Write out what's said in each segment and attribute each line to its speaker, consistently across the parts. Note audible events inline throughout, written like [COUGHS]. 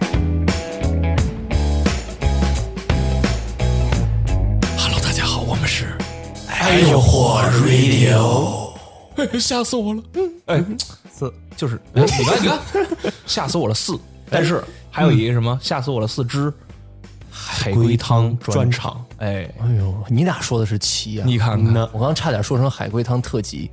Speaker 1: 哦
Speaker 2: 哎呦嚯，radio！
Speaker 3: 吓死我了！
Speaker 1: 哎，四就是你看，哎你看，你看， [LAUGHS] 吓死我了四。但是还有一个什么，吓死我了四之海龟汤专场。哎，
Speaker 2: 哎呦，你俩说的是齐啊！
Speaker 1: 你看看
Speaker 2: 那我刚差点说成海龟汤特辑。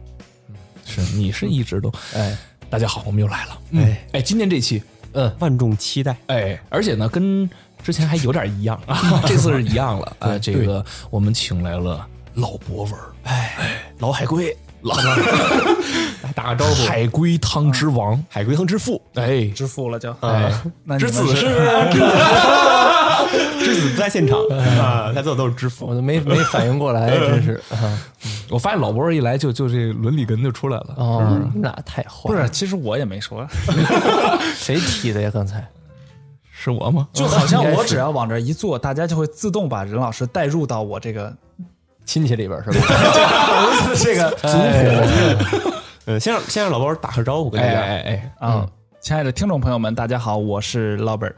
Speaker 1: 是你是一直都
Speaker 2: 哎
Speaker 1: 大家好，我们又来了。
Speaker 3: 哎
Speaker 1: 嗯，哎，今天这期，
Speaker 2: 嗯，
Speaker 3: 万众期待，
Speaker 1: 哎，而且呢，跟之前还有点一样 [LAUGHS] 啊，这次是一样了啊。这个我们请来了老博文，
Speaker 2: 哎，老海龟，
Speaker 1: 老哎
Speaker 3: 打个招呼，
Speaker 1: 海龟啊汤之王，
Speaker 2: 海龟汤之父，
Speaker 1: 哎，
Speaker 4: 支付了就，
Speaker 1: 哎
Speaker 3: 啊
Speaker 4: 那你
Speaker 1: 之
Speaker 4: 们
Speaker 1: 子是
Speaker 3: 之子不在现场啊，他做的都是知
Speaker 2: [LAUGHS]
Speaker 3: 父。
Speaker 2: 我都没没反应过
Speaker 3: 嗯
Speaker 2: 来，真是啊！
Speaker 1: 我发现老博文一来就就这伦理哏就出来了。
Speaker 3: 嗯
Speaker 2: 哦，那太坏
Speaker 4: 不
Speaker 2: 了，
Speaker 4: 是？其实我也
Speaker 2: [LAUGHS]
Speaker 4: 没说，
Speaker 2: 谁提的呀？刚才
Speaker 1: 是我吗？
Speaker 4: 就好像
Speaker 2: 应该
Speaker 4: 我
Speaker 2: 是
Speaker 4: 只要往这儿一坐，大家就会自动把任老师带入到我这个
Speaker 2: 亲戚里边是吧？
Speaker 3: [LAUGHS]
Speaker 2: 哎
Speaker 3: 这个族谱，嗯，先让先让老包打个招呼跟
Speaker 1: 哎
Speaker 3: 大家。
Speaker 1: 哎哎，
Speaker 4: 啊。
Speaker 2: 嗯
Speaker 4: 亲爱的听众朋友们，大家好，我是 l o b e r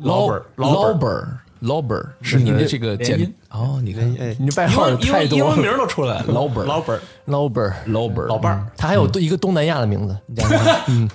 Speaker 1: 老
Speaker 3: 本
Speaker 1: 老
Speaker 3: 老
Speaker 1: 本儿老本儿是你的这个
Speaker 4: 连
Speaker 1: 简
Speaker 4: 音
Speaker 1: 哦，你看
Speaker 3: 哎，
Speaker 2: 你这外
Speaker 1: 英
Speaker 2: 号
Speaker 1: 文英
Speaker 2: 太
Speaker 1: 文英
Speaker 2: 多
Speaker 1: 文名
Speaker 2: 了，
Speaker 1: 儿都出来了，老本儿
Speaker 3: 老本儿，
Speaker 2: 老本儿，
Speaker 1: 老本儿
Speaker 3: 老伴儿，
Speaker 2: 他还有一个东南亚的名字，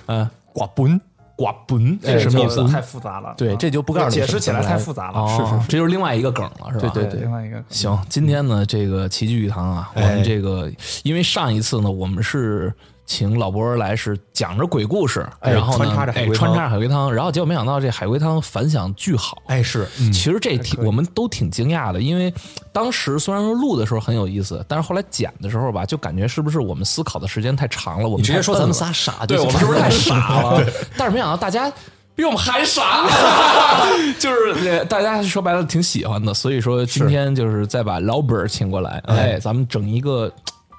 Speaker 1: 啊，瓜本瓜本
Speaker 2: 哎
Speaker 1: 是什么意思
Speaker 4: 就
Speaker 1: 啊？
Speaker 4: 太复杂了，
Speaker 2: 对，
Speaker 4: 啊
Speaker 2: 这就不告诉你
Speaker 4: 解
Speaker 2: 什么
Speaker 4: 释起来
Speaker 2: 了
Speaker 4: 太复杂了。
Speaker 1: 哦，这就是另外一个梗了，是吧？
Speaker 2: 对对
Speaker 4: 另外一个可能
Speaker 1: 行，今天呢，这个齐聚一堂啊，我们这个因为上一次呢，我们是请老伯来是讲着鬼故事，
Speaker 3: 哎
Speaker 1: 然后呢，
Speaker 3: 穿插着海
Speaker 1: 哎
Speaker 3: 龟汤
Speaker 1: 穿插着海龟汤，然后结果没想到这海龟汤反响巨好。
Speaker 3: 哎是，
Speaker 1: 其实这挺我们都挺惊讶的，因为当时虽然说录的时候很有意思，但是后来剪的时候吧，就感觉是不是我们思考的时间太长了？我们
Speaker 2: 直接
Speaker 1: 太
Speaker 2: 说
Speaker 1: 笨
Speaker 2: 咱们
Speaker 1: 了
Speaker 2: 仨傻就
Speaker 1: 对
Speaker 2: 行
Speaker 1: 我们是不是太傻了？但是没想到大家比我们还傻， [LAUGHS] 就是呃大家说白了挺喜欢的，所以说今天就是再把老本儿请过来，哎，咱们整一个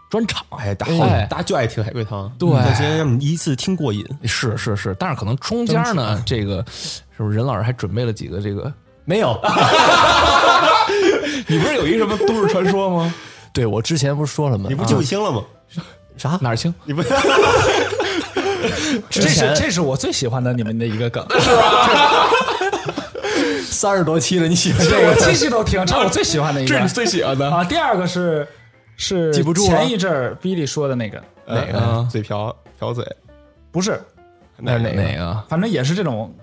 Speaker 1: 专场，
Speaker 3: 哎大好，
Speaker 1: 哎，
Speaker 3: 大家就爱听海龟汤，
Speaker 1: 对
Speaker 3: 那今天让你一次听过瘾。
Speaker 1: 是是是，但是可能中间呢，这个是不是任老师还准备了几个这个？
Speaker 2: 没有。
Speaker 1: [LAUGHS] 你不是有一个什么都市传说吗？
Speaker 2: 对我之前不是说了吗？啊
Speaker 3: 你不就清了吗？
Speaker 2: 啥？
Speaker 1: 哪儿清？
Speaker 3: 你不 [LAUGHS]
Speaker 2: 之
Speaker 4: 这
Speaker 2: 前
Speaker 4: 是这是我最喜欢的你们的一个
Speaker 2: [LAUGHS]
Speaker 4: 梗，
Speaker 2: 三十多期了，你喜欢这
Speaker 4: 对我
Speaker 2: 个？
Speaker 4: 期期都听，这是我最喜欢的一个。
Speaker 1: 最喜欢的
Speaker 4: 啊，第二个是是
Speaker 2: 记不住了
Speaker 4: 前一阵儿 Billy 说的那个，
Speaker 3: 哪
Speaker 1: 个
Speaker 3: 呃嘴瓢瓢嘴？哎
Speaker 4: 不是，
Speaker 2: 那哪
Speaker 1: 哪个啊？
Speaker 4: 反正也是这种。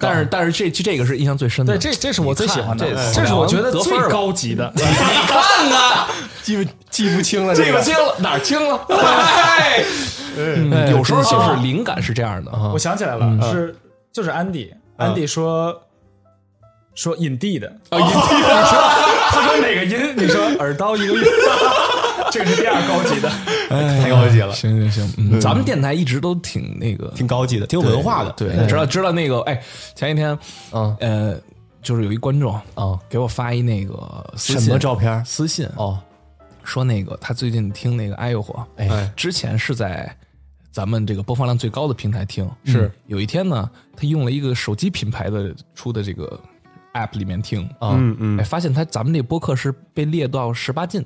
Speaker 1: 但是但是这这个是印象最深的，
Speaker 4: 对，这这是我最喜欢的
Speaker 1: 你看，这
Speaker 4: 这是我觉得
Speaker 1: 得分
Speaker 4: 最
Speaker 1: 了
Speaker 4: 高级的。
Speaker 2: 记不记不清了？
Speaker 1: 这个清了哪儿清
Speaker 4: [LAUGHS]
Speaker 1: 了？哎，嗯有时候就是灵感是这样的啊
Speaker 4: 我想起来了，是就是 Andy，Andy
Speaker 1: 嗯
Speaker 4: 说说引地的，
Speaker 1: 啊，一定
Speaker 4: [LAUGHS] 他说哪个音？你说耳刀一个音， [LAUGHS] 这个是第二高级
Speaker 1: [LAUGHS]
Speaker 4: 的。
Speaker 3: 太高级了，
Speaker 1: 行行行，嗯，咱们电台一直都挺那个
Speaker 3: 挺高级的，挺有文化的。
Speaker 1: 对，知道知道那个，哎，前一天，
Speaker 2: 嗯
Speaker 1: 呃，就是有一观众
Speaker 2: 嗯
Speaker 1: 给我发一那个私信
Speaker 2: 什么照片？
Speaker 1: 私信
Speaker 2: 哦，
Speaker 1: 说那个他最近听那个哎呦火，
Speaker 2: 哎，
Speaker 1: 之前是在咱们这个播放量最高的平台听，是有一天呢，他用了一个手机品牌的出的这个 app 里面听啊，
Speaker 3: 嗯嗯，
Speaker 1: 哎，发现他咱们这播客是被列到十八禁，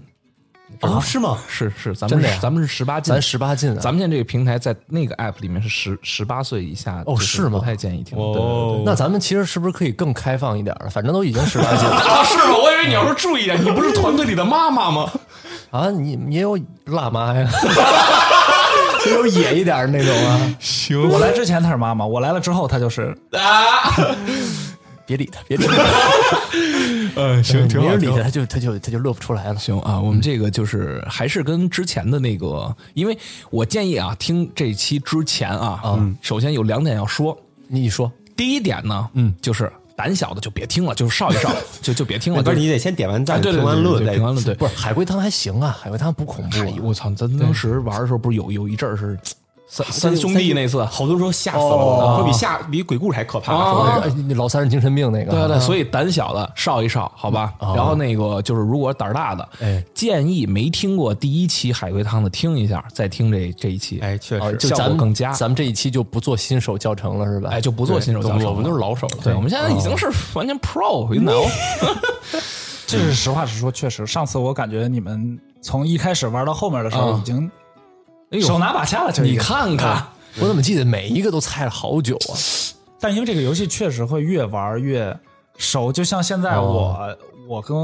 Speaker 3: 哦是吗？
Speaker 1: 啊是是，咱
Speaker 2: 真
Speaker 1: 们
Speaker 2: 的
Speaker 1: 是
Speaker 2: 呀
Speaker 1: 咱们是十八禁，
Speaker 2: 咱十八禁啊，
Speaker 1: 咱们现在这个平台在那个 app 里面是十十八岁以下，
Speaker 2: 哦
Speaker 1: 就是
Speaker 2: 吗
Speaker 1: 不太建议听。对
Speaker 3: 哦，
Speaker 2: 那咱们其实是不是可以更开放一点了？反正都已经十八
Speaker 1: [LAUGHS]
Speaker 2: 禁了
Speaker 1: 啊，是吗？我以为你要说注意啊，你不是团队里的妈妈吗？
Speaker 2: 啊，你你也有辣妈呀， [LAUGHS] 也有野一点那种啊。
Speaker 1: 行
Speaker 4: 我来之前他是妈妈，我来了之后他就是
Speaker 1: 啊，
Speaker 2: 别理他，别
Speaker 1: [LAUGHS]
Speaker 2: 理他，
Speaker 1: 嗯，行，
Speaker 2: 没人理他，他就他就他就乐不出来了。
Speaker 1: 行啊，我们这个就是还是跟之前的那个，因为我建议啊，听这期之前啊，首先有两点要说，
Speaker 2: 你说
Speaker 1: 第一点呢，嗯，就是胆小的就别听了，就是少一 [LAUGHS] 少，就就别听了，
Speaker 3: 不
Speaker 1: 就是
Speaker 3: 你得先点完
Speaker 1: 啊
Speaker 3: 赞，
Speaker 1: 对对
Speaker 3: 评完论
Speaker 1: 对对，
Speaker 3: 再
Speaker 1: 评完论对，
Speaker 2: 不是海龟汤还行啊，海龟汤不恐怖啊
Speaker 1: 哎呦，我操！咱当时玩的时候，不是有有一阵儿是三三兄弟那次啊，
Speaker 3: 好多人说吓死了我，会比吓比鬼故事还可怕。
Speaker 1: 啊
Speaker 2: 哎你老三是精神病那个，
Speaker 1: 对对，所以胆小的少一少，好吧。然后那个就是，如果胆儿大的，
Speaker 2: 哎
Speaker 1: 建议没听过第一期海龟汤的听一下，再听这这一期，
Speaker 3: 哎，确
Speaker 2: 啊，
Speaker 3: 实，
Speaker 2: 就
Speaker 1: 效果
Speaker 2: 咱们
Speaker 1: 更佳
Speaker 2: 咱们这一期就不做新手教程了，是吧？
Speaker 1: 哎，就不做新手教程了，
Speaker 3: 我们都是老手了。
Speaker 1: 对，我们现在已
Speaker 2: 嗯
Speaker 1: 经是完全 pro，you know，
Speaker 4: 这是实话实说，确实，上次我感觉你们从一开始玩到后面的时候，
Speaker 1: 啊
Speaker 4: 已经
Speaker 1: 哎
Speaker 4: 手
Speaker 1: 呦，
Speaker 4: 拿把掐了，就已
Speaker 1: 你
Speaker 4: 经。
Speaker 1: 看看，
Speaker 2: 我怎么记得每一个都猜了好久啊？
Speaker 4: 但因哦为这个游戏确实会越玩越熟，就像现在我、我跟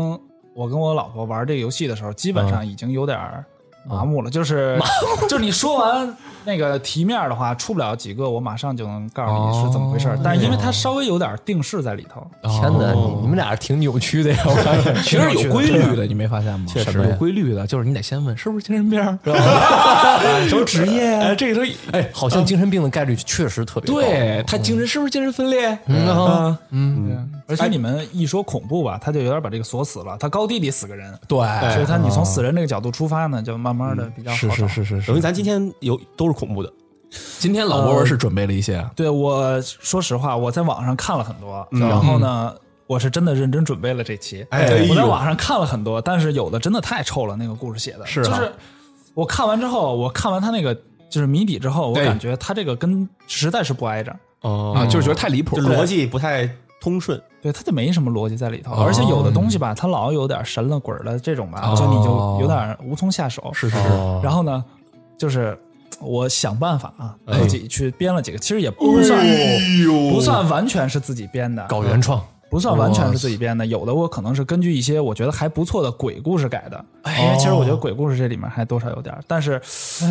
Speaker 4: 我跟我老婆玩这个游戏的时候，基本上已经有点儿麻木了，就是 [LAUGHS] 就是你说完那个题面的话，出不了几个，我马上就能告诉你是怎么回事儿。但是因为它稍微有点定式在里头，
Speaker 1: 哦
Speaker 2: 天哪，你你们俩是挺扭曲的呀！我发现
Speaker 1: [LAUGHS] 其实有规
Speaker 2: [LAUGHS]
Speaker 1: 律的，你没发现吗？
Speaker 2: 嗯确实
Speaker 1: 有规律的，就是你得先问是不是精神病儿，
Speaker 2: [LAUGHS]
Speaker 1: 是吧？ [LAUGHS]
Speaker 2: 什么职业哦呀？
Speaker 1: 哎，这个时候，哎，
Speaker 2: 好像精神病的概率确实特别高。
Speaker 1: 对他精神是不是精神分裂？
Speaker 2: 嗯，然后
Speaker 4: 嗯而哎且你们一说恐怖吧，他就有点把这个锁死了，他高地里死个人，
Speaker 1: 对，
Speaker 4: 所以他你从死人这个角度出发呢，就慢慢的比较好找。
Speaker 1: 是是
Speaker 3: 等于咱今天有都是恐怖的，
Speaker 1: 今天老博文是准备了一些啊，
Speaker 4: 对我说实话，我在网上看了很多，
Speaker 1: 嗯
Speaker 4: 然后呢，我是真的认真准备了这期。
Speaker 3: 哎
Speaker 4: 我在网上看了很多，但是有的真的太臭了，那个故事写的，
Speaker 1: 是啊
Speaker 4: 就是我看完之后，我看完他那个就是谜底之后，我
Speaker 1: 对
Speaker 4: 感觉他这个跟实在是不挨着，
Speaker 2: 嗯
Speaker 3: 哦
Speaker 1: 啊，就是觉得太离谱
Speaker 3: 就
Speaker 1: 了，
Speaker 3: 逻辑不太通顺，
Speaker 4: 对，他就没什么逻辑在里头，
Speaker 1: 哦
Speaker 4: 而且有的东西吧，他老有点神了鬼儿了这种吧，就你就有点无从下手。
Speaker 1: 哦是是是，
Speaker 2: 哦
Speaker 4: 然后呢，就是我想办法啊，
Speaker 1: 哎
Speaker 4: 自己去编了几个，其实也不算、不算完全是自己编的，
Speaker 2: 搞原创，
Speaker 4: 不算完全是自己编的，有的我可能是根据一些我觉得还不错的鬼故事改的，哎因为其实我觉得鬼故事这里面还多少有点儿，但是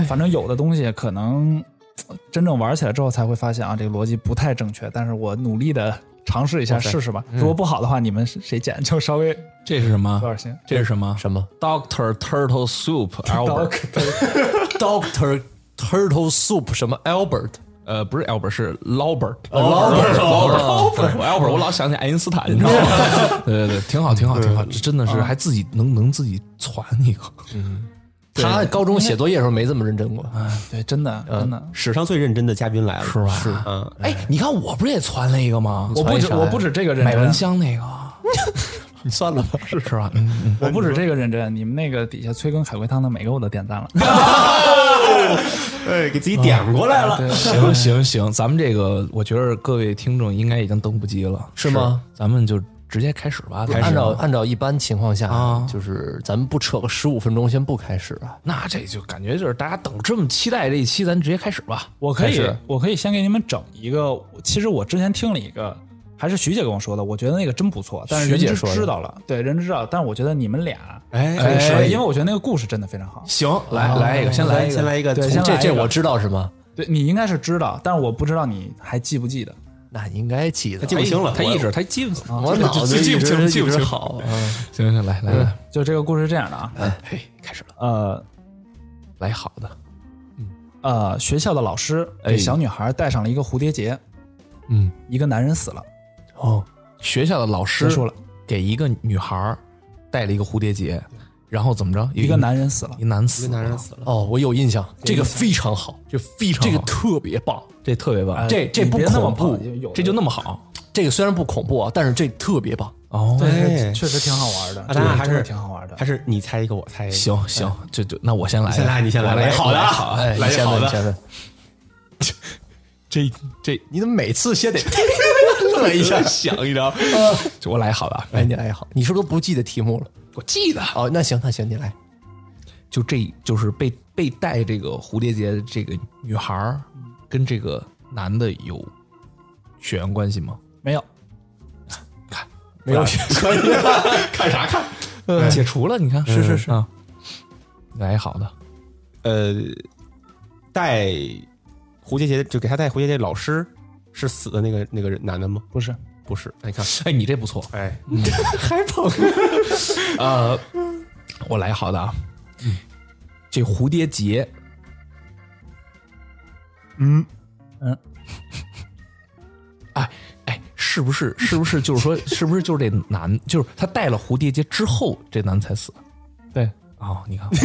Speaker 4: 反正有的东西可能呃真正玩起来之后才会发现啊，这个逻辑不太正确，但是我努力的尝试一下试试吧，如果不好的话，你们谁剪就稍微
Speaker 1: 这是什么
Speaker 4: 有？点心。
Speaker 1: 这是什么
Speaker 2: 哦什么
Speaker 1: ？Doctor Turtle Soup Albert，
Speaker 2: Doctor Turtle Soup 什么 Albert
Speaker 1: 呃，不是 Albert，是哦 Laubert。哦
Speaker 2: Albert
Speaker 1: Albert，我老想起爱因斯坦，你知道吗？ [LAUGHS] 对对哦对，哦挺好，挺好，挺好，这真的是还自己能能自己传一个，嗯
Speaker 2: 他高中写作业的时候没这么认真过。
Speaker 4: 对，真的真的，
Speaker 3: 史上最认真的嘉宾来了，是吧？是，嗯，
Speaker 1: 哎，你看我不是也传了一个吗？
Speaker 4: 我不止我不止这个认
Speaker 1: 买蚊
Speaker 4: 真，
Speaker 1: 香那个，
Speaker 2: 啊 [LAUGHS] 你算了吧，
Speaker 1: 是是吧？嗯嗯，
Speaker 4: 我不止这个认真，你们那个底下催更海龟汤的每个我都点赞了，
Speaker 3: 哎，给自己点过来了，
Speaker 1: 行行行，咱们这个我觉得各位听众应该已经等不及了，
Speaker 2: 是吗？
Speaker 1: 咱们就直接开始吧，开始吧
Speaker 2: 按照按照一般情况下
Speaker 1: 啊，
Speaker 2: 就是咱们不扯个十五分钟，先不开始啊。
Speaker 1: 那这就感觉就是大家等这么期待这一期，咱直接开始吧。
Speaker 4: 我可
Speaker 1: 还
Speaker 4: 以
Speaker 1: 是，
Speaker 4: 我可以先给你们整一个。其实我之前听了一个，还是徐姐跟我说的，我觉得那个真不错，但是
Speaker 2: 徐
Speaker 4: 人
Speaker 2: 姐
Speaker 4: 知
Speaker 2: 说的
Speaker 4: 知道了，对，人知道了，但是我觉得你们俩可
Speaker 3: 哎，
Speaker 4: 以说，
Speaker 1: 哎
Speaker 4: 因为我觉得那个故事真的非常好。
Speaker 1: 行，来来一个，先来一
Speaker 3: 先
Speaker 1: 个。
Speaker 3: 来一个，
Speaker 4: 对
Speaker 3: 从
Speaker 4: 先
Speaker 2: 这
Speaker 4: 来一
Speaker 2: 这
Speaker 4: 个
Speaker 2: 我知道是吗？
Speaker 4: 对你应该是知道，但是我不知道你还记不记得。
Speaker 2: 那应该记得
Speaker 3: 他。记不清了，
Speaker 1: 他一直他记不清，
Speaker 2: 我啊脑子
Speaker 1: 记不
Speaker 2: 一
Speaker 1: 清，
Speaker 2: 直
Speaker 1: 记不
Speaker 2: 一直
Speaker 1: 清。
Speaker 2: 好啊，
Speaker 1: 行行，来来来，
Speaker 4: 就这个故事是这样的啊，
Speaker 1: 哎，嘿，开始了，
Speaker 4: 呃
Speaker 1: 来好的，
Speaker 4: 呃，学校的老师
Speaker 1: 哎
Speaker 4: 给小女孩戴上了一个蝴蝶结，
Speaker 2: 嗯，
Speaker 4: 一个男人死了，
Speaker 2: 哦，
Speaker 1: 学校的老师
Speaker 4: 结束了，
Speaker 1: 给一个女孩儿戴了一个蝴蝶结，然后怎么着？
Speaker 4: 一个，男人死了
Speaker 1: 一，男死，
Speaker 3: 男人死了，
Speaker 2: 哦，我有印象，这个非常好，
Speaker 1: 就非常
Speaker 2: 这个
Speaker 1: 好
Speaker 2: 特别棒。
Speaker 1: 这特别棒，
Speaker 4: 哎
Speaker 2: 这这
Speaker 4: 你
Speaker 2: 不
Speaker 4: 别那么
Speaker 2: 恐怖
Speaker 4: 跑有的
Speaker 1: 这就那么好
Speaker 2: 这个虽然不恐怖啊，但是这特别棒。
Speaker 1: 哦。
Speaker 3: 哎
Speaker 4: 对，确实挺好玩的，
Speaker 3: 啊咱俩
Speaker 4: 这个
Speaker 3: 还
Speaker 4: 真的
Speaker 3: 是
Speaker 4: 挺好玩的
Speaker 3: 还。是你猜一个，我猜一个，
Speaker 1: 行行，这就那我先来吧，
Speaker 3: 先来你先来
Speaker 1: 我
Speaker 3: 来好的啊
Speaker 1: 好，
Speaker 2: 哎，
Speaker 1: 哎
Speaker 2: 你
Speaker 3: 来
Speaker 2: 先问，
Speaker 3: 好的
Speaker 2: 你先问，
Speaker 1: 这这
Speaker 2: 你怎么每次先得乐一下？
Speaker 1: 想一 [LAUGHS] 张，我来好了，
Speaker 2: 哎，你来好，你是不是都不记得题目了？
Speaker 1: 我记得，
Speaker 2: 哦，那行，那行，你来。
Speaker 1: 就这就是被被戴这个蝴蝶结的这个女孩儿跟这个男的有血缘关系吗？
Speaker 4: 没有，
Speaker 2: 没有学可以，
Speaker 3: 看啥看？
Speaker 1: 解除了，你看，是是是啊，来好的，
Speaker 3: 呃，戴蝴蝶结就给他戴蝴蝶结的老师是死的那个那个人男的吗？
Speaker 4: 不是，
Speaker 3: 不是，哎你看，
Speaker 1: 哎，你这不错，
Speaker 3: 哎，
Speaker 1: 呃，我来好的啊，这蝴蝶结，嗯
Speaker 4: 嗯，
Speaker 1: 哎哎，是不是是不是就是说是不是就是这男就是他戴了蝴蝶结之后这男才死？
Speaker 4: 对，
Speaker 1: 哦，你看， [LAUGHS] 我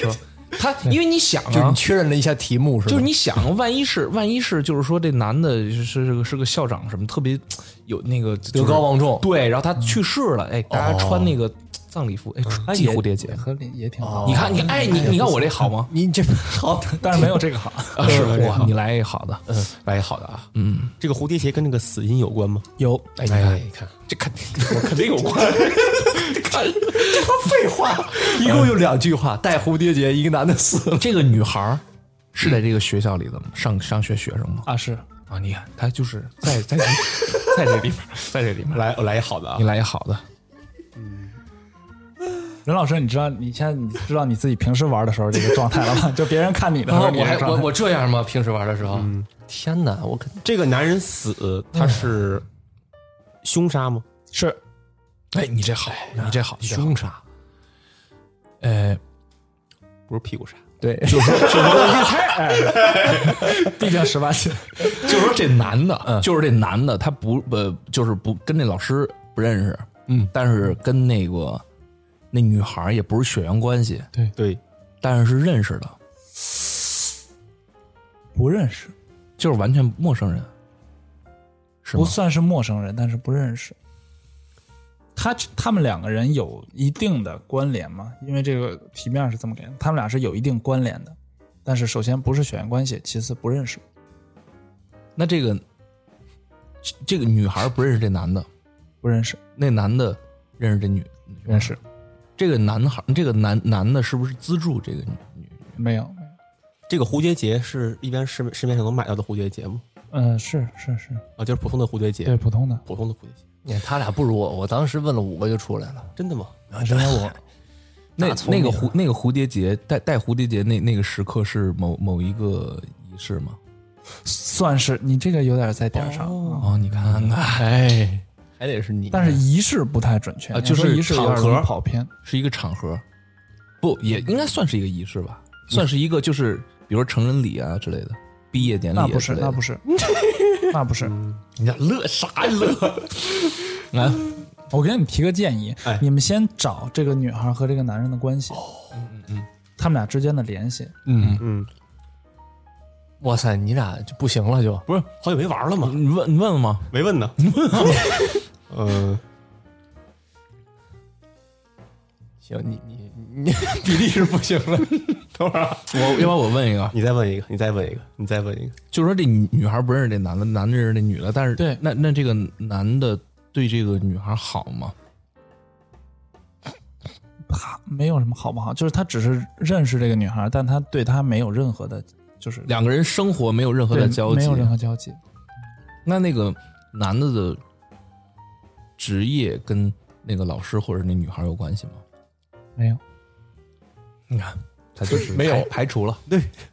Speaker 1: 说他因为你想
Speaker 2: 就是
Speaker 1: 啊
Speaker 2: 你。确认了一下题目是吧？
Speaker 1: 就是你想，万一是 [LAUGHS] 万一是，就是说这男的是是个是个校长什么，特别有那个
Speaker 2: 德
Speaker 1: 德
Speaker 2: 高望重，嗯哦
Speaker 1: 对，然后他去世了，哎，大家穿那个葬礼服，哎，系蝴蝶结。
Speaker 4: 合理也挺
Speaker 2: 哦
Speaker 4: 好，
Speaker 1: 你看，你哎，
Speaker 2: [LAUGHS]
Speaker 1: 你你看我这好吗？
Speaker 2: 你这好，
Speaker 4: 但是没有这个好。
Speaker 1: 啊是
Speaker 2: 嗯
Speaker 1: 我，你来一个好的，嗯，来一个好的啊，嗯，
Speaker 3: 这个蝴蝶结跟那个死因有关吗？
Speaker 4: 有，
Speaker 1: 哎
Speaker 3: 哎呀，
Speaker 1: 呀，
Speaker 3: 你看，
Speaker 1: 这肯定我肯定有关，看
Speaker 2: 废话，一共就两句话，戴蝴蝶结，一个男的死了，
Speaker 1: [LAUGHS] 这个女孩儿是在这个学校里的吗？上上学学生吗？
Speaker 4: 啊，是
Speaker 1: 啊，你看她就是在在这在这里面，在这里面，
Speaker 3: 来，我来一好的啊
Speaker 1: 你，来一个好的，
Speaker 4: 任老师，你知道你现在你知道你自己平时玩的时候这个状态了吗？ [LAUGHS] 就别人看你的时
Speaker 2: 然后
Speaker 4: 候，你
Speaker 2: 我还
Speaker 4: 的状
Speaker 2: 我
Speaker 4: 态
Speaker 2: 我这样吗？平时玩的时候，
Speaker 1: 嗯
Speaker 2: 天哪，我肯
Speaker 3: 这个男人死，他是凶杀吗？
Speaker 4: 是
Speaker 1: 哎，你这好，你这好，你这好
Speaker 2: 凶杀，
Speaker 1: 呃，
Speaker 3: 不是屁股杀，
Speaker 4: 对， [LAUGHS] 就是就是一猜，哎，毕竟十八禁，
Speaker 1: 就是说这男的，就是这男的，他不呃，就是不跟那老师不认识，嗯，但是跟那个那女孩儿也不是血缘关系，
Speaker 3: 对，
Speaker 1: 但是是认识的，
Speaker 4: [LAUGHS] 不认识，
Speaker 1: 就是完全陌生人，是
Speaker 4: 不
Speaker 1: 吗？
Speaker 4: 算是陌生人，但是不认识。他他们两个人有一定的关联吗？因为这个题面是这么给的，他们俩是有一定关联的，但是首先不是血缘关系，其次不认识。
Speaker 1: 那这个这这个女孩儿不认识这男的，
Speaker 4: 不认识，
Speaker 1: 那男的认识这女，
Speaker 4: 认识
Speaker 1: 这个男孩，这个男男的是不是资助这个女女？
Speaker 4: 没有？没有
Speaker 3: 这个蝴蝶结是一般市市面上能买到的蝴蝶结吗？
Speaker 4: 嗯、是是是，
Speaker 3: 啊，就是普通的蝴蝶结
Speaker 4: 对，普通的。
Speaker 3: 普通的蝴蝶结，
Speaker 2: 你看他俩不如我，我当时问了五个就出来了。
Speaker 3: 真的吗？
Speaker 4: 因为我
Speaker 1: 那
Speaker 2: 大聪
Speaker 1: 那
Speaker 2: 明
Speaker 1: 个
Speaker 2: 啊
Speaker 1: 蝴那个蝴蝶结戴戴蝴蝶结那那个时刻是某某一个仪式吗？
Speaker 4: 算是你这个有点在点儿上，嗯
Speaker 1: 哦，你看看，
Speaker 2: 哎，还得是你，
Speaker 4: 但是仪式不太准确
Speaker 1: 啊就是
Speaker 4: 你说仪式有点容
Speaker 1: 场
Speaker 4: 易
Speaker 1: 合嗯
Speaker 4: 跑偏。
Speaker 1: 是一个场合，不也应该算是一个仪式吧？算是一个就是比如说成人礼啊之类的，毕业典礼、啊、
Speaker 4: 那不是，那不
Speaker 1: 是嗯
Speaker 4: 是， [LAUGHS] 那不是。
Speaker 2: 你俩乐啥
Speaker 3: [LAUGHS]
Speaker 2: 乐？
Speaker 1: 啊，
Speaker 4: 我给你提个建议，
Speaker 3: 哎
Speaker 4: 你们先找这个女孩和这个男人的关
Speaker 1: 哦
Speaker 4: 系，他们俩之间的联系。
Speaker 1: 嗯，
Speaker 3: 嗯，
Speaker 2: 哇塞，你俩就不行了就，
Speaker 1: [LAUGHS] 不是
Speaker 3: 好久没玩了嘛，
Speaker 1: 你问你问了吗？
Speaker 3: 没问 [LAUGHS] 呢。嗯，
Speaker 2: 行，你你你比例是不行了。
Speaker 3: 等会儿啊，
Speaker 1: 我要不然我问一个，
Speaker 3: 你再问一个，你再问一个，你再问一个，
Speaker 1: 就是说这女女孩不认识这男的，男的认识这女的，但是
Speaker 4: 对
Speaker 1: 那那这个男的对这个女孩好吗？
Speaker 4: 他没有什么好不好，就是他只是认识这个女孩，但他对她没有任何的，就是
Speaker 1: 两个人生活没有任何
Speaker 4: 对
Speaker 1: 的交集，
Speaker 4: 没有任何交集。
Speaker 1: 那那个男的的职业跟那个老师或者那女孩有关系吗？
Speaker 4: 没有，
Speaker 1: 你看，他就是
Speaker 2: 没有
Speaker 1: 排排除了。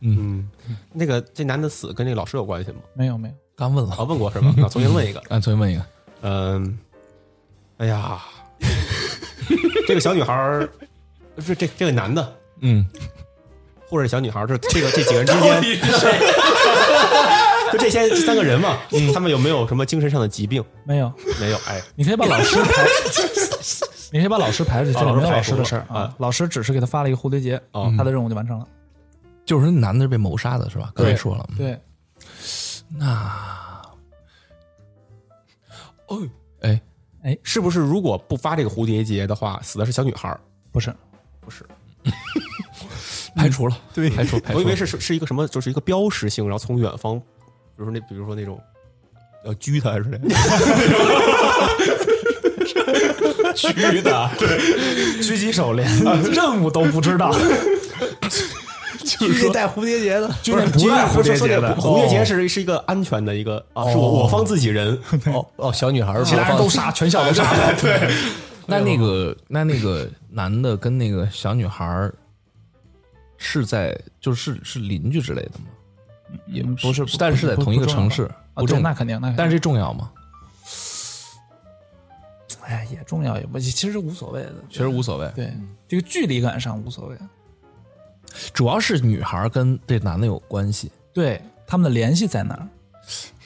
Speaker 3: 嗯，那个这男的死跟这个老师有关系吗？
Speaker 4: 没有，没有。
Speaker 1: 刚问
Speaker 3: 啊，
Speaker 1: 了，
Speaker 3: 问过是吧？那重新问一个，
Speaker 1: 啊，重新问一个，
Speaker 3: 嗯，哎 [LAUGHS] 呀，这个小女孩儿，这这这个男的
Speaker 1: 嗯，
Speaker 3: 或者小女孩儿，这这个这几个人之间，就这些三个人嘛，他们有没有什么精神上的疾病？
Speaker 4: 没有，
Speaker 3: 没有，哎，
Speaker 4: 你可以把老师排，你可以把老师排出去，
Speaker 3: 啊
Speaker 4: 这里没有
Speaker 3: 老师
Speaker 4: 老师
Speaker 3: 排
Speaker 4: 的事儿
Speaker 3: 除了啊
Speaker 4: 啊。老师只是给他发了一个蝴蝶结
Speaker 3: 哦，
Speaker 4: 他的任务就完成了。
Speaker 1: 就是那男的是被谋杀的是吧？刚才说了，
Speaker 4: 对，
Speaker 1: 那，哦，哎，
Speaker 3: 是不是如果不发这个蝴蝶结的话，死的是小女孩儿？
Speaker 4: 不是，
Speaker 1: 排除了，
Speaker 4: 嗯
Speaker 3: 对
Speaker 1: 排除排除
Speaker 3: 我以为是是是一个什么，就是一个标识性，然后从远方，比如说那，比如说那种要狙他之类的， [LAUGHS]
Speaker 4: 狙的，对，狙击手连
Speaker 3: 啊
Speaker 4: [LAUGHS] 任务都不知道，
Speaker 2: 必须带蝴蝶结的，
Speaker 4: 居然不带蝴蝶结的，
Speaker 3: 蝴蝶结哦是是一个安全的一个啊，是我我方自己 [LAUGHS] 人，
Speaker 2: 哦哦，小女孩儿，
Speaker 4: 其他人都杀，全校都杀。
Speaker 1: 那那个
Speaker 4: 嗯
Speaker 1: 那那个男的跟那个小女孩儿是在就是是邻居之类的吗？也
Speaker 4: 嗯不是不
Speaker 1: 但是在
Speaker 4: 不
Speaker 1: 同一个
Speaker 4: 不重
Speaker 1: 城
Speaker 4: 要
Speaker 1: 市，
Speaker 4: 啊，
Speaker 1: 不
Speaker 4: 对，
Speaker 1: 重
Speaker 4: 那
Speaker 1: 要，
Speaker 4: 肯定，那肯定
Speaker 1: 但是这重要吗？
Speaker 4: 哎也重要也不，其实无所谓的，
Speaker 1: 其实无所谓，
Speaker 4: 对这个距离感上无所谓，
Speaker 1: 主要是女孩儿跟这男的有关系，
Speaker 4: 对他们的联系在哪儿？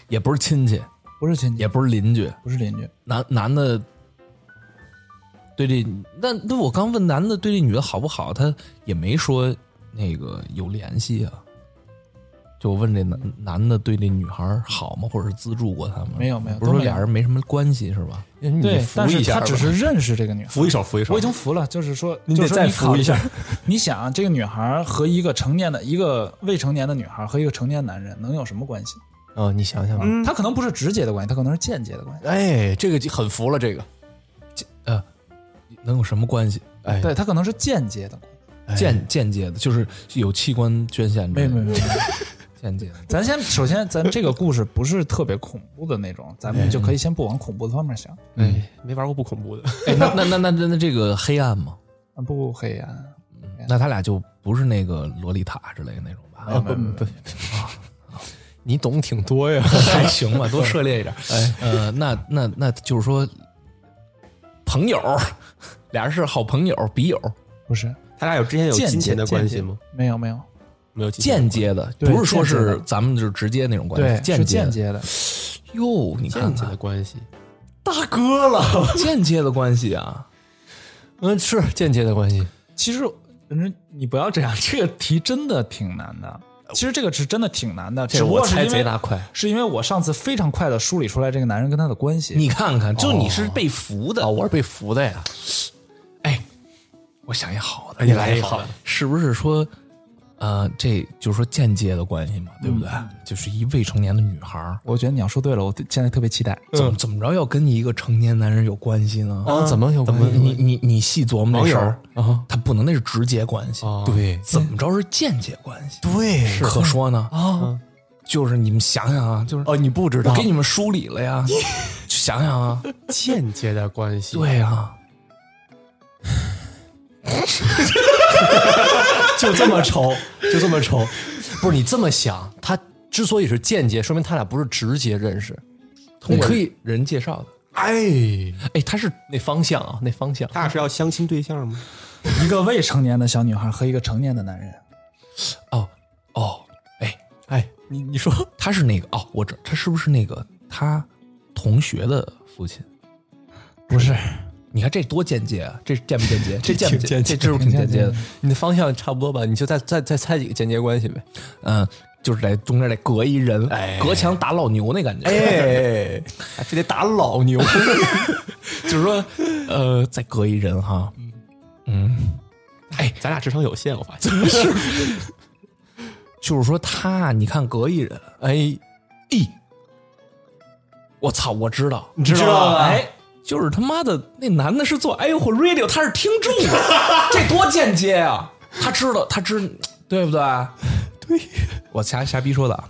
Speaker 1: 也不是亲戚，
Speaker 4: 不是亲戚
Speaker 1: 也，不是邻居，
Speaker 4: 不是邻居，
Speaker 1: 男男的对这那那我刚问男的对这女的好不好，他也没说那个有联系啊。就我问这男男的对这女孩儿好吗，或者是资助过他吗？
Speaker 4: 没有没有
Speaker 1: 不是
Speaker 4: 都
Speaker 1: 说
Speaker 4: 没有
Speaker 1: 俩人没什么关系是吧？
Speaker 2: 哎你
Speaker 4: 对，
Speaker 2: 扶
Speaker 4: 但是
Speaker 2: 一
Speaker 4: 他
Speaker 2: 下
Speaker 4: 只
Speaker 2: 吧。
Speaker 4: 是认识这个女孩。
Speaker 3: 扶一手，扶一手。
Speaker 4: 我已经服了，就是说，
Speaker 2: 你
Speaker 4: 就是
Speaker 2: 得
Speaker 4: 说
Speaker 2: 再服
Speaker 4: 考虑
Speaker 2: 一下。
Speaker 4: [LAUGHS] 你想啊，这个女孩和一个成年的、一个未成年的女孩和一个成年男人能有什么关系？
Speaker 2: 哦，你想想
Speaker 1: 嗯
Speaker 2: 吧，
Speaker 4: 他可能不是直接的关系，他可能是间接的关系。
Speaker 2: 哎，这个就很服了，这个
Speaker 1: 呃，能有什么关系？
Speaker 2: 哎
Speaker 4: 对他可能是间接的关系。
Speaker 1: 间间接的，就是有器官捐献之
Speaker 4: 哎没
Speaker 1: 类的，
Speaker 4: 有没有没有，没有
Speaker 1: 间接的。
Speaker 4: 咱先首先，咱这个故事不是特别恐怖的那种，咱们就可以先不往恐怖的方面想。
Speaker 3: 哎，没玩过不恐怖的，
Speaker 1: 哎，那那那那那那这个黑暗吗？
Speaker 4: 啊不黑暗，
Speaker 1: 那他俩就不是那个洛丽塔之类的那种吧？
Speaker 2: 啊不不，你懂挺多呀。
Speaker 1: [LAUGHS] 还行吧，多涉猎一点。哎，呃，那那那就是说，朋友，俩人是好朋友、笔友，
Speaker 4: 不是
Speaker 3: 他俩有之前有
Speaker 4: 间
Speaker 3: 金
Speaker 4: 接
Speaker 3: 钱的关系吗？？
Speaker 4: 间接没有没有，
Speaker 3: 没有金
Speaker 1: 间
Speaker 3: 钱
Speaker 1: 接的，
Speaker 4: 对
Speaker 1: 不是说
Speaker 4: 间接
Speaker 1: 是
Speaker 4: 的
Speaker 1: 咱们就是直接那种关
Speaker 4: 对
Speaker 1: 系，，
Speaker 4: 是
Speaker 1: 间接
Speaker 4: 间
Speaker 1: 的。
Speaker 4: 接的，
Speaker 1: 哟，你看
Speaker 3: 间接的
Speaker 1: 看，
Speaker 2: [LAUGHS]
Speaker 3: 关系，
Speaker 2: 大哥了，
Speaker 1: 间接的关系啊，
Speaker 2: 嗯，是间接的关系。
Speaker 4: 其实，反正你不要这样，这个题真的挺难的。其实这个是真的挺难的，只
Speaker 2: 这
Speaker 4: 不
Speaker 2: 我
Speaker 4: 过是
Speaker 2: 猜
Speaker 4: 因
Speaker 2: 贼
Speaker 4: 为
Speaker 2: 拉快，
Speaker 4: 是因为我上次非常快的梳理出来这个男人跟他的关系。
Speaker 1: 你看看，就你是被俘的
Speaker 2: 啊，。我是被服的呀。
Speaker 1: 哎，我想一好的，
Speaker 2: 你来一好的，
Speaker 1: 是不是说，呃，这就是说间接的关系嘛，对不对？就是一未成年的女孩儿，
Speaker 4: 我觉得你要说对了，我现在特别期待。
Speaker 1: 怎么怎么着要跟你一个成年男人有关系呢？
Speaker 2: 啊，怎么有关系？
Speaker 1: 你你你细琢磨这事儿
Speaker 2: 啊，
Speaker 1: 他不能那是直接关系，
Speaker 3: 哦
Speaker 2: 对
Speaker 1: 怎么着是间接关系？
Speaker 2: 对
Speaker 1: 可说呢，
Speaker 2: 啊，
Speaker 1: 就是你们想想啊，就是
Speaker 2: 哦，你不知道
Speaker 1: 我给你们梳理了
Speaker 2: [LAUGHS]
Speaker 1: 呀，就想想啊，
Speaker 3: 间接的关系，
Speaker 1: 对啊 [LAUGHS] 呀，
Speaker 2: 就这么愁，就这么愁。不是你这么想，他之所以是间接，说明他俩不是直接认识。
Speaker 1: 通过
Speaker 2: 你可以
Speaker 1: 人介绍的。
Speaker 2: 哎，
Speaker 1: 哎，他是
Speaker 2: 那方向啊，那方向
Speaker 3: 他俩是要相亲对象吗？
Speaker 4: 一个未成年的小女孩和一个成年的男人，
Speaker 1: 哦哦，哎，
Speaker 2: 哎，你你说
Speaker 1: 他是那个哦，我这他是不是那个他同学的父亲？
Speaker 4: 不是
Speaker 1: 你看这多间接啊！这间不间接？这间
Speaker 2: [LAUGHS]
Speaker 1: 不
Speaker 2: 挺间
Speaker 1: 间接？
Speaker 2: 接
Speaker 1: 这就是挺间接的。
Speaker 2: 你的方向差不多吧？你就再再再猜几个间接关系呗。
Speaker 1: 嗯，就是得中间得隔一人，隔墙打老牛那感觉。 [LAUGHS]
Speaker 2: 哎，还非得打老牛，
Speaker 1: 就是说，呃，再隔一人哈，嗯，哎，
Speaker 3: 咱俩智商有限，我发现。
Speaker 1: 就是说他，你看隔一人，
Speaker 2: 哎，
Speaker 1: 咦，我操，我知道，
Speaker 2: 知道吧
Speaker 1: 哎，就是他妈的那男的是做哎呦我 radio，他是听众，
Speaker 2: [LAUGHS]
Speaker 1: 这多间接啊！他知道，他知，对不对？对，我瞎瞎逼说的啊，啊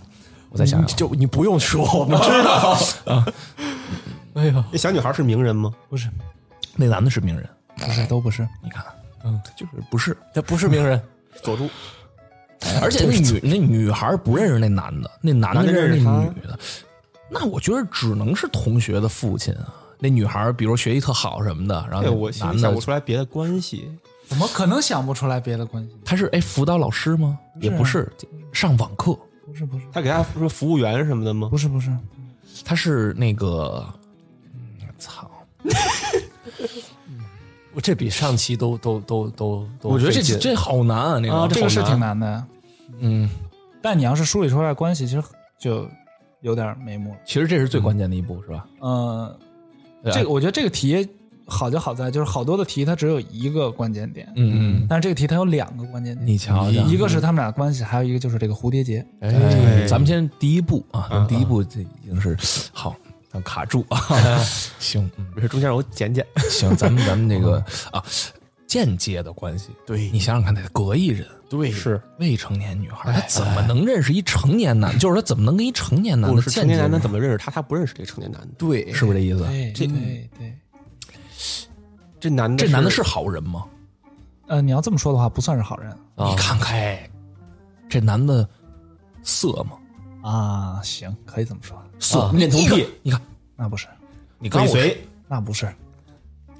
Speaker 1: 我再想
Speaker 2: 你
Speaker 1: 想，
Speaker 2: 就你不用说，我们知道。哎呀，
Speaker 3: [LAUGHS] 那小女孩是名人吗？
Speaker 4: 不是
Speaker 1: 那男的是名人，
Speaker 4: 不是都不是，
Speaker 1: 你看，嗯，就是不是，
Speaker 2: 他不是名人，
Speaker 3: 佐助，
Speaker 1: [LAUGHS] 而且那女那女孩不认识那男的，那男的
Speaker 3: 男的
Speaker 1: 认识
Speaker 3: 认识
Speaker 1: 那
Speaker 3: 她
Speaker 1: 女的，那我觉得只能是同学的父亲啊。那女孩比如学习特好什么的，然
Speaker 3: 对
Speaker 1: 后
Speaker 3: 哎我
Speaker 1: 那
Speaker 3: 其实
Speaker 1: 男
Speaker 3: 想
Speaker 1: 的
Speaker 3: 不出来别的关系。
Speaker 4: 怎么可能想不出来别的关系？
Speaker 1: 他是哎辅导老师吗？也不是，上网课，
Speaker 4: 不是不是
Speaker 3: 他给他说服务员什么的吗？
Speaker 4: 不是不是，
Speaker 1: 他是那个，嗯操，
Speaker 2: 我这比上期都都都都都，
Speaker 1: 我觉得这这好难啊，那个、
Speaker 3: 啊
Speaker 4: 这个是
Speaker 3: 好
Speaker 4: 挺难的。
Speaker 1: 嗯，
Speaker 4: 但你要是梳理出来关系，其实就有点眉目了。
Speaker 1: 其实这是最关键的一步，是吧？
Speaker 4: 嗯，
Speaker 1: 对啊
Speaker 4: 这个我觉得这个题好就好在就是好多的题它只有一个关键点，
Speaker 1: 嗯嗯，
Speaker 4: 但是这个题它有两个关键点，
Speaker 1: 你瞧瞧，
Speaker 4: 一个是他们俩的关系，还有一个就是这个蝴蝶结。
Speaker 1: 哎，咱们先第一步啊，第一步这已经是好，咱卡住啊，行，嗯。
Speaker 3: 没事，中间我剪剪。
Speaker 1: 行，咱们咱们这个啊，间接的关系，
Speaker 2: 对
Speaker 1: 你想想看，他隔一人，
Speaker 2: 对
Speaker 3: 是
Speaker 1: 未成年女孩，她怎么能认识一成年男？就是她怎么能跟一成年男
Speaker 3: 不
Speaker 1: 的
Speaker 3: 是
Speaker 1: 间
Speaker 3: 成
Speaker 1: 接
Speaker 3: 年男的
Speaker 1: 呢？
Speaker 3: 怎么认识他？他不认识这个成年男的。
Speaker 2: 对
Speaker 1: 是不是这意思？
Speaker 4: 对
Speaker 3: 这
Speaker 4: 对对，
Speaker 3: 这男的，
Speaker 1: 这男的是好人吗？
Speaker 4: 呃，你要这么说的话，不算是好人
Speaker 1: 你看看，哎这男的色吗？
Speaker 4: 啊。行，可以这么说，
Speaker 1: 色，
Speaker 2: 恋童癖
Speaker 1: 一个，你看，
Speaker 4: 那不是，
Speaker 1: 你刚
Speaker 3: 尾
Speaker 1: 我说
Speaker 3: 随，
Speaker 4: 那不是，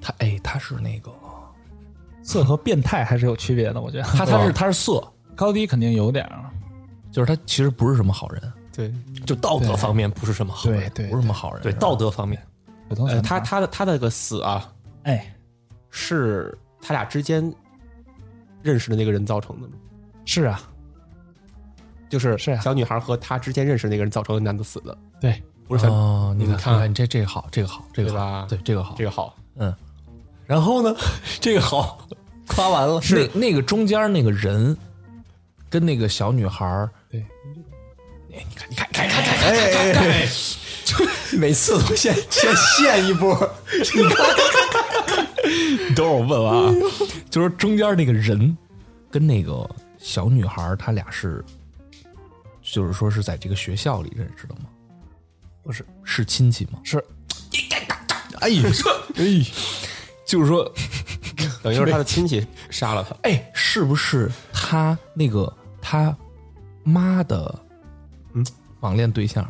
Speaker 1: 他，哎，他是那个，
Speaker 4: 色和变态还是有区别的，我觉得。
Speaker 1: 他他是他是色，
Speaker 4: 高低肯定有点儿，
Speaker 1: 就是他其实不是什么好人，
Speaker 3: 对，
Speaker 2: 就道德方面不是什么好人，
Speaker 4: 对
Speaker 1: 不是什么好人，啊
Speaker 2: 对
Speaker 1: 是吧
Speaker 2: 道德方面，
Speaker 4: 普通小
Speaker 3: 呃，
Speaker 4: 男孩
Speaker 3: 他他的他的个死啊，
Speaker 4: 哎
Speaker 3: 是他俩之间认识的那个人造成的吗？
Speaker 4: 是啊，
Speaker 3: 就是
Speaker 4: 是啊
Speaker 3: 小女孩和他之间认识的那个人造成的男的死的，
Speaker 4: 对，
Speaker 3: 不是小、
Speaker 1: 哦，你
Speaker 3: 你看
Speaker 1: 看，你这这个好，这个好，这个
Speaker 3: 对
Speaker 1: 好，
Speaker 3: 吧
Speaker 1: 对这个好
Speaker 3: 这，个好，
Speaker 1: 嗯。
Speaker 2: 然后呢，这个好，夸完了
Speaker 1: 是那那个中间那个人跟那个小女孩儿，
Speaker 4: 对
Speaker 1: 哎，你看，你看，你看，你看，你看
Speaker 2: 哎哎哎，就每次都先先现一波，
Speaker 1: 你等会儿我问问啊，
Speaker 3: 嗯
Speaker 1: 就是中间那个人跟那个小女孩儿，他俩是，就是说是在这个学校里认识的吗？
Speaker 4: 不是
Speaker 1: 是亲戚吗？
Speaker 4: 是
Speaker 3: [LAUGHS]
Speaker 1: 哎呦，哎，就是说，
Speaker 3: 等于是他的亲戚杀了他。
Speaker 1: 哎，是不是他那个他妈的，
Speaker 3: 嗯，
Speaker 1: 网恋对象？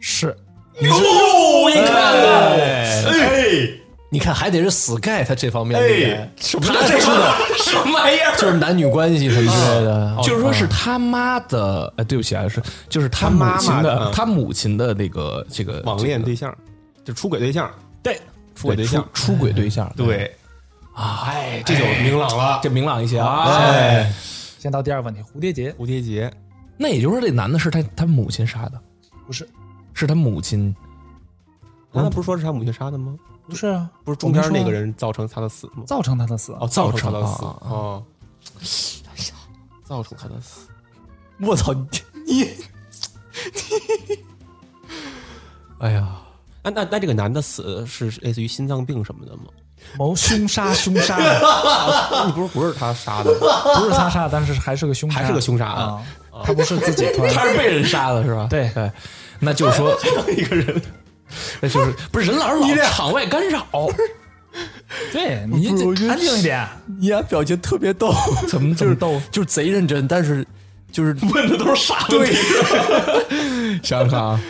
Speaker 4: 是
Speaker 2: 哦，你看看，
Speaker 3: 哎，
Speaker 2: 你看还得是 Sky 他这方面的人，他这说的
Speaker 1: 什么玩意儿？
Speaker 2: 就是男女关系什么之类的，
Speaker 3: 嗯
Speaker 1: 就是说是他妈的，哎，对不起啊，是就是他母亲
Speaker 3: 他妈妈的
Speaker 1: 的，
Speaker 3: 嗯
Speaker 1: 他母亲的那个这个
Speaker 3: 网恋对象，就出轨对象，
Speaker 4: 对，
Speaker 3: 出轨对象，
Speaker 1: 出出轨对象，
Speaker 3: 对，
Speaker 1: 哎，
Speaker 3: 这就明朗了。
Speaker 1: 这明朗一些啊。
Speaker 3: 哎，
Speaker 4: 先到第二个问题，蝴蝶结
Speaker 3: 蝴蝶结，
Speaker 1: 那也就是说，这男的是他他母亲杀的，
Speaker 4: 不是
Speaker 1: 是他母亲
Speaker 3: 刚才不是说是他母亲杀的吗？
Speaker 4: 不是啊，
Speaker 3: 不是中间那个人造成他的死吗？
Speaker 4: 造成他的死。
Speaker 3: 哦，造成他的
Speaker 1: 造
Speaker 3: 死
Speaker 1: 成啊
Speaker 3: 哦，造成他的死，
Speaker 2: 我操，你你，哎呀，
Speaker 3: 那那那这个男的死是类似于心脏病什么的吗？
Speaker 4: [LAUGHS] 谋凶杀，凶杀，
Speaker 3: 你不是不是他杀的吗？
Speaker 4: 不是他杀，但是还是个凶杀，
Speaker 3: 还是个凶杀案
Speaker 4: 啊！他不是自己突然，
Speaker 1: 他是被人杀的，是吧？
Speaker 4: 对
Speaker 1: 对，哎那就
Speaker 2: [LAUGHS]
Speaker 1: 是说一个人，那就是不是人老是老场外干扰，
Speaker 4: 对你
Speaker 2: 不是我觉
Speaker 4: 这
Speaker 2: 得
Speaker 4: 安静一点，
Speaker 2: 你俩表情特别逗，
Speaker 1: [LAUGHS] 怎么
Speaker 2: 就
Speaker 1: 怎
Speaker 2: 是
Speaker 1: 么逗？
Speaker 2: 就是贼认真，但是就是
Speaker 1: 问的都是傻对，
Speaker 2: [LAUGHS]
Speaker 1: 想想看啊，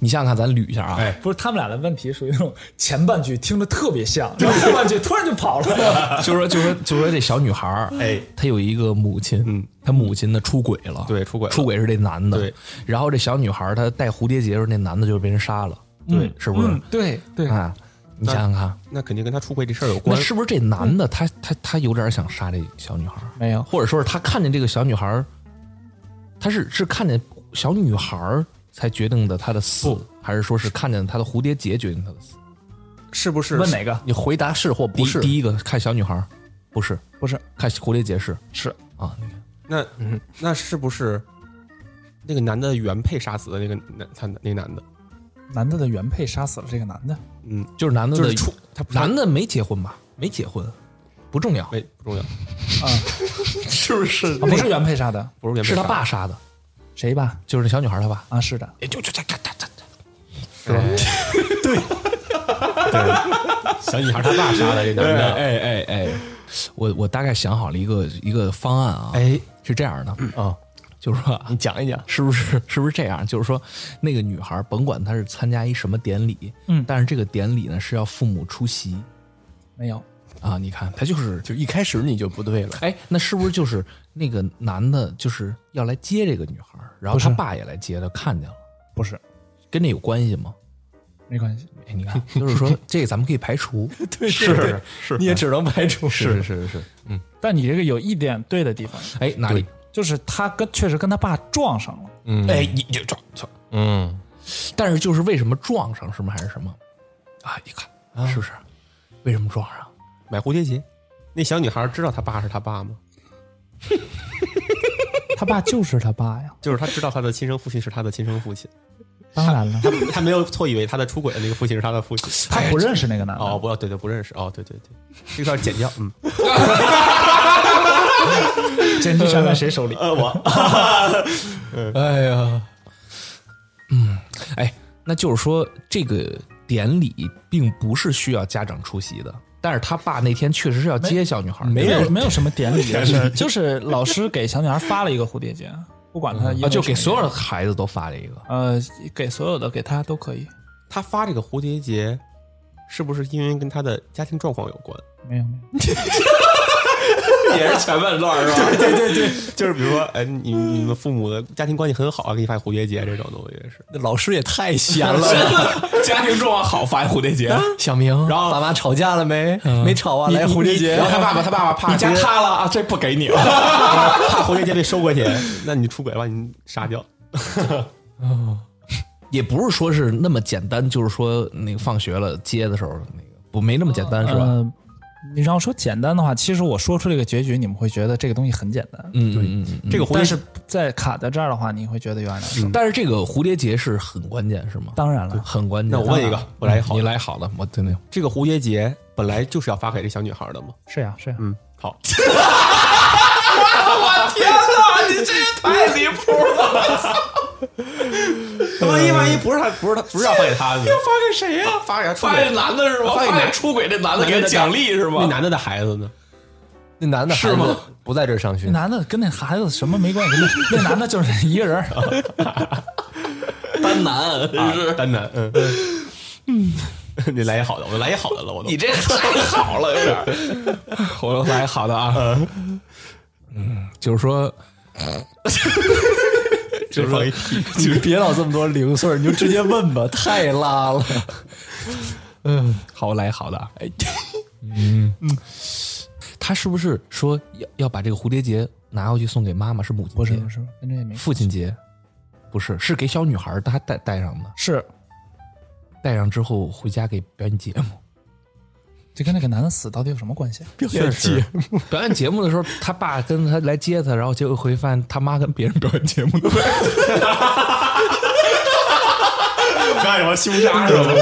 Speaker 1: 你想想看，咱捋一下啊，
Speaker 2: 哎
Speaker 4: 不是他们俩的问题属于那种前半句听着特别像，然后后半句突然就跑了。
Speaker 1: 就说就说就说这小女孩儿，
Speaker 3: 哎，
Speaker 1: 她有一个母亲，
Speaker 3: 嗯，
Speaker 1: 她母亲呢出轨了，
Speaker 3: 对出轨了
Speaker 1: 出轨是这男的，
Speaker 3: 对，
Speaker 1: 然后这小女孩儿她戴蝴蝶结的时候，那男的就被人杀了，对，是不是？
Speaker 4: 嗯，对对，
Speaker 1: 啊，你想想看，
Speaker 3: 那肯定跟他出轨这事儿有
Speaker 1: 那
Speaker 3: 关。
Speaker 1: 是不是这男的他他他有点想杀这小女孩儿？
Speaker 4: 没有
Speaker 1: 或者说是他看见这个小女孩儿，他是是看见小女孩儿才决定的她的死，还是说是看见她的蝴蝶结决定她的死？
Speaker 3: 是不是
Speaker 4: 问哪个？
Speaker 2: 你回答是或
Speaker 1: 第
Speaker 2: 不
Speaker 1: 一
Speaker 2: 是，
Speaker 1: 第一个看小女孩儿，不是
Speaker 4: 不是
Speaker 1: 看蝴蝶结是
Speaker 4: 是
Speaker 1: 啊，你看
Speaker 3: 那那是不是那个男的原配杀死的那个男他那个男的？
Speaker 4: 男的的原配杀死了这个男的，
Speaker 3: 嗯，
Speaker 1: 就是男的
Speaker 3: 就
Speaker 1: 的
Speaker 3: 是出他不是
Speaker 1: 男的没结婚吧？没结婚，不重要，
Speaker 3: 没不重要，
Speaker 4: 啊不是原配杀的，
Speaker 3: 不是原配
Speaker 1: 是他
Speaker 3: 杀
Speaker 1: 爸杀的，
Speaker 4: 谁吧？
Speaker 1: 就是那小女孩儿她爸。
Speaker 4: 啊，是的，
Speaker 1: 就就这这这这，
Speaker 3: 是吧？
Speaker 2: 小女孩她爸杀的这
Speaker 1: 哎哎哎哎，我我大概想好了一个一个方案啊，
Speaker 2: 哎，
Speaker 1: 是这样的，
Speaker 2: 啊，
Speaker 1: 就是说啊
Speaker 2: 你讲一讲，
Speaker 1: 是不是是不是这样？就是说，那个女孩甭管她是参加一什么典礼，
Speaker 4: 嗯
Speaker 1: 但是这个典礼呢是要父母出席
Speaker 4: 没有，
Speaker 1: 啊。你看，她就是，
Speaker 2: 就一开始你就不对了，
Speaker 1: 哎，那是不是就是那个男的，就是要来接这个女孩，然后
Speaker 4: 不是
Speaker 1: 他爸也来接，他看见了，
Speaker 4: 不是，
Speaker 1: 跟这有关系吗？
Speaker 4: 没关系，
Speaker 1: 哎，你看，就是说这个咱们可以排除，
Speaker 2: 对，是是，你也只能排除，
Speaker 1: 是是是，
Speaker 4: 但你这个有一点对的地方，
Speaker 1: 哎，哪里？
Speaker 4: 就是他跟确实跟他爸撞上了，
Speaker 2: 嗯，
Speaker 1: 哎，你就撞错，
Speaker 2: 嗯，
Speaker 1: 但是就是为什么撞上是吗？还是什么？啊，一看是不是？为什么撞上？
Speaker 3: 买蝴蝶结。那小女孩知道她爸是她爸吗？
Speaker 4: 他爸就是他爸呀，
Speaker 3: 就是她知道她的亲生父亲是她的亲生父亲，
Speaker 4: 当然了，
Speaker 3: 她没有错以为她的出轨的那个父亲是她的父亲。
Speaker 4: 他不认识那个男的，
Speaker 3: 哦，不要，对对，不认识。哦，对对对，这段剪掉。嗯，
Speaker 4: 监督权在谁手里？
Speaker 3: [LAUGHS] 呃，我
Speaker 2: 哎呀，
Speaker 1: 哎，那就是说这个典礼并不是需要家长出席的，但是他爸那天确实是要接小女孩儿的，
Speaker 4: [LAUGHS] 没有没有什么典礼的事儿，就是老师给小女孩发了一个蝴蝶结，不管她因
Speaker 1: 啊，
Speaker 4: 为
Speaker 1: 就
Speaker 4: 什
Speaker 1: 给
Speaker 4: 么
Speaker 1: 所有
Speaker 4: 原
Speaker 1: 的孩子都发了一个。
Speaker 4: 因呃给所有的给她都可以，
Speaker 3: [LAUGHS] 他发这个蝴蝶结，是不是因为跟他的家庭状况有关？
Speaker 4: 没有没有，
Speaker 3: 也是前半段是吧？ [LAUGHS] 对对对，就是比如说，哎，你你们父母的家庭关系很好啊，给你发蝴蝶结这种东西是。
Speaker 2: 那老师也太闲了，
Speaker 1: 家庭状况好发蝴蝶结，
Speaker 2: 小明，然后爸妈吵架了没？没吵啊，来蝴蝶结，
Speaker 3: 他爸爸他爸爸怕蝴蝶
Speaker 1: 塌了啊，这不给你了。
Speaker 3: [LAUGHS] 怕蝴蝶结被收回去，那你出轨把你杀掉。
Speaker 1: 也不是说是那么简单，就是说那个放学了接的时候那个不没那么简单是吧？
Speaker 4: 呃，你让我说简单的话，其实我说出这个结局，你们会觉得这个东西很简单，
Speaker 1: 嗯，嗯嗯嗯。
Speaker 3: 这个蝴蝶
Speaker 4: 但是在卡在这儿的话，你会觉得有点难受。
Speaker 2: 嗯
Speaker 1: 但是这个蝴蝶结是很关键是吗？
Speaker 4: 当然了，
Speaker 1: 很关键。
Speaker 3: 那我问一个
Speaker 1: 当然
Speaker 3: 我来一好
Speaker 1: 嗯
Speaker 3: 的
Speaker 1: 你来好的，我听听。
Speaker 3: 这个蝴蝶结本来就是要发给这小女孩的嘛。
Speaker 4: 是呀是呀，
Speaker 3: 嗯， [LAUGHS] 好，
Speaker 1: 太离谱！
Speaker 3: 万一万一不是他不是他， [LAUGHS] 不是要发给他的，
Speaker 1: 发给谁呀、
Speaker 3: 发给他出
Speaker 1: 发给
Speaker 3: 轨，
Speaker 1: 男的是吗？
Speaker 3: 发给
Speaker 1: 发给
Speaker 3: 男
Speaker 1: 出轨这男的给他奖励是吗？
Speaker 3: 那男的的孩子呢？
Speaker 2: 那男的孩子
Speaker 1: 是吗
Speaker 2: 不在这儿上学
Speaker 4: 那， [LAUGHS] 男的跟那孩子什么没关系，那那男的就是一个人儿。
Speaker 1: 单男
Speaker 3: 啊
Speaker 1: 是，
Speaker 3: 丹丹，嗯， [LAUGHS] 你来一好的，我来一好的了，我都
Speaker 1: 你这太好了，有点儿。我来一好的啊，嗯，就是说，
Speaker 3: 就是放一屁，
Speaker 2: 你别老这么多零碎儿，你就直接问吧，太拉了。
Speaker 1: 好，我来一好的啊，哎，嗯他是不是说要要把这个蝴蝶结拿回去送给妈妈？是母亲
Speaker 4: 不是
Speaker 1: 节
Speaker 4: 不，是，跟这也没
Speaker 1: 父亲节，不是，是给小女孩儿，她戴戴上的，
Speaker 4: 是，
Speaker 1: 戴上之后回家给表演节目。
Speaker 4: 这跟那个男的死到底有什么关系？啊
Speaker 3: 确实，
Speaker 1: 表演节目 [LAUGHS] 的时候，他爸跟他来接他，然后结果回发现他妈跟别人表演节目呢。
Speaker 3: 干什么凶杀是吧？
Speaker 1: [LAUGHS]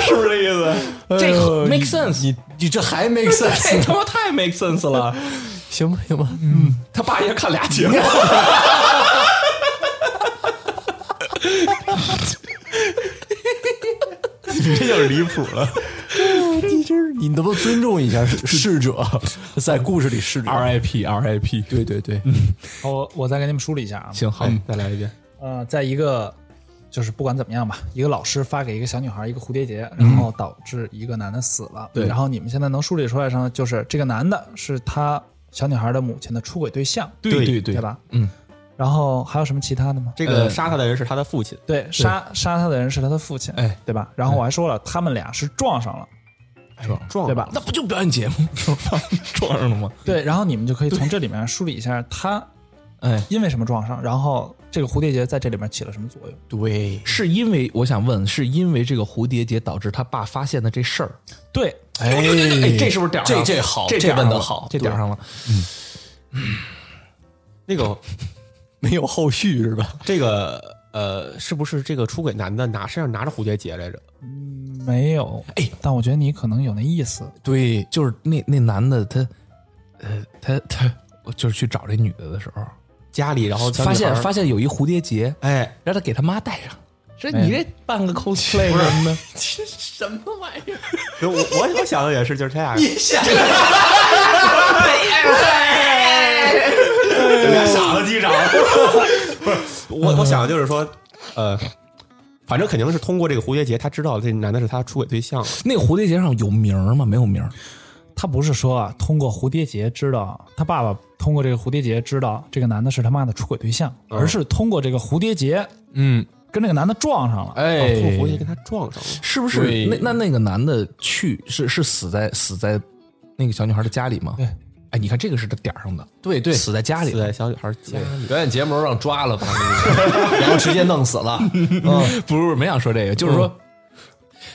Speaker 3: 是不是这意思？
Speaker 1: 这 make sense，
Speaker 2: 你你这还 make
Speaker 1: 这
Speaker 2: sense？
Speaker 1: 他妈太 make sense 了。
Speaker 2: 行吧行吧，嗯，
Speaker 1: 他爸一人看俩节目，
Speaker 3: 你这就是离谱了。
Speaker 2: 你这是你能不能尊重一 [LAUGHS] 下逝逝者，在故事里逝者
Speaker 1: RIP RIP。
Speaker 2: 对对对，
Speaker 4: 我我再给你们梳理一下啊。
Speaker 1: 嗯行好，
Speaker 3: 哎再来一遍，
Speaker 4: 呃，在一个就是不管怎么样吧，一个老师发给一个小女孩一个蝴蝶结，然后导致一个男的死了。
Speaker 1: 对
Speaker 4: 然后你们现在能梳理出来上，就是这个男的是他小女孩的母亲的出轨对象，
Speaker 3: 对
Speaker 1: 对
Speaker 4: 对吧？
Speaker 1: 嗯。
Speaker 4: 然后还有什么其他的吗？
Speaker 3: 这个杀他的人是他的父亲，
Speaker 4: 对，杀杀他的人是他的父亲，
Speaker 1: 哎，
Speaker 4: 对吧？然后我还说了，他们俩是撞上了，
Speaker 3: 撞
Speaker 4: 对吧？
Speaker 1: 那不就表演节目 [LAUGHS] 撞上了吗？
Speaker 4: 对，然后你们就可以从这里面梳理一下他
Speaker 1: 哎，
Speaker 4: 因为什么撞上，然后这个蝴蝶结在这里面起了什么作用？
Speaker 3: 对，
Speaker 1: 是因为我想问，是因为这个蝴蝶结导致他爸发现的这事儿？
Speaker 4: 对，
Speaker 2: 哎
Speaker 1: 哎，这是不是点儿上
Speaker 2: 这
Speaker 1: 了
Speaker 2: 这好，
Speaker 1: 这
Speaker 2: 这
Speaker 1: 点儿
Speaker 2: 问
Speaker 1: 上
Speaker 2: 的
Speaker 1: 了
Speaker 2: 好，
Speaker 1: 这点儿
Speaker 2: 对
Speaker 1: 上了。
Speaker 3: 那个
Speaker 2: 没有后续是吧？
Speaker 3: 这个呃，是不是这个出轨男的拿身上拿着蝴蝶结来着？
Speaker 4: 没有，哎，但我觉得你可能有那意思，
Speaker 2: 对，
Speaker 1: 就是那那男的他，呃，他他，我就是去找这女的的时候，
Speaker 3: 家里，然后小女孩
Speaker 1: 发现发现有一蝴蝶结，
Speaker 3: 哎，
Speaker 1: 让他给他妈戴上。说你这半个 cosplay 什么的，这什么玩意儿？
Speaker 3: [LAUGHS] 我我我想的也是，就是他俩你想哎俩傻子机长， [LAUGHS] 不是我我想的就是说，呃，反正肯定是通过这个蝴蝶结，他知道这男的是他出轨对象了，
Speaker 1: 那蝴蝶结上有名儿吗？没有名儿。
Speaker 4: 他不是说啊，通过蝴蝶结知道他爸爸通过这个蝴蝶结知道这个男的是他妈的出轨对象，
Speaker 1: 嗯
Speaker 4: 而是通过这个蝴蝶结
Speaker 2: 嗯，
Speaker 4: 跟这个男的撞上了。
Speaker 3: 哦
Speaker 1: 哎
Speaker 3: 通过蝴蝶结跟他撞上了，
Speaker 1: 是不是
Speaker 2: 对
Speaker 1: 那那那个男的去是是死在死在那个小女孩的家里吗？对，哎，你看这个是他点儿上的，
Speaker 2: 对对，
Speaker 1: 死在家里
Speaker 3: 死在小女孩家里。
Speaker 2: 表演节目让抓
Speaker 1: [LAUGHS]
Speaker 2: 了吧，然后直接弄死了。嗯，
Speaker 1: 不是不是，没想说这个，就是说、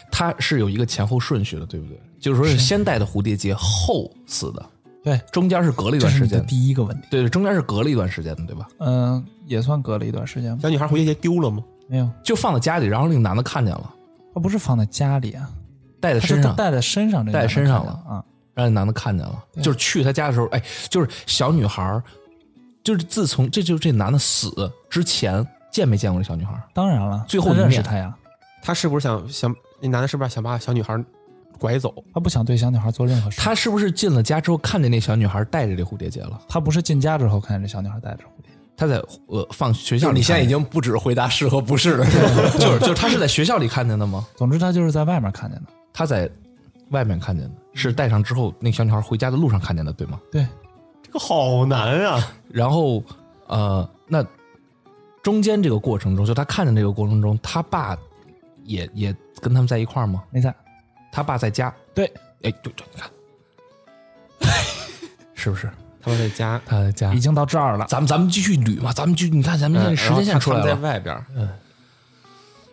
Speaker 1: 他是有一个前后顺序的，对不对？就是说是先戴的蝴蝶结，后死的，
Speaker 4: 对，
Speaker 1: 中间是隔了一
Speaker 4: 这
Speaker 1: 段
Speaker 4: 是
Speaker 1: 时
Speaker 4: 你的
Speaker 1: 间，
Speaker 4: 第一个问题。
Speaker 1: 对对，中间是隔了一段时间的，对吧？
Speaker 4: 嗯、也算隔了一段时间吧。
Speaker 3: 小女孩蝴蝶结丢了吗？
Speaker 4: 没有，
Speaker 1: 就放在家里，然后那个男的看见了，
Speaker 4: 他不是放在家里啊，
Speaker 1: 戴在
Speaker 4: 他是
Speaker 1: 身上，
Speaker 4: 带在身上这个男
Speaker 1: 带
Speaker 4: 的
Speaker 1: 身上了
Speaker 4: 看到啊。
Speaker 1: 让那男的看见了，就是去他家的时候，哎，就是小女孩儿，就是自从这就是这男的死之前见没见过这小女孩儿？
Speaker 4: 当然了，
Speaker 1: 最后
Speaker 4: 他
Speaker 1: 一
Speaker 4: 认识
Speaker 1: 面
Speaker 4: 他呀，
Speaker 3: 他是不是想想那男的是不是想把小女孩拐走？
Speaker 4: 他不想对小女孩做任何事。
Speaker 1: 他是不是进了家之后看见那小女孩戴着这蝴蝶结了？
Speaker 4: 他不是进家之后看见这小女孩戴着蝴蝶，
Speaker 1: 他在呃放学校
Speaker 2: [LAUGHS] 就
Speaker 1: 里
Speaker 2: 你
Speaker 1: 看见，
Speaker 2: 现在已经不止回答是和不是了， [LAUGHS] 是吧？
Speaker 1: 就是就是他是在学校里看见的吗？
Speaker 4: 总之他就是在外面看见的。
Speaker 1: 他在外面看见的，是戴上之后那小女孩回家的路上看见的，对吗？
Speaker 4: 对，
Speaker 3: 这个好难啊！
Speaker 1: 然后呃，那中间这个过程中，就他看见这个过程中，他爸也也跟他们在一块儿吗？
Speaker 4: 没在。
Speaker 1: 他爸在家，
Speaker 4: 对，
Speaker 1: 哎，对对，你看， [LAUGHS] 是不是
Speaker 3: 他们在家，
Speaker 1: 他在家
Speaker 4: 已？经到这儿了。
Speaker 1: 咱们咱们继续捋嘛，咱们就你看咱们现在时间线出来
Speaker 3: 嗯呃然
Speaker 1: 了
Speaker 3: 后他他们，在外边，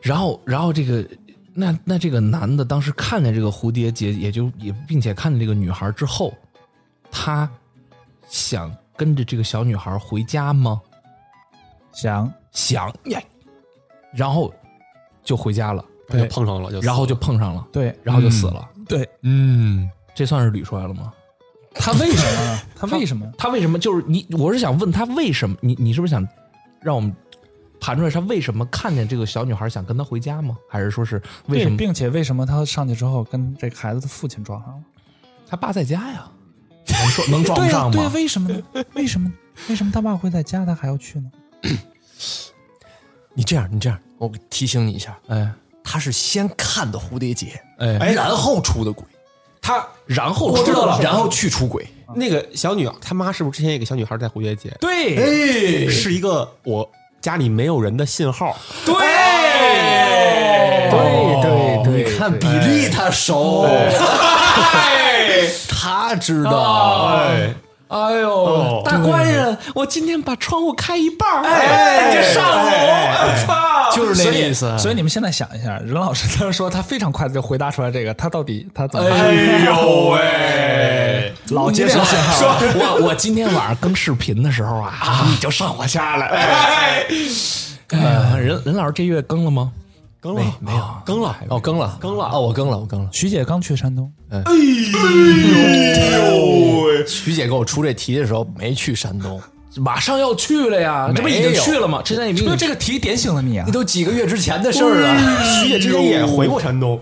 Speaker 1: 然后，然后这个，那那这个男的当时看见这个蝴蝶结，也就也并且看见这个女孩之后，他想跟着这个小女孩回家吗？
Speaker 4: 想，
Speaker 1: 想呀，然后就回家了，
Speaker 3: 然后
Speaker 4: 对
Speaker 3: 就碰上了，就
Speaker 1: 然后
Speaker 3: 死
Speaker 1: 就
Speaker 3: 了
Speaker 1: 碰上了，
Speaker 4: 对
Speaker 1: 然后就
Speaker 3: 嗯
Speaker 1: 死了。
Speaker 4: 对，
Speaker 2: 嗯，
Speaker 1: 这算是捋出来了吗？
Speaker 4: 他为什
Speaker 1: [LAUGHS]
Speaker 4: 么呢？他为什么？
Speaker 1: 他为什么就是你？我是想问他为什么？你你是不是想让我们盘出来他为什么看见这个小女孩想跟她回家吗？还是说是为
Speaker 4: 对
Speaker 1: 什么
Speaker 4: 并且为什么他上去之后跟这孩子的父亲撞上了？
Speaker 1: 他爸在家 [LAUGHS] 呀？能说能撞不
Speaker 4: 对呀、
Speaker 1: 上
Speaker 4: 对呀、
Speaker 1: 吗？
Speaker 4: 为什么呢？为什么？为什么他爸会在家，他还要去呢？
Speaker 2: 你这样，你这样，我提醒你一下，
Speaker 1: 哎
Speaker 2: 他是先看的蝴蝶结，
Speaker 1: 哎
Speaker 2: 然后出的轨，
Speaker 3: 他
Speaker 1: 然后
Speaker 2: 我知道了，
Speaker 1: 然
Speaker 2: 然
Speaker 1: 后
Speaker 2: 后去出轨，
Speaker 3: 那个小女他妈是不是之前有个小女孩在蝴蝶结？
Speaker 1: 对
Speaker 2: 哎，
Speaker 3: 是一个我家里没有人的信号，
Speaker 1: 对
Speaker 2: 对对，哦你看比利他熟，他知道，
Speaker 3: 哎，
Speaker 1: 哎
Speaker 2: 哦
Speaker 1: 呦，大官人，我今天把窗户开一半儿，
Speaker 3: 哎
Speaker 1: 这上楼，我操！
Speaker 2: 就是那意思。
Speaker 4: 所以你们现在想一下，任老师 [LAUGHS] 当时说他非常快的就回答出来这个，他到底他怎么？哎
Speaker 3: 哎呦喂！
Speaker 4: 老接受
Speaker 2: 啊
Speaker 4: 信号，
Speaker 1: 说我我今天晚上更视频的时候啊，你就上我家来。哎
Speaker 2: 哎
Speaker 1: 呀，任任老师这月更了吗？
Speaker 3: 更了没有？更了，
Speaker 2: 哦，更了，更了哦，我更了，我更了。
Speaker 4: 徐姐刚去山东，
Speaker 2: 徐姐给我出这题的时候没去山东，
Speaker 1: 马上要去了呀，这不已经去了吗？之前已
Speaker 4: 这
Speaker 1: 经
Speaker 4: 不这个题点醒了你啊
Speaker 2: 那！都几个月之前的事儿了。
Speaker 3: 徐啊姐之前也回过山东，
Speaker 4: 哎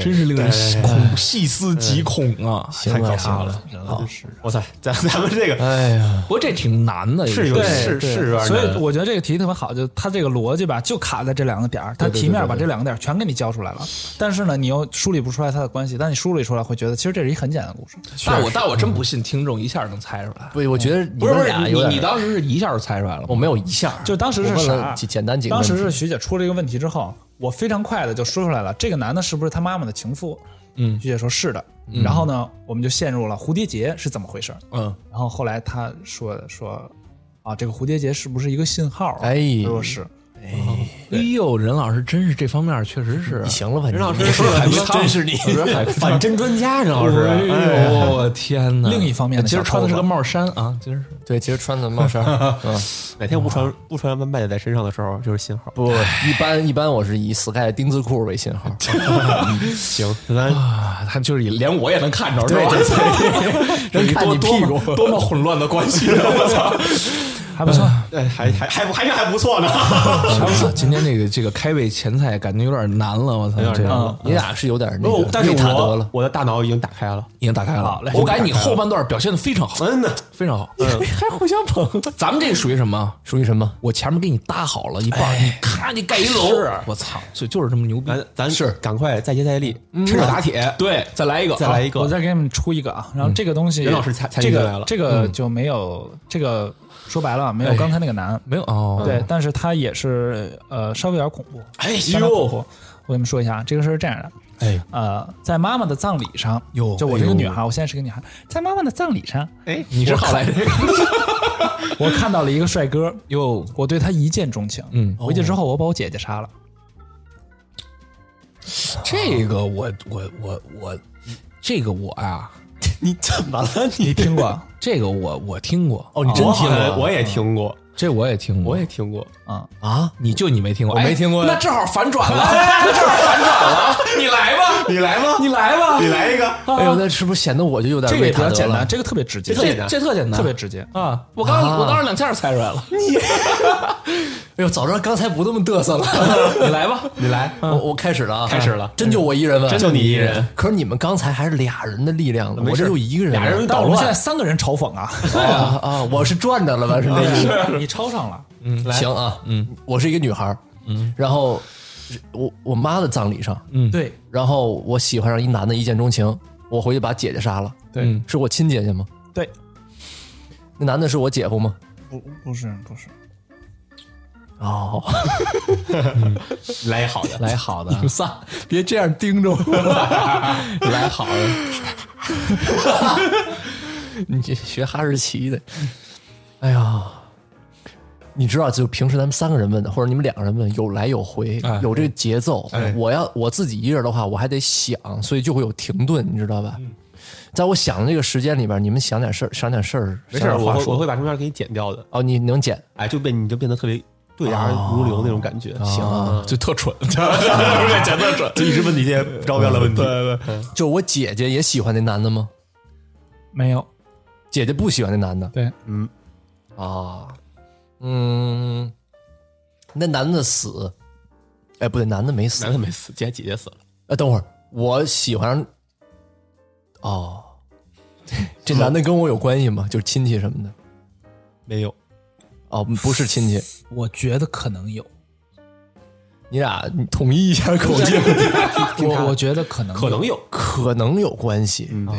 Speaker 1: 真是令人
Speaker 3: 哎
Speaker 1: 恐细思极恐啊！
Speaker 2: 行了行了，好，
Speaker 3: 我操，咱咱们这个
Speaker 2: 哎呀，
Speaker 1: 不过这挺难的，
Speaker 3: 是有是是有点
Speaker 4: 所以
Speaker 3: 难
Speaker 4: 我觉得这个题特别好，就它这个逻辑吧，就卡在这两个点儿，它题面把这两个点儿全给你教出来了，但是呢，你又梳理不出来它的关系，但你梳理出来会觉得，其实这是一很简单的故事。
Speaker 1: 但我但我真不信听众一下能猜出来。
Speaker 2: 不，我觉得你
Speaker 1: 嗯不是不
Speaker 2: 们
Speaker 1: 是，
Speaker 2: 俩
Speaker 1: 你
Speaker 2: 有
Speaker 1: 你
Speaker 2: 点，
Speaker 1: 当时是一下就猜出来了
Speaker 2: 我
Speaker 1: 吗？
Speaker 2: 没有一下，啊
Speaker 4: 就当时是
Speaker 2: 我问
Speaker 4: 啥啊
Speaker 2: 了？几简单几个
Speaker 4: 当
Speaker 2: 问题，
Speaker 4: 时是徐姐出了一个问题之后，我非常快的就说出来了，这个男的是不是他妈妈的情妇？
Speaker 1: 嗯
Speaker 4: 徐姐说是的。然后呢，我们就陷入了蝴蝶结是怎么回事儿？
Speaker 1: 嗯，
Speaker 4: 然后后来他说说啊，这个蝴蝶结是不是一个信号啊？
Speaker 2: 哎
Speaker 4: 他说是。
Speaker 1: 哎呦，任老师真是这方面确实是啊
Speaker 2: 你。行了吧？任
Speaker 3: 老师是海龟汤
Speaker 2: 真是你
Speaker 3: [LAUGHS]
Speaker 2: 反真专家，任老
Speaker 1: 哎
Speaker 2: 师。
Speaker 1: 呦，我天哪！
Speaker 4: 另一方面的
Speaker 1: 今
Speaker 4: 小
Speaker 1: 儿穿的是个
Speaker 4: 偷吧
Speaker 1: 帽衫啊，今儿是
Speaker 2: [LAUGHS] 对，其实穿的帽衫，嗯，
Speaker 3: 哪天不穿不穿完麦子在身上的时候，就是信号。
Speaker 2: 不，一般一般我是以 Sky 丁字裤为信号，
Speaker 3: 行，咱
Speaker 1: 啊，他就是连我也能看着，是吧？
Speaker 2: 对
Speaker 1: 这一
Speaker 2: 看
Speaker 1: 多
Speaker 2: 你
Speaker 1: 多
Speaker 2: 屁
Speaker 1: 么
Speaker 2: 股
Speaker 1: 多么混乱的关系啊，我操！
Speaker 4: 还不错，
Speaker 3: 哎还还还还是还不错呢。
Speaker 1: 啊 [LAUGHS] 今天这个这个开胃前菜感觉有点难了，我操！
Speaker 3: 有点
Speaker 1: 这啊个
Speaker 3: 难哦
Speaker 2: 嗯你俩是有点那
Speaker 3: 不
Speaker 2: 个，
Speaker 3: 但是
Speaker 2: 塔德
Speaker 3: 我
Speaker 2: 了，
Speaker 3: 我的大脑已经打开了。
Speaker 1: 已经打开了
Speaker 4: 好嘞，
Speaker 1: 我感觉你后半段表现的非常好，
Speaker 3: 嗯呐，
Speaker 1: 非常好。 [LAUGHS]
Speaker 2: 还互相捧，
Speaker 1: 咱们这属于什么？
Speaker 2: 属于什么？
Speaker 1: 我前面给你搭好了一半儿，你咔你盖一楼，我操，就就是这么牛逼。
Speaker 3: 咱咱是嗯啊赶快再接再厉，趁热打铁，
Speaker 1: 对，再来一个，
Speaker 3: 再
Speaker 2: 哎
Speaker 3: 来一
Speaker 4: 我
Speaker 3: 个。
Speaker 4: 再给你们出一个啊。
Speaker 2: 嗯
Speaker 4: 然后这个东西，
Speaker 3: 任老师参参
Speaker 4: 这
Speaker 3: 与进来
Speaker 4: 个
Speaker 3: 了
Speaker 4: 这个就没有这个说白了没
Speaker 2: 哎
Speaker 4: 有刚才那个难，
Speaker 1: 没有哦，
Speaker 4: 对，但是它也是呃稍微有点恐怖，
Speaker 1: 哎
Speaker 4: 相当恐怖。我跟你们说一下，这个事儿是这样的，
Speaker 1: 哎，
Speaker 4: 呃，在妈妈的葬礼上，
Speaker 1: 哟
Speaker 4: 就我是个女孩，我现在是个女孩，在妈妈的葬礼上，
Speaker 3: 哎，
Speaker 1: 你是好来这个
Speaker 4: 我看到了一个帅哥，
Speaker 1: 哟，
Speaker 4: 我对他一见钟情，
Speaker 1: 嗯
Speaker 4: 回去之后我把我姐姐杀了，
Speaker 1: 这个我我我我，这个我啊，
Speaker 3: 你怎么了？
Speaker 4: 你听过啊？
Speaker 1: 这个我我听过，
Speaker 2: 哦，你真听
Speaker 3: 我
Speaker 2: 了
Speaker 3: 我也听过，
Speaker 1: 这我也听过，
Speaker 3: 我也听过。
Speaker 4: 嗯
Speaker 2: 啊？
Speaker 1: 你就你没听过，
Speaker 2: 我没
Speaker 1: 哎
Speaker 2: 听过呀
Speaker 1: 那正好反转了，那正好反转了，你来吧，
Speaker 3: 你来吧，
Speaker 1: 你来吧，
Speaker 3: 你来一个。
Speaker 2: 哎呦，那是不是显得我就有点 [LAUGHS]
Speaker 4: 这个
Speaker 2: 瑞
Speaker 4: 也比
Speaker 2: 塔
Speaker 4: 较
Speaker 2: 德
Speaker 4: 简
Speaker 2: 了
Speaker 4: 单，？这个特别直接，
Speaker 3: 这特别简单
Speaker 1: 这特简单，
Speaker 4: 特别直接。
Speaker 1: 啊！我刚我当时两下就猜出来了，
Speaker 2: 哎呦，早知道刚才不那么嘚瑟了。
Speaker 1: 你来吧，
Speaker 3: 你来，
Speaker 2: 我我开始了啊，
Speaker 3: 开始了
Speaker 2: 真就我一人问，
Speaker 3: 真就你一人。
Speaker 2: 可是你们刚才还是俩人的力量呢，
Speaker 3: 没
Speaker 2: 我
Speaker 3: 事
Speaker 2: 这就一个人了，
Speaker 3: 俩人
Speaker 4: 但
Speaker 3: 捣
Speaker 4: 我们现
Speaker 3: 乱
Speaker 4: [LAUGHS] 在。三个人嘲讽啊，
Speaker 2: 啊啊！我是转着了吧？是那
Speaker 4: [LAUGHS]
Speaker 2: 意思？
Speaker 4: 你抄上了，
Speaker 2: 行啊，嗯，我是一个女孩，嗯，然后我我妈的葬礼上，
Speaker 4: 对，
Speaker 2: 然后我喜欢上一男的，一见钟情，我回去把姐姐杀了，
Speaker 4: 对，
Speaker 2: 是我亲姐姐吗？
Speaker 4: 对，
Speaker 2: 那男的是我姐夫吗？
Speaker 4: 不不是不是，
Speaker 2: 哦，
Speaker 3: 来一好
Speaker 2: [LAUGHS]
Speaker 1: [LAUGHS]
Speaker 3: 的，
Speaker 1: 来好的，
Speaker 2: 仨别这样盯着 [LAUGHS] 我，
Speaker 1: 来好的，
Speaker 2: [LAUGHS] 你这学哈士奇的，哎呀。你知道，就平时咱们三个人问的，或者你们两个人问，有来有回，
Speaker 1: 哎
Speaker 2: 有这个节奏。
Speaker 3: 哎
Speaker 2: 我要我自己一个人的话，我还得想，所以就会有停顿，你知道吧？在我想的这个时间里边，你们想点事儿，想点事儿，
Speaker 3: 没
Speaker 2: 想
Speaker 3: 事，
Speaker 2: 点
Speaker 3: 我
Speaker 2: 话
Speaker 3: 会我
Speaker 2: 说。
Speaker 3: 会把中间给你剪掉的。
Speaker 2: 哦，你能剪？
Speaker 3: 哎，就变你就变得特别对答如流那种感觉。
Speaker 2: 行
Speaker 3: [LAUGHS]
Speaker 2: 啊，
Speaker 1: 就特蠢，讲特蠢，
Speaker 3: 就一直问你这些不着边的问题。嗯对对，
Speaker 2: 就我姐姐也喜欢那男的吗？
Speaker 4: 没有，
Speaker 2: 姐姐不喜欢那男的
Speaker 4: 对，
Speaker 2: 啊，嗯，那男的死，哎，不对，男的没死
Speaker 3: 男，的没死，姐姐姐死了，
Speaker 2: 哎，等会儿，我喜欢上，哦，这男的跟我有关系吗？就是亲戚什么的？
Speaker 3: 没有，
Speaker 2: 哦，不是亲戚，
Speaker 4: 我觉得可能有，
Speaker 2: 你俩你统一一下口径， [LAUGHS]
Speaker 4: 我我觉得可能
Speaker 3: 可能
Speaker 4: 有
Speaker 3: 有，
Speaker 2: 可能有关系。
Speaker 3: 嗯，对，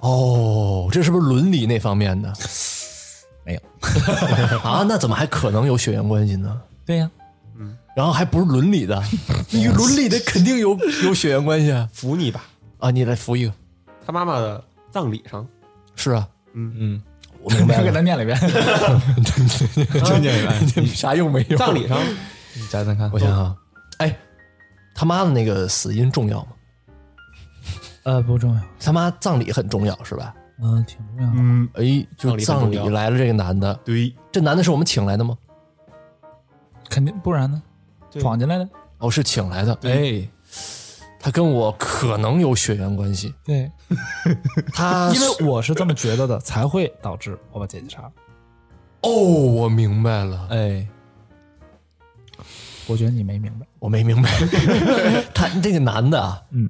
Speaker 2: 哦，这是不是伦理那方面的 [LAUGHS]
Speaker 4: 没有？
Speaker 2: 啊？那怎么还可能有血缘关系呢？
Speaker 4: 对呀、
Speaker 2: 然后还不是伦理
Speaker 3: [LAUGHS]
Speaker 2: 的，你伦理的肯定有有血缘关系啊！
Speaker 3: 服你吧。
Speaker 2: 啊，你来扶一个，
Speaker 3: 他妈妈的葬礼上，
Speaker 2: 是啊，
Speaker 1: 嗯，
Speaker 2: 我明白
Speaker 4: [LAUGHS] 给
Speaker 2: 了，
Speaker 4: 他念了一遍，
Speaker 3: 听见
Speaker 1: [LAUGHS]
Speaker 3: 没？
Speaker 2: 啥用没有？
Speaker 3: [LAUGHS] 葬礼上，
Speaker 1: 你再再看
Speaker 2: 我，想想啊，哎，他妈的那个死因重要吗？
Speaker 4: [LAUGHS] 呃，不重要，
Speaker 2: 他妈葬礼很重要是吧？
Speaker 4: 嗯、挺重要的。
Speaker 3: 嗯，
Speaker 2: 哎，就
Speaker 3: 葬礼很
Speaker 2: 葬
Speaker 3: 重
Speaker 2: 礼
Speaker 3: 要
Speaker 2: 来了这个男的，
Speaker 3: [LAUGHS] 对，
Speaker 2: 这男的是我们请来的吗？
Speaker 4: 肯定，不然呢？
Speaker 3: 对
Speaker 4: 闯进来的，
Speaker 2: 哦，是请来的。
Speaker 1: 哎，
Speaker 2: 他跟我可能有血缘关系。
Speaker 4: 对，
Speaker 2: 他
Speaker 4: 因为我是这么觉得的，才会导致我把姐姐杀了。
Speaker 2: 哦，我明白了，
Speaker 1: 哎，
Speaker 4: 我觉得你没明白，
Speaker 2: 我没明白。 [LAUGHS] 他这个男的啊，
Speaker 4: 嗯，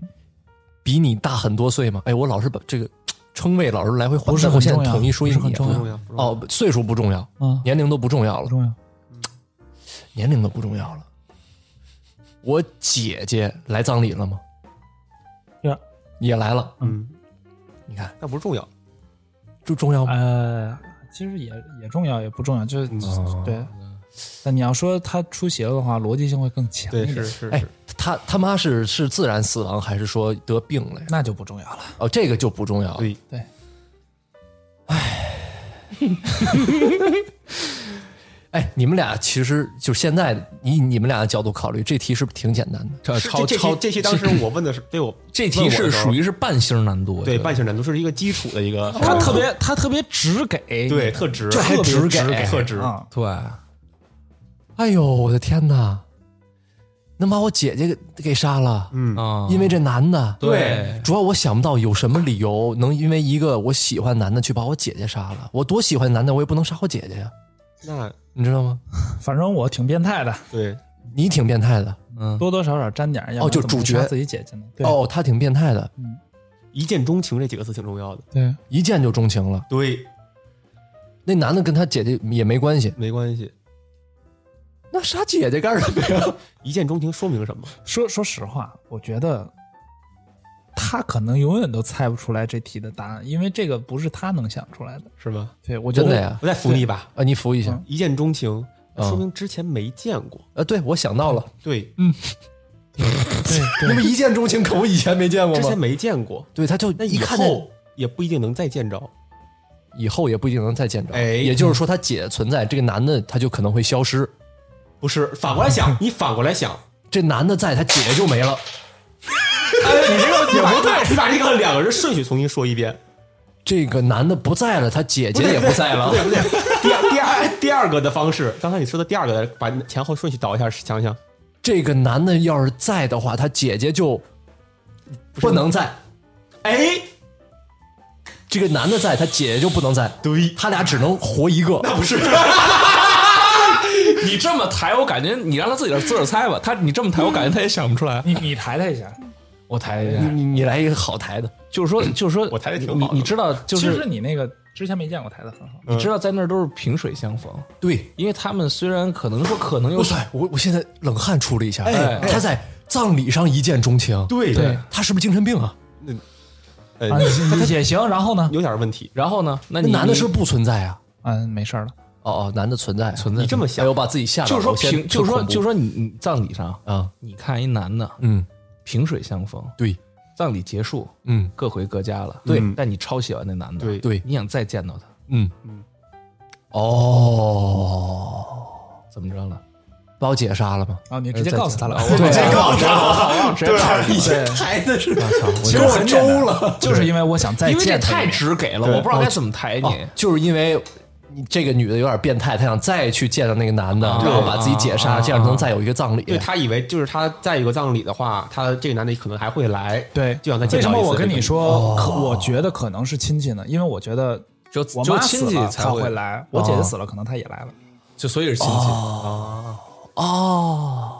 Speaker 2: 比你大很多岁吗？哎，我老是把这个称谓老是来回换，
Speaker 4: 不是
Speaker 2: 但我
Speaker 4: 很
Speaker 2: 现在
Speaker 4: 重要
Speaker 2: 统一说一
Speaker 4: 不是
Speaker 2: 你
Speaker 4: 很重
Speaker 3: 不
Speaker 2: 啊
Speaker 3: 重要，不重要，
Speaker 2: 哦，岁数不重要，
Speaker 4: 啊，
Speaker 2: 年龄都不重要
Speaker 4: 不
Speaker 2: 了，
Speaker 4: 重要。
Speaker 2: 年龄都不重要了。我姐姐来葬礼了吗？
Speaker 4: 第二，
Speaker 2: 也来了，
Speaker 3: 嗯，
Speaker 2: 你看
Speaker 3: 但不是重要，
Speaker 2: 这重
Speaker 3: 啊
Speaker 2: 要吗？
Speaker 4: 呃，其实也也重要，也不重要，就是、对。但你要说他出血了的话，逻辑性会更强一
Speaker 3: 对，
Speaker 4: 点，
Speaker 3: 是是
Speaker 2: 哎
Speaker 3: 是，，
Speaker 2: 他他妈是是自然死亡还是说得病了呀？
Speaker 4: 那就不重要了。
Speaker 2: 哦，这个就不重要。
Speaker 3: 对，
Speaker 4: 对，
Speaker 2: 哎，你们俩其实就现在以你们俩的角度考虑，这题是不是挺简单的？
Speaker 1: 这
Speaker 3: 是
Speaker 1: 超
Speaker 3: 这
Speaker 1: 超
Speaker 3: 这这期当时我问的是对 [LAUGHS] 我
Speaker 1: 这题是属
Speaker 3: 于
Speaker 1: 于是半星难度，我觉
Speaker 3: 对
Speaker 1: 得
Speaker 3: 半星难度是一个基础的一个，
Speaker 4: 他特别他特别直给，
Speaker 3: 对特值，
Speaker 4: 特别
Speaker 3: 特
Speaker 4: 直
Speaker 3: 别
Speaker 4: 给，
Speaker 3: 特值，
Speaker 4: 啊。
Speaker 1: 对，
Speaker 2: 哎呦，我的天哪！能把我姐姐给给杀了，
Speaker 3: 嗯，
Speaker 1: 啊，
Speaker 2: 因为这男的。
Speaker 1: 对
Speaker 2: 主要我想不到有什么理由能因为一个我喜欢男的去把我姐姐杀了。我多喜欢男的，我也不能杀我姐姐呀，
Speaker 3: 那
Speaker 2: 你知道吗？
Speaker 4: 反正我挺变态的，
Speaker 3: 对
Speaker 2: 你挺变态的
Speaker 1: 嗯，
Speaker 4: 多多少少沾点儿。要不然
Speaker 2: 就
Speaker 4: 怎么会
Speaker 2: 主角
Speaker 4: 杀自己姐姐呢？对，
Speaker 2: 哦，他挺变态的，
Speaker 3: 一见钟情这几个词挺重要的，
Speaker 4: 对，
Speaker 2: 一见就钟情了。
Speaker 3: 对，
Speaker 2: 那男的跟他姐姐也没关系，
Speaker 3: 没关系，
Speaker 2: 那杀姐姐干什么呀？
Speaker 3: 一见钟情说明什么？
Speaker 4: 说说实话，我觉得他可能永远都猜不出来这题的答案，因为这个不是他能想出来的。
Speaker 3: 是吗？
Speaker 4: 对，我觉
Speaker 2: 真
Speaker 4: 得
Speaker 2: 的呀？
Speaker 3: 我再服你一把，
Speaker 2: 啊，你扶一下
Speaker 4: 嗯。
Speaker 3: 一见钟情
Speaker 2: 嗯
Speaker 3: 说明之前没见过，
Speaker 2: 啊，对，我想到了，
Speaker 3: 对，
Speaker 2: 那不一见钟情，可我以前没见过 [LAUGHS]
Speaker 3: 之前
Speaker 2: 吗？
Speaker 3: 没见过，
Speaker 2: 对，他就
Speaker 3: 那
Speaker 2: 一
Speaker 3: 以
Speaker 2: 看见
Speaker 3: 后也不一定能再见着，
Speaker 2: 以后也不一定能再见着。
Speaker 3: 哎
Speaker 2: 也就是说，他姐存在，这个男的他就可能会消失。
Speaker 3: 不是？反过来 [LAUGHS] 想，你反过来想，
Speaker 2: 这男的在，他姐姐就没了。
Speaker 3: 哎，你这个 [LAUGHS] 也不对，你把这个两个人顺序重新说一遍。
Speaker 2: 这个男的不在了，他姐姐也不在了
Speaker 3: 不。 [LAUGHS] 对不对，第二第二第二个的方式，刚才你说的第二个，把前后顺序倒一下，想想，
Speaker 2: 这个男的要是在的话，他姐姐就不能在。
Speaker 3: 哎，
Speaker 2: 这个男的在，他姐姐就不能在。
Speaker 3: 对，
Speaker 2: 他俩只能活一个。
Speaker 3: 那不是，
Speaker 1: 你这么抬，我感觉你让他自己自个儿猜吧。他你这么抬，我感觉他也想不出来。
Speaker 4: 你你抬他一下，
Speaker 1: 我抬一
Speaker 2: 你
Speaker 1: 下，
Speaker 2: 你你来一个好台的，
Speaker 1: 就是说，就是说，
Speaker 3: 我抬得挺好
Speaker 1: 你
Speaker 3: 的
Speaker 1: 你知道，就
Speaker 4: 其实
Speaker 1: 是
Speaker 4: 你那个之前没见过抬的很好。
Speaker 1: 你知道，在那儿都是萍水相逢，
Speaker 2: 对。
Speaker 1: 因为他们虽然可能说可能有
Speaker 2: 哇塞，我我现在冷汗出了一下。
Speaker 1: 哎
Speaker 2: 他在葬礼上一见钟情，
Speaker 3: 对
Speaker 4: 对，
Speaker 2: 他是不是精神病啊？
Speaker 3: 呃
Speaker 4: 啊，，你也行，然后呢？
Speaker 3: 有点问题。
Speaker 1: 然后呢，那
Speaker 2: 那
Speaker 1: 你
Speaker 2: 男的是
Speaker 1: 你
Speaker 2: 不是不存在啊？
Speaker 4: 嗯，没事儿了。
Speaker 2: 哦哦，男的存在，存
Speaker 3: 在你这么想
Speaker 2: 哎呦，我把自己吓到
Speaker 1: 就
Speaker 2: 了。
Speaker 1: 是说
Speaker 2: 我先
Speaker 1: 萍，就是说
Speaker 2: 很恐怖
Speaker 1: 就是说你你葬礼上，
Speaker 2: 啊，
Speaker 1: 你看一男的
Speaker 2: 嗯，
Speaker 1: 萍水相逢，
Speaker 2: 对，
Speaker 1: 葬礼结束，
Speaker 2: 嗯
Speaker 1: 各回各家了，
Speaker 3: 对
Speaker 1: 但你超喜欢那男的，
Speaker 3: 对
Speaker 2: 对
Speaker 1: 你想再见到他，
Speaker 2: 嗯
Speaker 3: 嗯
Speaker 2: 哦，
Speaker 1: 怎么着了？
Speaker 2: 把我姐杀了吗？
Speaker 4: 啊，你直接告诉他了。
Speaker 1: 对
Speaker 4: 我
Speaker 2: [LAUGHS] 告诉
Speaker 1: 啊，直接告诉他
Speaker 2: 抬的是，
Speaker 4: 其实我周了，就是因为我想再
Speaker 1: 因为这
Speaker 4: 见他
Speaker 1: 太
Speaker 4: 一面。
Speaker 1: 直给了，我不知道该怎么抬你
Speaker 2: 哦。就是因为你这个女的有点变态，她想再去见到那个男的，然后把自己姐杀了，这样能再有一个葬礼。
Speaker 3: 对他以为就是他在一个葬礼的话，他这个男的可能还会来，
Speaker 4: 对，
Speaker 3: 就想再
Speaker 4: 为
Speaker 3: 见
Speaker 4: 什
Speaker 3: 到一次。
Speaker 4: 么我跟你
Speaker 3: 对吧，
Speaker 4: 说，可我觉得可能是亲戚呢？因为我觉得
Speaker 1: 就
Speaker 4: 我
Speaker 1: 就
Speaker 4: 妈
Speaker 1: 亲
Speaker 4: 死
Speaker 1: 戚
Speaker 4: 了
Speaker 1: 才
Speaker 4: 她
Speaker 1: 会
Speaker 4: 会来，我姐姐死了，可能她也来了。
Speaker 3: 就所以是亲戚。
Speaker 2: 哦，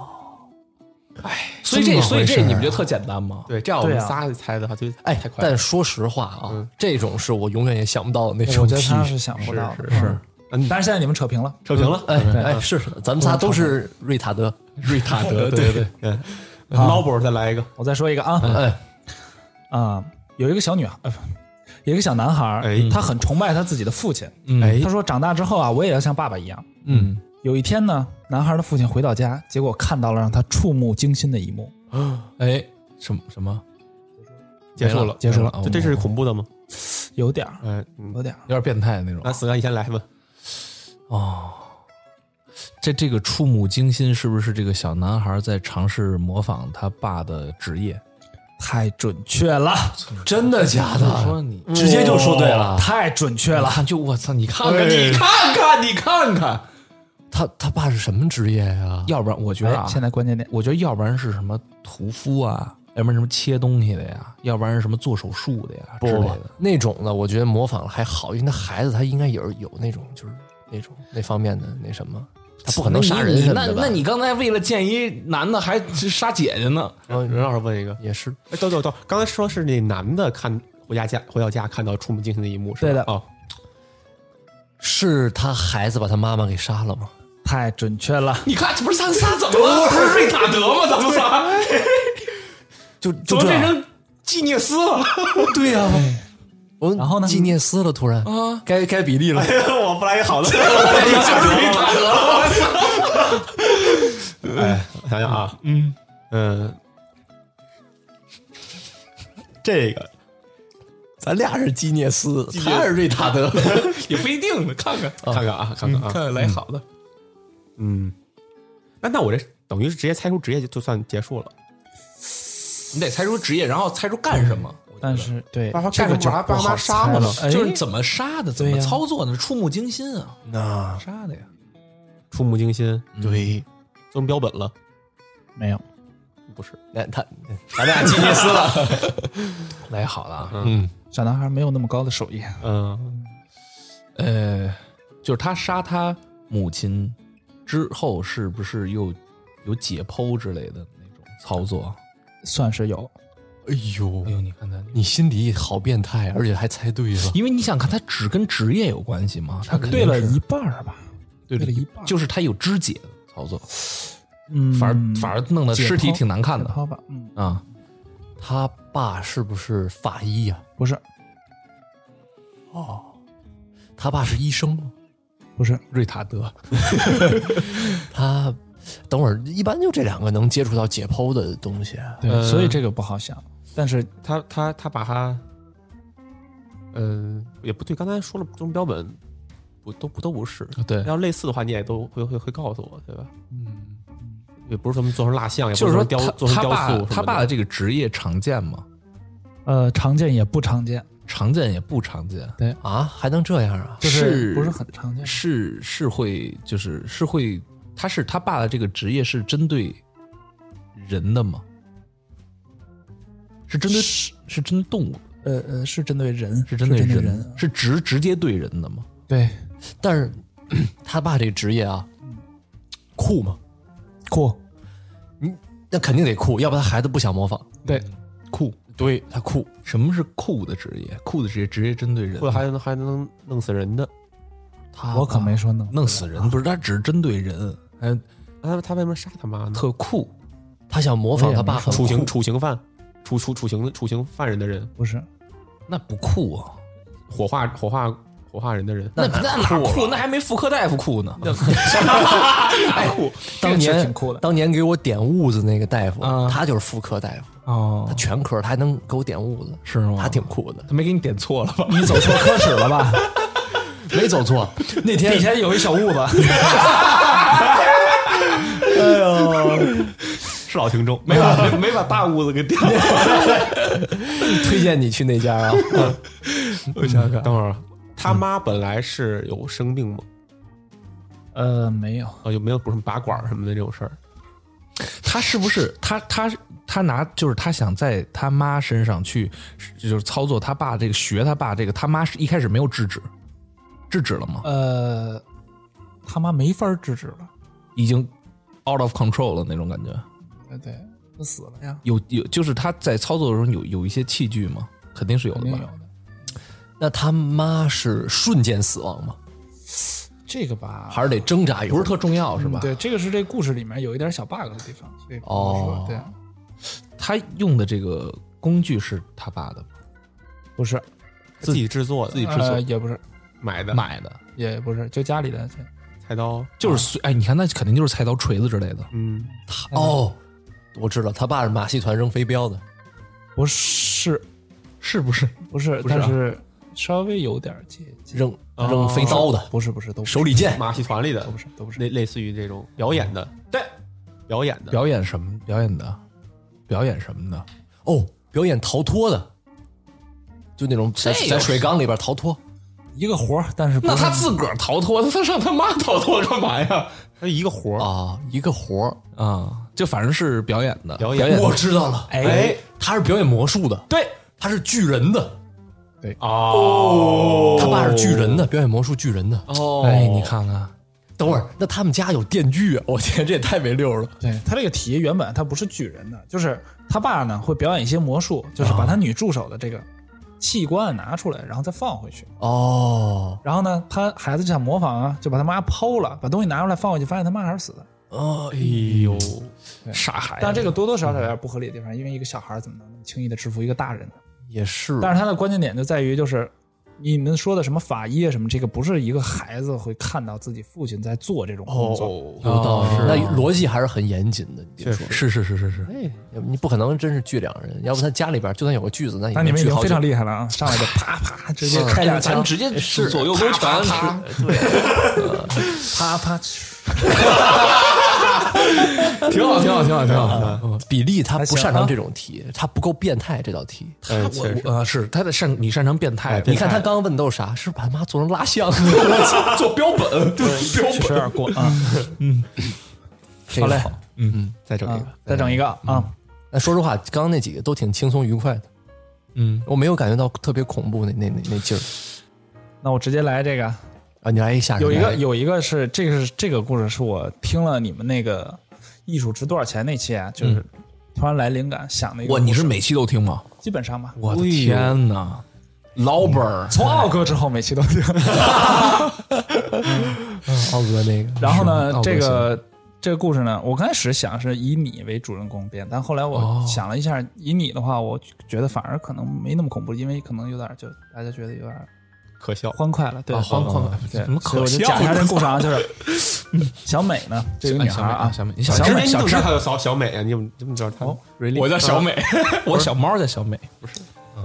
Speaker 1: 所以这
Speaker 2: 这么
Speaker 1: 所以
Speaker 2: 回事
Speaker 1: 这
Speaker 2: 儿啊
Speaker 1: 你不觉得特简单吗？
Speaker 3: 对，这样我
Speaker 4: 对
Speaker 3: 们
Speaker 4: 啊
Speaker 3: 仨猜的话就
Speaker 2: 哎
Speaker 3: 太，快了。
Speaker 2: 但说实话
Speaker 1: 嗯
Speaker 2: 啊，这种是我永远也想不到的那
Speaker 1: 哎
Speaker 2: 种
Speaker 4: 我
Speaker 2: 题
Speaker 4: 觉得。他是想不到的，是
Speaker 3: 嗯
Speaker 4: 但是现在你们扯平了，
Speaker 3: 扯平了，
Speaker 2: 哎哎，是，咱们仨都是瑞塔德，
Speaker 1: 嗯瑞塔
Speaker 2: [LAUGHS]
Speaker 1: 德，对对，
Speaker 3: 嗯，捞博再来一个，
Speaker 4: 我再说一个啊啊、
Speaker 2: 哎，
Speaker 4: 有一个小女孩，呃有一个小男孩儿，
Speaker 3: 哎
Speaker 4: 他很崇拜他自己的父亲，
Speaker 3: 哎
Speaker 4: 他说长大之后啊，我也要像爸爸一样。
Speaker 1: 嗯，
Speaker 4: 有一天呢，男孩的父亲回到家，结果看到了让他触目惊心的一幕。
Speaker 1: 哎，什么什么
Speaker 3: 结束
Speaker 1: 没
Speaker 3: 了，
Speaker 4: 结束了
Speaker 1: 没
Speaker 3: 就这是恐怖的吗？
Speaker 4: 有点儿，
Speaker 3: 哎，嗯
Speaker 4: 有点儿，
Speaker 1: 有点变态那种
Speaker 2: 啊
Speaker 3: 那。死哥你先来吧。
Speaker 1: 这这个触目惊心，是不是这个小男孩在尝试模仿他爸的职业？
Speaker 4: 太准确了，
Speaker 2: 真的假
Speaker 1: 我
Speaker 2: 的？
Speaker 1: 说你
Speaker 2: 直接就说对了。
Speaker 4: 太准确了。
Speaker 1: 看，就我操，你看看，
Speaker 3: 哎
Speaker 1: 你看看，你看看，
Speaker 2: 他他爸是什么职业呀？
Speaker 1: 要不然我觉得
Speaker 4: 哎
Speaker 1: 啊，
Speaker 4: 现在关键点，
Speaker 1: 我觉得要不然是什么屠夫啊，要不然什么切东西的呀，要不然是什么做手术的呀
Speaker 2: 不
Speaker 1: 之类
Speaker 2: 不
Speaker 1: 的。
Speaker 2: 那种的，我觉得模仿还好，因为那孩子他应该也是有那种就是那种那方面的那什么，他不可能杀人
Speaker 1: 那你
Speaker 2: 什么
Speaker 1: 那
Speaker 2: 的吧
Speaker 1: 那你刚才为了见一男的还杀姐姐呢？
Speaker 3: 嗯任老师问一个，
Speaker 2: 也是
Speaker 3: 哎，等等等，刚才说是那男的看回家家回到家看到触目惊心的一幕，是吧
Speaker 4: 对的
Speaker 3: 哦，
Speaker 2: 是他孩子把他妈妈给杀了吗？
Speaker 4: 太准确了，
Speaker 1: 你看，这不是咱仨怎么了？不是瑞塔德吗？咱们仨
Speaker 2: 就
Speaker 1: 怎
Speaker 2: 就
Speaker 1: 么
Speaker 2: 这
Speaker 1: 变
Speaker 2: 样，
Speaker 1: 成纪涅斯了？
Speaker 2: 对呀、我
Speaker 4: 然后
Speaker 1: 哦
Speaker 4: 呢
Speaker 2: 纪涅斯了，突然啊，该该比利了，
Speaker 3: 我不来一好的，哎，想想啊，嗯嗯，这个
Speaker 2: 咱俩是纪涅斯，他是瑞塔德，
Speaker 1: [LAUGHS] 也不一定呢，看看
Speaker 3: 看看啊，看看啊，
Speaker 1: 看看来好的。
Speaker 3: 嗯，那那我这等于是直接猜出职业就就算结束了，
Speaker 1: 你得猜出职业，然后猜出干什么。
Speaker 4: 但是对
Speaker 3: 爸爸
Speaker 4: 嗯这个
Speaker 3: 干
Speaker 4: 就
Speaker 3: 什么
Speaker 4: 不
Speaker 3: 把爸
Speaker 4: 好
Speaker 3: 妈杀
Speaker 4: 猜了
Speaker 3: 了吗，
Speaker 4: 哎
Speaker 1: 就是怎么杀的，怎
Speaker 4: 对
Speaker 1: 么
Speaker 4: 呀
Speaker 1: 触操作呢？触目惊心啊！
Speaker 2: 那
Speaker 1: 杀的呀！
Speaker 3: 触目惊心，
Speaker 1: 嗯
Speaker 2: 对，
Speaker 3: 增标本了，
Speaker 4: 没有
Speaker 3: 不是？
Speaker 2: 那哎他咱俩纪涅斯了，
Speaker 1: 来好了啊，
Speaker 2: 嗯，
Speaker 4: 小男孩没有那么高的手艺，
Speaker 3: 嗯，
Speaker 1: 呃，就是他杀他母亲之后，是不是又有解剖之类的那种操作？
Speaker 4: [LAUGHS] 算是有。
Speaker 2: 哎呦
Speaker 1: 哎，呦，你看他，
Speaker 2: 你心底好变态，而且还猜对了，
Speaker 1: 因为你想看，他只跟职业有关系吗？他肯定
Speaker 4: 对了
Speaker 1: 是
Speaker 4: 一半儿吧，
Speaker 1: 对
Speaker 4: 对了一半
Speaker 1: 就是他有肢解的操作，
Speaker 4: 嗯，
Speaker 1: 反而反而弄得
Speaker 4: 解
Speaker 1: 尸体
Speaker 4: 剖
Speaker 1: 挺难看
Speaker 4: 解
Speaker 1: 的
Speaker 4: 剖吧，嗯，
Speaker 1: 啊。
Speaker 2: 他爸是不是法医啊呀、
Speaker 4: 不是
Speaker 2: 他爸是医生吗？
Speaker 4: 不是，
Speaker 1: 瑞塔德，
Speaker 2: 他等会儿一般就这两个能接触到解剖的东西，啊
Speaker 4: 对，
Speaker 3: 呃
Speaker 4: 所以这个不好想。但是
Speaker 3: 他他他把他，嗯，也不对，刚才说了增标本，不都不都不是，
Speaker 1: 对，
Speaker 3: 要类似的话，你也都会会会告诉我，对吧？嗯，也不是什么做成蜡像，也不
Speaker 1: 就是
Speaker 3: 什
Speaker 1: 说
Speaker 3: 么雕
Speaker 1: 他
Speaker 3: 做成
Speaker 1: 他
Speaker 3: 雕
Speaker 1: 爸
Speaker 3: 塑，
Speaker 1: 他爸的，这个职业常见吗？
Speaker 4: 呃，常见也不常见，
Speaker 1: 常见也不常见，
Speaker 2: 啊，还能这样啊？
Speaker 4: 就是
Speaker 1: 是
Speaker 4: 不是很常见。
Speaker 1: 是是会就是是会，他是他爸的这个职业是针对人的吗？是针对是针对动物，
Speaker 4: 呃呃，是针对人，
Speaker 1: 是
Speaker 4: 针
Speaker 1: 针对
Speaker 4: 人，
Speaker 1: 人，是直直接对人的吗？
Speaker 4: 对，
Speaker 2: 但是嗯他爸这个职业啊，酷吗？
Speaker 4: 酷，
Speaker 2: 那肯定得酷，要不他孩子不想模仿。
Speaker 4: 对，
Speaker 1: 酷，
Speaker 2: 对他酷，
Speaker 1: 什么是酷的职业？酷的职业直接针对人，
Speaker 3: 或者还能还能弄死人的。
Speaker 2: 他
Speaker 4: 我可没说呢，
Speaker 1: 弄死人，不是他只是针对人，哎还
Speaker 3: 那他他为什么杀他妈呢？
Speaker 1: 特酷。
Speaker 2: 他想模仿他爸很
Speaker 3: 处刑
Speaker 2: 酷，
Speaker 3: 处刑犯，处处处刑处刑犯人的人，
Speaker 4: 不是，
Speaker 1: 那不酷啊，
Speaker 3: 火化火化火化人的人，
Speaker 1: 那那哪酷？那还没妇科大夫酷呢。
Speaker 2: 当
Speaker 4: 这个
Speaker 2: 年
Speaker 4: 是挺酷的
Speaker 2: 当年给我点痦子那个大夫，
Speaker 1: 啊
Speaker 2: 他就是妇科大夫，
Speaker 1: 哦
Speaker 2: 他，全科，他还能给我点痦子，
Speaker 1: 是吗
Speaker 2: 他挺酷的，
Speaker 1: 他没给你点错了吧？
Speaker 4: 你走错科室了吧？
Speaker 1: [LAUGHS]
Speaker 2: 没走错。 [LAUGHS] 那天
Speaker 4: 底下有一小痦子，
Speaker 3: 是老听众，
Speaker 1: 没
Speaker 3: [LAUGHS]
Speaker 1: 把没把大屋子给点了。
Speaker 2: 推荐你去那家啊，
Speaker 3: 我想想，等会儿啊他妈本来是有生病吗？
Speaker 4: 呃，没有，
Speaker 3: 啊，有没有不是什么拔管儿什么的这种事儿？
Speaker 1: 他是不是他他他拿就是他想在他妈身上去就是操作他爸这呃个学他爸这个他妈是一开始没有制止，制止了吗？
Speaker 4: 呃，他妈没法制止了。
Speaker 1: 已经 out of control 了那种感觉。
Speaker 4: 对呃对，他死了呀，
Speaker 1: 有有，就是他在操作的时候有有一些器具吗？肯定是有
Speaker 4: 肯
Speaker 1: 的
Speaker 4: 定有
Speaker 1: 吧。
Speaker 4: 的。
Speaker 2: 那他妈是瞬间死亡吗？
Speaker 4: 这个吧，
Speaker 2: 还是得挣扎一会
Speaker 1: 不
Speaker 2: 儿？
Speaker 1: 是特重要是吧？
Speaker 4: 嗯对，这个是这故事里面有一点小 bug 的地方，所以不好
Speaker 2: 哦
Speaker 4: 说。对，
Speaker 1: 他用的这个工具是他爸的吗
Speaker 4: 不是
Speaker 3: 自己制作的，自己
Speaker 4: 呃，也不是，
Speaker 3: 买的，
Speaker 1: 买的，
Speaker 4: 也不是，就家里的。对
Speaker 3: 菜刀，
Speaker 1: 就是随哎，你看那肯定就是菜刀、锤子之类的。
Speaker 3: 嗯，
Speaker 2: 哦，我知道，他爸是马戏团扔飞镖的。
Speaker 4: 不是，
Speaker 1: 是不是？
Speaker 4: 不是，
Speaker 1: 不是啊
Speaker 4: 但是稍微有点接近。
Speaker 2: 扔扔飞刀的，
Speaker 4: 不是，不是，都不是
Speaker 2: 手里剑。
Speaker 3: 马戏团里的
Speaker 4: 都不是，都不是。
Speaker 3: 类类似于这种表演的，
Speaker 1: 嗯
Speaker 3: 对，表演的，
Speaker 1: 表演什么？表演的？表演什么的？
Speaker 2: 哦，表演逃脱的，就那种在
Speaker 1: 这个
Speaker 2: 在水缸里边逃脱。
Speaker 4: 一个活儿，但是不
Speaker 1: 那
Speaker 4: 是
Speaker 1: 他自个儿逃脱，他上他妈逃脱干嘛呀？
Speaker 3: 它是一个活儿，
Speaker 2: 啊，一个活儿。
Speaker 1: 啊，就反正是表演的，
Speaker 3: 表演
Speaker 1: 演的
Speaker 2: 我知道了，
Speaker 3: 哎，
Speaker 2: 他是表演魔术的，
Speaker 1: 对，
Speaker 2: 他是巨人的，
Speaker 3: 哦，
Speaker 2: 他爸是巨人的，表演魔术巨人的。
Speaker 1: 哦哎，你看看，
Speaker 2: 等会儿，那他们家有电锯啊！我天，这也太没溜儿了。
Speaker 4: 对他这个题原本他不是巨人的，就是他爸呢会表演一些魔术，就是把他女助手的这个器官拿出来，然后再放回去。
Speaker 2: 哦，
Speaker 4: 然后呢，他孩子就想模仿啊，就把他妈剖了，把东西拿出来放回去，发现他妈还是死的。
Speaker 2: 哦，
Speaker 3: 哎呦，
Speaker 1: 傻孩子。
Speaker 4: 但
Speaker 3: 哎
Speaker 4: 这个多多少少有点不合理的地方，因为一个小孩怎么能那么轻易的制服一个大人呢？
Speaker 2: 也是。
Speaker 4: 但是他的关键点就在于，就是你们说的什么法医啊什么，这个不是一个孩子会看到自己父亲在做这种
Speaker 3: 哦
Speaker 4: 工作。
Speaker 2: 有道理
Speaker 1: 哦，
Speaker 2: 啊那逻辑还是很严谨的。你别说，
Speaker 1: 是是是是是，
Speaker 2: 哎，你不可能真是锯两人，要不他家里边就算有个锯子，那也
Speaker 4: 但你
Speaker 2: 能
Speaker 4: 们已
Speaker 2: 锯
Speaker 4: 经
Speaker 2: 好
Speaker 4: 非
Speaker 2: 久
Speaker 4: 常。厉害了啊！上来就啪啪，直接
Speaker 2: 是
Speaker 4: 开两枪，
Speaker 1: 直接
Speaker 2: 是
Speaker 1: 左右勾拳，是
Speaker 4: 啪啪。
Speaker 3: 嗯
Speaker 1: 挺好，挺好，挺好，挺好。
Speaker 2: 嗯比利他
Speaker 4: 还
Speaker 2: 不
Speaker 4: 行
Speaker 2: 擅长
Speaker 4: 啊
Speaker 2: 这种题，他不够变态这道题。
Speaker 3: 哎
Speaker 1: 他
Speaker 3: 确实
Speaker 1: 我我呃是他的擅你擅长变态，
Speaker 2: 你看他
Speaker 1: 变态
Speaker 2: 刚刚问的都是啥？是把他妈做成蜡
Speaker 1: [LAUGHS]
Speaker 2: 像，做做标本，标
Speaker 4: 确实有点过啊。嗯，
Speaker 2: 好嘞，
Speaker 3: 再整一
Speaker 4: 啊
Speaker 3: 个，，
Speaker 4: 再整一个啊！
Speaker 2: 那说实话，刚刚那几个都挺轻松愉快的，
Speaker 1: 嗯，
Speaker 2: 我没有感觉到特别恐怖那那那那劲儿
Speaker 4: 那我直接来这个，
Speaker 2: 啊！你来一下，
Speaker 4: 有一
Speaker 2: 你来
Speaker 4: 个有一个是这个是这个故事是我听了你们那个艺术值多少钱那期啊，就是突然来灵感想的一个故
Speaker 1: 哇，
Speaker 4: 事。
Speaker 1: 你是每期都听吗？
Speaker 4: 基本上吧，
Speaker 1: 我的天哪，老本儿，
Speaker 4: 从奥哥之后每期都听。
Speaker 2: 嗯奥哥那个，
Speaker 4: 然后呢
Speaker 1: 是哦奥，哥
Speaker 4: 这个这个故事呢，我刚开始想是以你为主人公编，但后来我
Speaker 1: 哦
Speaker 4: 想了一下，以你的话，我觉得反而可能没那么恐怖，因为可能有点就大家觉得有点
Speaker 3: 可笑，
Speaker 4: 欢快了，对，
Speaker 1: 啊
Speaker 4: 欢
Speaker 1: 欢
Speaker 4: 快
Speaker 1: 快
Speaker 4: 了，对
Speaker 1: 怎么，
Speaker 4: 所以我就
Speaker 1: 可笑
Speaker 4: 讲一下这故事啊，就是嗯
Speaker 1: [LAUGHS]
Speaker 4: 小美呢，这个女孩啊，
Speaker 1: 小美，你
Speaker 4: 小
Speaker 1: 小
Speaker 4: 美
Speaker 1: 美，
Speaker 3: 你怎
Speaker 1: 小
Speaker 3: 么
Speaker 1: 智
Speaker 3: 知
Speaker 1: 哦
Speaker 3: 道，她有小小美啊？你怎么这么知道她？
Speaker 1: 我叫小美，嗯 [LAUGHS] 我小猫叫小美，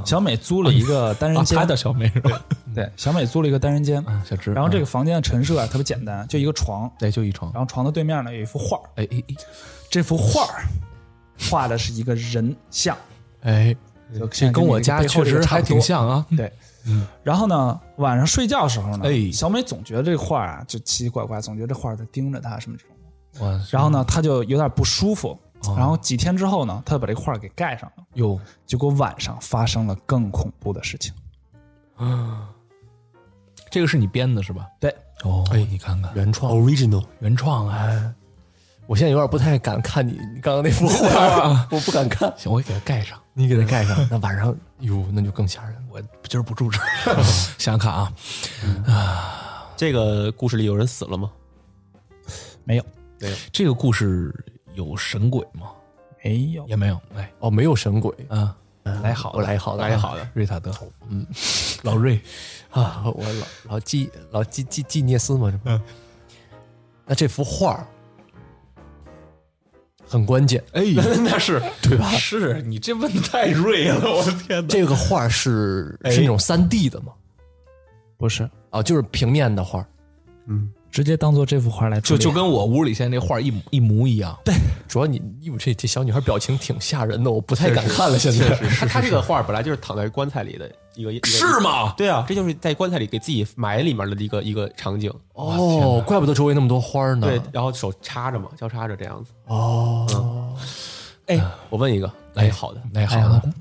Speaker 4: 小美租了一个单人
Speaker 1: 啊，她
Speaker 4: 间
Speaker 1: 叫，小美是吧？
Speaker 4: 对，小美租了一个单人间，
Speaker 1: 啊，小智。
Speaker 4: 然后这
Speaker 1: 个
Speaker 4: 个房间的陈设啊特别简单，就一个床，
Speaker 1: 对，哎就一床
Speaker 4: 然。后床的对面呢有一幅画儿，
Speaker 1: 哎哎
Speaker 4: 这幅画儿画的是一个人像，
Speaker 1: 哎，
Speaker 4: 就现在
Speaker 1: 跟
Speaker 4: 你
Speaker 1: 我
Speaker 4: 这个
Speaker 1: 家
Speaker 4: 背后
Speaker 1: 确
Speaker 4: 这个
Speaker 1: 实
Speaker 4: 差
Speaker 1: 还
Speaker 4: 不
Speaker 1: 挺
Speaker 4: 多
Speaker 1: 像啊。
Speaker 4: 对，然后呢，晚上睡觉的时候呢，
Speaker 1: 哎
Speaker 4: 小美总觉得这画啊，就奇奇怪怪，总觉得这画在盯着她什么这种。
Speaker 1: 哇，
Speaker 4: 然后呢，她就有点不舒服。然后几天之后呢，她就把这画给盖上了。
Speaker 1: 哟，
Speaker 4: 结果晚上发生了更恐怖的事情。
Speaker 1: 这个是你编的是吧？
Speaker 4: 对，
Speaker 1: 哦，哎，你看看
Speaker 2: 原创 original，
Speaker 1: 原创啊！
Speaker 2: 我现在有点不太敢看你你刚刚那幅
Speaker 1: [LAUGHS]
Speaker 2: 画，我不敢看，
Speaker 1: 行，我给它盖上。嗯
Speaker 2: 你给它盖上，那晚上哟，那就更吓人了。
Speaker 1: 我今儿不住
Speaker 2: [LAUGHS]
Speaker 1: 这儿，想想看啊，
Speaker 3: 这个故事里有人死了吗？
Speaker 4: 没有，
Speaker 1: 这个故事有神鬼吗？
Speaker 4: 没有，
Speaker 1: 也没有。哎，
Speaker 2: 哦，没有神鬼，
Speaker 1: 嗯，
Speaker 2: 来好，我来好的，
Speaker 3: 来好的，
Speaker 1: 瑞塔德，嗯，老瑞，
Speaker 2: [LAUGHS] 啊！我老老基老基基基涅斯嘛，这
Speaker 1: 嗯
Speaker 2: 不。那这幅画儿很关键，
Speaker 1: 哎，
Speaker 3: [LAUGHS]
Speaker 1: 那是
Speaker 2: 对吧？
Speaker 1: 是你这问的太锐了，我的天哪！
Speaker 2: 这个画儿是
Speaker 1: 哎
Speaker 2: 是那种三 D 的吗？
Speaker 4: 不是，
Speaker 2: 啊，就是平面的画儿，
Speaker 4: 直接当做这幅画来
Speaker 1: 就
Speaker 4: 处理
Speaker 1: 就跟我屋里现在这画一模一模一样。对，
Speaker 2: 主要你哟，这这小女孩表情挺吓人的，我不太敢看了。现在
Speaker 3: 她她这个画本来就是躺在棺材里的一个，一个
Speaker 1: 是？吗？
Speaker 3: 对啊，这就是在棺材里给自己埋里面的一个一个场景。
Speaker 2: 哦，怪不得周围那么多花儿呢。
Speaker 3: 对，然后手插着嘛，交叉着这样子。
Speaker 2: 哦，
Speaker 3: 哎，我问一个，哎，好的，
Speaker 1: 哎，好的，
Speaker 4: 哎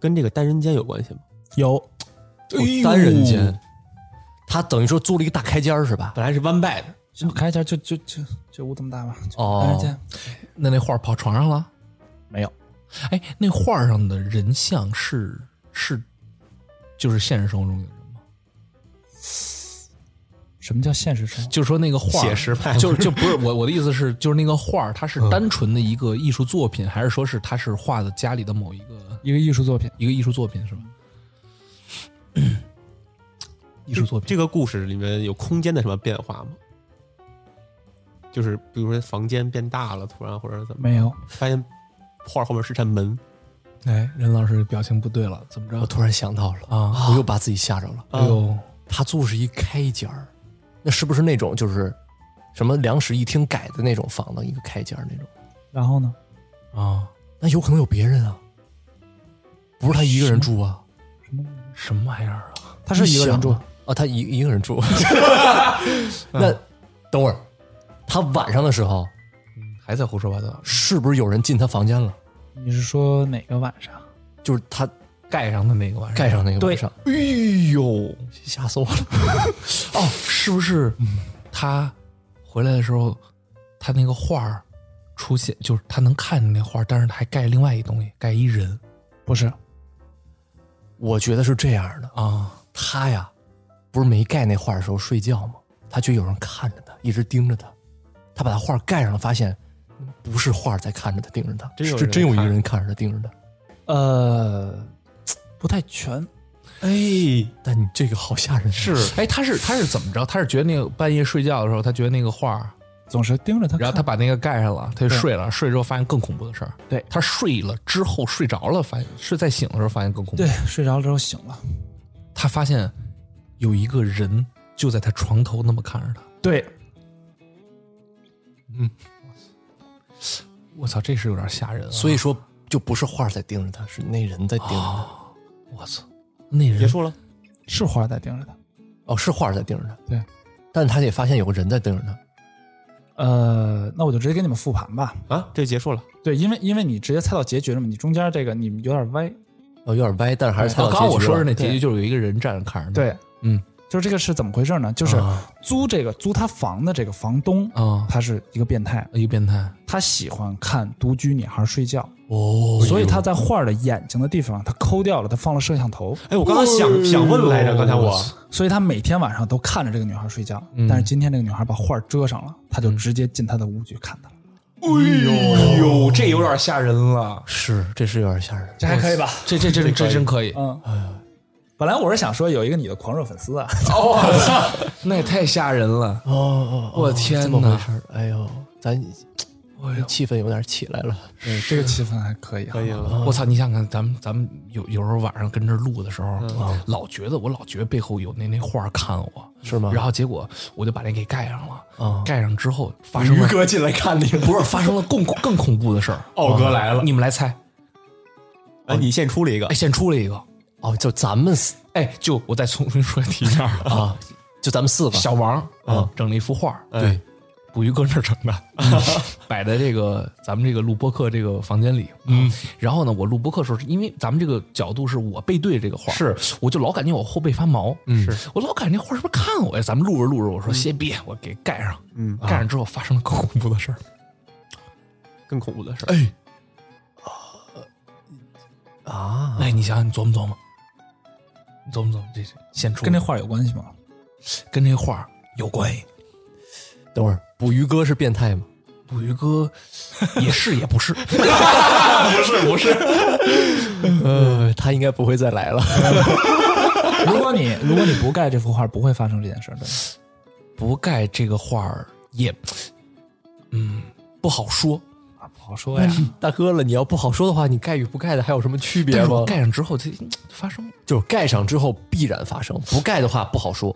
Speaker 3: 跟这个单人间有关系吗？
Speaker 4: 有
Speaker 1: 哎
Speaker 2: 哦单人间，他等于说租了一个大开间儿是吧？
Speaker 3: 本来是 one bed，
Speaker 4: 小开间就就就就屋这么大吧。就
Speaker 2: 哦
Speaker 4: 开间
Speaker 1: 那那画跑床上了？
Speaker 4: 没有，
Speaker 1: 哎，那画上的人像是是就是现实生活中的人吗？
Speaker 4: 什么叫现实生活？
Speaker 1: 就是说那个画
Speaker 3: 写实派
Speaker 1: 就就不是嗯我我的意思是，就是那个画儿它是单纯的一个艺术作品，还是说是它是画的家里的某一个
Speaker 4: 一个艺术作品，
Speaker 1: 一个艺术作品是 [COUGHS] 吧？艺术作品
Speaker 3: 这个故事里面有空间的什么变化吗？就是比如说房间变大了，突然或者怎么，
Speaker 4: 没有，
Speaker 3: 发现画后面是扇门
Speaker 1: 哎，任老师表情不对了，怎么
Speaker 2: 我
Speaker 1: 着？
Speaker 2: 突然想到了
Speaker 1: 嗯啊
Speaker 2: 我又把自己吓着了。
Speaker 1: 哎呦，
Speaker 2: 他租是一开间儿，那是不是那种就是什么两室一厅改的那种房子，一个开间儿那种？
Speaker 4: 然后呢？
Speaker 1: 啊，
Speaker 2: 那有可能有别人啊，不是他一个人住啊，
Speaker 1: 什么玩意儿啊？
Speaker 4: 他是一个人住
Speaker 2: 你，想啊，嗯他一一个人 [LAUGHS] 住。那等会儿，他晚上的时候
Speaker 1: 还在胡说八道，
Speaker 2: 是不是有人进他房间了？
Speaker 4: 你是说哪个晚上？
Speaker 2: 就是他
Speaker 1: 盖上的那个玩意儿，
Speaker 2: 盖上那个晚上，
Speaker 1: 哎呦，
Speaker 2: 吓死我了！
Speaker 1: 哦，是不是
Speaker 2: 嗯
Speaker 1: 他回来的时候，他那个画儿出现，就是他能看见那画儿，但是他还盖另外一东西，盖一人
Speaker 4: 不是，
Speaker 2: 我觉得是这样的，
Speaker 1: 啊
Speaker 2: 他呀，不是没盖那画的时候睡觉吗？他觉得有人看着他，一直盯着他。他把他画盖上了，发现不是画在看着他，盯着他，
Speaker 3: 真有
Speaker 2: 是
Speaker 3: 人
Speaker 2: 真有一个
Speaker 3: 看
Speaker 2: 人看着他，盯着他。
Speaker 4: 呃，不太全。
Speaker 3: 哎，
Speaker 2: 但你这个好吓人，啊是
Speaker 1: 哎，他是他是怎么着？他是觉得那个半夜睡觉的时候，他觉得那个画儿，
Speaker 4: 总是盯着他看，
Speaker 1: 然后他把那个盖上了，他就睡了。睡了之后发现更恐怖的事儿，
Speaker 4: 对
Speaker 1: 他睡了之后睡着了，发现是在醒的时候发现更恐怖
Speaker 4: 对。睡着了之后醒了，
Speaker 1: 他发现有一个人就在他床头那么看着他。
Speaker 4: 对，
Speaker 1: 我操，这是有点吓人啊！
Speaker 2: 所以说就不是画在盯着他，是那人在盯着他。
Speaker 1: 我操，那人
Speaker 3: 结束了，
Speaker 4: 是花儿在盯着他。
Speaker 2: 哦，是画在盯着他，
Speaker 4: 对。
Speaker 2: 但他也发现有个人在盯着他，
Speaker 4: 呃，那我就直接给你们复盘吧。
Speaker 3: 啊，这结束了，
Speaker 4: 对，因为因为你直接猜到结局了嘛，你中间这个你们有点歪。
Speaker 2: 哦，有点歪，但是还是猜
Speaker 1: 哦
Speaker 2: 到
Speaker 1: 刚刚我
Speaker 2: 结局
Speaker 1: 说是
Speaker 2: 了
Speaker 1: 那结局就是有一个人站着看着他。
Speaker 4: 对，
Speaker 1: 嗯，
Speaker 4: 就是这个是怎么回事呢？就是
Speaker 1: 啊
Speaker 4: 租这个租他房的这个房东，
Speaker 1: 啊，
Speaker 4: 他是一个变态，
Speaker 1: 一个变态
Speaker 4: 他喜欢看独居女孩睡觉，
Speaker 1: 哦
Speaker 4: 所以他在画儿的眼睛的地方他抠掉了，他放了摄像头，
Speaker 3: 哎，我刚刚
Speaker 2: 哦
Speaker 3: 想想问来着，刚才我
Speaker 4: 所以他每天晚上都看着这个女孩睡觉。
Speaker 1: 嗯
Speaker 4: 但是今天这个女孩把画儿遮上了，他就直接进他的屋去看她了。
Speaker 3: 哎呦，这有点吓人了，
Speaker 2: 是，这是有点吓人。
Speaker 4: 这还可以吧？
Speaker 1: 这这这这真可以，
Speaker 4: 嗯，本来我是想说有一个你的狂热粉丝啊，
Speaker 1: 我操，那也太吓人了！
Speaker 2: 哦哦，
Speaker 1: 我天
Speaker 2: 这么
Speaker 1: 哪
Speaker 2: 回事儿哎呦，咱
Speaker 1: 哎呦
Speaker 2: 气氛有点起来了。
Speaker 4: 对，这个气氛还嗯可以啊。
Speaker 3: 可以了，
Speaker 1: 我操，你想想，咱们咱们有有时候晚上跟这儿录的时候，
Speaker 3: 嗯
Speaker 1: 老觉得我老觉得背后有那那画儿看我，
Speaker 2: 啊是吗
Speaker 1: 然后结果我就把那给盖上了，
Speaker 2: 啊
Speaker 1: 盖上之后发生了
Speaker 3: 哥进来看你，
Speaker 1: 不是发生了更更恐怖的事儿，
Speaker 3: 奥哥来了
Speaker 1: 你们来猜，
Speaker 3: 哎，你现出了一个
Speaker 1: 哎，，现出了一个，
Speaker 2: 哦，就咱们四
Speaker 1: 哎，就我再重新说题面啊，
Speaker 2: 啊，就咱们四个，
Speaker 1: 小王啊整了一幅画儿，
Speaker 3: 哎
Speaker 2: 对，
Speaker 1: 捕鱼哥那儿整的， [LAUGHS] 摆在这个咱们这个录播课这个房间里。嗯，然后呢，我录播课的时候，因为咱们这个角度是我背对这个画，
Speaker 3: 是，
Speaker 1: 我就老感觉我后背发毛，嗯，我老感觉那画是不是看我呀？咱们录着录着，我说歇逼，我给盖上，
Speaker 3: 嗯，
Speaker 1: 盖上之后发生了更恐怖的事儿，
Speaker 3: 更恐怖的事儿，
Speaker 1: 哎，
Speaker 2: 啊，
Speaker 1: 哎，你想想，你琢磨琢磨，你琢磨琢磨，这是现出
Speaker 4: 跟那画儿有关系吗？
Speaker 1: 跟这画有关系。
Speaker 2: 等会儿捕鱼哥是变态吗？
Speaker 1: 捕鱼哥也是 [LAUGHS] 也不是，
Speaker 3: 不是不是，
Speaker 1: 嗯
Speaker 2: 呃，他应该不会再来了。 [LAUGHS]
Speaker 4: 如果你如果你不盖这幅画，不会发生这件事儿的。
Speaker 1: 不盖这个画儿也，嗯，不好说。
Speaker 4: 啊，不好说呀。
Speaker 2: 大哥了，你要不好说的话，你盖与不盖的还有什么区别
Speaker 1: 但是
Speaker 2: 吗
Speaker 1: 我？盖上之后，它嗯发生了
Speaker 2: 就是盖上之后必然发生，不盖的话不好
Speaker 1: [LAUGHS]
Speaker 2: 说。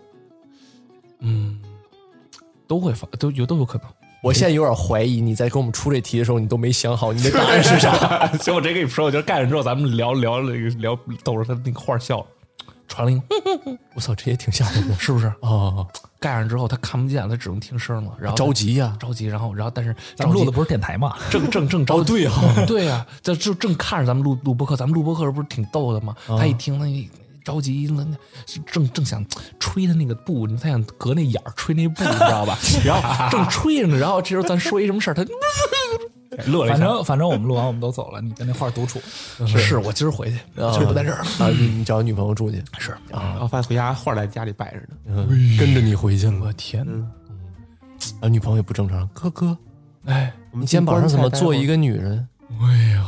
Speaker 1: 都会发，都有都有可能。
Speaker 2: 我现在有点怀疑，你在给我们出这题的时候，你都没想好你的答案
Speaker 1: [LAUGHS]
Speaker 2: 是啥。
Speaker 1: 所以啊我直接跟你说，我觉得盖上之后，咱们聊聊聊逗着他那个画笑，传了一个，
Speaker 2: 我操，这也挺吓人的
Speaker 1: 是不是？
Speaker 2: 啊！
Speaker 1: 盖上之后他看不见，他只能听声了，然后
Speaker 2: 着急呀，
Speaker 1: 啊着急，然后然后但是
Speaker 4: 咱
Speaker 1: 着
Speaker 4: 们录
Speaker 1: 急
Speaker 4: 的不是电台嘛？
Speaker 1: 正正正着 [LAUGHS] 对啊哈，对呀，这就正看着咱们录录播客，咱们录播客时候不是挺逗的吗？他一听那一着急了，正正想吹的那个布，你太想隔那眼儿吹那布，你知道吧？然后正吹着呢，然后这时候咱说一什么事儿，他乐了
Speaker 4: 反
Speaker 1: 一下。
Speaker 4: 正反正我们录完我们都走了，你跟那画独处。
Speaker 1: 是我今儿回去，今儿不在这儿了。
Speaker 2: 啊，你你找女朋友住去，啊
Speaker 1: 是哎
Speaker 3: 然后发现回家画在家里摆着呢，
Speaker 2: 嗯跟着你回去了。
Speaker 1: 天哪！
Speaker 2: 啊，女朋友也不正常，哥哥，
Speaker 1: 嗯哎，
Speaker 3: 我
Speaker 2: 你
Speaker 3: 们
Speaker 2: 肩膀上怎么
Speaker 3: 做
Speaker 2: 坐一？个女人？
Speaker 1: 哎呦，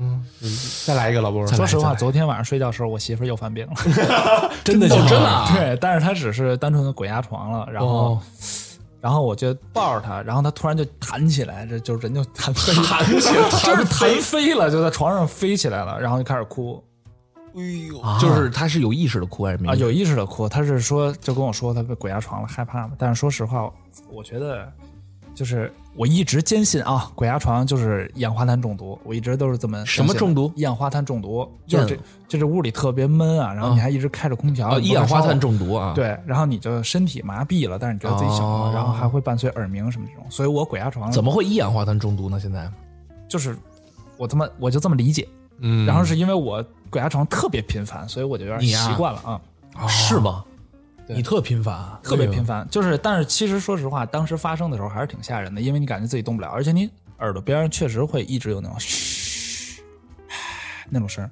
Speaker 3: 嗯再来一个老波，
Speaker 4: 说实话，昨天晚上睡觉的时候，我媳妇儿又犯病了。
Speaker 2: 真的
Speaker 1: 哦
Speaker 2: 假
Speaker 1: 真的啊
Speaker 4: 对，但是她只是单纯的鬼压床了，然后、
Speaker 1: 哦
Speaker 4: 然后我就抱着她，然后她突然就弹起来，这就人就弹飞，
Speaker 1: 弹
Speaker 4: [LAUGHS]
Speaker 1: 起来，
Speaker 4: 真是弹飞了，就在床上飞起来了，然后就开始哭
Speaker 2: 啊
Speaker 1: 就是他是有意识的哭还是没
Speaker 4: 啊，
Speaker 1: 意识
Speaker 4: 有意识的哭。她是说就跟我说她被鬼压床了，害怕嘛。但是说实话，我觉得就是我一直坚信啊，鬼压床就是一氧化碳中毒，我一直都是这么
Speaker 1: 什么
Speaker 4: 相信的
Speaker 1: 中毒
Speaker 4: 一氧化碳中毒，就是这
Speaker 1: 嗯
Speaker 4: 就这屋里特别闷啊，然后你还一直开着空调，
Speaker 1: 啊？
Speaker 4: 你
Speaker 1: 一
Speaker 4: 不
Speaker 1: 氧
Speaker 4: 发
Speaker 1: 化
Speaker 4: 烧
Speaker 1: 碳中毒啊？，
Speaker 4: 对，然后你就身体麻痹了，但是你觉得自己小了，
Speaker 1: 哦
Speaker 4: 然后还会伴随耳鸣什么这种，所以我鬼压床
Speaker 1: 怎么会一氧化碳中毒呢？现在
Speaker 4: 就是我他妈我就这么理解，
Speaker 3: 嗯，
Speaker 4: 然后是因为我鬼压床特别频繁，所以我就有点
Speaker 1: 你啊
Speaker 4: 习惯了啊，
Speaker 2: 是吗？
Speaker 4: 对
Speaker 1: 你特频繁啊，
Speaker 4: 特别频繁，就是但是其实说实话，当时发生的时候还是挺吓人的，因为你感觉自己动不了，而且你耳朵边上确实会一直有那种嘘。那种声儿，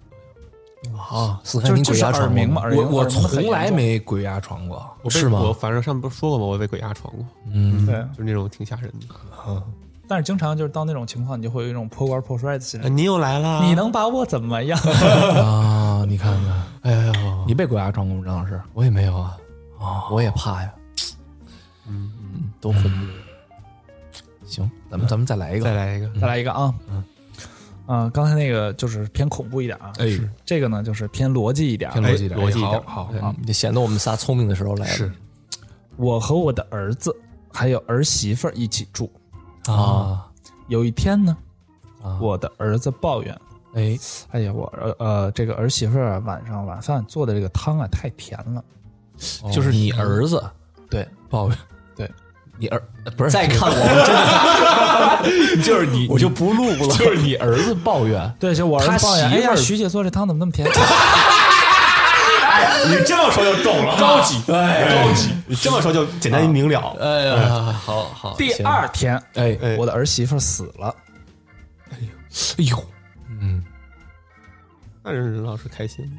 Speaker 2: 啊，死
Speaker 4: 就
Speaker 2: 看
Speaker 4: 是
Speaker 2: 你
Speaker 4: 就
Speaker 2: 鬼
Speaker 4: 是
Speaker 2: 压
Speaker 4: 耳
Speaker 2: 床
Speaker 4: 鸣
Speaker 2: 吗？
Speaker 4: 嘛，耳
Speaker 1: 我
Speaker 4: 鸣
Speaker 1: 我
Speaker 4: 耳鸣很
Speaker 1: 从
Speaker 4: 严
Speaker 1: 来
Speaker 4: 重
Speaker 1: 没鬼压床过，
Speaker 3: 我被
Speaker 2: 是吗
Speaker 3: 我反正上面不是说过吗？我被鬼压床过，
Speaker 2: 嗯，
Speaker 4: 对，
Speaker 3: 就是那种挺吓人的。
Speaker 4: 但是经常就是到那种情况，你就会有一种破罐破摔的心
Speaker 1: 哎
Speaker 3: 啊
Speaker 4: 理。
Speaker 3: 你又来了，
Speaker 4: 你能把我怎么
Speaker 1: [LAUGHS]
Speaker 4: 样？
Speaker 2: 啊，你看看，哎呦，
Speaker 1: 你被鬼压床过吗？张老师，哦
Speaker 2: 我也没有啊，啊，我也怕呀，嗯，多恐怖！
Speaker 1: 行，咱们咱们再来一个，
Speaker 3: 再来一个，
Speaker 4: 再来一个啊，嗯，呃，刚才那个就是偏恐怖一点啊，
Speaker 1: 哎
Speaker 4: 是这个呢就是偏逻辑一点啊。
Speaker 1: 偏逻辑一点，
Speaker 3: 哎逻辑一
Speaker 1: 好
Speaker 3: 点
Speaker 1: 好，
Speaker 2: 啊，就显得我们仨聪明的时候来了。
Speaker 3: 是
Speaker 4: 我和我的儿子还有儿媳妇儿一起住。
Speaker 2: 啊，
Speaker 4: 有一天呢，
Speaker 2: 啊
Speaker 4: 我的儿子抱怨
Speaker 1: 哎，：“
Speaker 4: 哎呀，我儿呃这个儿媳妇儿啊晚上晚饭做的这个汤啊太甜了。
Speaker 1: 就是你儿子”
Speaker 4: 对，
Speaker 1: 哦抱怨，
Speaker 4: 对，
Speaker 1: 你儿呃不是
Speaker 2: 再看我，
Speaker 1: [LAUGHS] 就是你，
Speaker 2: 我就不录了。
Speaker 1: 就是你儿子抱怨，
Speaker 4: 对，就我儿子抱怨：“
Speaker 1: 他媳
Speaker 4: 哎
Speaker 1: 妇儿
Speaker 4: 呀，徐姐做这汤怎么那么甜？”
Speaker 3: 你这么说就懂了，高级，高级，你这么说就简单明了。
Speaker 1: 哎呀，好好，
Speaker 4: 第二天，
Speaker 1: 哎
Speaker 3: 哎
Speaker 4: 啊我的儿媳妇儿死了。
Speaker 1: 哎呦，
Speaker 3: 那任老师开心，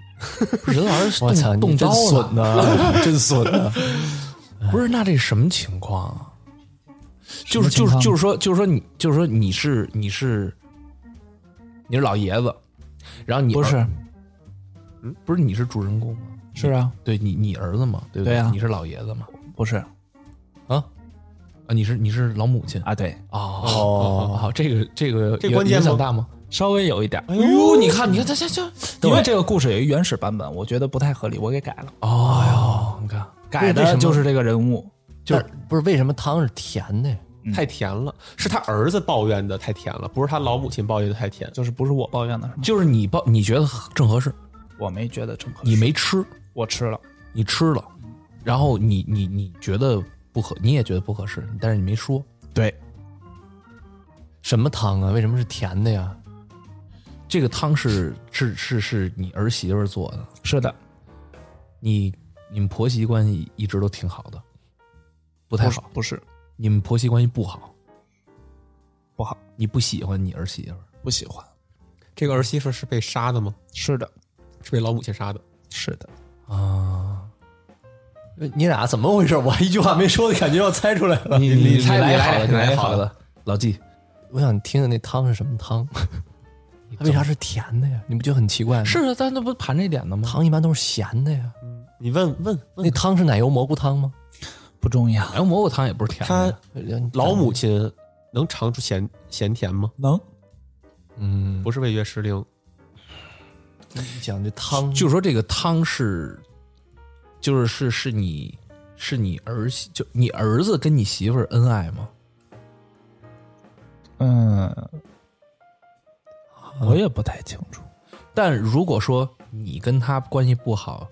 Speaker 1: 人老师
Speaker 2: 我操，
Speaker 1: 动
Speaker 2: 你
Speaker 1: 动
Speaker 2: 真
Speaker 1: 刀啊哎
Speaker 2: 损
Speaker 1: 了，
Speaker 2: 呐，真损呐！
Speaker 1: 不是？那这什么情况啊？就是
Speaker 4: 什么
Speaker 1: 就是
Speaker 4: 情况
Speaker 1: 就是说就是说你就是说你是你是你是老爷子，然后你
Speaker 4: 不
Speaker 1: 儿
Speaker 4: 是
Speaker 1: 不是你是主人公吗？
Speaker 4: 是啊，
Speaker 1: 对你你儿子嘛，对不
Speaker 4: 对啊
Speaker 1: 你是老爷子嘛，
Speaker 4: 不是
Speaker 1: 啊啊，你是你是老母亲啊
Speaker 4: 啊，对，
Speaker 1: 哦
Speaker 2: 哦，
Speaker 1: 好，这个这个
Speaker 3: 这
Speaker 1: 影
Speaker 3: 关键
Speaker 1: 影响
Speaker 3: 吗
Speaker 1: 大吗？
Speaker 4: 稍微有一点儿。
Speaker 1: 哎呦，你看你看这这这，
Speaker 4: 因为这个故事有一原始版本，我觉得不太合理，我给改了。
Speaker 1: 哦哟，你看
Speaker 4: 改
Speaker 2: 为什
Speaker 4: 的
Speaker 2: 么
Speaker 4: 就是这个人物，
Speaker 2: 就是不是为什么汤是甜的？
Speaker 3: 太甜了，是他儿子抱怨的太甜了，不是他老母亲抱怨的太甜。
Speaker 4: 就是不是我抱怨的，是吗？
Speaker 1: 就是你抱你觉得正合适，
Speaker 4: 我没觉得正合适。
Speaker 1: 你没吃，
Speaker 4: 我吃了，
Speaker 1: 你吃了，然后你你你觉得不合，你也觉得不合适，但是你没说，
Speaker 4: 对，
Speaker 2: 什么汤啊？为什么是甜的呀？
Speaker 1: 这个汤是是是是你儿媳妇儿做的，
Speaker 4: 是的，
Speaker 1: 你你们婆媳关系一直都挺好的，不
Speaker 4: 不
Speaker 1: 太
Speaker 4: 是
Speaker 1: 好，
Speaker 4: 不是
Speaker 1: 你们婆媳关系不好，
Speaker 4: 不好，
Speaker 1: 你不喜欢你儿媳妇儿，
Speaker 4: 不喜欢。
Speaker 3: 这个儿媳妇是被杀的吗？
Speaker 4: 是的，
Speaker 3: 是被老母亲杀的？
Speaker 4: 是的，
Speaker 1: 啊，
Speaker 2: 呃你俩怎么回事？我还一句话没说，感觉要猜出来
Speaker 4: [LAUGHS]
Speaker 2: 了。
Speaker 1: 你
Speaker 3: 你
Speaker 1: 猜
Speaker 3: 你来
Speaker 1: 好
Speaker 3: 好
Speaker 1: 的，
Speaker 3: 的
Speaker 1: 你来
Speaker 3: 你来
Speaker 1: 好
Speaker 3: 好
Speaker 1: 的，老纪，
Speaker 2: 我想听听那汤是什么汤， [LAUGHS] 它为啥是甜的呀？你不觉得很奇怪吗？
Speaker 1: 是啊，但那不盘这点的吗？
Speaker 2: 汤一般都是咸的呀。
Speaker 3: 你问问
Speaker 2: 那
Speaker 3: 问
Speaker 2: 汤是奶油蘑菇汤吗？
Speaker 4: 不重要。
Speaker 1: 然后哎蘑菇汤也不是甜
Speaker 3: 他
Speaker 1: 的，
Speaker 3: 老母亲能尝出咸咸甜吗？
Speaker 4: 能，
Speaker 2: 嗯，
Speaker 3: 不是味觉失灵，
Speaker 2: 讲这汤
Speaker 1: 就是说这个汤是，就是是是你是你儿媳，就你儿子跟你媳妇儿恩爱吗？
Speaker 4: 嗯，我也不太清楚。
Speaker 1: 但如果说你跟他关系不好，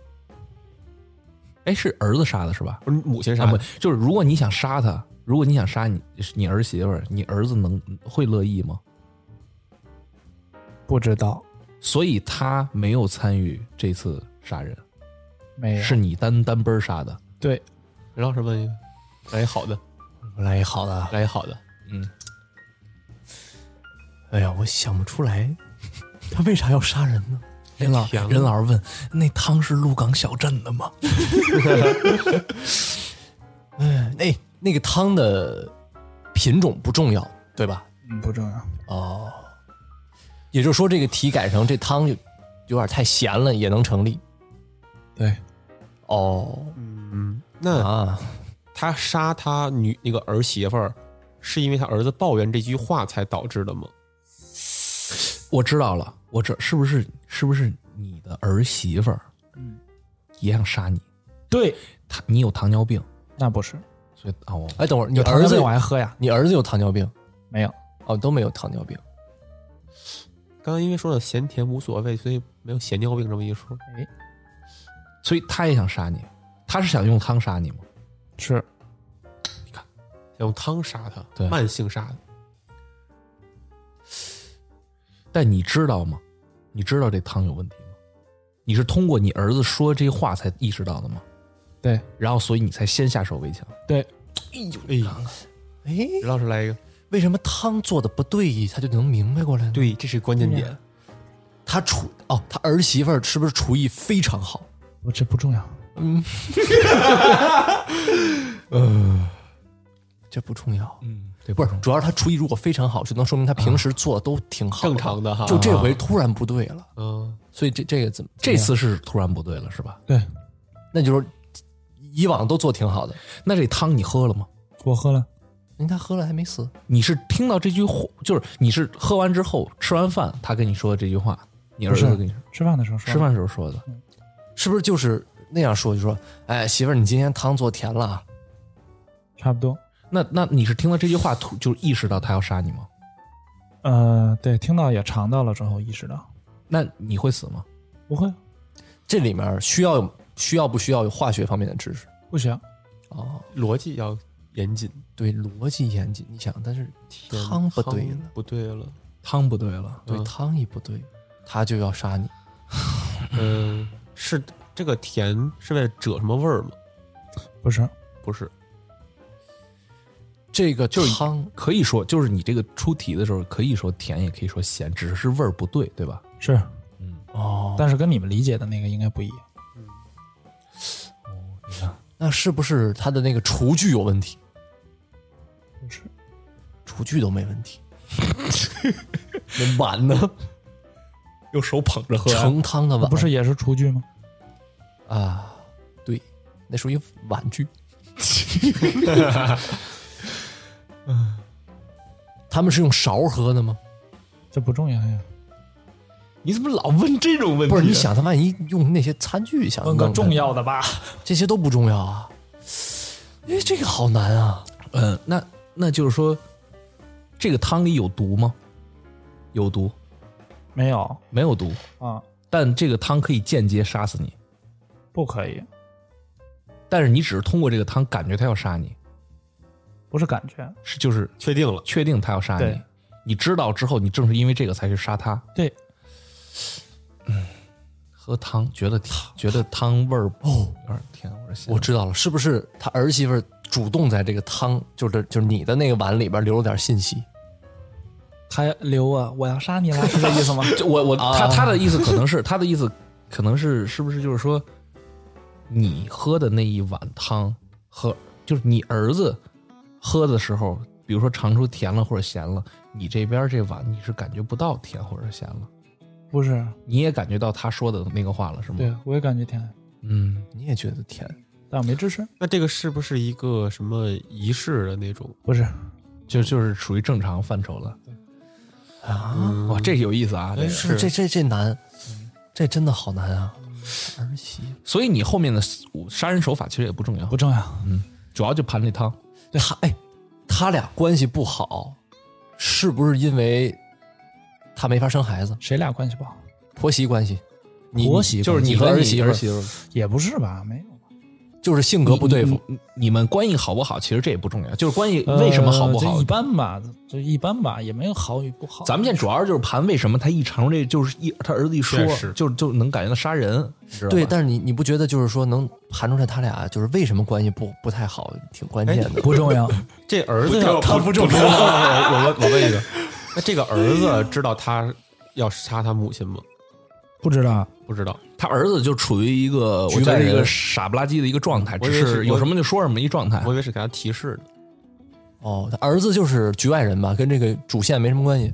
Speaker 1: 哎，是儿子杀的是吧？
Speaker 3: 不是母亲
Speaker 1: 啊，
Speaker 3: 杀
Speaker 1: 不
Speaker 3: 的。，
Speaker 1: 就是如果你想杀他，如果你想杀你你儿媳妇儿，你儿子能会乐意吗？
Speaker 4: 不知道，
Speaker 1: 所以他没有参与这次杀人，
Speaker 4: 没有
Speaker 1: 是你单单奔儿杀的。
Speaker 4: 对，
Speaker 3: 任老师问一个，来一好的，
Speaker 2: 我来一好的啊，
Speaker 3: 来一好的，
Speaker 1: 嗯，
Speaker 2: 哎呀，我想不出来，他为啥要杀人 [LAUGHS] 呢？任老
Speaker 3: 天啊
Speaker 2: 任老师问：“那汤是鹿港小镇的吗？” [LAUGHS] 嗯，那那个汤的品种不重要，对吧？
Speaker 4: 嗯，不重要。
Speaker 2: 哦，也就是说，这个题改成这汤有有点太咸了，也能成立。
Speaker 4: 对，
Speaker 2: 哦
Speaker 3: 嗯，那
Speaker 2: 啊，
Speaker 3: 他杀他女那个儿媳妇儿，是因为他儿子抱怨这句话才导致的吗？
Speaker 1: 我知道了，我这是不是是不是你的儿媳妇儿？
Speaker 4: 嗯，
Speaker 1: 也想杀你，
Speaker 4: 对，
Speaker 1: 她你有糖尿病，
Speaker 4: 那不是
Speaker 1: 所以啊我
Speaker 2: 哎，等会儿你
Speaker 4: 有糖尿
Speaker 2: 儿子
Speaker 4: 病我还喝呀？
Speaker 2: 你儿子有糖尿病？
Speaker 4: 没有，
Speaker 2: 哦，都没有糖尿病。
Speaker 3: 刚才因为说了咸甜无所谓，所以没有咸尿病这么一说。
Speaker 1: 所以她也想杀你，她是想用汤杀你吗？
Speaker 4: 是
Speaker 3: 想用汤杀他，
Speaker 1: 对
Speaker 3: 慢性杀他，
Speaker 1: 但你知道吗？你知道这汤有问题吗？你是通过你儿子说这话才意识到的吗？
Speaker 4: 对
Speaker 1: 然后所以你才先下手为强。
Speaker 4: 对，
Speaker 3: 哎呀，
Speaker 2: 哎，
Speaker 3: 任老师来一个，
Speaker 2: 为什么汤做的不对，他就能明白过来呢？
Speaker 3: 对，这是关键点。
Speaker 2: 他厨哦，他儿媳妇儿是不是厨艺非常好？
Speaker 4: 我这不重要。
Speaker 2: 这不重要，
Speaker 1: 嗯，对，
Speaker 2: 不是，主要是他厨艺如果非常好，就能说明他平时做的都挺好，
Speaker 3: 正常的哈啊
Speaker 2: 就这回突然不对了，
Speaker 3: 嗯，
Speaker 2: 所以这这个怎么哎
Speaker 1: 这次是突然不对了，是吧？
Speaker 4: 对
Speaker 2: 那就是以往都做挺好的，
Speaker 1: 那这汤你喝了吗？
Speaker 4: 我喝了，
Speaker 2: 人家喝了还没死，
Speaker 1: 你是听到这句话，就是你是喝完之后吃完饭，他跟你说这句话，你儿子
Speaker 4: 不是
Speaker 1: 跟你说
Speaker 4: 吃饭的时候说。
Speaker 1: 吃饭时候说的，
Speaker 2: 是不是就是那样说？就说哎媳妇儿，你今天汤做甜了啊，
Speaker 4: 差不多。
Speaker 1: 那那你是听到这句话突就意识到他要杀你吗？
Speaker 4: 呃，对，听到也尝到了之后意识到
Speaker 1: 那你会死吗？
Speaker 4: 不会，
Speaker 2: 这里面需要有需要不需要有化学方面的知识？
Speaker 4: 不行。
Speaker 2: 哦，
Speaker 3: 逻辑要严谨。
Speaker 2: 对，逻辑严谨，你想，但是
Speaker 3: 天
Speaker 2: 汤不对
Speaker 3: 汤
Speaker 2: 了，
Speaker 3: 不对了。
Speaker 1: 汤不对了，
Speaker 2: 对
Speaker 3: 嗯
Speaker 2: 汤一不对，他就要杀你。
Speaker 3: 嗯，是这个甜是为了遮什么味儿吗？
Speaker 4: 不是，
Speaker 3: 不是，
Speaker 2: 这个
Speaker 1: 就是
Speaker 2: 汤
Speaker 1: 可以说就是你这个出题的时候可以说甜，也可以说咸，只是味儿不对，对吧？
Speaker 4: 是，
Speaker 2: 哦，
Speaker 4: 但是跟你们理解的那个应该不一样。
Speaker 2: 那是不是他的那个厨具有问题？
Speaker 4: 不是，
Speaker 2: 厨具都没问
Speaker 4: [LAUGHS]
Speaker 2: 题，那碗呢？
Speaker 3: 用手捧着喝
Speaker 2: 盛汤的碗
Speaker 4: 不是也是厨具吗？
Speaker 2: 啊？对，那属于碗
Speaker 4: [LAUGHS]
Speaker 2: 具。他们是用勺喝的吗？
Speaker 4: 这不重要呀。
Speaker 3: 你怎么老问这种问题？啊
Speaker 2: 不是，你，想他万一用那些餐具想
Speaker 4: 问个
Speaker 2: 弄
Speaker 4: 重，要的吧。
Speaker 2: 这些都不重要啊。哎，这个好难啊！
Speaker 1: 嗯，那那就是说，这个汤里有毒吗？有毒，
Speaker 4: 没有
Speaker 1: 没有毒，
Speaker 4: 啊，
Speaker 1: 但这个汤可以间接杀死你，
Speaker 4: 不可以，
Speaker 1: 但是你只是通过这个汤感觉他要杀你，
Speaker 4: 不是感觉。
Speaker 1: 是就是
Speaker 3: 确定了，
Speaker 1: 确定他要杀你
Speaker 4: 对，
Speaker 1: 你知道之后，你正是因为这个才去杀他。
Speaker 4: 对，
Speaker 1: 喝汤觉得觉得汤味儿哦，有点甜，有点咸。
Speaker 2: 我知道了，是不是他儿媳妇儿主动在这个汤，就是就是你的那个碗里边留了点信息？
Speaker 4: 还刘啊，我要杀你了，是 [LAUGHS] 这意思吗？
Speaker 1: 就我我他他的意思可能是他的意思可能是是不是就是说，你喝的那一碗汤和就是你儿子喝的时候，比如说尝出甜了或者咸了，你这边这碗你是感觉不到甜或者咸了，
Speaker 4: 不是，
Speaker 1: 你也感觉到他说的那个话了是吗？
Speaker 4: 对，啊我也感觉甜，
Speaker 1: 嗯，
Speaker 2: 你也觉得甜？
Speaker 4: 但我没吱声。
Speaker 3: 那这个是不是一个什么仪式的那种？
Speaker 4: 不是，
Speaker 1: 就就是属于正常范畴了。啊，哇，这个有意思啊！这个
Speaker 2: 哎是这这这难，这真的好难啊！儿媳
Speaker 1: 所以你后面的杀人手法其实也不重要
Speaker 4: 不，重要。
Speaker 1: 主要就盘这汤。
Speaker 2: 他哎，他俩关系不好，是不是因为他没法生孩子？
Speaker 4: 谁俩关系不好？
Speaker 2: 婆媳关系，你
Speaker 4: 婆媳
Speaker 2: 就是
Speaker 4: 关系
Speaker 2: 你和
Speaker 1: 和
Speaker 2: 儿
Speaker 1: 你
Speaker 2: 媳妇
Speaker 1: 儿
Speaker 2: 儿
Speaker 1: 媳妇儿
Speaker 4: 也不是吧？没有吧，
Speaker 2: 就是性格不对付
Speaker 1: 你。你你们关系好不好，其实这也不重要，就是关系为什么好不
Speaker 4: 呃
Speaker 1: 好
Speaker 4: 就一。般吧，就一般吧，也没有好与不好。
Speaker 1: 咱们现在主要就是盘为什么他一传出这就是一他儿子一说
Speaker 3: 确实
Speaker 1: 就就能感觉到杀人，你知道吧
Speaker 2: 对，但是你你不觉得就是说能盘出来他俩就是为什么关系不不太好，挺关键的。
Speaker 4: 不重要，
Speaker 3: 这儿子要
Speaker 2: 他不重要
Speaker 3: 我我我问一个，那这个儿子知道他要杀他母亲吗？
Speaker 4: [LAUGHS] 不知道。
Speaker 3: 不知道，
Speaker 1: 他儿子就处于一个我觉
Speaker 2: 局外
Speaker 1: 得
Speaker 2: 人
Speaker 1: 一个傻不拉几的一个状态，
Speaker 3: 我
Speaker 1: 只
Speaker 3: 以为是
Speaker 1: 是有什么就说什么一
Speaker 2: 哎
Speaker 1: 状态
Speaker 3: 我。以为是给他提示呢。
Speaker 2: 哦，他儿子就是局外人吧，跟这个主线没什么关系。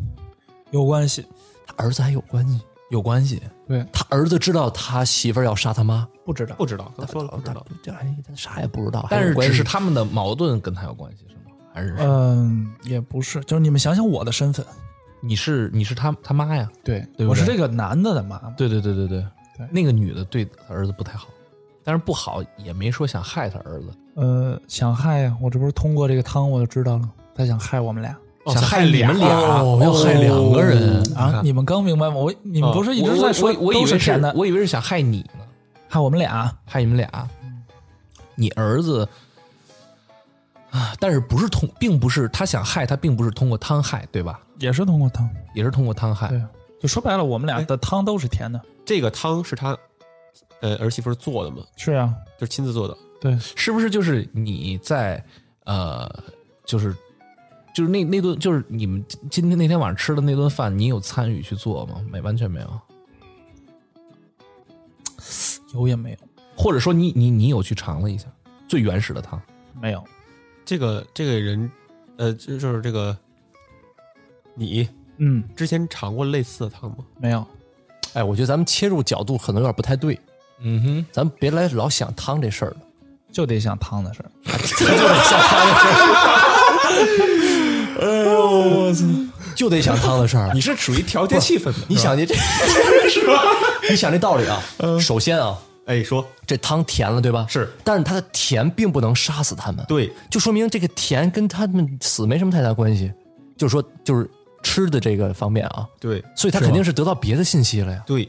Speaker 4: 有关系，
Speaker 2: 他儿子还有关系，
Speaker 1: 有关系，
Speaker 2: 他儿子知道他媳妇儿要杀他妈，
Speaker 4: 不知道。
Speaker 3: 不知道，他说了不知道。
Speaker 2: 这哎他啥也不知道，
Speaker 1: 但
Speaker 2: 还有
Speaker 1: 是
Speaker 2: 关
Speaker 1: 只
Speaker 2: 系
Speaker 1: 是他们的矛盾跟他有关系，是吗？还是
Speaker 4: 嗯，也不是，就是你们想想我的身份，
Speaker 1: 你是你是他他妈呀？
Speaker 4: 对
Speaker 1: 对不对
Speaker 4: 我是这个男的的妈妈，
Speaker 1: 对对对对对
Speaker 4: 对
Speaker 1: 那个女的对他儿子不太好，但是不好也没说想害他儿子，
Speaker 4: 呃，想害呀，我这不是通过这个汤我就知道了，他想害我们俩
Speaker 1: 想害你们俩，
Speaker 2: 哦，
Speaker 1: 哦
Speaker 2: 要害两个人，
Speaker 4: 啊！你们刚明白吗？哦我你们不是一直在说
Speaker 1: 我我我以
Speaker 4: 都
Speaker 1: 为
Speaker 4: 是甜的，
Speaker 1: 我以为是想害你呢，
Speaker 4: 害我们俩，
Speaker 1: 害你们俩，你儿子啊，但是不是通，并不是他想害他，并不是通过汤害，对吧？
Speaker 4: 也是通过汤，
Speaker 1: 也是通过汤害
Speaker 4: 对，哎就说白了，我们俩的汤都是甜的，
Speaker 3: 这个汤是他呃儿媳妇儿做的吗？
Speaker 4: 是啊，
Speaker 3: 就是亲自做的。
Speaker 4: 对，
Speaker 1: 是不是？就是你在呃，就是就是那那顿，就是你们今今天那天晚上吃的那顿饭，你有参与去做吗？没，完全没有。
Speaker 4: 有也没有，
Speaker 1: 或者说你你你有去尝了一下最原始的汤？
Speaker 4: 没有，
Speaker 3: 这个这个人，呃，就就是这个你
Speaker 4: 嗯，
Speaker 3: 之前尝过类似的汤吗？
Speaker 4: 没有，
Speaker 2: 哎，我觉得咱们切入角度可能有点不太对，
Speaker 1: 嗯哼，
Speaker 2: 咱别来老想汤这事儿了。 [LAUGHS]
Speaker 4: 就得想汤的事儿。
Speaker 2: [LAUGHS] 哎就得想汤的事儿。
Speaker 3: 你是属于调节气氛的。
Speaker 2: 你
Speaker 3: [LAUGHS]
Speaker 2: 想这这是吧？ [LAUGHS] 你想这道理啊，首先啊，
Speaker 3: 嗯哎，说
Speaker 2: 这汤甜了，对吧？
Speaker 3: 是，
Speaker 2: 但是它的甜并不能杀死他们，，
Speaker 3: 对，
Speaker 2: 就说明这个甜跟他们死没什么太大关系，就是说就是吃的这个方面啊，
Speaker 3: 对，
Speaker 2: 所以他
Speaker 1: 是吗
Speaker 2: 肯定是得到别的信息了呀，
Speaker 3: 对，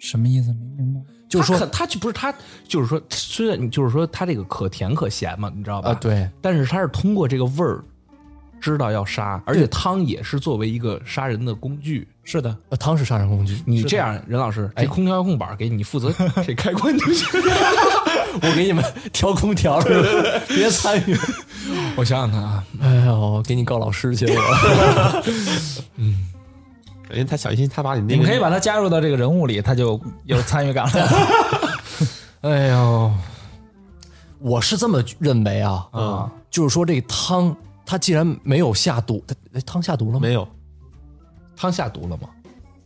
Speaker 4: 什么意思？没明白。
Speaker 2: 就是说
Speaker 1: 他可他就不是他，就是说虽然就是说他这个可甜可咸嘛，你知道吧？
Speaker 2: 啊，。对，
Speaker 1: 但是他是通过这个味儿知道要杀，而且汤也是作为一个杀人的哎工具。
Speaker 4: 是的，
Speaker 2: 呃汤是杀人工具，
Speaker 1: 你这样，任老师，这空调遥控板给你，你负 [LAUGHS] 责这开关就行。
Speaker 2: 我给你们调空调是吧？别参 [LAUGHS] 与。
Speaker 1: [LAUGHS] 我想想看啊，
Speaker 2: 哎呦，给你告老师去了。
Speaker 3: 因为他小心他把你那
Speaker 4: 你
Speaker 3: 个，
Speaker 4: 们可以把他加入到这个人物里，他就有参与感 [LAUGHS] 了。
Speaker 2: 哎呦，我是这么认为啊，
Speaker 3: 嗯，
Speaker 2: 就是说这个汤，它既然没有下毒，它哎汤下毒了吗？
Speaker 3: 没有，
Speaker 1: 汤下毒了吗？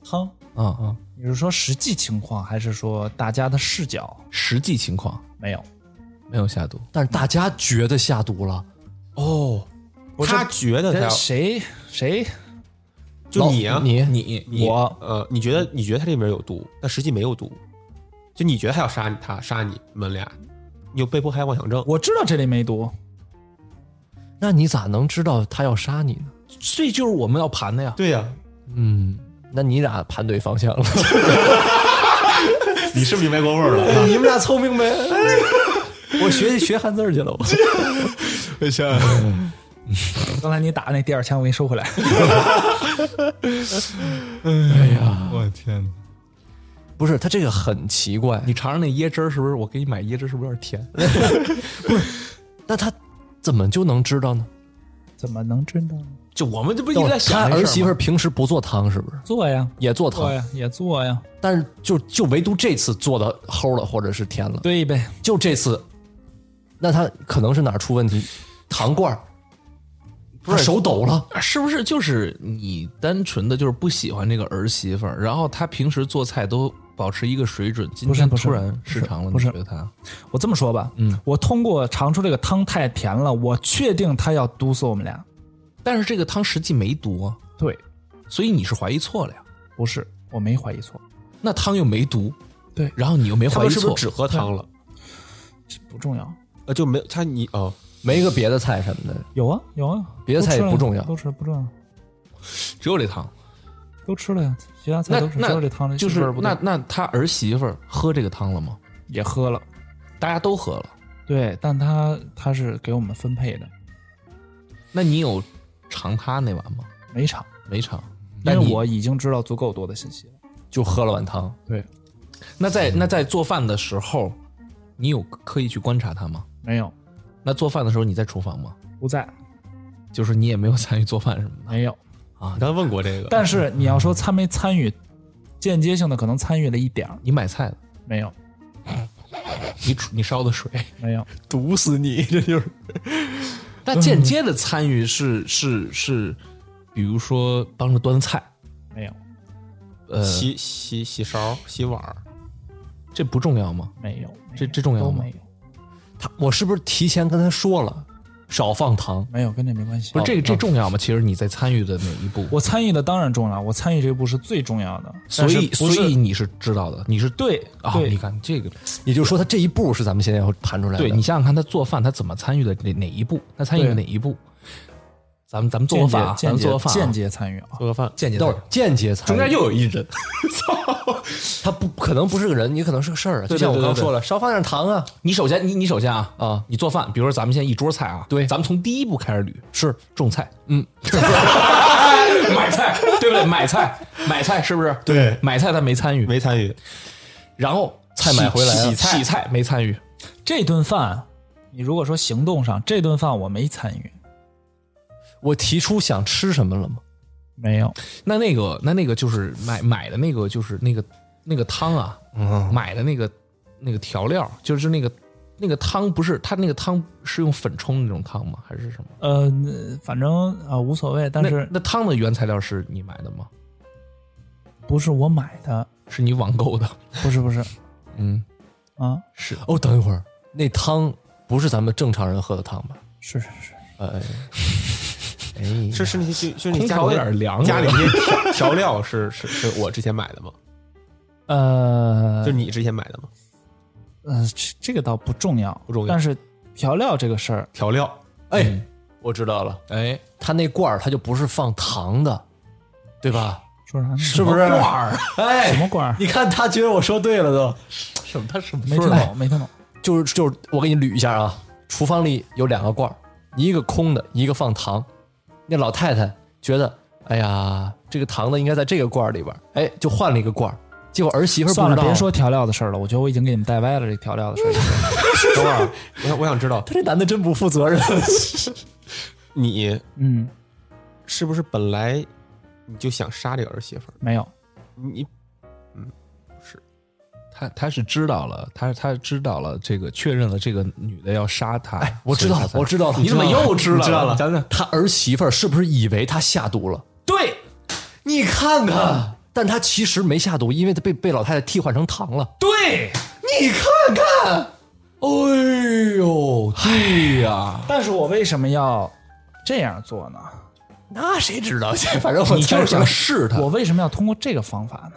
Speaker 4: 汤，
Speaker 1: 啊啊！
Speaker 4: 你是说实际情况，还是说大家的视角？
Speaker 1: 实际情况
Speaker 4: 没有，
Speaker 1: 没有下毒，
Speaker 2: 但是大家觉得下毒了，
Speaker 3: 哦，他觉得他
Speaker 4: 谁谁
Speaker 3: 就你啊，
Speaker 2: 老你
Speaker 1: 你
Speaker 3: 你
Speaker 4: 我
Speaker 3: 呃，你觉得你觉得他这边有毒，但实际没有毒，就你觉得他要杀你，他杀你们俩，你有被迫害妄想症，
Speaker 4: 我知道这里没毒，
Speaker 2: 那你咋能知道他要杀你呢？
Speaker 1: 这就是我们要盘的呀。
Speaker 3: 对呀、
Speaker 2: 嗯，那你俩盘对方 [LAUGHS] 向了。
Speaker 3: 你是明白过味儿 [LAUGHS] 了。
Speaker 2: 你们俩聪明呗。 [LAUGHS] 我学学汉字儿去了，我
Speaker 4: 刚才你打那第二枪，我给你收回来。
Speaker 5: 我天哪！
Speaker 2: 不是他这个很奇怪，
Speaker 1: 你尝尝那椰汁儿是不是？我给你买椰汁儿是不是有点甜？
Speaker 2: 那他怎么就能知道呢？
Speaker 4: [LAUGHS] 怎么能知道呢？
Speaker 1: 就我们这不一
Speaker 2: 但
Speaker 1: 直
Speaker 2: 我
Speaker 1: 在想
Speaker 2: 他
Speaker 1: 这
Speaker 2: 儿
Speaker 1: 事
Speaker 2: 媳
Speaker 1: 吗
Speaker 2: 妇儿平时不做汤是不是？
Speaker 4: 做呀，
Speaker 2: 也做
Speaker 4: 做
Speaker 2: 汤，
Speaker 4: 呀，也做呀，
Speaker 2: 但是就就唯独这次做的齁了，或者是甜了，
Speaker 4: 对呗。
Speaker 2: 就这次，那他可能是哪儿出问题？糖罐儿，不是手抖了，
Speaker 1: 是不是就是你单纯的就是不喜欢这个儿媳妇儿，然后她平时做菜都保持一个水准，今
Speaker 4: 不是
Speaker 1: 天
Speaker 4: 不是
Speaker 1: 突然失常了，
Speaker 4: 不是
Speaker 1: 你觉得她？
Speaker 4: 我这么说吧，
Speaker 1: 嗯，
Speaker 4: 我通过尝出这个汤太甜了，我确定他要毒死我们俩。
Speaker 1: 但是这个汤实际没毒啊，
Speaker 4: 对，
Speaker 1: 所以你是怀疑错了呀。
Speaker 4: 不是，我没怀疑错，
Speaker 1: 那汤又没毒，
Speaker 4: 对
Speaker 1: 然后你又没
Speaker 3: 他
Speaker 1: 怀疑
Speaker 3: 们是不
Speaker 1: 错
Speaker 3: 是，只喝汤了？
Speaker 4: 这不重要。
Speaker 3: 呃，就没有他你哦，
Speaker 2: 没个别的菜什么的。
Speaker 4: 有啊有啊，
Speaker 2: 别的菜也不
Speaker 4: 都吃了呀
Speaker 2: 重要
Speaker 4: 都吃了不重要，
Speaker 1: 只有这汤。
Speaker 4: 都吃了呀，其他菜
Speaker 1: 那
Speaker 4: 都吃，只有
Speaker 1: 那
Speaker 4: 这汤这
Speaker 1: 就
Speaker 4: 气味
Speaker 1: 是
Speaker 4: 儿不对
Speaker 1: 那那她儿媳妇儿喝这个汤了吗？
Speaker 4: 也喝了，
Speaker 1: 大家都喝了，
Speaker 4: 对，但它它是给我们分配的，
Speaker 1: 那你有尝他那碗吗？
Speaker 4: 没场，
Speaker 1: 没尝。
Speaker 4: 因
Speaker 1: 但
Speaker 4: 为
Speaker 1: 你
Speaker 4: 我已经知道足够多的信息了。
Speaker 2: 就喝了碗汤。
Speaker 1: 那在那在做饭的时候，你有刻意去观察他吗？
Speaker 4: 没有，
Speaker 1: 那做饭的时候你在厨房吗？
Speaker 4: 不在，
Speaker 1: 就是你也没有参与做饭什么的
Speaker 4: 没有。
Speaker 3: 你刚才问过这个，
Speaker 4: 但是你要说参没参与，间接性的可能参与了一点儿，
Speaker 1: 你买菜了，
Speaker 4: 没有，
Speaker 1: 你煮你烧的水，
Speaker 4: 没有，
Speaker 3: 毒死你， [LAUGHS] 这就是
Speaker 1: 那间接的参与是是是，比如说帮着端菜，
Speaker 4: 没有，
Speaker 1: 呃，
Speaker 3: 洗洗洗勺、洗碗儿，
Speaker 1: 这不重要吗？
Speaker 4: 没有，
Speaker 1: 这这重要
Speaker 4: 都
Speaker 1: 吗
Speaker 4: 没有，
Speaker 2: 他我是不是提前跟他说了少放糖？
Speaker 4: 没有，跟这没关系。
Speaker 1: 不是这这重要吗？其实你在参与的哪一步，
Speaker 4: 哦我参与的当然重要，我参与这步是最重要的。
Speaker 1: 所
Speaker 4: 但是
Speaker 1: 以
Speaker 4: 不
Speaker 1: 所
Speaker 4: 是
Speaker 1: 以你是知道的，你是
Speaker 4: 对
Speaker 1: 啊，
Speaker 4: 对
Speaker 1: 你看这个，
Speaker 2: 也就是说，他这一步是咱们现在要盘出来的。
Speaker 1: 对你想想看，他做饭他怎么参与的哪哪一步？他参与的
Speaker 4: 对
Speaker 1: 哪一步？咱们咱们做
Speaker 4: 间
Speaker 1: 个
Speaker 4: 接
Speaker 1: 饭啊，咱
Speaker 4: 间
Speaker 1: 们做
Speaker 4: 接
Speaker 1: 个饭啊，
Speaker 4: 间接参与啊，
Speaker 3: 做个饭，
Speaker 1: 间接
Speaker 2: 都
Speaker 1: 的
Speaker 2: 是间接参与，
Speaker 1: 有一人，
Speaker 2: 他不可能不是个人，也可能是个事儿啊。就像我
Speaker 1: 对对
Speaker 2: 刚
Speaker 1: 对
Speaker 2: 说了，少放点糖啊。
Speaker 1: 你首先，你你首先啊
Speaker 2: 啊
Speaker 1: 你做饭，比如说咱们现在一桌菜啊，
Speaker 2: 对
Speaker 1: 咱们从第一步开始捋，
Speaker 2: 是
Speaker 1: 种菜，嗯， [LAUGHS] 买菜，对不对？买菜，买菜是不是？
Speaker 3: 对
Speaker 1: 买菜他没参与，
Speaker 3: 没参与，
Speaker 1: 然后
Speaker 2: 菜买回来了
Speaker 1: 洗菜，洗菜没参与，
Speaker 4: 这顿饭，你如果说行动上，这顿饭我没参与，
Speaker 2: 我提出想吃什么了吗？
Speaker 4: 没有，
Speaker 1: 那那个那那个就是买买的那个就是那个那个汤啊，买的那个那个调料就是那个那个汤不是它那个汤是用粉冲的那种汤吗？还是什么？
Speaker 4: 呃，反正啊、呃无所谓，但是
Speaker 1: 那那汤的原材料是你买的吗？
Speaker 4: 不是我买的，
Speaker 1: 是你网购的？
Speaker 4: 不是不是
Speaker 1: [LAUGHS] 嗯，
Speaker 4: 啊，
Speaker 1: 是
Speaker 2: 哦，等一会儿，那汤不是咱们正常人喝的汤吧？
Speaker 4: 是是是，
Speaker 1: [LAUGHS]
Speaker 2: 哎，哎，
Speaker 3: 是是那些就就
Speaker 1: 空
Speaker 3: 你家里
Speaker 1: 调有
Speaker 3: 那
Speaker 1: 点凉啊，
Speaker 3: 家里那些调调料是是是我之前买的 [LAUGHS] 吗？
Speaker 4: 呃，
Speaker 3: 就你之前买的吗？
Speaker 4: 呃，这这个倒不重要，
Speaker 3: 不重要
Speaker 4: 但是调料这个事儿，
Speaker 3: 调料
Speaker 2: 哎，我知道了，
Speaker 1: [LAUGHS] 哎，
Speaker 2: 他那罐儿他就不是放糖的，对吧？
Speaker 4: 说啥呢？
Speaker 2: 是不是？罐儿，
Speaker 4: 什
Speaker 2: 哎，
Speaker 4: 么官儿？
Speaker 1: [LAUGHS]
Speaker 2: 你看他觉得我说对了都。
Speaker 1: 什么？他什么
Speaker 4: 没听懂，没听懂。
Speaker 2: 就是就是，我给你捋一下啊，厨房里有两个罐儿，一个空的，一个放糖。那老太太觉得，哎呀，这个糖的应该在这个罐儿里边儿，哎，就换了一个罐儿。结果儿媳妇儿
Speaker 4: 算
Speaker 2: 不
Speaker 4: 了，
Speaker 2: 知道，
Speaker 4: 别说调料的事儿了，我觉得我已经给你们带歪了这调料的事儿。
Speaker 3: 等会儿，我想我想知道
Speaker 2: 他这男的真不负责任。
Speaker 3: 你
Speaker 4: 嗯，
Speaker 3: 是不是本来你就想杀这个儿媳妇儿？
Speaker 4: 没有，
Speaker 3: 你
Speaker 1: 他他是知道了，他他知道了这个，确认了这个女的要杀他。
Speaker 2: 我知道了，
Speaker 1: 所以
Speaker 2: 我知道了，
Speaker 1: 你怎么又知道了
Speaker 2: 你
Speaker 1: 你讲讲
Speaker 2: 他儿媳妇儿是不是以为他下毒了？对，你看看，但他其实没下毒，因为他被被老太太替换成糖了。
Speaker 1: 他对，
Speaker 2: 你看看，哎呦，
Speaker 1: 哎呀，
Speaker 4: 但是我为什么要这样做
Speaker 2: [LAUGHS]
Speaker 4: 呢？
Speaker 2: 那谁知道去？ [LAUGHS] 反正我
Speaker 1: 你就是
Speaker 2: 猜
Speaker 1: 想试他，
Speaker 4: 我为什么要通过这个方法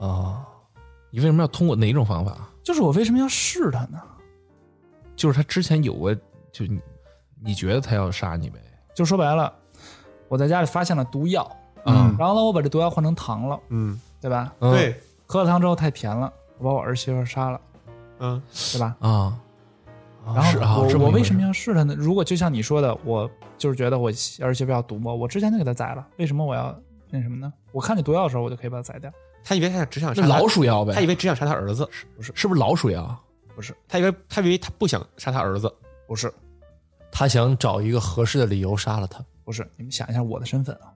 Speaker 4: 呢？
Speaker 2: 啊。
Speaker 1: 你为什么要通过哪种方法？
Speaker 4: 就是我为什么要试他呢？
Speaker 1: 就是他之前有过，就你你觉得他要杀你呗？
Speaker 4: 就说白了，我在家里发现了毒药，
Speaker 5: 嗯
Speaker 4: 然后呢，我把这毒药换成糖了，
Speaker 3: 嗯，
Speaker 4: 对吧？
Speaker 2: 嗯
Speaker 3: 对，
Speaker 4: 喝了糖之后太甜了，我把我儿媳妇杀了，
Speaker 3: 嗯，
Speaker 4: 对吧？
Speaker 1: 啊，
Speaker 4: 然后
Speaker 1: 是啊
Speaker 4: 我
Speaker 1: 这么
Speaker 4: 我
Speaker 1: 一回
Speaker 4: 为
Speaker 1: 事
Speaker 4: 什么要试他呢？如果就像你说的，我就是觉得我儿媳妇要毒我，我之前就给她宰了，为什么我要那什么呢？我看见毒药的时候，我就可以把她宰掉。
Speaker 3: 他以为他只想杀
Speaker 1: 那
Speaker 3: 他
Speaker 1: 老，鼠药呗？
Speaker 3: 他以为只想杀他儿子，
Speaker 1: 是不是老鼠药？
Speaker 3: 他以为他以为他不想杀他儿子，
Speaker 4: 不是，
Speaker 2: 他想找一个合适的理由杀了他。
Speaker 4: 不是，你们想一下我的身份啊，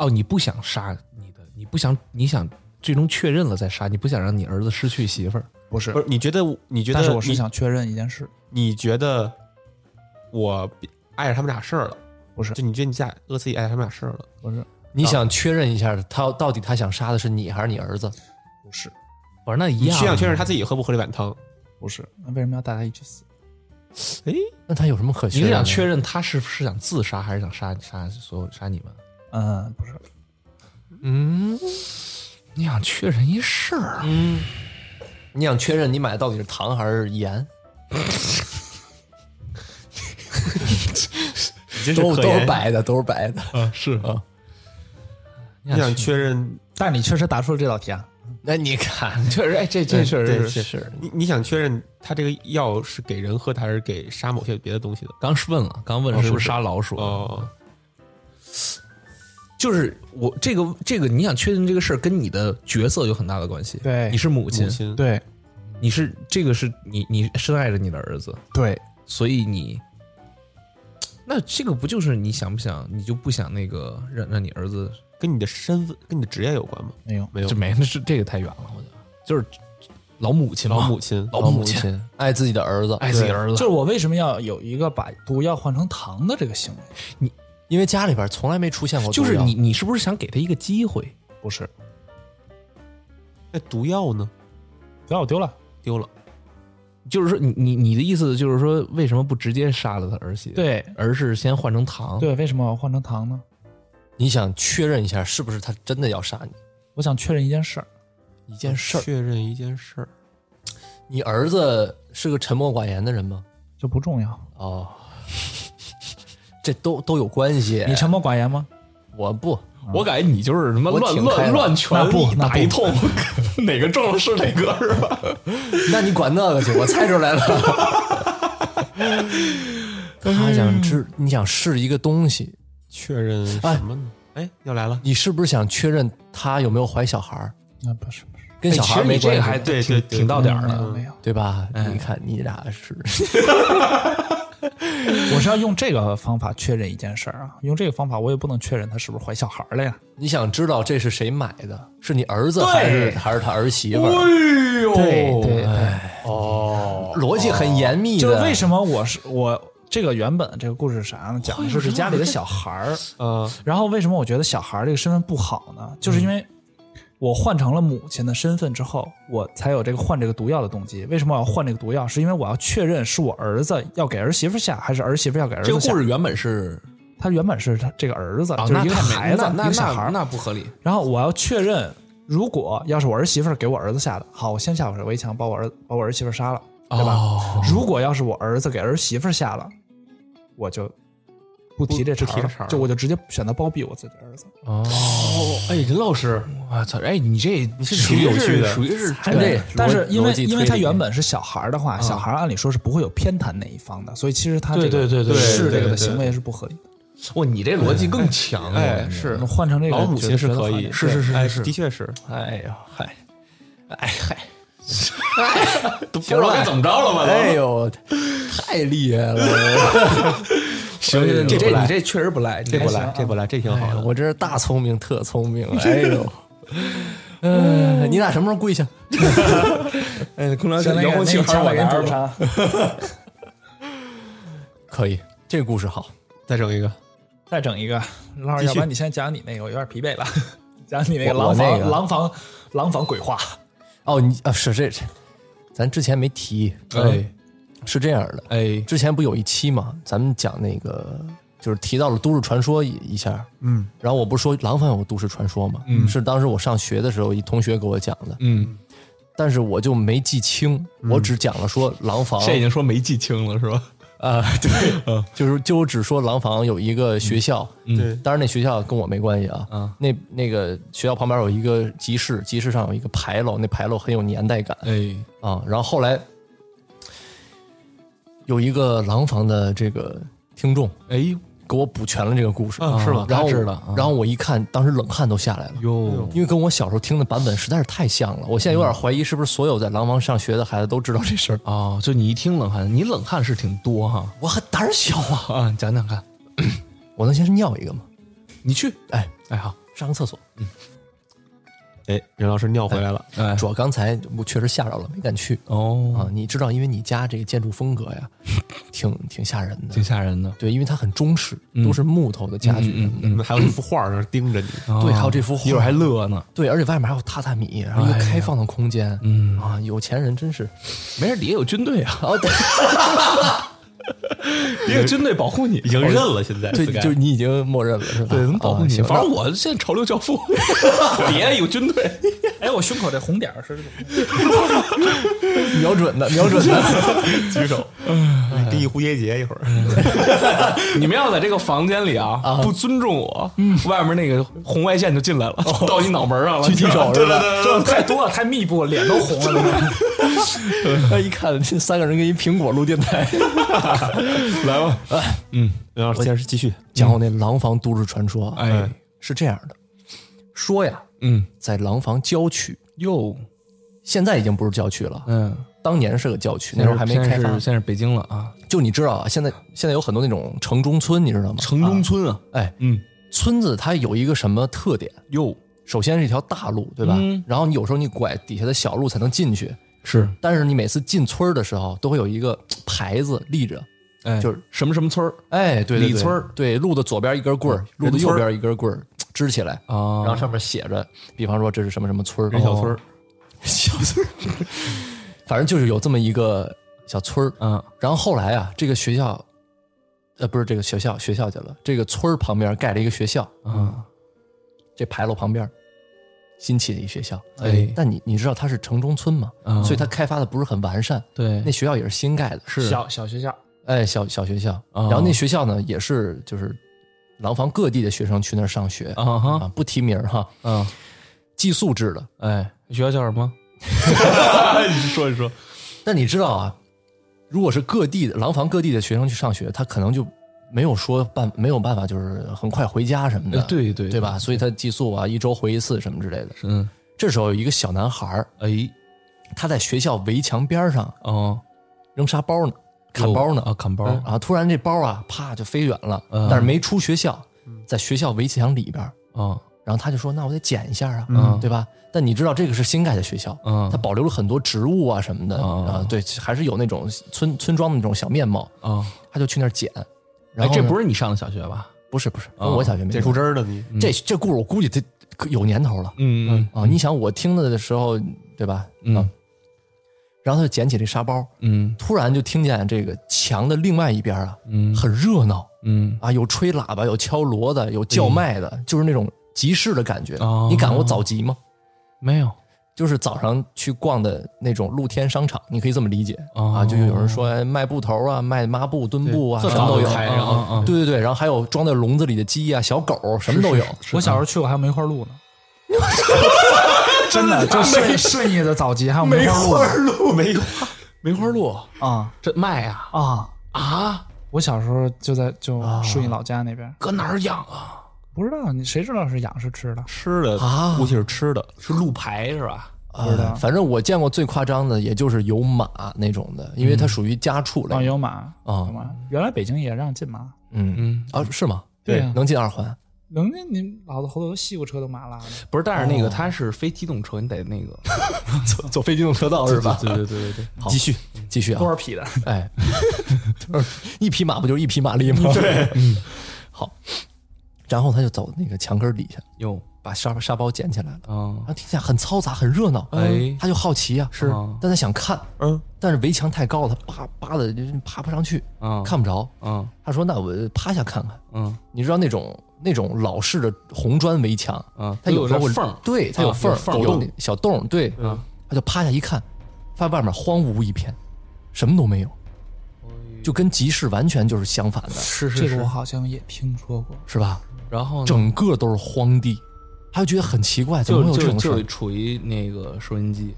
Speaker 1: 哦，你不想杀你的，你不想，你想最终确认了再杀，你不想让你儿子失去媳妇儿。
Speaker 4: 不是
Speaker 3: 不，是？你觉得你觉得
Speaker 4: 但是我是
Speaker 3: 你
Speaker 4: 想确认一件事，
Speaker 3: 你觉得我碍着他们俩事儿了？
Speaker 4: 不是
Speaker 3: 就你觉得你俩恶自己碍着他们俩事儿了？
Speaker 4: 不是，
Speaker 2: 你想确认一下，他到底他想杀的是你还是你儿子？
Speaker 4: 不是，
Speaker 1: 我说那一
Speaker 3: 你
Speaker 1: 样，啊
Speaker 3: 是想确认他自己喝不喝这碗汤？
Speaker 4: 不是，那为什么要带她一起死？
Speaker 3: 哎，
Speaker 2: 那他有什么可
Speaker 1: 你
Speaker 2: 确
Speaker 1: 是
Speaker 2: 认的？
Speaker 1: 想确认他是是想自杀，还是想杀杀所有杀你们？
Speaker 4: 嗯，不是，
Speaker 2: 嗯
Speaker 1: 你想确认一事儿啊？
Speaker 2: 嗯，你想确认你买的到底是糖还是盐？
Speaker 3: 真
Speaker 2: 都都
Speaker 3: 可
Speaker 2: 是
Speaker 3: 言
Speaker 2: 白的，都是
Speaker 1: 嗯
Speaker 2: 白的。
Speaker 5: 啊，是啊，
Speaker 3: 你想确认
Speaker 4: 但是你确实答出了这道题啊，
Speaker 2: 那你看，
Speaker 1: 确 [LAUGHS] 实，哎，这这确
Speaker 3: 对
Speaker 1: 实
Speaker 3: 是
Speaker 1: 是。
Speaker 3: 你你想确认他这个药是给人喝的，还是给杀某些别的东西的？
Speaker 1: 刚是问了，刚问
Speaker 3: 哦
Speaker 1: 是不
Speaker 3: 是
Speaker 1: 是杀老鼠？啊
Speaker 3: 哦，
Speaker 1: 就是我这个这个，你想确定这个事儿跟你的角色有很大的关系。
Speaker 4: 对
Speaker 1: 你是母亲，
Speaker 3: 母亲
Speaker 4: 对
Speaker 1: 你是这个是你你深爱着你的儿子，
Speaker 4: 对，
Speaker 1: 所以你，那这个不就是你想不想，你就不想那个让让你儿子？
Speaker 3: 跟你的身份、跟你的职业有关吗？
Speaker 4: 没有
Speaker 3: 没有
Speaker 1: 这，没，那是这个太远了，我觉得就是老母亲嘛，
Speaker 3: 老母亲，
Speaker 1: 啊老
Speaker 2: 老母
Speaker 1: 亲
Speaker 2: 亲爱自己的儿子，
Speaker 1: 爱自己儿
Speaker 4: 就
Speaker 1: 子
Speaker 4: 是，我为什么要有一个把毒药换成糖的这个行为？
Speaker 2: 因为家里边从来没出现过
Speaker 1: 就是
Speaker 2: 毒药
Speaker 1: 你你是不是想给他一个机会？
Speaker 4: 不是，
Speaker 3: 那哎毒药呢？
Speaker 4: 毒药我丢了，
Speaker 3: 丢了，
Speaker 1: 就是说你你你的意思就是说，为什么不直接杀了他儿媳？，
Speaker 4: 对
Speaker 1: 而是先换成糖？，
Speaker 4: 对，为什么我要换成糖呢？
Speaker 2: 你想确认一下是不是他真的要杀你
Speaker 4: 我想确认一件事儿，
Speaker 2: 一
Speaker 1: 啊
Speaker 2: 件事儿。
Speaker 3: 确认一件事儿，
Speaker 2: 你儿子是个沉默寡言的人吗？
Speaker 4: 这不重要。
Speaker 2: 哦，这都都有关系。
Speaker 4: 你沉默寡言吗？
Speaker 2: 我不，
Speaker 1: 我感觉你就是他妈
Speaker 2: 我
Speaker 1: 乱
Speaker 2: 挺开朗
Speaker 1: 乱乱拳
Speaker 4: 那不那
Speaker 1: 打
Speaker 4: 不
Speaker 1: 一通， [LAUGHS] 哪个中了是哪个是吧？
Speaker 2: 那你管那个去？我猜出
Speaker 1: [LAUGHS]
Speaker 2: 来了。他想知，你想试一个东西，
Speaker 3: 确认什么呢？哎，要来了，
Speaker 2: 你是不是想确认他有没有怀小孩儿？
Speaker 4: 那不是不是，
Speaker 2: 跟小孩儿没
Speaker 1: 哎其实你这
Speaker 2: 关
Speaker 1: 个嗯
Speaker 2: 系，
Speaker 1: 还
Speaker 3: 对
Speaker 1: 挺
Speaker 3: 对对
Speaker 1: 挺到点儿
Speaker 4: 没
Speaker 1: 的。
Speaker 4: 有没有，
Speaker 2: 对吧？你看你俩是，
Speaker 4: 我是要用这个方法确认一件事儿啊，用这个方法我也不能确认他是不是怀小孩儿了呀。
Speaker 2: 你想知道这是谁买的？是你儿子还是还是他儿媳妇儿？
Speaker 1: 哎
Speaker 4: 哦
Speaker 1: 呦，哦
Speaker 4: 对对对，
Speaker 2: 逻辑很严密的。
Speaker 4: 就是为什么我是我这个原本这个故事是啥呢？讲的是这家里的小孩
Speaker 1: 哎
Speaker 4: 儿，
Speaker 3: 呃，
Speaker 4: 然后为什么我觉得小孩儿这个身份不好呢？就是因为
Speaker 1: 嗯
Speaker 4: 我换成了母亲的身份之后，我才有这个换这个毒药的动机。为什么我要换这个毒药？是因为我要确认是我儿子要给儿媳妇下，还是儿媳妇要给儿
Speaker 1: 这
Speaker 4: 子
Speaker 1: 个
Speaker 4: 下
Speaker 1: 故？事原本是
Speaker 4: 他原本是他这个儿子，
Speaker 1: 啊，
Speaker 4: 就是
Speaker 1: 那
Speaker 4: 一个
Speaker 1: 太没
Speaker 4: 孩子，
Speaker 1: 那
Speaker 4: 一
Speaker 1: 那
Speaker 4: 个小
Speaker 1: 那
Speaker 4: 孩儿。
Speaker 1: 那不合理。
Speaker 4: 然后我要确认，如果要是我儿媳妇儿给我儿子下的，好，我先下手为强，把我儿把我儿媳妇儿杀了，对吧？
Speaker 1: 哦
Speaker 4: 如果要是我儿子给儿媳妇儿下了，我就不提这茬
Speaker 3: 不提
Speaker 4: 儿
Speaker 3: 这
Speaker 4: 了
Speaker 3: 茬儿，了
Speaker 4: 就我就直接选择包庇我自己的儿子。
Speaker 1: 哦，哎，任老师，我操，哎，你这你是
Speaker 3: 挺有趣的
Speaker 1: 属于是
Speaker 3: 哎
Speaker 2: 咱这
Speaker 4: 但是
Speaker 2: 逻
Speaker 4: 因为
Speaker 2: 逻辑
Speaker 4: 因为
Speaker 2: 推
Speaker 4: 他
Speaker 2: 理
Speaker 4: 原本是小孩儿的
Speaker 3: 嗯
Speaker 4: 话，小孩儿按理说是不会有偏袒哪一方的，所以其实他这
Speaker 1: 对
Speaker 4: 个
Speaker 1: 对对对
Speaker 4: 是这个
Speaker 3: 对对
Speaker 4: 的行为是不合理的。
Speaker 1: 哇，你这逻辑更强了，啊我感觉
Speaker 4: 是换成这个
Speaker 3: 老母亲是可以，
Speaker 4: 是是
Speaker 3: 是，哎，的确是，
Speaker 2: 哎呀，嗨，
Speaker 1: 哎
Speaker 3: [LAUGHS]
Speaker 1: 都不知道该怎么着了吧？都
Speaker 2: 哎呦，太厉害
Speaker 1: 哎
Speaker 2: 了！
Speaker 1: 行，行行你这你这确实不赖，你
Speaker 3: 这
Speaker 1: 这
Speaker 3: 不
Speaker 4: 啊
Speaker 3: 赖，这不赖，这挺好
Speaker 2: 哎
Speaker 3: 的。
Speaker 2: 我真是大聪明特聪明，哎呦，
Speaker 4: [LAUGHS]
Speaker 2: 嗯、你俩什么时候跪下？
Speaker 1: 哎，空调
Speaker 4: 相当于
Speaker 1: 遥控器
Speaker 4: 那
Speaker 1: 还是
Speaker 4: 个枪
Speaker 1: 我
Speaker 4: 给人
Speaker 1: 拿着
Speaker 4: 煮
Speaker 1: 吧。
Speaker 4: 茶
Speaker 2: 可以，这个故事好。
Speaker 3: 再整一个，
Speaker 4: 再整一个，老师，
Speaker 3: 继续
Speaker 4: 要不然你先讲你那个，我有点疲惫了。 [LAUGHS] 讲你那个
Speaker 2: 我我
Speaker 4: 廊
Speaker 2: 那
Speaker 4: 坊
Speaker 2: 个
Speaker 4: 廊坊廊坊鬼话，
Speaker 2: 哦，你啊是这这，咱之前没提，
Speaker 4: 嗯
Speaker 1: 哎
Speaker 2: 是这样的，
Speaker 1: 哎，
Speaker 2: 之前不有一期嘛，咱们讲那个就是提到了都市传说一一下，嗯，然后我不是说廊坊有个都市传说嘛，嗯，是当时我上学的时候一同学给我讲的，
Speaker 1: 嗯，
Speaker 2: 但是我就没记清，我只讲了说廊坊，
Speaker 1: 这已经说没记清了是吧？
Speaker 2: 啊，对， [LAUGHS] 就是就我只说廊坊有一个学校，
Speaker 3: 对
Speaker 2: 当然那学校跟我没关系啊，
Speaker 1: 啊
Speaker 2: 那那个学校旁边有一个集市，集市上有一个牌楼，那牌楼很有年代感
Speaker 1: 哎，
Speaker 2: 啊。然后后来有一个廊坊的这个听众
Speaker 1: 哎呦
Speaker 2: 给我补全了这个故事，
Speaker 3: 啊是吗
Speaker 2: 然后
Speaker 1: 他知道啊
Speaker 2: 然后我一看，当时冷汗都下来了。
Speaker 1: 呦，
Speaker 2: 因为跟我小时候听的版本实在是太像了，我现在有点怀疑是不是所有在廊坊上学的孩子都知道这事儿。
Speaker 1: 哦，就你一听冷汗，你冷汗是挺多哈
Speaker 2: 我很胆小啊！
Speaker 1: 啊，你讲讲看，
Speaker 2: 我能先是尿一个吗？
Speaker 1: 你去，
Speaker 2: 哎，
Speaker 1: 哎好，
Speaker 2: 嗯上个厕所。
Speaker 3: 哎，任老师尿回来了，
Speaker 1: 哎
Speaker 2: 主要刚才我确实吓着了，没敢去
Speaker 1: 哦，
Speaker 2: 啊。你知道，因为你家这个建筑风格呀，挺挺嗯吓人的
Speaker 1: 挺。吓人的，
Speaker 2: 对，因为它很中式，都是木头的家具什么的。
Speaker 3: 嗯，还有一幅画儿那儿盯着你，
Speaker 1: 啊
Speaker 2: 对，还有这幅
Speaker 1: 一
Speaker 2: 画
Speaker 1: 会儿还乐呢，
Speaker 2: 对，而且外面还有榻榻米，然后
Speaker 1: 哎
Speaker 2: 一个开放的空间。嗯啊，有钱人真是
Speaker 1: 没事，底下有军队啊，
Speaker 2: 哦，
Speaker 1: [LAUGHS]
Speaker 2: 对，
Speaker 1: 底下有军队保护你
Speaker 3: 已，经认了，现在哦
Speaker 2: 对，
Speaker 3: Sky
Speaker 2: 就是你已经默认了是吧？对，能
Speaker 1: 保护你。
Speaker 2: 行，
Speaker 1: 反正我现在潮流教
Speaker 3: [LAUGHS]
Speaker 1: 父，底下有军队，
Speaker 4: 哎，我胸口这红点儿是这种
Speaker 1: [LAUGHS]
Speaker 2: 那瞄准的，瞄准的，举手。
Speaker 3: 跟一蝴蝶结一会儿。
Speaker 1: 你们要在这个房间里啊，不尊重我，
Speaker 2: 嗯
Speaker 1: 外面那个红外线就进来了，
Speaker 2: 哦
Speaker 1: 到你脑门上了，狙击手是吧？
Speaker 4: [LAUGHS] 这太多了，太密布，脸都红了。
Speaker 2: 那一看 [LAUGHS] 这三个人跟一苹果录电
Speaker 1: [LAUGHS]
Speaker 2: 台，哎
Speaker 3: 来吧，嗯，然后接着继续。
Speaker 2: 讲我那廊坊都市传说啊，
Speaker 1: 哎，
Speaker 2: 是这样的，说呀，
Speaker 1: 嗯，
Speaker 2: 在廊坊郊区，
Speaker 1: 哟，
Speaker 2: 现在已经不是郊区了，
Speaker 1: 嗯，
Speaker 2: 当年是个郊区，那时候还没
Speaker 1: 现在
Speaker 2: 开
Speaker 1: 是
Speaker 2: 发。
Speaker 1: 现在是北京了啊，
Speaker 2: 就你知道啊，现在现在有很多那种城中村，你知道吗？
Speaker 1: 城中村啊，
Speaker 2: 哎，
Speaker 1: 嗯，
Speaker 2: 村子它有一个什么特点？
Speaker 1: 哟，
Speaker 2: 首先是一条大路，对吧？
Speaker 1: 嗯
Speaker 2: 然后你有时候你拐底下的小路才能进去，
Speaker 1: 是，
Speaker 2: 但是你每次进村儿的时候都会有一个嘖牌子立着，
Speaker 1: 哎，
Speaker 2: 就是
Speaker 1: 什么什么村儿
Speaker 2: 哎，对对对，
Speaker 1: 李村儿
Speaker 2: 对路的左边一根棍儿，路的右边一根棍儿，嘖支起来，
Speaker 1: 啊
Speaker 2: 然后上面写着，比方说这是什么什么村儿，哦
Speaker 1: 人小村儿，
Speaker 2: 小村儿， [LAUGHS] 反正就是有这么一个小村儿。
Speaker 1: 嗯，
Speaker 2: 然后后来啊，这个学校，呃，不是这个学校，学校去了，这个村儿旁边盖了一个学校，嗯
Speaker 1: 啊，
Speaker 2: 这牌楼旁边新起的一学校。
Speaker 1: 哎
Speaker 2: 但你你知道它是城中村嘛，
Speaker 1: 啊
Speaker 2: 所以它开发的不是很完善。
Speaker 1: 对
Speaker 2: 那，学校也是新盖的，
Speaker 1: 是
Speaker 4: 小小学校，
Speaker 2: 哎，小小学校。嗯然后那学校呢，也是就是廊坊各地的学生去那儿上学
Speaker 1: 啊哈，
Speaker 2: 啊，不提名儿哈，
Speaker 1: 嗯，
Speaker 2: 寄宿制的。
Speaker 1: 哎，学校叫什么？
Speaker 3: [LAUGHS] 你说一
Speaker 1: 哎
Speaker 3: 说，
Speaker 2: 但你知道啊，如果是各地的廊坊各地的学生去上学，他可能就没有说办没有办法，就是很快回家什么的，
Speaker 1: 呃对对
Speaker 2: 对吧？所以他寄宿啊，一周回一次什么之类的。
Speaker 1: 嗯，
Speaker 2: 这时候有一个小男孩儿，
Speaker 1: 哎，
Speaker 2: 他在学校围墙边上
Speaker 1: 哦，
Speaker 2: 扔沙包呢，砍包呢
Speaker 1: 啊，砍包，
Speaker 3: 哎
Speaker 2: 啊！突然这包啊，啪就飞远了，
Speaker 1: 嗯
Speaker 2: 但是没出学校，在学校围墙里边儿。
Speaker 1: 啊，
Speaker 2: 然后他就说：“那我得捡一下啊，
Speaker 1: 嗯
Speaker 2: 对吧？”但你知道这个是新盖的学校，
Speaker 1: 嗯
Speaker 2: 它保留了很多植物啊什么的
Speaker 1: 哦
Speaker 2: 啊、对，还是有那种村村庄的那种小面貌。
Speaker 1: 啊，
Speaker 2: 他就去那儿捡，
Speaker 1: 哎
Speaker 2: 然，后
Speaker 1: 这
Speaker 2: 呢
Speaker 1: 不是嗯你上的小学吧？
Speaker 2: 不是不是跟我小学没
Speaker 3: 这
Speaker 2: 关
Speaker 3: 出
Speaker 2: 系
Speaker 3: 汁儿呢你。
Speaker 2: 这这故事我估计得可有年头了
Speaker 1: 嗯嗯
Speaker 2: 啊！你想我听的时候对吧？
Speaker 1: 嗯
Speaker 2: 啊，然后他就捡起这沙包，
Speaker 1: 嗯
Speaker 2: 突然就听见这个墙的另外一边啊，
Speaker 1: 嗯
Speaker 2: 很热闹
Speaker 1: 嗯，
Speaker 2: 啊，有吹喇叭，有敲锣的，有叫卖的，就是那种集市的感觉
Speaker 1: 哦。
Speaker 2: 你赶过早集吗？
Speaker 1: 没有，
Speaker 2: 就是早上去逛的那种露天商场，你可以这么理解、
Speaker 1: 哦
Speaker 2: 啊，就有人说哎卖布头啊，卖抹布、墩布啊，
Speaker 1: 对
Speaker 2: 什么都有。
Speaker 1: 这早就开着啊
Speaker 2: 对对对，然后嗯还有装在笼子里的鸡啊、小狗，什么都有。
Speaker 4: 我小时候去过，还有梅花鹿呢。 [LAUGHS] 真 [LAUGHS] 的，就顺顺义的早集还有梅花鹿呢
Speaker 3: 路没有，
Speaker 1: 梅花鹿
Speaker 4: 啊
Speaker 1: 这卖啊
Speaker 4: 啊！
Speaker 1: 啊，
Speaker 4: 我小时候就在就顺义老家那边，
Speaker 1: 搁哪儿养啊？
Speaker 4: 不知道你谁知道是养是吃的？
Speaker 3: 吃的
Speaker 2: 啊
Speaker 3: 估计是吃的，
Speaker 1: 是路牌是吧？
Speaker 4: 不知道
Speaker 2: 啊反正我见过最夸张的，也就是有马那种的，因为它属于家畜
Speaker 4: 啊，
Speaker 2: 类。
Speaker 4: 有马
Speaker 2: 啊
Speaker 4: 有马。原来北京也让进马，
Speaker 2: 嗯
Speaker 1: 嗯，
Speaker 2: 啊，是吗？
Speaker 4: 对呀
Speaker 2: 能进二 [LAUGHS] 环
Speaker 4: 能进你老子后头有西瓜车都马拉的。
Speaker 1: 不是，但是那个它是非机动车，你得那个
Speaker 2: 走走非机动车道是吧？
Speaker 1: [LAUGHS] 对对对对对，
Speaker 2: 好，继续继续啊
Speaker 4: 多！少匹的？
Speaker 2: 哎，一匹马不就是一匹马力吗？对，好。然后他就走那个墙根儿底下，
Speaker 1: 哟
Speaker 2: 把沙沙包捡起来了。
Speaker 1: 啊
Speaker 2: 然，后听起来很嘈杂，很热闹，
Speaker 1: 哎
Speaker 2: 他就好奇呀、啊，是
Speaker 1: 啊
Speaker 2: 但他想看，
Speaker 3: 嗯，
Speaker 2: 但是围墙太高了，他扒扒的就是爬不上去，
Speaker 1: 啊
Speaker 2: 看不着。
Speaker 1: 嗯
Speaker 2: 他说：“那我趴下看看。
Speaker 1: 嗯”
Speaker 2: 你知道那种那种老式的红砖围墙，
Speaker 1: 啊
Speaker 2: 它有时候
Speaker 1: 都有
Speaker 2: 会
Speaker 1: 这缝儿
Speaker 2: 对，它
Speaker 1: 啊
Speaker 2: 有缝儿，
Speaker 1: 有缝儿嗯
Speaker 2: 有
Speaker 1: 有
Speaker 2: 那小洞儿，对，他就趴下一看，发现外面荒芜一片，什么都没有，
Speaker 1: 哎
Speaker 2: 就跟集市完全就是相反的，
Speaker 1: 是是
Speaker 4: 这个我
Speaker 1: 是，
Speaker 4: 好像也听说过。
Speaker 2: 是吧？
Speaker 1: 然后呢
Speaker 2: 整个都是荒地，他就觉得很奇怪，怎么
Speaker 1: 就
Speaker 2: 会有这
Speaker 1: 就
Speaker 2: 种事
Speaker 1: 就
Speaker 2: 儿
Speaker 1: 得？处于那个收音 [LAUGHS] 机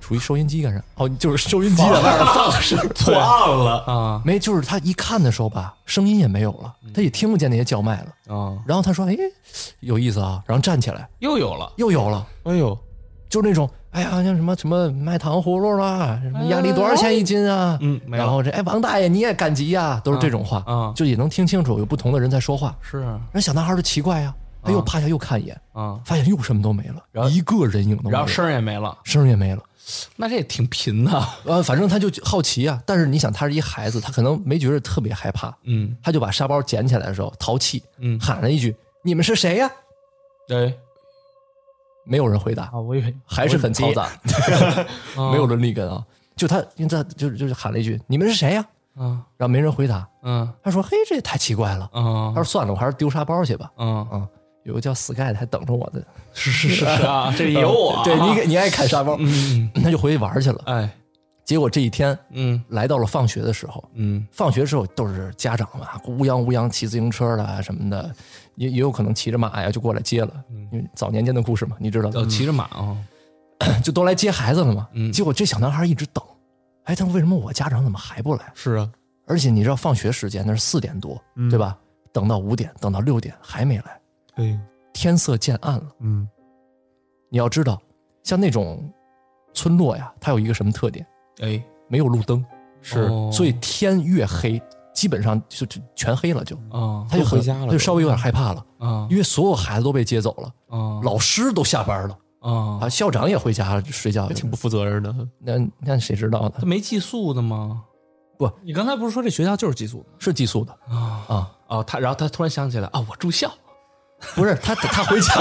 Speaker 2: 处于收音机干啥？哦，就是收音机在外面放声儿，
Speaker 3: 错案了，
Speaker 2: [LAUGHS]
Speaker 1: 啊
Speaker 2: 没，就是他一看的时候吧，声音也没有了，
Speaker 1: 嗯
Speaker 2: 他也听不见那些叫卖了。
Speaker 1: 啊，
Speaker 2: 然后他说：“哎，有意思啊！”然后站起来，
Speaker 1: 又有了，
Speaker 2: 又有了，
Speaker 3: 哎呦，
Speaker 2: 就是那种哎呀，像什么什么卖糖葫芦啦，什么鸭梨多少钱一斤啊？
Speaker 1: 嗯没有
Speaker 2: 然后这哎，王大爷你也赶集呀、都是这种话
Speaker 1: 啊啊
Speaker 2: 就也能听清楚有不同的人在说话。
Speaker 1: 是啊
Speaker 2: 然后小男孩就奇怪呀、他又趴下又看一眼，
Speaker 1: 啊，
Speaker 2: 发现又什么都没了，
Speaker 1: 嗯然后
Speaker 2: 一个人影都没有，
Speaker 1: 然后声儿也没了，
Speaker 2: 声儿也没了。
Speaker 1: 那这也挺贫的，
Speaker 2: 呃，反正他就好奇啊，但是你想，他是一孩子，他可能没觉得特别害怕，
Speaker 1: 嗯，
Speaker 2: 他就把沙包捡起来的时候淘气，
Speaker 1: 嗯
Speaker 2: 喊了一句：“你们是谁呀、
Speaker 1: 对，
Speaker 2: 没有人回答，
Speaker 4: 啊，我以为
Speaker 2: 还是很嘈杂，没有伦理根啊。就他，因为他就就是喊了一句：“你们是谁呀、
Speaker 1: 啊
Speaker 2: 然后没人回答，
Speaker 1: 嗯
Speaker 2: 他说：“嘿，这也太奇怪了。
Speaker 1: 啊
Speaker 2: 他说：“算了，我还是丢沙包去吧。
Speaker 1: 啊”，
Speaker 2: 啊，有个叫 Sky 的还等着我 [LAUGHS] 呢。
Speaker 1: [LAUGHS] 是是是啊，这里有我，
Speaker 2: [LAUGHS] 对你，你爱砍沙包，
Speaker 1: 嗯，
Speaker 2: 他就回去玩去了。
Speaker 1: 哎，
Speaker 2: 结果这一天
Speaker 3: 嗯
Speaker 2: 来到了放学的时候，
Speaker 3: 嗯
Speaker 2: 放学时候都是家长嘛，乌泱乌泱骑自行车啦什么的，也也有可能骑着马呀就过来接了，
Speaker 3: 嗯
Speaker 2: 因为早年间的故事嘛，你知道的，
Speaker 3: 哦，骑着马啊，
Speaker 2: 就都来接孩子了嘛。
Speaker 3: 嗯
Speaker 2: 结果这小男孩一直等，哎，他说为什么我家长怎么还不来？
Speaker 3: 是啊，嗯
Speaker 2: 而且你知道放学时间那是四点多，对吧？等到五点，等到六点还没来，
Speaker 3: 对，
Speaker 2: 天色渐暗了。
Speaker 3: 哎嗯
Speaker 2: 你要知道，像那种村落呀，它有一个什么特点？
Speaker 3: 哎
Speaker 2: 没有路灯，
Speaker 3: 是哦
Speaker 2: 所以天越黑，基本上就就全黑了就，
Speaker 1: 啊
Speaker 2: 他就很
Speaker 3: 回家了
Speaker 2: 他就稍微有点害怕了，
Speaker 1: 啊
Speaker 2: 因为所有孩子都被接走了，
Speaker 1: 啊
Speaker 2: 老师都下班了
Speaker 1: 啊！
Speaker 2: 啊，校长也回家睡觉去
Speaker 3: 挺。不负责任的，
Speaker 2: [LAUGHS] 那那谁知道呢
Speaker 1: 他？没寄宿的吗？
Speaker 4: 你刚才不是说这学校就是寄宿的
Speaker 2: [LAUGHS]
Speaker 4: 吗？
Speaker 2: 是寄宿的
Speaker 1: 啊
Speaker 2: 啊，
Speaker 1: 哦，他然后他突然想起来啊，我住校
Speaker 2: 不是他他回家，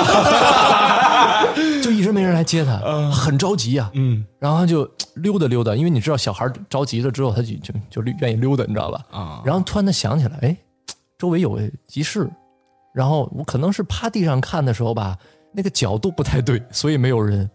Speaker 2: [LAUGHS] 就一直没人来接他，很着急呀、
Speaker 3: 嗯
Speaker 2: 然后他就溜达溜达，因为你知道小孩着急了之后，他就就就愿意溜达，你知道吧？
Speaker 1: 啊，
Speaker 2: 然后突然他想起来，哎，周围有个集市，然后我可能是趴地上看的时候吧，那个角度不太对，所以没有人。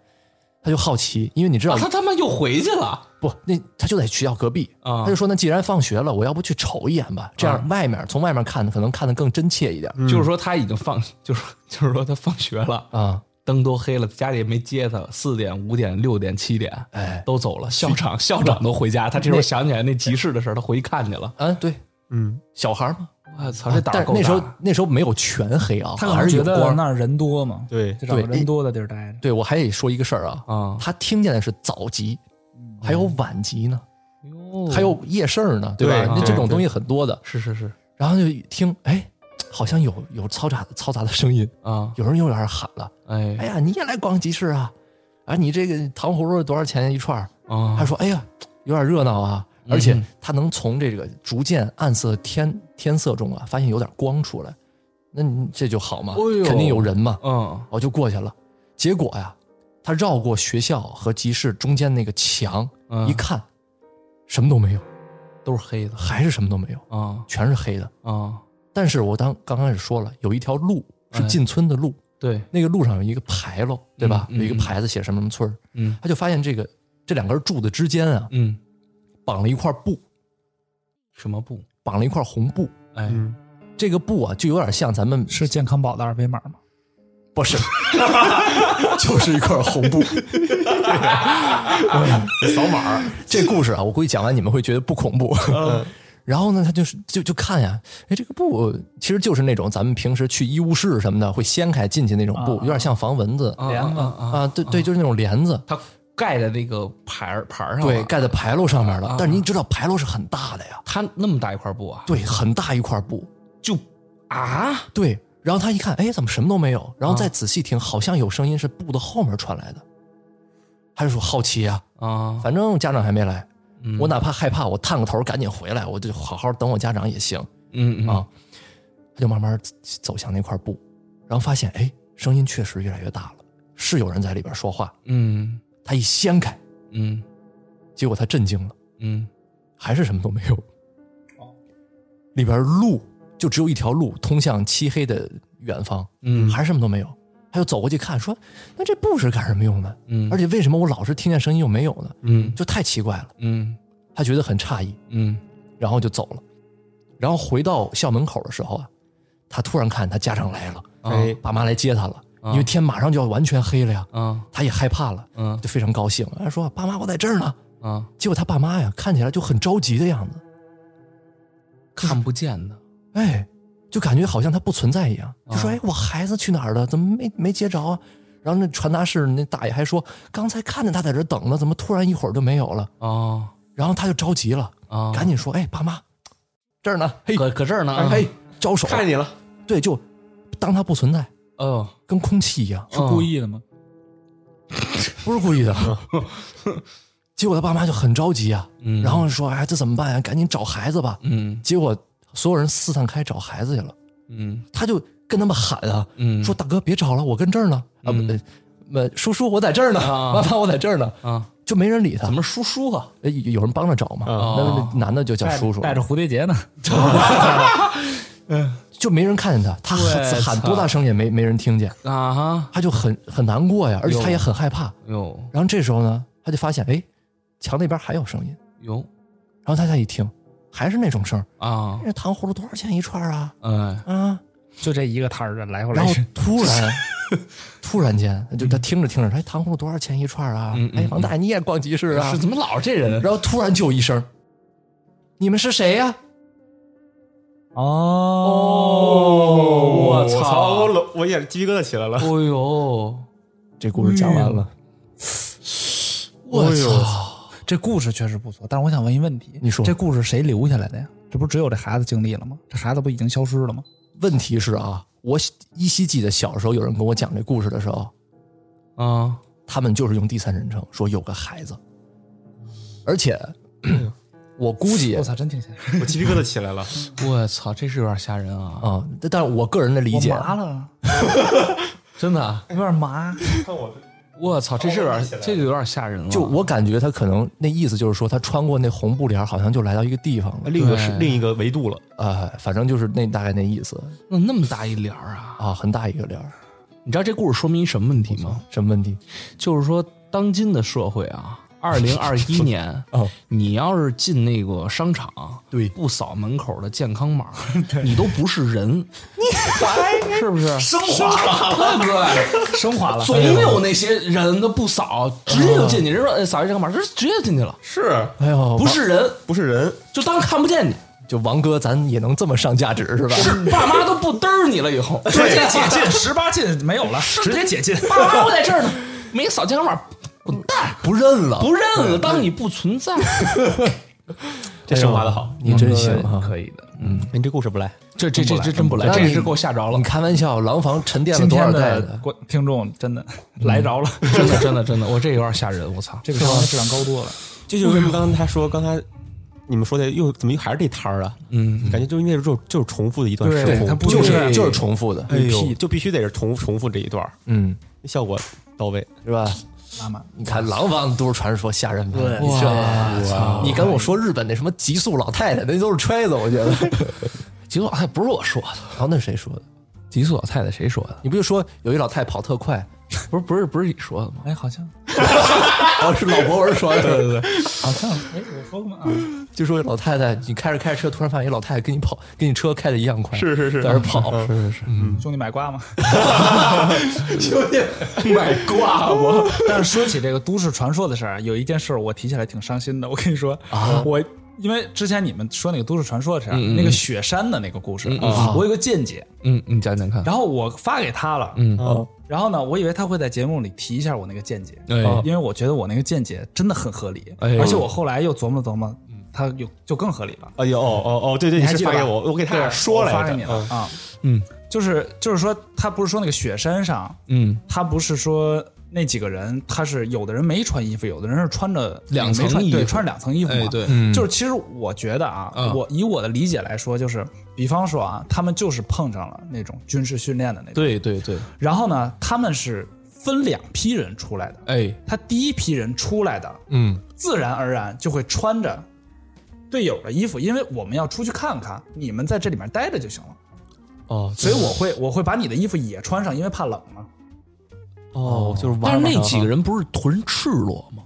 Speaker 2: 他就好奇，因为你知道、
Speaker 1: 啊他他妈又回去了
Speaker 2: 不，那他就在学校隔壁，
Speaker 1: 啊
Speaker 2: 他就说那既然放学了，我要不去瞅一眼吧，这样外面、从外面看可能看得更真切一点啊、
Speaker 1: 就是说他已经放，就是就是说他放学了，
Speaker 2: 啊
Speaker 1: 灯都黑了，家里也没接他，四点、五点、六点、七点，
Speaker 2: 哎
Speaker 1: 都走了，校长校长都回家，他这时候想起来那集市的事儿，他回去看去了。
Speaker 2: 啊，对，
Speaker 3: 嗯，
Speaker 2: 小孩嘛，
Speaker 1: 我操，这胆
Speaker 2: 啊但
Speaker 1: 儿
Speaker 2: 是那
Speaker 1: 够大。
Speaker 2: 时候那时候没有全黑啊，
Speaker 4: 他可
Speaker 2: 还
Speaker 4: 能
Speaker 2: 是
Speaker 4: 觉
Speaker 2: 有
Speaker 4: 得
Speaker 2: 光。
Speaker 4: 那儿人多嘛，
Speaker 3: 对，
Speaker 4: 就找个
Speaker 2: 对
Speaker 4: 人多的地儿待着。
Speaker 2: 对我还得说一个事儿啊，
Speaker 1: 啊，
Speaker 2: 他听见的是早集，还有晚集呢，还有夜市儿嗯呢，对
Speaker 3: 对
Speaker 2: 吧？那这
Speaker 3: 对
Speaker 2: 种东西很多的，
Speaker 1: 是是是
Speaker 2: 然后就一听，哎，好像有有嘈杂嘈杂的声音，
Speaker 1: 啊，
Speaker 2: 有人又有点喊了，
Speaker 1: 哎
Speaker 2: 哎呀，你也来逛集市啊？啊，你这个糖葫芦多少钱一串儿？他
Speaker 1: 啊
Speaker 2: 说，哎呀，有点热闹啊，
Speaker 1: 嗯
Speaker 2: 而且他能从这个逐渐暗色天天色中啊，发现有点光出来，那你这就好嘛
Speaker 1: 哎，呦
Speaker 2: 肯定有人嘛，
Speaker 1: 嗯
Speaker 2: 我就过去了。结果呀，他绕过学校和集市中间那个墙，
Speaker 1: 嗯
Speaker 2: 一看，什么都没有，
Speaker 1: 都是黑的
Speaker 2: 还是什么都没有，
Speaker 1: 啊
Speaker 2: 全是黑的。
Speaker 1: 啊，
Speaker 2: 但是我当刚开始说了，有一条路是
Speaker 1: 哎
Speaker 2: 进村的路，
Speaker 1: 对，
Speaker 2: 那个路上有一个牌楼，对吧？
Speaker 1: 嗯嗯
Speaker 2: 有一个牌子写什么什么村儿
Speaker 1: 嗯
Speaker 2: 他就发现这个这两根柱子之间啊，
Speaker 1: 嗯，
Speaker 2: 绑了一块布，
Speaker 1: 什么布？
Speaker 2: 绑了一块红布。
Speaker 1: 哎，
Speaker 2: 嗯这个布啊，就有点像咱们
Speaker 4: 是健康宝的二维码吗？
Speaker 2: 不是， [LAUGHS] 就是一块红布，扫码。这故事啊，我估计讲完你们会觉得不恐怖。然后呢，他就是就就看呀，哎，这个布其实就是那种咱们平时去医务室什么的会掀开进去那种布，有点像防蚊子
Speaker 1: 帘子
Speaker 2: 啊，对对，就是那种帘子，
Speaker 1: 它盖在那个牌儿牌儿上了，
Speaker 2: 对，盖在牌楼上面
Speaker 1: 啊
Speaker 2: 了。但是你知道牌楼是很大的呀，
Speaker 1: 它那么大一块布啊，
Speaker 2: 对，很大一块布，
Speaker 1: 就啊，
Speaker 2: 对。然后他一看，哎，怎么什么都没有？然后再仔细听，好像有声音是布的后面传来的。他就说好奇呀、
Speaker 1: 啊，
Speaker 2: 反正家长还没来，
Speaker 1: 嗯
Speaker 2: 我哪怕害怕，我探个头赶紧回来，我就好好等我家长也行
Speaker 1: 嗯
Speaker 2: 啊。他就慢慢走向那块布，然后发现，哎，声音确实越来越大了，是有人在里边说话。
Speaker 1: 嗯
Speaker 2: 他一掀开，
Speaker 1: 嗯
Speaker 2: 结果他震惊了，
Speaker 1: 嗯哦
Speaker 2: 还是什么都没有。里边路就只有一条路通向漆黑的远方，
Speaker 1: 嗯
Speaker 2: 还是什么都没有。他就走过去看，说：“那这布是干什么用的？
Speaker 1: 嗯
Speaker 2: 而且为什么我老是听见声音又没有呢？
Speaker 1: 嗯
Speaker 2: 就太奇怪了。
Speaker 1: 嗯”
Speaker 2: 他觉得很诧异，
Speaker 1: 嗯
Speaker 2: 然后就走了。然后回到校门口的时候啊，他突然看他家长来了，
Speaker 1: 啊
Speaker 3: 哎
Speaker 2: 爸妈来接他了，因为天马上就要完全黑了呀，
Speaker 1: 啊
Speaker 2: 他也害怕了，
Speaker 1: 嗯
Speaker 2: 就非常高兴，他说：“爸妈，我在这儿呢。
Speaker 1: 啊，”
Speaker 2: 结果他爸妈呀，看起来就很着急的样子，
Speaker 1: 看不见的，
Speaker 2: 哎，就感觉好像他不存在一样，就说：“
Speaker 1: 啊
Speaker 2: 哎，我孩子去哪儿了？怎么没没接着啊？”然后那传达室那大爷还说：“刚才看着他在这儿等呢，怎么突然一会儿就没有了
Speaker 1: 哦？”
Speaker 2: 然后他就着急了，
Speaker 1: 哦，
Speaker 2: 赶紧说：“哎，爸妈，这儿呢，嘿，哎
Speaker 1: 搁搁这儿呢，啊
Speaker 2: 嘿，招手，
Speaker 3: 看见你了，
Speaker 2: 对，就当他不存在，
Speaker 1: 哦，
Speaker 2: 跟空气一样，
Speaker 4: 是故意的吗？
Speaker 2: 不是故意的。 [LAUGHS] 结果他爸妈就很着急啊，
Speaker 1: 嗯
Speaker 2: 然后说：“哎，这怎么办呀？赶紧找孩子吧。
Speaker 1: 嗯
Speaker 2: 结果所有人四散开找孩子去了，
Speaker 1: 嗯
Speaker 2: 他就跟他们喊啊，
Speaker 1: 嗯
Speaker 2: 说：“大哥，别找了，我跟这儿呢。啊，不，呃呃，叔叔，我在这儿呢，[LAUGHS]
Speaker 1: 啊
Speaker 2: 妈妈，我在这儿呢。”
Speaker 1: 啊，
Speaker 2: 就没人理他
Speaker 1: 怎，么叔叔啊？
Speaker 2: 哎有有人帮着找嘛。
Speaker 1: 哦
Speaker 2: 那那男的就叫叔叔，
Speaker 4: 带着蝴蝶结呢，
Speaker 2: 就没人看见他，他喊
Speaker 1: 对
Speaker 2: 喊
Speaker 1: 操
Speaker 2: 多大声也没没人听见，
Speaker 1: 啊哈，
Speaker 2: 他就很很难过呀，而且他
Speaker 1: 哟
Speaker 2: 也很害怕。
Speaker 1: 哟，
Speaker 2: 然后这时候呢，他就发现，哎，墙那边还有声音。
Speaker 1: 有
Speaker 2: 然后大家一听，还是那种声儿，
Speaker 1: 啊，
Speaker 2: 这哎糖葫芦多少钱一串儿啊？
Speaker 1: 嗯，
Speaker 2: 啊！
Speaker 4: [LAUGHS] 就这一个摊儿来回
Speaker 2: 然 [LAUGHS]
Speaker 4: 来
Speaker 2: 后
Speaker 4: 去，
Speaker 2: 突然， [LAUGHS] 突然间，就他听着听着，哎，糖葫芦多少钱一串儿啊
Speaker 1: 嗯？嗯
Speaker 2: 哎，王大爷你也逛集市啊
Speaker 1: 是？怎么老是这人？
Speaker 2: 然后突然就一声，你们是谁呀？
Speaker 4: 哦，
Speaker 2: 我
Speaker 3: 我操！我冷我眼鸡皮疙瘩起来了。
Speaker 1: 哦呦，
Speaker 2: 这故事讲完了。嗯哎
Speaker 1: 我操！
Speaker 4: 这故事确实不错，但是我想问一问题，
Speaker 2: 你说
Speaker 4: 这故事谁留下来的呀？这不只有这孩子经历了吗？这孩子不已经消失了吗？
Speaker 2: 问题是啊，我依稀记得小时候有人跟我讲这故事的时候，
Speaker 1: 啊，
Speaker 2: 他们就是用第三人称说有个孩子，而且我估计
Speaker 4: 我
Speaker 2: 啊、
Speaker 4: 操，真挺吓人，
Speaker 3: 我鸡皮疙瘩起来了。
Speaker 1: 我操，这是有点吓人啊！
Speaker 2: 但但是我个人的理解
Speaker 4: 我，麻了，
Speaker 1: 真的啊，
Speaker 4: 有点麻。
Speaker 3: 看我，
Speaker 1: 我操，这是有点，这个有点吓人了。
Speaker 2: 就我感觉他可能那意思就是说，他穿过那红布帘儿，好像就来到一个地方了，
Speaker 3: 另一个是
Speaker 1: 对
Speaker 3: 另一个维度了。
Speaker 2: 呃，反正就是那大概那意思
Speaker 1: 那那么大一帘儿啊！
Speaker 2: 啊，很大一个帘儿，啊
Speaker 1: 你知道这故事说明什么问题吗？
Speaker 2: 什么问题？
Speaker 1: 就是说，当今的社会啊，二零二一年 [LAUGHS]
Speaker 2: 哦，
Speaker 1: 你要是进那个商场，
Speaker 2: 对
Speaker 1: 不扫门口的健康码， [LAUGHS] 你都不是人，你是不是？升华了， [LAUGHS] 对，升华
Speaker 4: [LAUGHS]
Speaker 1: 了。总哎有那些人他不扫，直接就进去，人说哎扫一健康码，直直接就进去了，
Speaker 3: 是，
Speaker 2: 哎呦，
Speaker 1: 不是人，
Speaker 3: 不是人？
Speaker 1: 就当看不见你。
Speaker 2: 就王哥，咱也能这么上价值是吧？
Speaker 1: 是爸妈都不嘚儿你了，以后
Speaker 4: 直接解 [LAUGHS] 禁，十八禁没有了，直接解禁。
Speaker 1: 爸妈我在这儿呢，没扫健康码，滚蛋，
Speaker 2: 不认了，
Speaker 1: 不认了，当你不存 [LAUGHS] 在。
Speaker 3: 这升华的
Speaker 1: 哎
Speaker 3: 好。
Speaker 2: 你真行
Speaker 1: 啊嗯
Speaker 2: 哈、
Speaker 4: 可以的。
Speaker 3: 哎你这故事不来，
Speaker 1: 这这这这真不来，
Speaker 2: 那
Speaker 1: 这
Speaker 2: 你
Speaker 1: 是给我吓着了
Speaker 2: 你。开玩笑，廊坊沉淀了
Speaker 4: 今
Speaker 2: 多
Speaker 4: 天
Speaker 2: 少代
Speaker 4: 的
Speaker 2: 的？嗯
Speaker 4: 观听众真的来着
Speaker 2: [LAUGHS]
Speaker 4: 了，
Speaker 1: 真的，真的，真的，我这有点吓人，我操！
Speaker 4: 这个生活质量高多了。
Speaker 3: 这就是为什么刚才他说刚才。你们说的又怎么又还是这摊儿啊？嗯，感觉就因为就是就是重复的一段
Speaker 4: 对
Speaker 3: 时空，
Speaker 4: 它不
Speaker 2: 就
Speaker 4: 对
Speaker 2: 是就是重复的，
Speaker 3: 哎呦，就必须得是重重复这一段儿，
Speaker 2: 嗯，
Speaker 3: 效果到位。
Speaker 2: 是吧？
Speaker 4: 妈妈，
Speaker 2: 你看廊坊都市传说吓人吧？
Speaker 4: 对
Speaker 2: 你这
Speaker 1: 哇操
Speaker 2: 你跟我说日本那什么极速老太太，那都是揣子，我觉得。
Speaker 1: 极速老太不是我说的，
Speaker 2: 然后那是谁说的？
Speaker 1: 极速老太太谁说的？
Speaker 2: 你不就说有一老太跑特快？
Speaker 1: 不是，不是，不是你说的吗？
Speaker 4: 哎，好像
Speaker 2: 哦，是老博文说的。对对对，
Speaker 4: 好像，哎，我说过吗？啊，
Speaker 2: 就说老太太，你开着开着车，突然发现一老太太跟你跑，跟你车开的一样快，
Speaker 3: 是是是
Speaker 2: 在那跑。嗯
Speaker 3: 是是是，
Speaker 4: 兄弟买瓜吗？
Speaker 2: [LAUGHS] 兄弟，买挂我。
Speaker 4: [LAUGHS] 但是说起这个都市传说的事儿啊，有一件事儿我提起来挺伤心的。我跟你说，
Speaker 2: 啊
Speaker 4: 我因为之前你们说那个都市传说的事儿，那个雪山的那个故事，我有个见解，
Speaker 1: 嗯，你讲讲看。
Speaker 4: 然后我发给他了，
Speaker 1: 嗯
Speaker 2: 哦
Speaker 4: 然后呢，我以为他会在节目里提一下我那个见解，哦
Speaker 1: 哎
Speaker 4: 因为我觉得我那个见解真的很合理，
Speaker 1: 哎呦
Speaker 4: 而且我后来又琢磨了琢磨，他有就更合理了。
Speaker 3: 哎呦哦哦哦，对对，
Speaker 4: 你
Speaker 3: 你
Speaker 4: 还
Speaker 3: 是
Speaker 4: 记
Speaker 3: 发
Speaker 4: 得吧
Speaker 3: 给我，我给他俩说
Speaker 4: 我发
Speaker 3: 来
Speaker 4: 给你
Speaker 3: 着，
Speaker 4: 了
Speaker 3: 嗯
Speaker 4: 啊，
Speaker 1: 嗯，
Speaker 4: 就是就是说，他不是说那个雪山上，
Speaker 1: 嗯，
Speaker 4: 他不是说那几个人，他是有的人没穿衣服，有的人是穿着
Speaker 1: 两层
Speaker 4: 没穿
Speaker 1: 衣服
Speaker 4: 对，穿着两层衣服嘛。
Speaker 1: 哎对
Speaker 4: 就是其实我觉得啊，
Speaker 1: 嗯
Speaker 4: 我以我的理解来说，就是比方说啊，他们就是碰上了那种军事训练的那种，
Speaker 1: 对对对，
Speaker 4: 然后呢，他们是分两批人出来的，
Speaker 1: 哎，
Speaker 4: 他第一批人出来的，
Speaker 2: 嗯，
Speaker 4: 自然而然就会穿着队友的衣服，因为我们要出去看看，你们在这里面待着就行了。
Speaker 2: 哦
Speaker 4: 所以我会我会把你的衣服也穿上，因为怕冷嘛。
Speaker 3: 哦，就是
Speaker 1: 但
Speaker 3: 玩
Speaker 1: 是
Speaker 3: 儿嘛
Speaker 1: 那几个人不是浑身赤裸吗？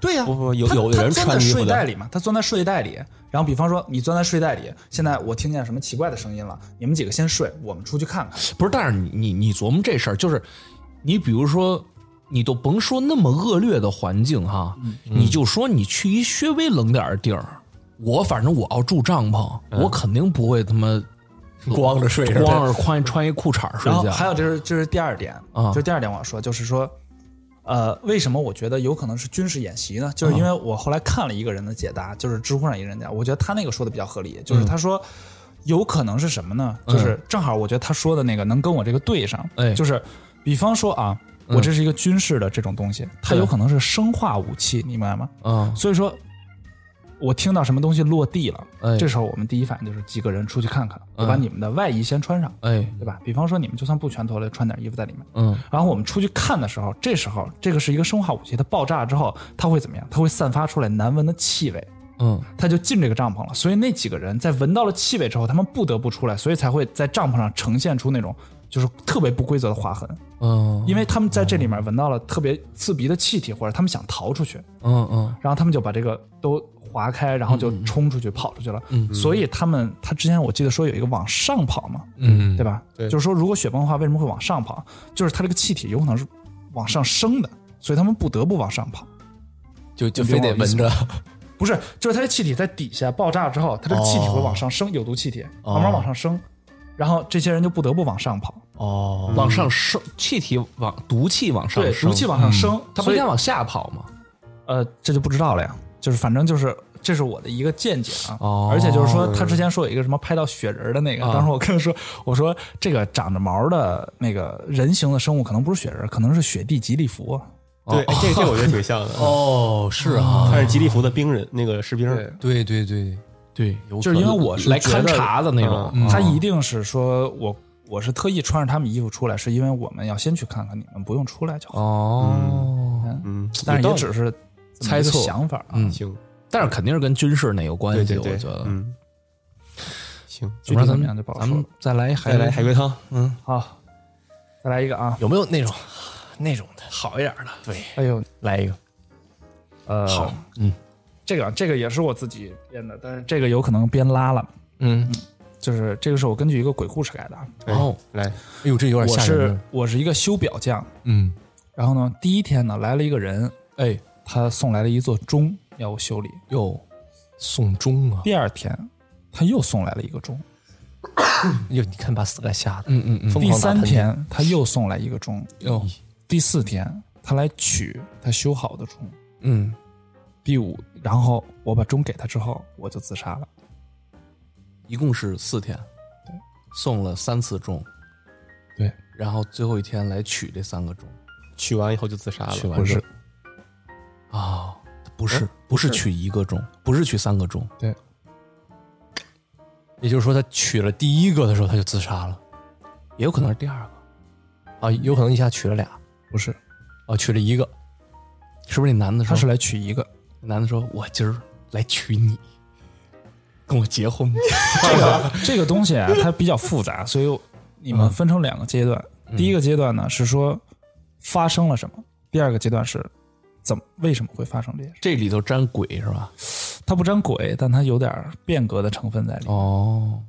Speaker 4: 对呀、
Speaker 3: 不不有
Speaker 4: 他
Speaker 3: 有的人
Speaker 4: 他钻
Speaker 3: 穿
Speaker 4: 在
Speaker 3: 衣服的
Speaker 4: 睡袋里嘛，他钻在睡袋里。然后比方说你钻在睡袋里，现在我听见什么奇怪的声音了，你们几个先睡，我们出去看看。
Speaker 1: 不是，但是你你你琢磨这事儿，就是你比如说，你都甭说那么恶劣的环境哈，
Speaker 4: 嗯
Speaker 1: 你就说你去一稍微冷点儿的地儿，我反正我要住帐篷，我肯定不会他妈
Speaker 2: 光着睡着
Speaker 1: 光着穿穿一裤衩儿睡
Speaker 4: 然后
Speaker 1: 觉。
Speaker 4: 还有就是这是第二点
Speaker 1: 啊
Speaker 4: 就是第二点我要说就是说，呃，为什么我觉得有可能是军事演习
Speaker 1: 啊
Speaker 4: 呢？就是因为我后来看了一个人的解答，就是知乎上一个人讲，我觉得他那个说的比较合
Speaker 1: 嗯
Speaker 4: 理，就是他说。有可能是什么呢？就是正好，我觉得他说的那个能跟我这个对上，
Speaker 1: 哎嗯
Speaker 4: 就是比方说啊，我这是一个军事的这种东西，它
Speaker 1: 对
Speaker 4: 有可能是生化武器，你明白吗？
Speaker 1: 嗯，
Speaker 4: 所以说，我听到什么东西落地了，
Speaker 1: 哎
Speaker 4: 这时候我们第一反应就是几个人出去看看，我把
Speaker 1: 嗯
Speaker 4: 你们的外衣先穿上，
Speaker 1: 哎，
Speaker 4: 对吧？比方说你们就算不全脱了，穿点衣服在里面。
Speaker 1: 嗯，
Speaker 4: 然后我们出去看的时候，这时候这个是一个生化武器，它爆炸之后，它会怎么样？它会散发出来难闻的气味。
Speaker 1: 嗯嗯，
Speaker 4: 他就进这个帐篷了。所以那几个人在闻到了气味之后，他们不得不出来，所以才会在帐篷上呈现出那种就是特别不规则的划痕，
Speaker 1: 嗯
Speaker 4: 因为他们在这里面闻到了特别刺鼻的气体，或者他们想逃出去，
Speaker 1: 嗯嗯，
Speaker 4: 然后他们就把这个都划开，然后就冲出去、跑出去了。所以他们他之前我记得说有一个往上跑嘛，
Speaker 1: 嗯
Speaker 4: 对吧？
Speaker 3: 对
Speaker 4: 就是说如果雪崩的话，为什么会往上跑？就是它这个气体有可能是往上升的，所以他们不得不往上跑。
Speaker 2: 就就非得闻着，
Speaker 4: 不是，就是它的气体在底下爆炸之后，它这个气体会往上
Speaker 1: 哦
Speaker 4: 升，有毒气体慢慢往上升，然后这些人就不得不往上跑，
Speaker 2: 哦，
Speaker 1: 往上升，气体往毒气往上
Speaker 4: 对，
Speaker 1: 升，嗯
Speaker 4: 毒气往上升，
Speaker 1: 它不
Speaker 4: 所
Speaker 1: 应
Speaker 4: 以
Speaker 1: 该往下跑吗？
Speaker 4: 呃，这就不知道了呀。就是反正就是这是我的一个见解啊。
Speaker 1: 哦
Speaker 4: 而且就是说，他之前说有一个什么拍到雪人儿的那个，当时我跟他说，我说这个长着毛的那个人形的生物可能不是雪人，可能是雪地吉利服。
Speaker 3: 对，哎这这我觉得挺像的。嗯
Speaker 2: 哦，是啊，
Speaker 3: 他是吉利服的兵人，那个士兵，
Speaker 4: 对
Speaker 2: 对对对，
Speaker 1: 对，
Speaker 4: 就是因为我是
Speaker 1: 来
Speaker 4: 觉
Speaker 1: 勘
Speaker 4: 得
Speaker 1: 察的那种，嗯
Speaker 4: 他一定是说我我是特意穿着他们衣服出来，是因为我们要先去看看，你们不用出来就好。
Speaker 1: 哦，
Speaker 3: 嗯，
Speaker 4: 但是也
Speaker 3: 有道理
Speaker 4: 只是这么
Speaker 1: 猜
Speaker 4: 一个
Speaker 1: 测
Speaker 4: 想法啊。
Speaker 1: 嗯
Speaker 3: 行，
Speaker 1: 但是肯定是跟军事那有关
Speaker 3: 对
Speaker 1: 系，
Speaker 3: 对
Speaker 1: 我
Speaker 3: 对，
Speaker 1: 觉得。
Speaker 3: 嗯，行，
Speaker 4: 具体
Speaker 1: 要不然
Speaker 4: 怎
Speaker 1: 咱
Speaker 4: 么
Speaker 1: 们
Speaker 4: 样就不好
Speaker 1: 咱
Speaker 4: 说
Speaker 1: 们
Speaker 4: 了。
Speaker 1: 再来
Speaker 3: 再
Speaker 1: 海
Speaker 3: 来海龟汤，嗯，
Speaker 4: 好，再来一个啊！
Speaker 2: 有没有那种那种的好一点的？对，
Speaker 4: 哎呦，
Speaker 2: 来一个，
Speaker 4: 呃，
Speaker 2: 好，
Speaker 1: 嗯，
Speaker 4: 这个这个也是我自己编的，但是这个有可能编拉了，
Speaker 2: 嗯，
Speaker 4: 就是这个是我根据一个鬼故事改的啊。
Speaker 3: 哎
Speaker 2: 哦，
Speaker 3: 来，
Speaker 2: 哎呦，这有
Speaker 4: 我
Speaker 2: 点吓人
Speaker 4: 是
Speaker 2: 了，
Speaker 4: 我是一个修表匠，
Speaker 2: 嗯，
Speaker 4: 然后呢，第一天呢来了一个人，
Speaker 2: 哎
Speaker 4: 他送来了一座钟要我修理，
Speaker 2: 哟，送钟啊，
Speaker 4: 第二天他又送来了一个钟，
Speaker 2: 哟，你看把四个吓的，
Speaker 1: 嗯嗯嗯，
Speaker 2: 疯
Speaker 4: 第
Speaker 2: 狂打
Speaker 4: 三
Speaker 2: 喷嚏，
Speaker 4: 天他又送来一个钟，
Speaker 1: 哟，
Speaker 4: 第四天他来取他修好的钟，
Speaker 1: 嗯，
Speaker 4: 第五，然后我把钟给他之后，我就自杀了。
Speaker 1: 一共是四天，送了三次钟，
Speaker 4: 对，
Speaker 1: 然后最后一天来取这三个钟，
Speaker 3: 取完以后就自杀了，
Speaker 1: 取完之后啊，不是不是取一个钟，不是取三个钟，
Speaker 4: 对，
Speaker 2: 也就是说，他取了第一个的时候他就自杀了
Speaker 1: 也有可能是第二个，
Speaker 2: 啊，有可能一下取了俩，
Speaker 4: 不是，
Speaker 2: 哦，取了一个，
Speaker 1: 是不是？那男的
Speaker 4: 他
Speaker 1: 说，
Speaker 4: 是来取一个，
Speaker 1: 男的说，我今儿来娶你，跟我
Speaker 2: [LAUGHS]
Speaker 1: 结婚，
Speaker 4: 这个这个东西啊，它比较复杂，所以你们分成两个阶段。
Speaker 2: 嗯
Speaker 4: 第一个阶段呢是说发生了什么，第二个阶段是怎么为什么会发生这件事。
Speaker 1: 这里头沾鬼是吧？
Speaker 4: 它不沾鬼，但它有点变革的成分在里面。
Speaker 1: 哦，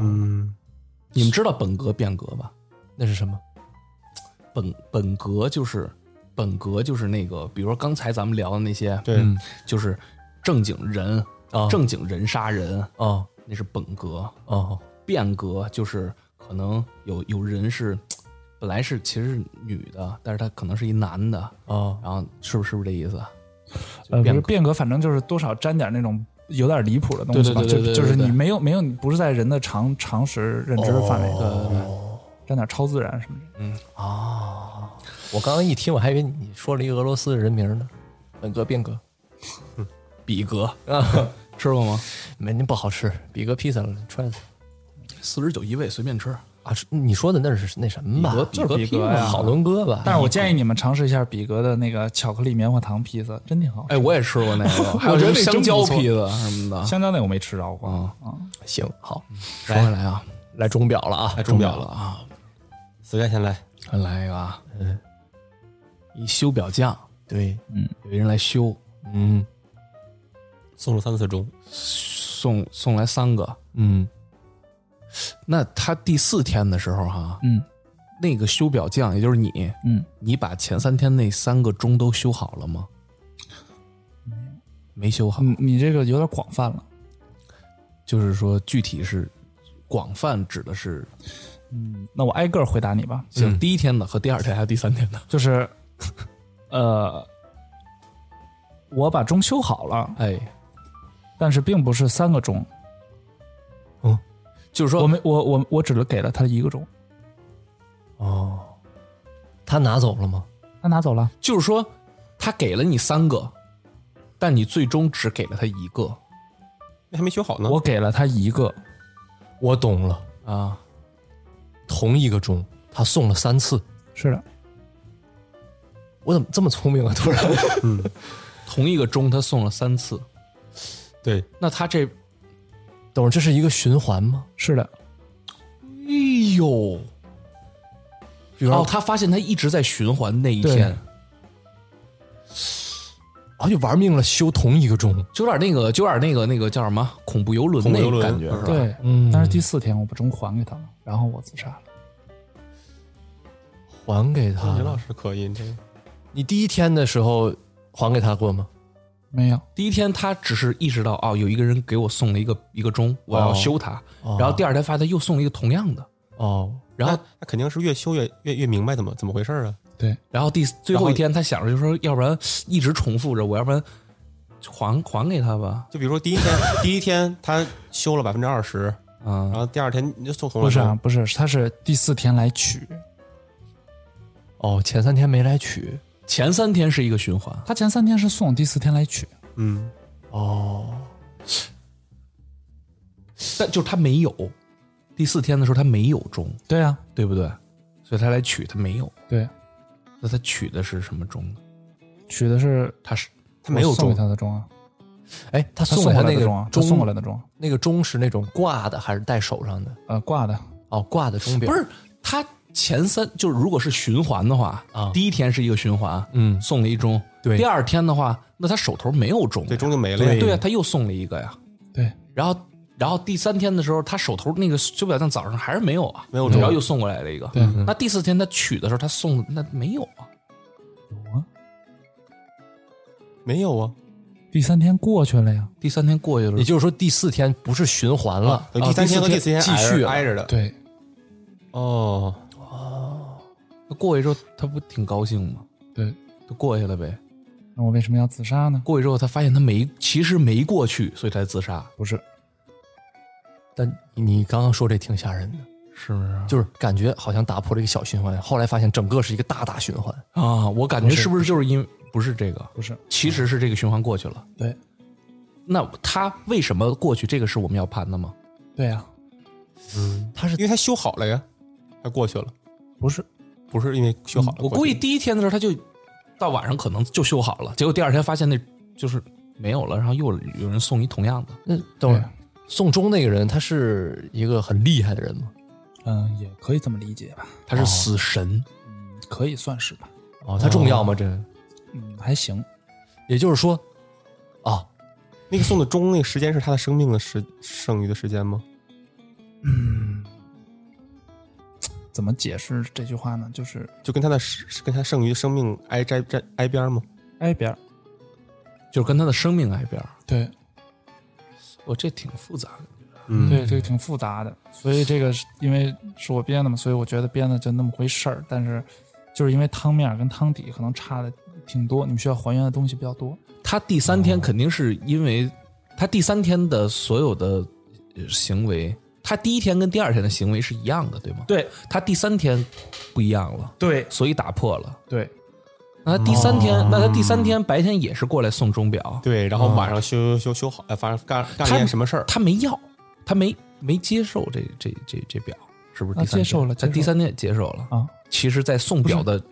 Speaker 3: 嗯，
Speaker 1: 你们知道本格变革吧？
Speaker 2: 那是什么？
Speaker 1: 本本格就是本格就是那个，比如说刚才咱们聊的那些，
Speaker 3: 对，
Speaker 1: 就是正经人
Speaker 2: 啊
Speaker 1: 正经人杀人，
Speaker 2: 哦
Speaker 1: 那是本格。
Speaker 2: 哦
Speaker 1: 变革就是可能有有人是本来是其实是女的，但是他可能是一男的，
Speaker 2: 哦，
Speaker 1: 然后是不是是不是这意思？
Speaker 4: 呃，不
Speaker 1: 变
Speaker 4: 是
Speaker 1: 革
Speaker 4: 变革，反正就是多少沾点那种有点离谱的东西吧。
Speaker 1: 对对对对对
Speaker 4: 就就是
Speaker 1: 对对
Speaker 4: 你没有没有，你不是在人的常常识认知范
Speaker 1: 哦
Speaker 4: 围的，沾点超自然什么的。
Speaker 2: 我刚刚一听，我还以为你说了一个俄罗斯人名呢，本格变革，
Speaker 1: 比格 [LAUGHS] 吃过吗？
Speaker 2: 没那不好吃，比格披萨了，揣子
Speaker 1: 四十九一位随便吃，
Speaker 2: 啊，是你说的那是那什么吧？
Speaker 1: 比格比格
Speaker 4: 就是比格
Speaker 1: 披萨
Speaker 4: 呀
Speaker 2: 好伦哥吧？
Speaker 4: 但是我建议你们尝试一下比格的那个巧克力棉花糖披萨，真挺好。
Speaker 1: 哎，我也吃过那个，还有
Speaker 4: 我觉
Speaker 1: 什么
Speaker 4: 得那
Speaker 1: 香
Speaker 4: 真
Speaker 1: 蕉
Speaker 4: 不错
Speaker 1: 披萨什么的。
Speaker 4: 香蕉那我没吃着过
Speaker 1: 啊
Speaker 4: 啊。
Speaker 2: 行好，
Speaker 1: 说回来啊，
Speaker 2: 来钟表了啊，
Speaker 3: 钟表
Speaker 1: 好了，啊，
Speaker 3: 死盖先来，
Speaker 1: 再来一个啊，嗯，一修表匠，
Speaker 2: 对，
Speaker 1: 有一人来修，
Speaker 2: 嗯
Speaker 3: 送了三次钟，
Speaker 1: 送送来三个，
Speaker 2: 嗯，
Speaker 1: 那他第四天的时候哈、
Speaker 4: 嗯
Speaker 1: 那个修表匠，也就是你，
Speaker 4: 嗯，
Speaker 1: 你把前三天那三个钟都修好了吗？没修好，
Speaker 4: 你嗯你这个有点广泛了。
Speaker 1: 就是说具体是广泛指的是，
Speaker 4: 那我挨个儿回答你吧，
Speaker 1: 行，第一天的和第二天还有第三天
Speaker 4: [LAUGHS]
Speaker 1: 的，
Speaker 4: 就是，呃，我把钟修好了，
Speaker 1: 哎，
Speaker 4: 但是并不是三个钟，
Speaker 1: [LAUGHS] 就是说
Speaker 4: 我没我我我只给了他一个钟，
Speaker 2: 哦，他拿走了吗？
Speaker 4: 他拿走了。
Speaker 1: 就是说，他给了你三个，但你最终只给了他一个
Speaker 3: 那还没修好呢，
Speaker 4: 我给了他一个，
Speaker 2: 我懂了，
Speaker 1: 啊。
Speaker 2: 同一个钟，他送了三次，
Speaker 4: 是的，
Speaker 2: 我怎么这么聪明啊？突然，
Speaker 1: 同一个钟他送了三次，
Speaker 3: 对，
Speaker 1: 那他这
Speaker 2: [LAUGHS] 等会儿这是一个循环吗？
Speaker 4: 是的，
Speaker 1: 哎呦，
Speaker 2: 比方
Speaker 1: 哦，
Speaker 2: 说，
Speaker 1: 他发现他一直在循环那一天
Speaker 4: 对，
Speaker 2: 他啊就玩命了修同一个钟，
Speaker 1: 就有点那个，就有点那个那个叫什么恐怖游轮
Speaker 3: 恐怖
Speaker 1: 那
Speaker 3: 游
Speaker 1: 个
Speaker 3: 轮
Speaker 1: 感觉
Speaker 3: 嗯
Speaker 1: 是吧？
Speaker 4: 对，
Speaker 2: 嗯
Speaker 4: 但是第四天我把钟还给他了，然后我自杀了。嗯
Speaker 2: 还给他
Speaker 3: 你老
Speaker 2: 了。
Speaker 3: 师可以，这个
Speaker 2: 你第一天的时候还给他过吗？
Speaker 4: 没有，
Speaker 1: 第一天他只是意识到哦，有一个人给我送了一个一个钟，我要
Speaker 2: 哦
Speaker 1: 修它。
Speaker 2: 哦
Speaker 1: 然后第二天发现他又送了一个同样的，
Speaker 2: 哦，
Speaker 1: 然后
Speaker 3: 那那肯定是越修越越越明白怎么怎么回事儿啊。
Speaker 4: 对，
Speaker 1: 然后第最
Speaker 3: 然
Speaker 1: 后
Speaker 3: 后
Speaker 1: 一天他想着就说，要不然一直重复着，我要不然还还给他吧。
Speaker 3: 就比如说第一天，第一天他修了百分之二十，
Speaker 1: 啊
Speaker 3: 然，后第二天你就送红
Speaker 4: 不
Speaker 3: 了
Speaker 4: 是啊，不是，他是第四天来取，
Speaker 2: 哦，前三天没来取。
Speaker 1: 前三天是一个循环，
Speaker 4: 他前三天是送，第四天来取。
Speaker 3: 嗯，
Speaker 2: 哦，
Speaker 1: 但就是他没有。第四天的时候他没有钟，
Speaker 4: 对啊，
Speaker 1: 对不对？所以他来取他没有。
Speaker 4: 对，
Speaker 1: 那他取的是什么钟呢？
Speaker 4: 取的是
Speaker 1: 他是
Speaker 3: 他没有
Speaker 4: 我送给
Speaker 3: 中，
Speaker 4: 他的钟啊，
Speaker 2: 哎，他
Speaker 4: 他
Speaker 2: 送
Speaker 4: 送
Speaker 2: 给
Speaker 4: 过
Speaker 2: 他那
Speaker 4: 来的
Speaker 2: 个
Speaker 4: 钟啊，他
Speaker 2: 钟，
Speaker 4: 送过来的钟啊，
Speaker 2: 那个钟是那种挂的还是戴手上的？
Speaker 4: 呃，挂的，
Speaker 2: 哦，挂的钟表
Speaker 1: 不是他前三就是如果是循环的话
Speaker 2: 啊
Speaker 1: 第一天是一个循环，
Speaker 2: 嗯
Speaker 1: 送了一钟。
Speaker 2: 对
Speaker 1: 第二天的话，那他手头没有钟，
Speaker 3: 对，中就没了
Speaker 1: 对
Speaker 3: 呀。
Speaker 1: 对啊，他又送了一个呀。
Speaker 4: 对，
Speaker 1: 然后，然后第三天的时候，他手头那个修表匠早上还是没有啊，
Speaker 3: 没有嗯钟
Speaker 1: 然后又送过来了一个。
Speaker 4: 对
Speaker 1: 那第四天他取的时候，他送的那没有啊。
Speaker 3: 没有啊，
Speaker 4: 第三天过去了呀，
Speaker 1: 第三天过去了，啊
Speaker 2: 也就是说第四天不是循环了，
Speaker 3: 等于第三天和第四天
Speaker 2: 继续
Speaker 3: 挨着挨着的。
Speaker 4: 对，
Speaker 3: 哦，
Speaker 1: 他过去之后，他不挺高兴吗？
Speaker 4: 对，
Speaker 1: 就过去了呗。
Speaker 4: 那我为什么要自杀呢？
Speaker 1: 过去之后，他发现他没，其实没过去，所以才自杀，
Speaker 4: 不是，
Speaker 2: 但你刚刚说这挺吓人的，
Speaker 1: 是不是啊？
Speaker 2: 就是感觉好像打破了一个小循环，后来发现整个是一个大大循环。
Speaker 1: 啊，我感觉是不是就是因为不是这个，
Speaker 4: 不是，
Speaker 1: 其实是这个循环过去了。
Speaker 4: 对，
Speaker 1: 那他为什么过去？这个是我们要盘的吗？
Speaker 4: 对啊呀，
Speaker 2: 他是
Speaker 3: 因为他修好了呀，他过去了，
Speaker 4: 不是，
Speaker 3: 不是因为修好了。
Speaker 1: 嗯我
Speaker 3: 过
Speaker 1: 估计
Speaker 3: 去
Speaker 1: 第一天的时候他就到晚上可能就修好了，结果第二天发现那就是没有了，然后又有人送你同样的。
Speaker 2: 那等会
Speaker 4: 对啊
Speaker 2: 儿送钟那个人，他是一个很厉害的人吗？
Speaker 4: 嗯，也可以这么理解吧，
Speaker 1: 他是死神，
Speaker 4: 可以算是吧，
Speaker 2: 哦，他重要吗？这
Speaker 4: 嗯，还行，
Speaker 2: 也就是说，啊，
Speaker 3: 那个送的钟那个时间是他的生命的时剩余的时间吗？
Speaker 4: 怎么解释这句话呢？就是
Speaker 3: 就跟他的时跟他剩余的生命挨挨挨挨边儿吗？
Speaker 4: 挨边儿，
Speaker 1: 就是跟他的生命挨边儿。
Speaker 4: 对，
Speaker 1: 我这挺复杂的，
Speaker 3: 嗯
Speaker 4: 对，这个挺复杂的，所以这个是因为是我编的嘛，所以我觉得编的就那么回事儿。但是就是因为汤面儿跟汤底可能差的挺多，你们需要还原的东西比较多。
Speaker 1: 他第三天肯定是因为他第三天的所有的呃行为，他第一天跟第二天的行为是一样的，对吗？
Speaker 4: 对
Speaker 1: 他第三天不一样了，
Speaker 4: 对
Speaker 1: 所以打破了。
Speaker 4: 对
Speaker 1: 那他第三天，那他第三天白天也是过来送钟表，
Speaker 3: 对，然后晚上修修修修好，哎反正干干了
Speaker 1: 他
Speaker 3: 件什么事儿？
Speaker 1: 他没要，他没没接受这这这这表，是不是？
Speaker 4: 啊
Speaker 1: 第三天
Speaker 4: 接受
Speaker 1: 他
Speaker 4: 了接受
Speaker 1: 第三天接受了。
Speaker 4: 啊，
Speaker 1: 其实，在送表的，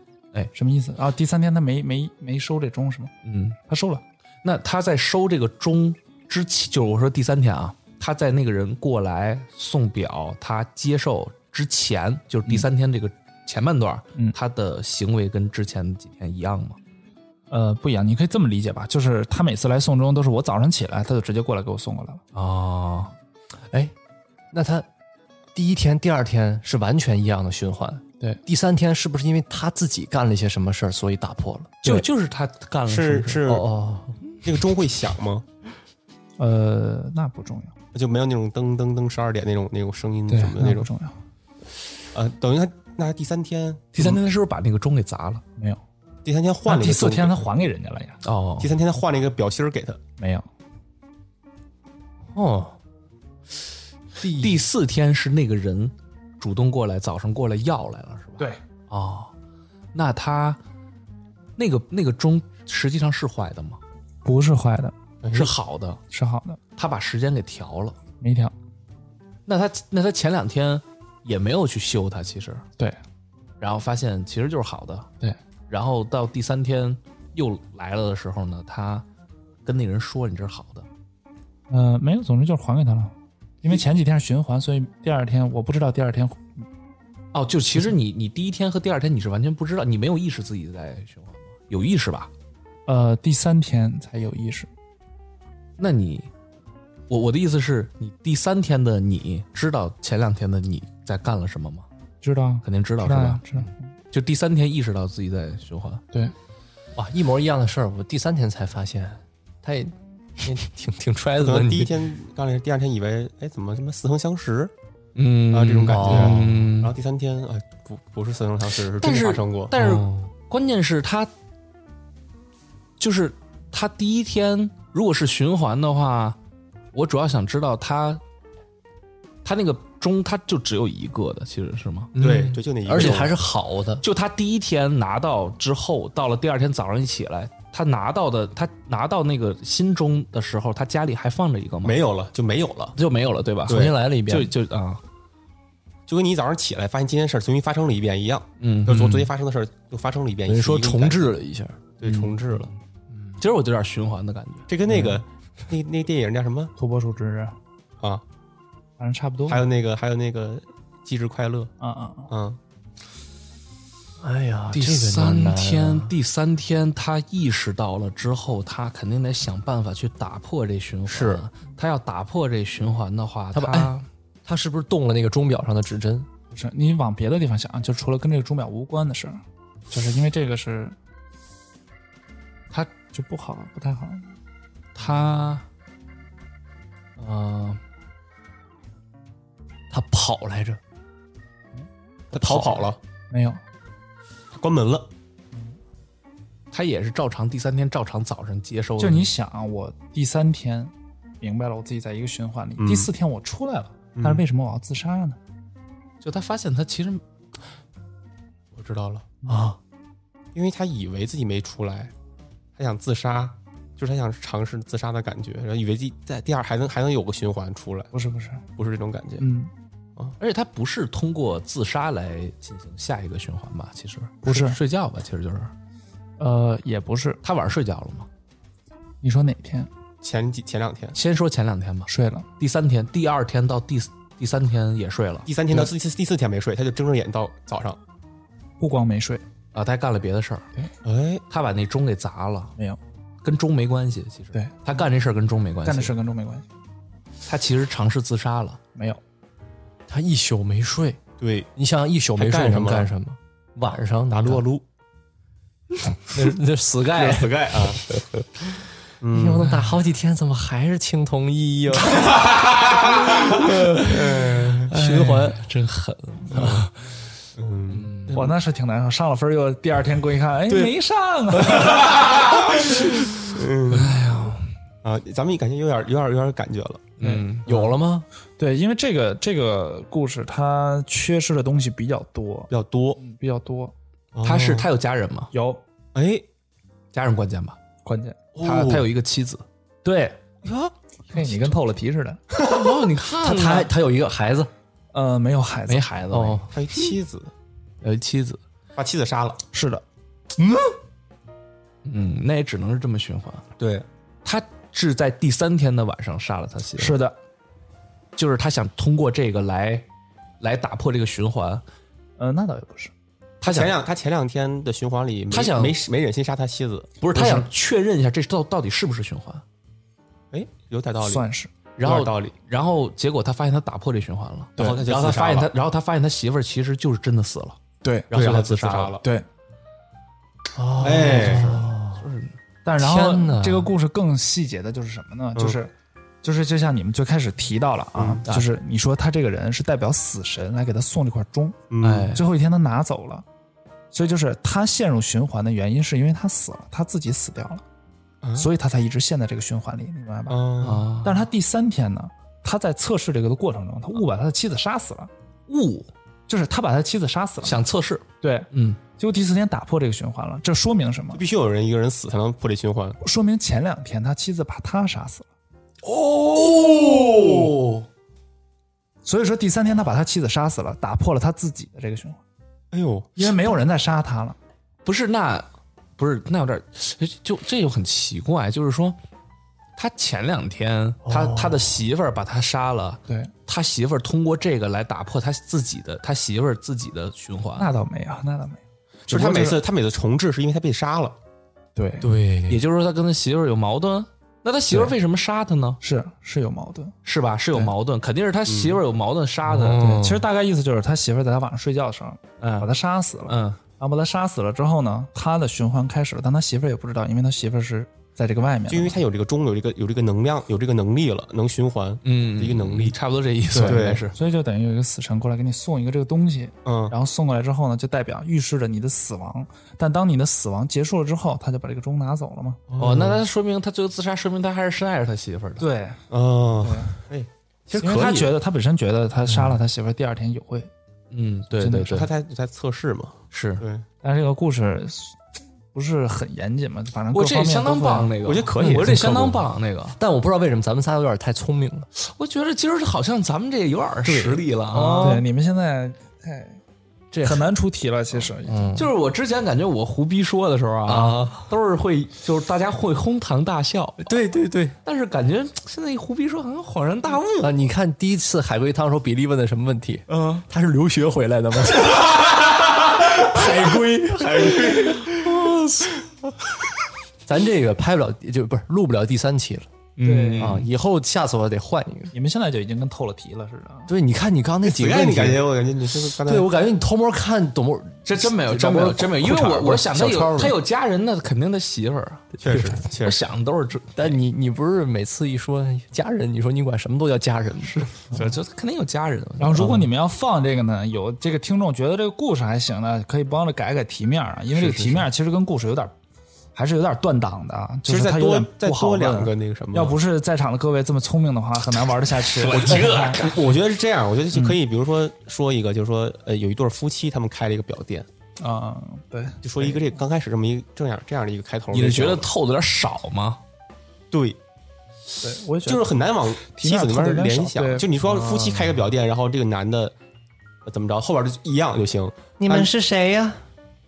Speaker 4: 什么意思啊？第三天他没没没收这钟是吗？
Speaker 1: 嗯，
Speaker 4: 他收了，
Speaker 1: 那他在收这个钟之前，就是我说第三天啊，他在那个人过来送表，他接受之前，就是第三天这个前半段，
Speaker 4: 嗯
Speaker 1: 他的行为跟之前几天一样吗？
Speaker 4: 呃，不一样，你可以这么理解吧，就是他每次来送钟都是我早上起来他就直接过来给我送过来了。
Speaker 1: 哦，
Speaker 2: 哎，那他第一天、第二天是完全一样的循环，
Speaker 4: 对，
Speaker 2: 第三天是不是因为他自己干了一些什么事儿，所以打破了？
Speaker 1: 就就是他干了什
Speaker 3: 是
Speaker 1: 么事
Speaker 3: 是
Speaker 2: 哦，哦，
Speaker 3: 那个钟会响吗？
Speaker 4: 呃，那不重要，
Speaker 3: 就没有那种噔噔噔十二点那种那种声音
Speaker 4: 对
Speaker 3: 什，么的那
Speaker 4: 那不
Speaker 3: 种。
Speaker 4: 重要，
Speaker 3: 呃，等于他那他第三天，
Speaker 1: 第三天他是不是把那个钟给砸了？
Speaker 4: 没有。
Speaker 3: 第三天
Speaker 4: 那
Speaker 3: 换了
Speaker 4: 啊
Speaker 3: 一
Speaker 4: 第
Speaker 3: 个
Speaker 4: 四
Speaker 3: 钟
Speaker 4: 天他还给人家了呀？
Speaker 1: 哦
Speaker 3: 第，三天他换了一个表芯儿给他，
Speaker 4: 没有，
Speaker 2: 哦，
Speaker 1: 第第四天是那个人主动过来，早上过来要来了，是吧？
Speaker 4: 对，
Speaker 1: 哦，那他那个那个钟实际上是坏的吗？
Speaker 4: 不是坏的，
Speaker 1: 是好的，
Speaker 4: 是好的，
Speaker 1: 他把时间给调了。
Speaker 4: 没调。
Speaker 1: 那他那他前两天也没有去修它，其实，
Speaker 4: 对
Speaker 1: 然后发现其实就是好的，
Speaker 4: 对，
Speaker 1: 然后到第三天又来了的时候呢，他跟那个人说你这是好的，
Speaker 4: 呃，没有，总之就是还给他了。因为前几天是循环，所以第二天我不知道第二天
Speaker 1: 哦，就其实你你第一天和第二天你是完全不知道，你没有意识自己在循环吗？有意识吧？
Speaker 4: 呃，第三天才有意识。
Speaker 1: 那你，我我的意思是你第三天的你知道前两天的你在干了什么吗？
Speaker 4: 知道，
Speaker 1: 肯定知道
Speaker 4: 知
Speaker 1: 是
Speaker 4: 道
Speaker 1: 吧
Speaker 4: 呀？，知道。
Speaker 1: 就第三天意识到自己在循环，
Speaker 4: 对，
Speaker 2: 哇，一模一样的事儿，我第三天才发现，他也也挺挺揣子
Speaker 3: 可
Speaker 2: 的。
Speaker 3: 能
Speaker 2: 你
Speaker 3: 第一天刚开始，第二天以为哎怎么什么似曾相识
Speaker 1: 嗯
Speaker 3: 啊这种感觉，
Speaker 1: 嗯
Speaker 3: 然后第三天啊不不是似曾相识，是真
Speaker 1: 但是
Speaker 3: 发生过。
Speaker 1: 但是
Speaker 2: 哦
Speaker 1: 关键是他，就是他第一天如果是循环的话，我主要想知道他，他那个钟他就只有一个的，其实是吗？
Speaker 4: 嗯
Speaker 3: 对，就就那一个，
Speaker 2: 而且还是好的，
Speaker 1: 就他第一天拿到之后，到了第二天早上一起来，他拿到的他拿到那个新钟的时候，他家里还放着一个吗？
Speaker 3: 没有了，就没有了，
Speaker 1: 就没有了，对吧？
Speaker 2: 重新来了一
Speaker 1: 就
Speaker 2: 遍。
Speaker 1: 就啊，
Speaker 3: 就跟你早上起来发现今天事儿重新发生了一遍一样，
Speaker 1: 嗯，
Speaker 3: 就昨昨天发生的事儿又发生了一遍，
Speaker 2: 等于
Speaker 3: 是
Speaker 2: 说
Speaker 3: 一个
Speaker 2: 重
Speaker 3: 感
Speaker 2: 置嗯
Speaker 3: 觉，
Speaker 2: 了一下，
Speaker 3: 对，重置了。
Speaker 1: 其实我就有点循环的感觉。
Speaker 3: 这跟
Speaker 2: 嗯
Speaker 3: 那个那那电影叫什么
Speaker 4: 土拨鼠之日，
Speaker 3: 啊？
Speaker 4: 反正差
Speaker 2: 哦
Speaker 4: 不多。
Speaker 3: 还有那个还有那个《机智快乐》
Speaker 4: 嗯嗯嗯，
Speaker 3: 嗯，
Speaker 2: 哎呀，
Speaker 1: 第
Speaker 2: 这个难
Speaker 1: 三
Speaker 2: 难啊
Speaker 1: 天，第三天他意识到了之后，他肯定得想办法去打破这循环。
Speaker 2: 是，
Speaker 1: 他要打破这循环的话，
Speaker 2: 他
Speaker 1: 他
Speaker 2: 把他是不是动了那个钟表上的指针？
Speaker 4: 不是，你往别的地方想，就除了跟这个钟表无关的事儿，就是因为这个是，
Speaker 1: 他
Speaker 4: 就不好，不太好。
Speaker 1: 他，呃，
Speaker 2: 他跑来着，
Speaker 3: 他逃跑
Speaker 2: 哦
Speaker 3: 了，
Speaker 4: 没有，
Speaker 3: 关门了，
Speaker 1: 他也是照常第三天照常早上接收的。
Speaker 4: 就你想，我第三天明白了我自己在一个循环里，
Speaker 3: 嗯
Speaker 4: 第四天我出来了，
Speaker 3: 嗯
Speaker 4: 但是为什么我要自杀呢？
Speaker 1: 就他发现他其实
Speaker 3: 我知道了，
Speaker 2: 啊，
Speaker 3: 因为他以为自己没出来，他想自杀，就是他想尝试自杀的感觉，然后以为自己在第二还能还能有个循环出来，
Speaker 4: 不是不是，
Speaker 3: 不是这种感觉，
Speaker 4: 嗯，
Speaker 1: 而且他不是通过自杀来进行下一个循环吧？其实
Speaker 4: 不是
Speaker 1: 睡觉吧？其实就是
Speaker 4: 呃，也不是。
Speaker 1: 他晚上睡觉了吗？
Speaker 4: 你说哪天
Speaker 3: 前几前两天，
Speaker 1: 先说前两天吧，
Speaker 4: 睡了？
Speaker 1: 第三天、第二天到第四第三天也睡了
Speaker 3: 第三天到第四第四天没睡，他就睁着眼到早上，
Speaker 4: 不光没睡，
Speaker 1: 啊，他还干了别的事儿，
Speaker 3: 哎，
Speaker 1: 他把那钟给砸了，
Speaker 4: 没有
Speaker 1: 跟钟没关系。其实
Speaker 4: 对
Speaker 1: 他干这事儿跟钟没关系，
Speaker 4: 干的事跟钟没关系，
Speaker 1: 他其实尝试自杀了。
Speaker 4: 没有。
Speaker 2: 他一宿没睡，
Speaker 3: 对，
Speaker 2: 你想想一宿没睡
Speaker 3: 还干什
Speaker 2: 能
Speaker 3: 么
Speaker 2: 干什么？晚上拿撸啊
Speaker 1: [LAUGHS]
Speaker 2: 撸，那那 sky， [LAUGHS]
Speaker 3: 这是 sky 啊，
Speaker 2: 哎呦，那打好几天，怎么还是青铜一呀？循环哎真狠，
Speaker 3: 嗯，
Speaker 4: 我那是挺难受，上了分儿又第二天过去看，哎，没上啊。
Speaker 3: [LAUGHS]
Speaker 4: [LAUGHS]
Speaker 3: 啊，咱们感觉有点有点有点感觉了，
Speaker 2: 嗯，有了吗？
Speaker 4: 对，因为这个这个故事它缺失的东西比较多，
Speaker 3: 比较多，哦
Speaker 4: 比较多，
Speaker 1: 嗯
Speaker 2: 哦
Speaker 1: 他是他有家人吗？
Speaker 4: 有
Speaker 3: 哎，
Speaker 1: 家人关键吧，
Speaker 4: 关键。
Speaker 1: 他他有一个妻子。
Speaker 4: 对，嘿，你跟透了题似的。
Speaker 1: 哦，你看
Speaker 2: 他他还他有一个孩子
Speaker 4: 呃，没有孩子，
Speaker 1: 没孩子，
Speaker 2: 哦，
Speaker 3: 他有妻子，
Speaker 1: 有一妻子。
Speaker 3: 把妻子
Speaker 1: [LAUGHS]
Speaker 3: 杀了，
Speaker 4: 是的，
Speaker 1: 嗯，那也只能是这么循环。
Speaker 3: 对，
Speaker 1: 他是在第三天的晚上杀了他媳妇，
Speaker 4: 是的，
Speaker 1: 就是他想通过这个来来打破这个循环。
Speaker 4: 呃，那倒也不是，
Speaker 3: 他前两他前两天的循环里没，
Speaker 1: 他想
Speaker 3: 没没忍心杀他妻子，
Speaker 1: 不是，他
Speaker 4: 不是
Speaker 1: 想确认一下这到到底是不是循环。
Speaker 3: 哎，有点道理，
Speaker 4: 算是
Speaker 1: 然后
Speaker 3: 有点道理，
Speaker 1: 然后结果他发现他打破这循环了，
Speaker 3: 对
Speaker 1: 然后
Speaker 3: 然
Speaker 1: 然
Speaker 3: 后
Speaker 1: 后他
Speaker 3: 他自杀
Speaker 1: 发现他
Speaker 3: 了，
Speaker 1: 然后他发现他媳妇儿其实就是真的死了，
Speaker 4: 对
Speaker 1: 然后
Speaker 3: 对
Speaker 1: 所以他
Speaker 3: 他自
Speaker 1: 杀
Speaker 3: 杀
Speaker 1: 了。
Speaker 4: 对。
Speaker 3: 哎，
Speaker 4: 但然
Speaker 2: 天哪
Speaker 4: 后这个故事更细节的就是什么呢？就是。就是就像你们最开始提到了啊，就是你说他这个人是代表死神来给他送这块钟，
Speaker 3: 嗯
Speaker 1: 哎，
Speaker 4: 最后一天他拿走了，所以就是他陷入循环的原因是因为他死了，他自己死掉了，所以他才一直陷在这个循环里，你明白吧？
Speaker 3: 啊，
Speaker 1: 啊，
Speaker 4: 但是他第三天呢，他在测试这个的过程中，他误把他的妻子杀死了，
Speaker 1: 物
Speaker 4: 就是他把他的妻子杀死了，
Speaker 1: 想测试，
Speaker 4: 对，
Speaker 1: 嗯，
Speaker 4: 结果第四天打破这个循环了，这说明什么？
Speaker 3: 必须有人一个人死才能破这循环，
Speaker 4: 说明前两天他妻子把他杀死了。
Speaker 1: 哦，
Speaker 4: 所以说，第三天他把他妻子杀死了，打破了他自己的这个循环，
Speaker 3: 哎呦，
Speaker 4: 因为没有人再杀他了。
Speaker 1: 不是那。不是，那有点，就这就很奇怪，就是说，他前两天他、他的媳妇儿把他杀了，
Speaker 4: 对，
Speaker 1: 他媳妇儿通过这个来打破他自己的他媳妇儿自己的循环，
Speaker 4: 啊那倒没有，那倒没有。
Speaker 3: 就是他每次他每次重置是因为他被杀了，
Speaker 4: 对
Speaker 2: 对，
Speaker 1: 也就是说他跟他媳妇儿有矛盾。那他媳妇儿为什么杀他呢？
Speaker 4: 是是有矛盾。
Speaker 1: 是吧？是有矛盾，肯定是他媳妇儿有矛盾杀他。
Speaker 2: 嗯
Speaker 4: 其实大概意思就是，他媳妇儿在他晚上睡觉的时候，把
Speaker 1: 嗯
Speaker 4: 他杀死了。
Speaker 1: 嗯
Speaker 4: 然后把他杀死了之后呢，他的循环开始了，但他媳妇儿也不知道，因为他媳妇儿是在这个外面
Speaker 3: 就
Speaker 4: 的。
Speaker 3: 因为他有这个钟，有这个有这个能量，有这个能力了，能循环。
Speaker 1: 嗯，
Speaker 3: 一个能力
Speaker 1: 差不多这意思，
Speaker 4: 对嗯
Speaker 1: 应该是。
Speaker 4: 所以就等于有一个死神过来给你送一个这个东西，
Speaker 3: 嗯，
Speaker 4: 然后送过来之后呢，就代表预示着你的死亡。但当你的死亡结束了之后，他就把这个钟拿走了嘛？
Speaker 1: 哦，那他说明他最后自杀，说明他还是深爱着他媳妇儿的。
Speaker 4: 对，
Speaker 3: 哦，哎，其实
Speaker 4: 因为
Speaker 3: 可
Speaker 4: 他
Speaker 3: 以
Speaker 4: 觉得他本身觉得他杀了他媳妇儿，第二天也会。
Speaker 1: 嗯，对
Speaker 4: 真的
Speaker 1: 对
Speaker 4: 是
Speaker 1: 对
Speaker 3: 他，在在测试嘛，
Speaker 1: 是。
Speaker 3: 对，
Speaker 4: 但是这个故事不是很严谨嘛，反正
Speaker 1: 我
Speaker 4: 各
Speaker 1: 这
Speaker 4: 方面
Speaker 1: 相当
Speaker 4: 都会
Speaker 1: 棒，那个嗯
Speaker 3: 我觉得可以
Speaker 1: 我这相当棒，那个
Speaker 2: 但我不知道为什么咱们仨有点太聪明了。
Speaker 1: 我觉得今儿好像咱们这有点实力了啊。
Speaker 4: 对，你们现在太
Speaker 2: 这
Speaker 4: 很难出题了，其实。
Speaker 2: 嗯，
Speaker 1: 就是我之前感觉我胡逼说的时候啊，都是会就是大家会哄堂大笑，
Speaker 2: 对对对
Speaker 1: 但是感觉现在一胡逼说，好像恍然大悟。
Speaker 2: 啊！你看第一次海龟汤时候，比利问的什么问题？
Speaker 5: 嗯，
Speaker 2: 他是留学回来 [LAUGHS] 的吗？海龟，海龟。咱这个拍不了，就不是录不了第三期了、
Speaker 4: 对
Speaker 2: 啊！以后下次我得换一个。
Speaker 4: 你们现在就已经跟透了题了似的。啊
Speaker 2: 对，你看你刚刚那几
Speaker 3: 子
Speaker 2: 个
Speaker 3: 盖，
Speaker 2: 问
Speaker 3: 你
Speaker 2: 题
Speaker 3: 感，觉我感觉你是不是刚才
Speaker 2: 对我感觉你偷摸看董博，
Speaker 1: 这真没有，
Speaker 2: 这
Speaker 1: 真没有，
Speaker 2: 这
Speaker 1: 真没有，因为我我想他
Speaker 2: 小抄
Speaker 1: 有
Speaker 2: 了
Speaker 1: 他有家人，那肯定他媳妇儿啊。
Speaker 3: 确实确
Speaker 1: 我
Speaker 3: 实
Speaker 1: 想的都是这
Speaker 2: 但你你不是每次一说家人，你说你管什么都叫家人，是
Speaker 1: 这这肯定有家人。
Speaker 4: 然后，如果你们要放这个呢，有这个听众觉得这个故事还行呢，可以帮着改改题面啊，因为这个题面其实跟故事有点，还是有点断档的啊，
Speaker 3: 其
Speaker 4: 就是
Speaker 3: 实再
Speaker 4: 它有
Speaker 3: 多
Speaker 4: 点
Speaker 3: 再
Speaker 4: 不好
Speaker 3: 多
Speaker 4: 问
Speaker 3: 两个那个什么，
Speaker 4: 要不是在场的各位这么聪明的话，很难玩得下去。我这
Speaker 3: [LAUGHS] 我我觉得是这样，我觉得就可以，比如说说一个，就是说呃，有一对夫妻他们开了一个表店，
Speaker 4: 啊，对，
Speaker 3: 就说一个这个刚开始这么一个这样这样的一个开头，
Speaker 1: 你是觉得
Speaker 3: 这样
Speaker 1: 透的有点少吗？
Speaker 3: 对，
Speaker 4: 对，我也觉
Speaker 3: 就
Speaker 4: 得
Speaker 3: 是很难往
Speaker 4: 题
Speaker 3: 妻
Speaker 4: 面
Speaker 3: 子里
Speaker 4: 特别
Speaker 3: 面联
Speaker 4: 少对
Speaker 3: 想，就你说夫妻开个表店，然后这个男的呃怎么着，后边就一样就行，
Speaker 2: 你
Speaker 3: 们
Speaker 2: 是谁呀、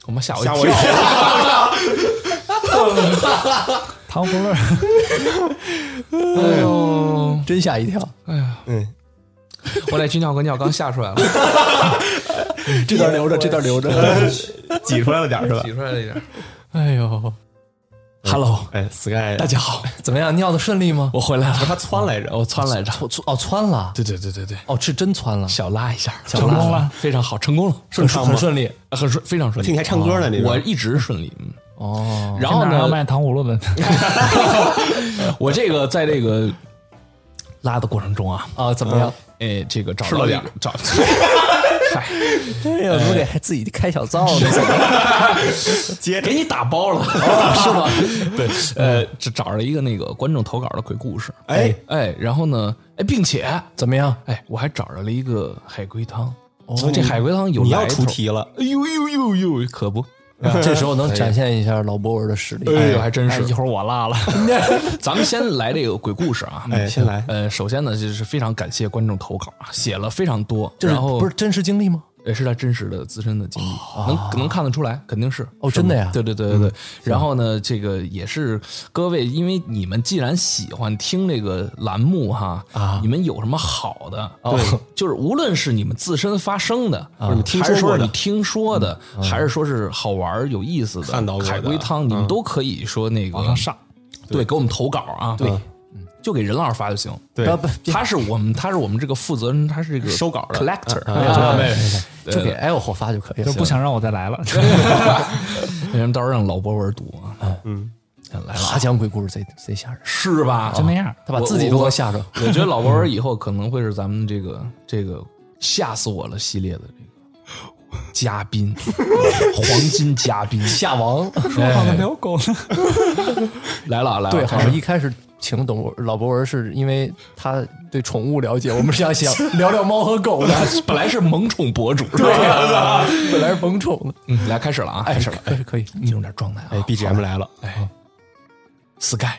Speaker 1: 我们吓我一
Speaker 3: 吓
Speaker 1: 跳
Speaker 3: 我一。跳，
Speaker 4: 糖葫芦儿。
Speaker 1: 哎呦，
Speaker 2: 真吓一跳！
Speaker 3: 嗯，
Speaker 1: [LAUGHS] 我那军尿和尿刚吓出来了，
Speaker 4: [LAUGHS]
Speaker 2: 这段留着，这段留
Speaker 1: [LAUGHS]
Speaker 2: 着。
Speaker 3: 挤出来了点儿是吧？
Speaker 1: 挤出来了一点。
Speaker 2: 哎呦，Hello，
Speaker 3: [LAUGHS] 哎，Sky，
Speaker 2: 大家好，怎么样？尿的顺利吗？我回来了，
Speaker 3: 他窜来着，
Speaker 1: 我窜来着，
Speaker 2: 我穿哦穿了，
Speaker 1: 对对对对对，
Speaker 2: 哦是真穿了，
Speaker 1: 小拉一下，
Speaker 2: 小拉
Speaker 1: 成功了，非常好，成功了，
Speaker 2: 顺
Speaker 3: 畅
Speaker 2: 很
Speaker 3: 吗
Speaker 2: 顺利
Speaker 1: 呃很顺，非常顺利。
Speaker 3: 听你还唱歌呢那边
Speaker 1: 我一直顺利。嗯
Speaker 2: 哦。
Speaker 1: 然后
Speaker 4: 哪儿要
Speaker 1: 呢，
Speaker 4: 卖糖葫芦 [LAUGHS] 的，
Speaker 1: [LAUGHS] 我这个在这个拉的过程中啊，
Speaker 2: 啊，怎么样？
Speaker 1: 哎，这个找
Speaker 3: 吃了
Speaker 1: 到
Speaker 3: 点
Speaker 1: 一个找，嗨，
Speaker 2: 哎呀，我得还自己开小灶呢。
Speaker 3: [LAUGHS] 接着
Speaker 1: 给你打包
Speaker 3: [LAUGHS]
Speaker 1: 了， [LAUGHS] 是吗？对，呃，这找了一个那个观众投稿的鬼故事，
Speaker 3: 哎，
Speaker 1: 哎，然后呢，哎，并且，
Speaker 2: [LAUGHS] 怎么样？
Speaker 1: 哎，我还找着了一个海龟汤。哦，这海龟汤有
Speaker 3: 你
Speaker 1: 来
Speaker 3: 要
Speaker 1: 头
Speaker 3: 出，题了，
Speaker 1: 哎呦呦呦呦，可不，
Speaker 2: 这时候能展现一下老博文的实力。
Speaker 1: 哎呦，还真是。
Speaker 4: 一会儿我拉了。
Speaker 1: 咱们先来这个鬼故事啊，
Speaker 3: 哎，先来，
Speaker 1: 呃，首先呢，就是非常感谢观众投稿啊，写了非常多，
Speaker 2: 这是
Speaker 1: 然后
Speaker 2: 不是真实经历吗？
Speaker 1: 也是他真实的自身的经历，能能看得出来，肯定是
Speaker 2: 哦
Speaker 1: 是
Speaker 2: 真的
Speaker 1: 吗
Speaker 2: 呀
Speaker 1: 对对对对对。然后呢，这个也是各位，因为你们既然喜欢听这个栏目哈，
Speaker 2: 啊
Speaker 1: 你们有什么好的？
Speaker 2: 哦
Speaker 1: 对，就是无论是你们自身发生的，
Speaker 2: 啊
Speaker 1: 你听
Speaker 3: 说过的
Speaker 1: 你听说的，还是说是好玩儿有意思的，
Speaker 3: 看到过的
Speaker 1: 海龟汤，你们都可以说那个
Speaker 4: 往上上，
Speaker 1: 对，给我们投稿啊，对
Speaker 3: 嗯，
Speaker 1: 就给任老师发就行。
Speaker 3: 对
Speaker 2: 不，要不
Speaker 1: 他是我们，他是我们这个负责人，他是这个
Speaker 3: 收稿的
Speaker 1: collector，
Speaker 2: 啊
Speaker 1: 对
Speaker 2: 就给 L 火发就可以了。
Speaker 4: 就不想让我再 [LAUGHS] 来了。
Speaker 1: 为什么到时候让老博文读啊？
Speaker 3: 嗯，
Speaker 2: [LAUGHS]
Speaker 1: 来了，
Speaker 2: 他讲鬼故事贼贼吓人，
Speaker 1: 是吧？
Speaker 4: 就那样，
Speaker 2: 啊他把自己都能吓着。 [LAUGHS]
Speaker 1: 我觉得老博文以后可能会是咱们这个这个吓死我了系列的这个嘉宾，黄金嘉
Speaker 2: [LAUGHS]
Speaker 1: 宾
Speaker 2: 夏王
Speaker 1: 哎
Speaker 4: 说话了聊狗呢。
Speaker 1: 来了来了，
Speaker 2: 对，好
Speaker 1: 开
Speaker 2: 像
Speaker 1: 始
Speaker 2: 一啊开始请董博老博文是因为他对宠物了解，我们是想想聊聊猫和狗的，
Speaker 1: 本来是萌宠博主，
Speaker 2: [LAUGHS] 对，啊 [LAUGHS] 本来是萌宠的，
Speaker 1: [LAUGHS] 嗯，来开始了啊，开始了，
Speaker 2: 可以可以，
Speaker 1: 进入点状态啊，
Speaker 3: 哎，BGM 来了，
Speaker 1: 哎，Sky，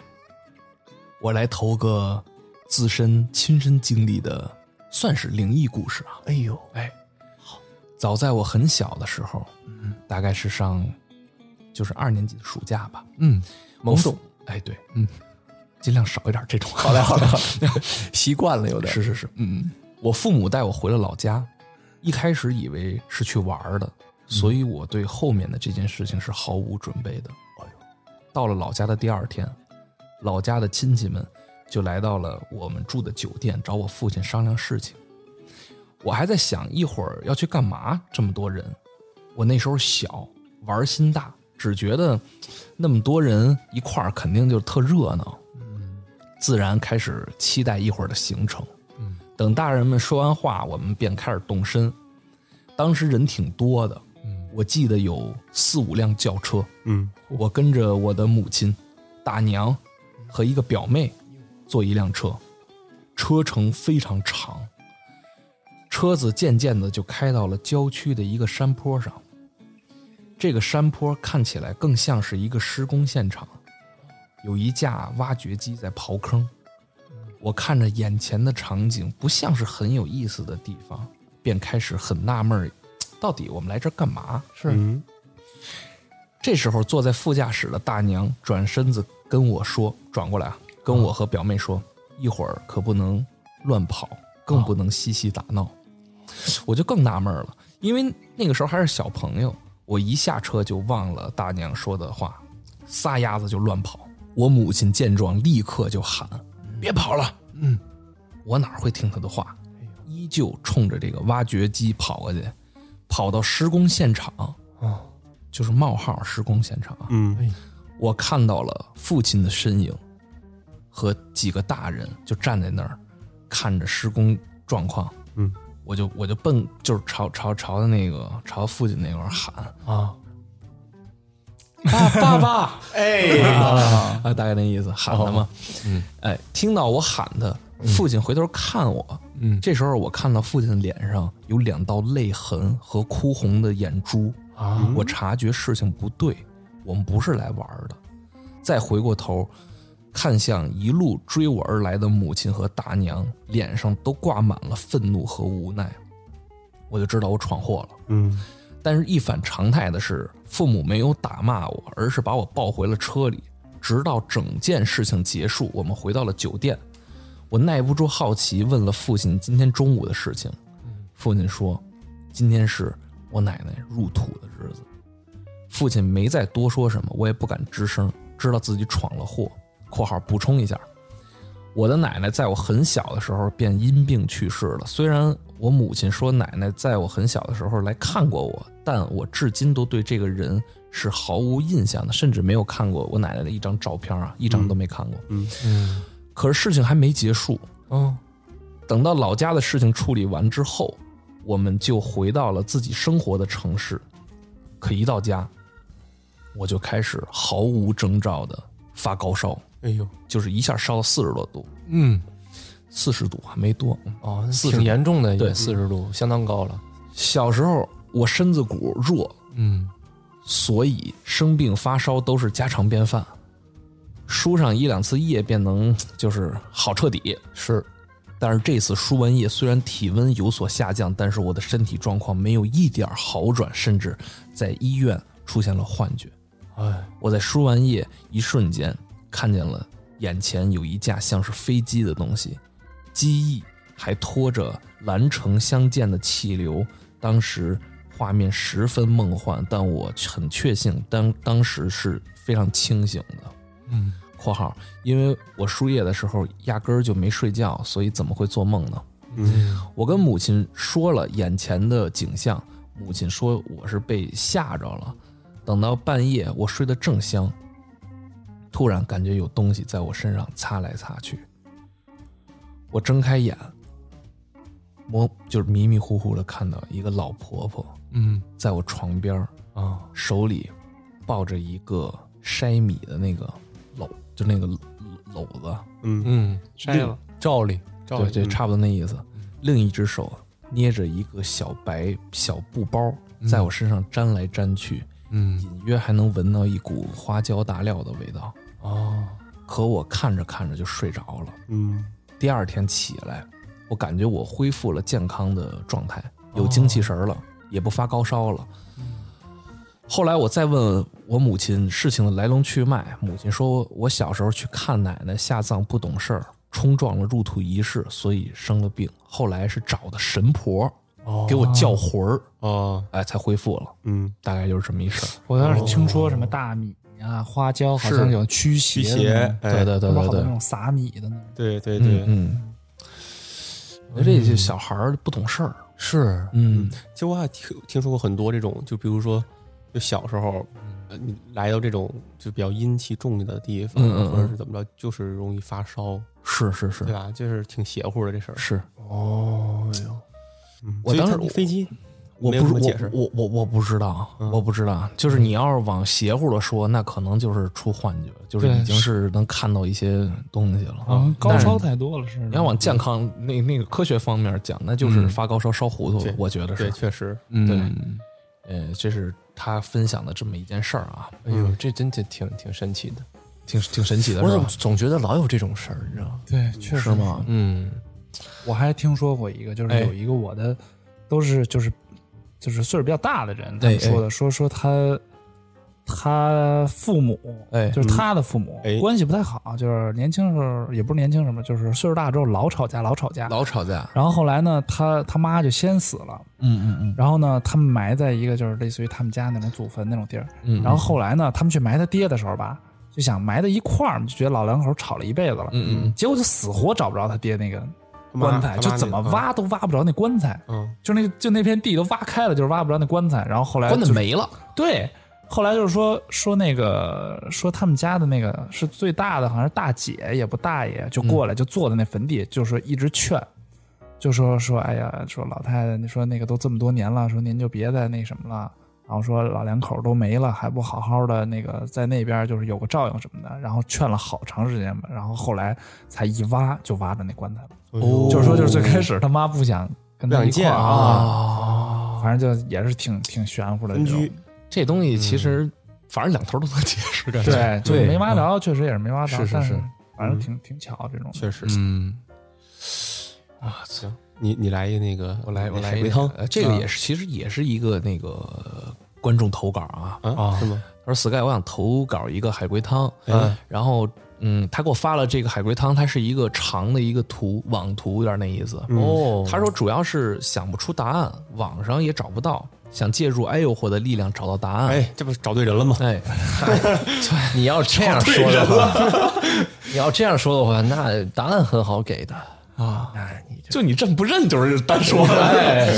Speaker 1: 我来投个自身亲身经历的，算是灵异故事啊。
Speaker 2: 哎呦，嗯
Speaker 1: 哎，早在我很小的时候，大概是上就是二年级的暑假吧，
Speaker 2: 嗯，懵懂，
Speaker 1: 哎，对，嗯，尽量少一点这种。好嘞，
Speaker 2: 好嘞，
Speaker 1: [LAUGHS]
Speaker 2: 好嘞，习惯了有点。
Speaker 1: 是是是，嗯，嗯，我父母带我回了老家，一开始以为是去玩儿的，
Speaker 2: 嗯
Speaker 1: 所以我对后面的这件事情是毫无准备的。到了老家的第二天，老家的亲戚们就来到了我们住的酒店，找我父亲商量事情。我还在想一会儿要去干嘛，这么多人。我那时候小，玩儿心大，只觉得那么多人一块儿肯定就特热闹，自然开始期待一会儿的行程。等大人们说完话，我们便开始动身。当时人挺多的，我记得有四五辆轿车，
Speaker 3: 嗯，
Speaker 1: 我跟着我的母亲、大娘和一个表妹坐一辆车，车程非常长。车子渐渐的就开到了郊区的一个山坡上，这个山坡看起来更像是一个施工现场，有一架挖掘机在刨坑。我看着眼前的场景，不像是很有意思的地方，便开始很纳闷儿，到底我们来这儿干嘛？是
Speaker 3: 嗯
Speaker 1: 这时候坐在副驾驶的大娘转身子跟我说：“转过来啊，跟我和表妹说，一会儿可不能乱跑，更不能嬉戏打闹。我就更纳闷了，因为那个时候还是小朋友，我一下车就忘了大娘说的话，撒丫子就乱跑。我母亲见状，立刻就喊：“别跑了！”嗯，哎我哪会听她的话？依旧冲着这个挖掘机跑过去，跑到施工现场，就是冒号施工现场
Speaker 2: 哎
Speaker 1: 啊，
Speaker 3: 嗯
Speaker 1: 我看到了父亲的身影和几个大人就站在那儿看着施工状况。
Speaker 3: 嗯，
Speaker 1: 我就我就奔就是朝朝朝着那个朝父亲那块儿喊
Speaker 2: 啊，
Speaker 1: 爸爸爸
Speaker 3: 哎，
Speaker 1: 啊，大概那意思喊他
Speaker 2: 哦
Speaker 1: 嘛。嗯，哎，听到我喊他，父亲回头看我。
Speaker 2: 嗯
Speaker 1: 这时候我看到父亲的脸上有两道泪痕和哭红的眼珠。
Speaker 2: 啊，
Speaker 1: 我察觉事情不对，我们不是来玩儿的。再回过头，看向一路追我而来的母亲和大娘，脸上都挂满了愤怒和无奈，我就知道我闯祸了。
Speaker 3: 嗯
Speaker 1: 但是，一反常态的是，父母没有打骂我，而是把我抱回了车里。直到整件事情结束，我们回到了酒店。我耐不住好奇，问了父亲今天中午的事情。父亲说，今天是我奶奶入土的日子。父亲没再多说什么，我也不敢吱声，知道自己闯了祸。（括号补充一下，我的奶奶在我很小的时候便因病去世了。虽然我母亲说奶奶在我很小的时候来看过我，但我至今都对这个人是毫无印象的，甚至没有看过我奶奶的一张照片啊，一张都没看过。
Speaker 3: 嗯
Speaker 1: 可是事情还没结束，
Speaker 2: 嗯
Speaker 1: 等到老家的事情处理完之后，我们就回到了自己生活的城市。可一到家，我就开始毫无征兆的发高烧，
Speaker 3: 哎呦，
Speaker 1: 就是一下烧到四十多度，
Speaker 2: 嗯，
Speaker 1: 四十度还没多，嗯
Speaker 2: 哦，那
Speaker 1: 40
Speaker 2: 挺严重的，
Speaker 1: 对
Speaker 2: 四十度，相当高了。
Speaker 1: 小时候我身子骨弱，
Speaker 2: 嗯，
Speaker 1: 所以生病发烧都是家常便饭，输上一两次液便能就是好彻底。是，但是这次输完液，虽然体温有所下降，但是我的身体状况没有一点好转，甚至在医院出现了幻觉。
Speaker 2: 哎，
Speaker 1: 我在输完液一瞬间看见了眼前有一架像是飞机的东西，机翼还拖着蓝橙相间的气流。当时画面十分梦幻，但我很确信当当时是非常清醒的。
Speaker 2: 嗯，
Speaker 1: （括号）因为我输液的时候压根儿就没睡觉，所以怎么会做梦呢？
Speaker 3: 嗯
Speaker 1: 我跟母亲说了眼前的景象，母亲说我是被吓着了。等到半夜，我睡得正香，突然感觉有东西在我身上擦来擦去。我睁开眼，模就是迷迷糊糊的看到一个老婆婆
Speaker 2: 嗯
Speaker 1: 在我床边儿
Speaker 2: 啊，
Speaker 1: 手里抱着一个筛米的那个篓，就那个篓篓子，
Speaker 3: 嗯
Speaker 2: 嗯，
Speaker 3: 筛了，
Speaker 2: 照例，
Speaker 3: 照
Speaker 1: 对对，
Speaker 3: 嗯
Speaker 1: 差不多那意思。另一只手捏着一个小白小布包，在我身上沾来沾去，
Speaker 2: 嗯，
Speaker 1: 隐约还能闻到一股花椒大料的味道。
Speaker 2: 哦，
Speaker 1: 可我看着看着就睡着了。
Speaker 3: 嗯
Speaker 1: 第二天起来，我感觉我恢复了健康的状
Speaker 4: 哦
Speaker 1: 态，有精气神儿了，也不发高烧了。后来我再问我母亲事情的来龙去脉，母亲说我小时候去看奶奶下葬不懂事儿，冲撞了入土仪式，所以生了病。后来是找的神婆
Speaker 4: 哦
Speaker 1: 给我叫魂儿，
Speaker 3: 哦，
Speaker 1: 哎，才恢复了。
Speaker 3: 嗯，
Speaker 1: 大概就是这么一事儿。
Speaker 4: [LAUGHS] 我当时听说什么大米啊、花椒好像有驱邪
Speaker 3: 驱
Speaker 4: 的
Speaker 3: 邪
Speaker 4: 那种
Speaker 3: 哎
Speaker 1: 对对对
Speaker 4: 他们
Speaker 1: 对
Speaker 4: 好
Speaker 1: 对
Speaker 4: 多那，种撒米的那种。
Speaker 3: 对对
Speaker 1: 嗯
Speaker 3: 对，
Speaker 1: 嗯。我觉得这些小孩儿不懂事儿，
Speaker 3: 是。
Speaker 1: 嗯，
Speaker 3: 其实我还听听说过很多这种，就比如说，就小时候，呃你来到这种就比较阴气重的地
Speaker 1: 嗯
Speaker 3: 方，
Speaker 1: 嗯嗯嗯
Speaker 3: 或者是怎么着，就是容易发烧，
Speaker 1: 是是是
Speaker 3: 对吧？就是挺邪乎的这事儿。
Speaker 1: 是，
Speaker 3: 嗯
Speaker 1: 哦哎我
Speaker 3: 所以
Speaker 1: 当
Speaker 3: 它
Speaker 1: 时我
Speaker 3: 飞机
Speaker 1: 我
Speaker 3: 没有什
Speaker 1: 不
Speaker 3: 么
Speaker 1: 是
Speaker 3: 解释
Speaker 1: 我我我我不知道，
Speaker 2: 嗯
Speaker 1: 我不知道，就是你要是往邪乎了说，那可能就是出幻觉，就是
Speaker 4: 对
Speaker 1: 已经是能看到一些东西了。
Speaker 4: 嗯，高
Speaker 1: 但是
Speaker 4: 烧太多了，是
Speaker 1: 你要往健康那那个科学方面讲，那
Speaker 2: 嗯
Speaker 1: 就是发高烧烧糊涂
Speaker 3: 对，
Speaker 1: 我觉得是。
Speaker 3: 对，确实，
Speaker 1: 嗯，呃，这是他分享的这么一件事儿啊，
Speaker 2: 哎呦，这真的挺挺神奇的。
Speaker 1: 挺挺神奇的，
Speaker 2: 我
Speaker 1: 是
Speaker 2: 怎么
Speaker 1: 吧？
Speaker 2: 总觉得老有这种事儿，你知道吗？
Speaker 4: 对，确
Speaker 1: 是
Speaker 4: 实？
Speaker 1: 吗？
Speaker 2: 嗯，
Speaker 4: 我还听说过一个，就是
Speaker 1: 哎
Speaker 4: 有一个我的，都是就是就是岁数比较大的人，他
Speaker 1: 哎
Speaker 4: 们说的，说说他他父母，
Speaker 1: 哎
Speaker 4: 就是他的父母
Speaker 3: 哎
Speaker 4: 关系不太好，就是年轻时候也不是年轻什么，就是岁数大之后老吵架，老吵架。
Speaker 1: 老吵架，
Speaker 4: 然后后来呢，他他妈就先死了，
Speaker 1: 嗯嗯
Speaker 4: 然后呢，他们埋在一个就是类似于他们家那种祖坟那种地儿。
Speaker 1: 嗯
Speaker 4: 然后后来呢，他们去埋他爹的时候吧，就想埋在一块儿嘛，就觉得老两口吵了一辈子了。
Speaker 1: 嗯嗯
Speaker 4: 结果就死活找不着他爹那个
Speaker 3: 他妈
Speaker 4: 棺材，
Speaker 3: 他妈
Speaker 4: 就
Speaker 3: 那
Speaker 4: 怎么
Speaker 3: 个
Speaker 4: 挖都挖不着那棺材，
Speaker 3: 嗯，
Speaker 4: 就那就那片地都挖开了，就是挖不着那棺材。然后后来
Speaker 1: 嗯，关
Speaker 4: 就
Speaker 1: 的没了，
Speaker 4: 对，后来就是说说那个说他们家的那个是最大的，好像是大姐也不大爷，就过来
Speaker 3: 嗯
Speaker 4: 就坐在那坟地，就说一直劝，就说说哎呀，说老太太，你说那个都这么多年了，说您就别再那什么了。然后说老两口都没了，还不好好的那个在那边就是有个照应什么的，然后劝了好长时间吧，然后后来才一挖就挖着那棺材了。
Speaker 3: 哦
Speaker 4: 就是说就是最开始他妈不想跟他
Speaker 3: 不想
Speaker 4: 一块
Speaker 3: 见
Speaker 4: 儿
Speaker 1: 啊，
Speaker 4: 反正就也是挺挺玄乎的
Speaker 3: 分
Speaker 4: 这种
Speaker 3: 居，
Speaker 1: 这东西其实反正两头都能解释， [LAUGHS] 感觉
Speaker 4: 对，
Speaker 2: 嗯
Speaker 4: 就
Speaker 2: 对
Speaker 4: 没挖着，确实也是没挖
Speaker 1: 嗯
Speaker 4: 着，
Speaker 1: 是是嗯
Speaker 4: 但
Speaker 1: 是
Speaker 4: 反正挺挺巧这种。
Speaker 3: [LAUGHS] 确实。
Speaker 1: 嗯，
Speaker 3: 你你来一个那个，
Speaker 1: 我来我来
Speaker 3: 海
Speaker 1: 一
Speaker 3: 龟
Speaker 1: 个
Speaker 3: 汤
Speaker 2: 啊
Speaker 1: 呃这个也是其实也是一个那个观众投稿啊，
Speaker 3: 啊，是吗？
Speaker 1: 他说 Sky 我想投稿一个海龟汤，
Speaker 3: 嗯，
Speaker 1: 然后嗯，他给我发了这个海龟汤，它是一个长的一个图网图，有点那意思。
Speaker 2: 哦，
Speaker 1: 他说主要是想不出答案，网上也找不到，想借助哎呦嚯的力量找到答案。
Speaker 3: 哎，这不是找对人了吗？
Speaker 2: [LAUGHS]
Speaker 1: 哎，
Speaker 2: 你要这样说的话，
Speaker 1: 啊
Speaker 2: [LAUGHS] 你要这样说的话，那答案很好给的啊。那你这
Speaker 1: 就你这么不认，就是单说的。 [LAUGHS] 哎，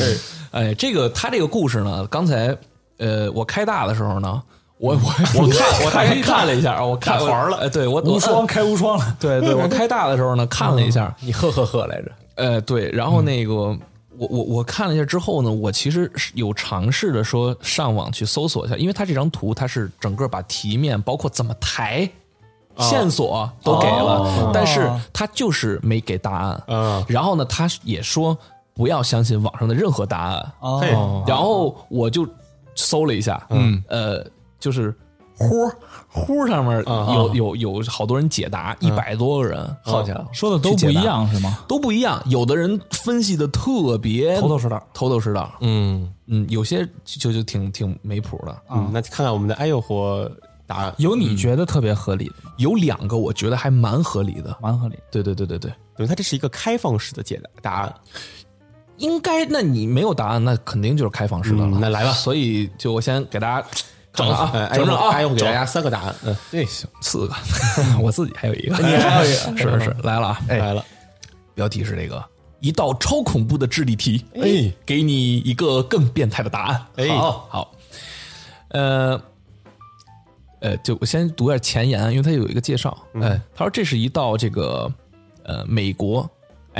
Speaker 1: 哎这个他这个故事呢，刚才呃，我开大的时候呢，我我 [LAUGHS] 我看我大概看了一下，我看玩了，哎对我无双开无双了， [LAUGHS] 对对，我开大的时候呢看了一下，
Speaker 2: 你呵呵呵 [LAUGHS] 来着，
Speaker 1: 呃，对，然后那个、我我我看了一下之后呢，我其实是有尝试着说上网去搜索一下，因为它这张图它是整个把题面包括怎么抬。线索都给了，但是他就是没给答案。
Speaker 3: 啊
Speaker 1: 然后呢，他也说不要相信网上的任何答案。
Speaker 4: 哦
Speaker 3: 嘿，
Speaker 1: 然后我就搜了一下，嗯，呃，就是呼呼上面
Speaker 4: 啊
Speaker 1: 有有有好多人解答，
Speaker 4: 嗯
Speaker 1: 一百多个
Speaker 4: 哦
Speaker 1: 人，
Speaker 2: 好家伙，
Speaker 4: 说的都不一样是吗？
Speaker 1: 都不一样。有的人分析的特别
Speaker 4: 头头是道。
Speaker 1: 头头是道，
Speaker 2: 嗯，
Speaker 1: 嗯，有些就就就挺挺没谱的。
Speaker 3: 嗯，那看看我们的哎呦嚯答案，
Speaker 4: 有你觉得特别合理的吗，
Speaker 1: 有两个我觉得还蛮合理的。
Speaker 4: 蛮合理。
Speaker 1: 对对对对对，
Speaker 3: 等于它这是一个开放式的解答答案。
Speaker 1: 应该那你没有答案，那肯定就是开放式的了。
Speaker 3: 嗯那来吧
Speaker 1: 所以就我先给大家整啊
Speaker 3: 哎，，哎
Speaker 1: 整
Speaker 3: 呦
Speaker 1: 整啊，
Speaker 3: 哎呦，给
Speaker 1: 整
Speaker 3: 大家三个答案，嗯，
Speaker 2: 对，行，
Speaker 1: 哎四个， [LAUGHS] 我自己还有一个，你还有一个，是是是，来了啊！
Speaker 3: 来了，
Speaker 1: 标题是这个一道超恐怖的智力题，
Speaker 3: 哎，
Speaker 1: 给你一个更变态的答案。
Speaker 3: 哎
Speaker 1: 好好，呃，呃，就我先读一下前言啊，因为它有一个介绍。哎，他说这是一道这个呃美国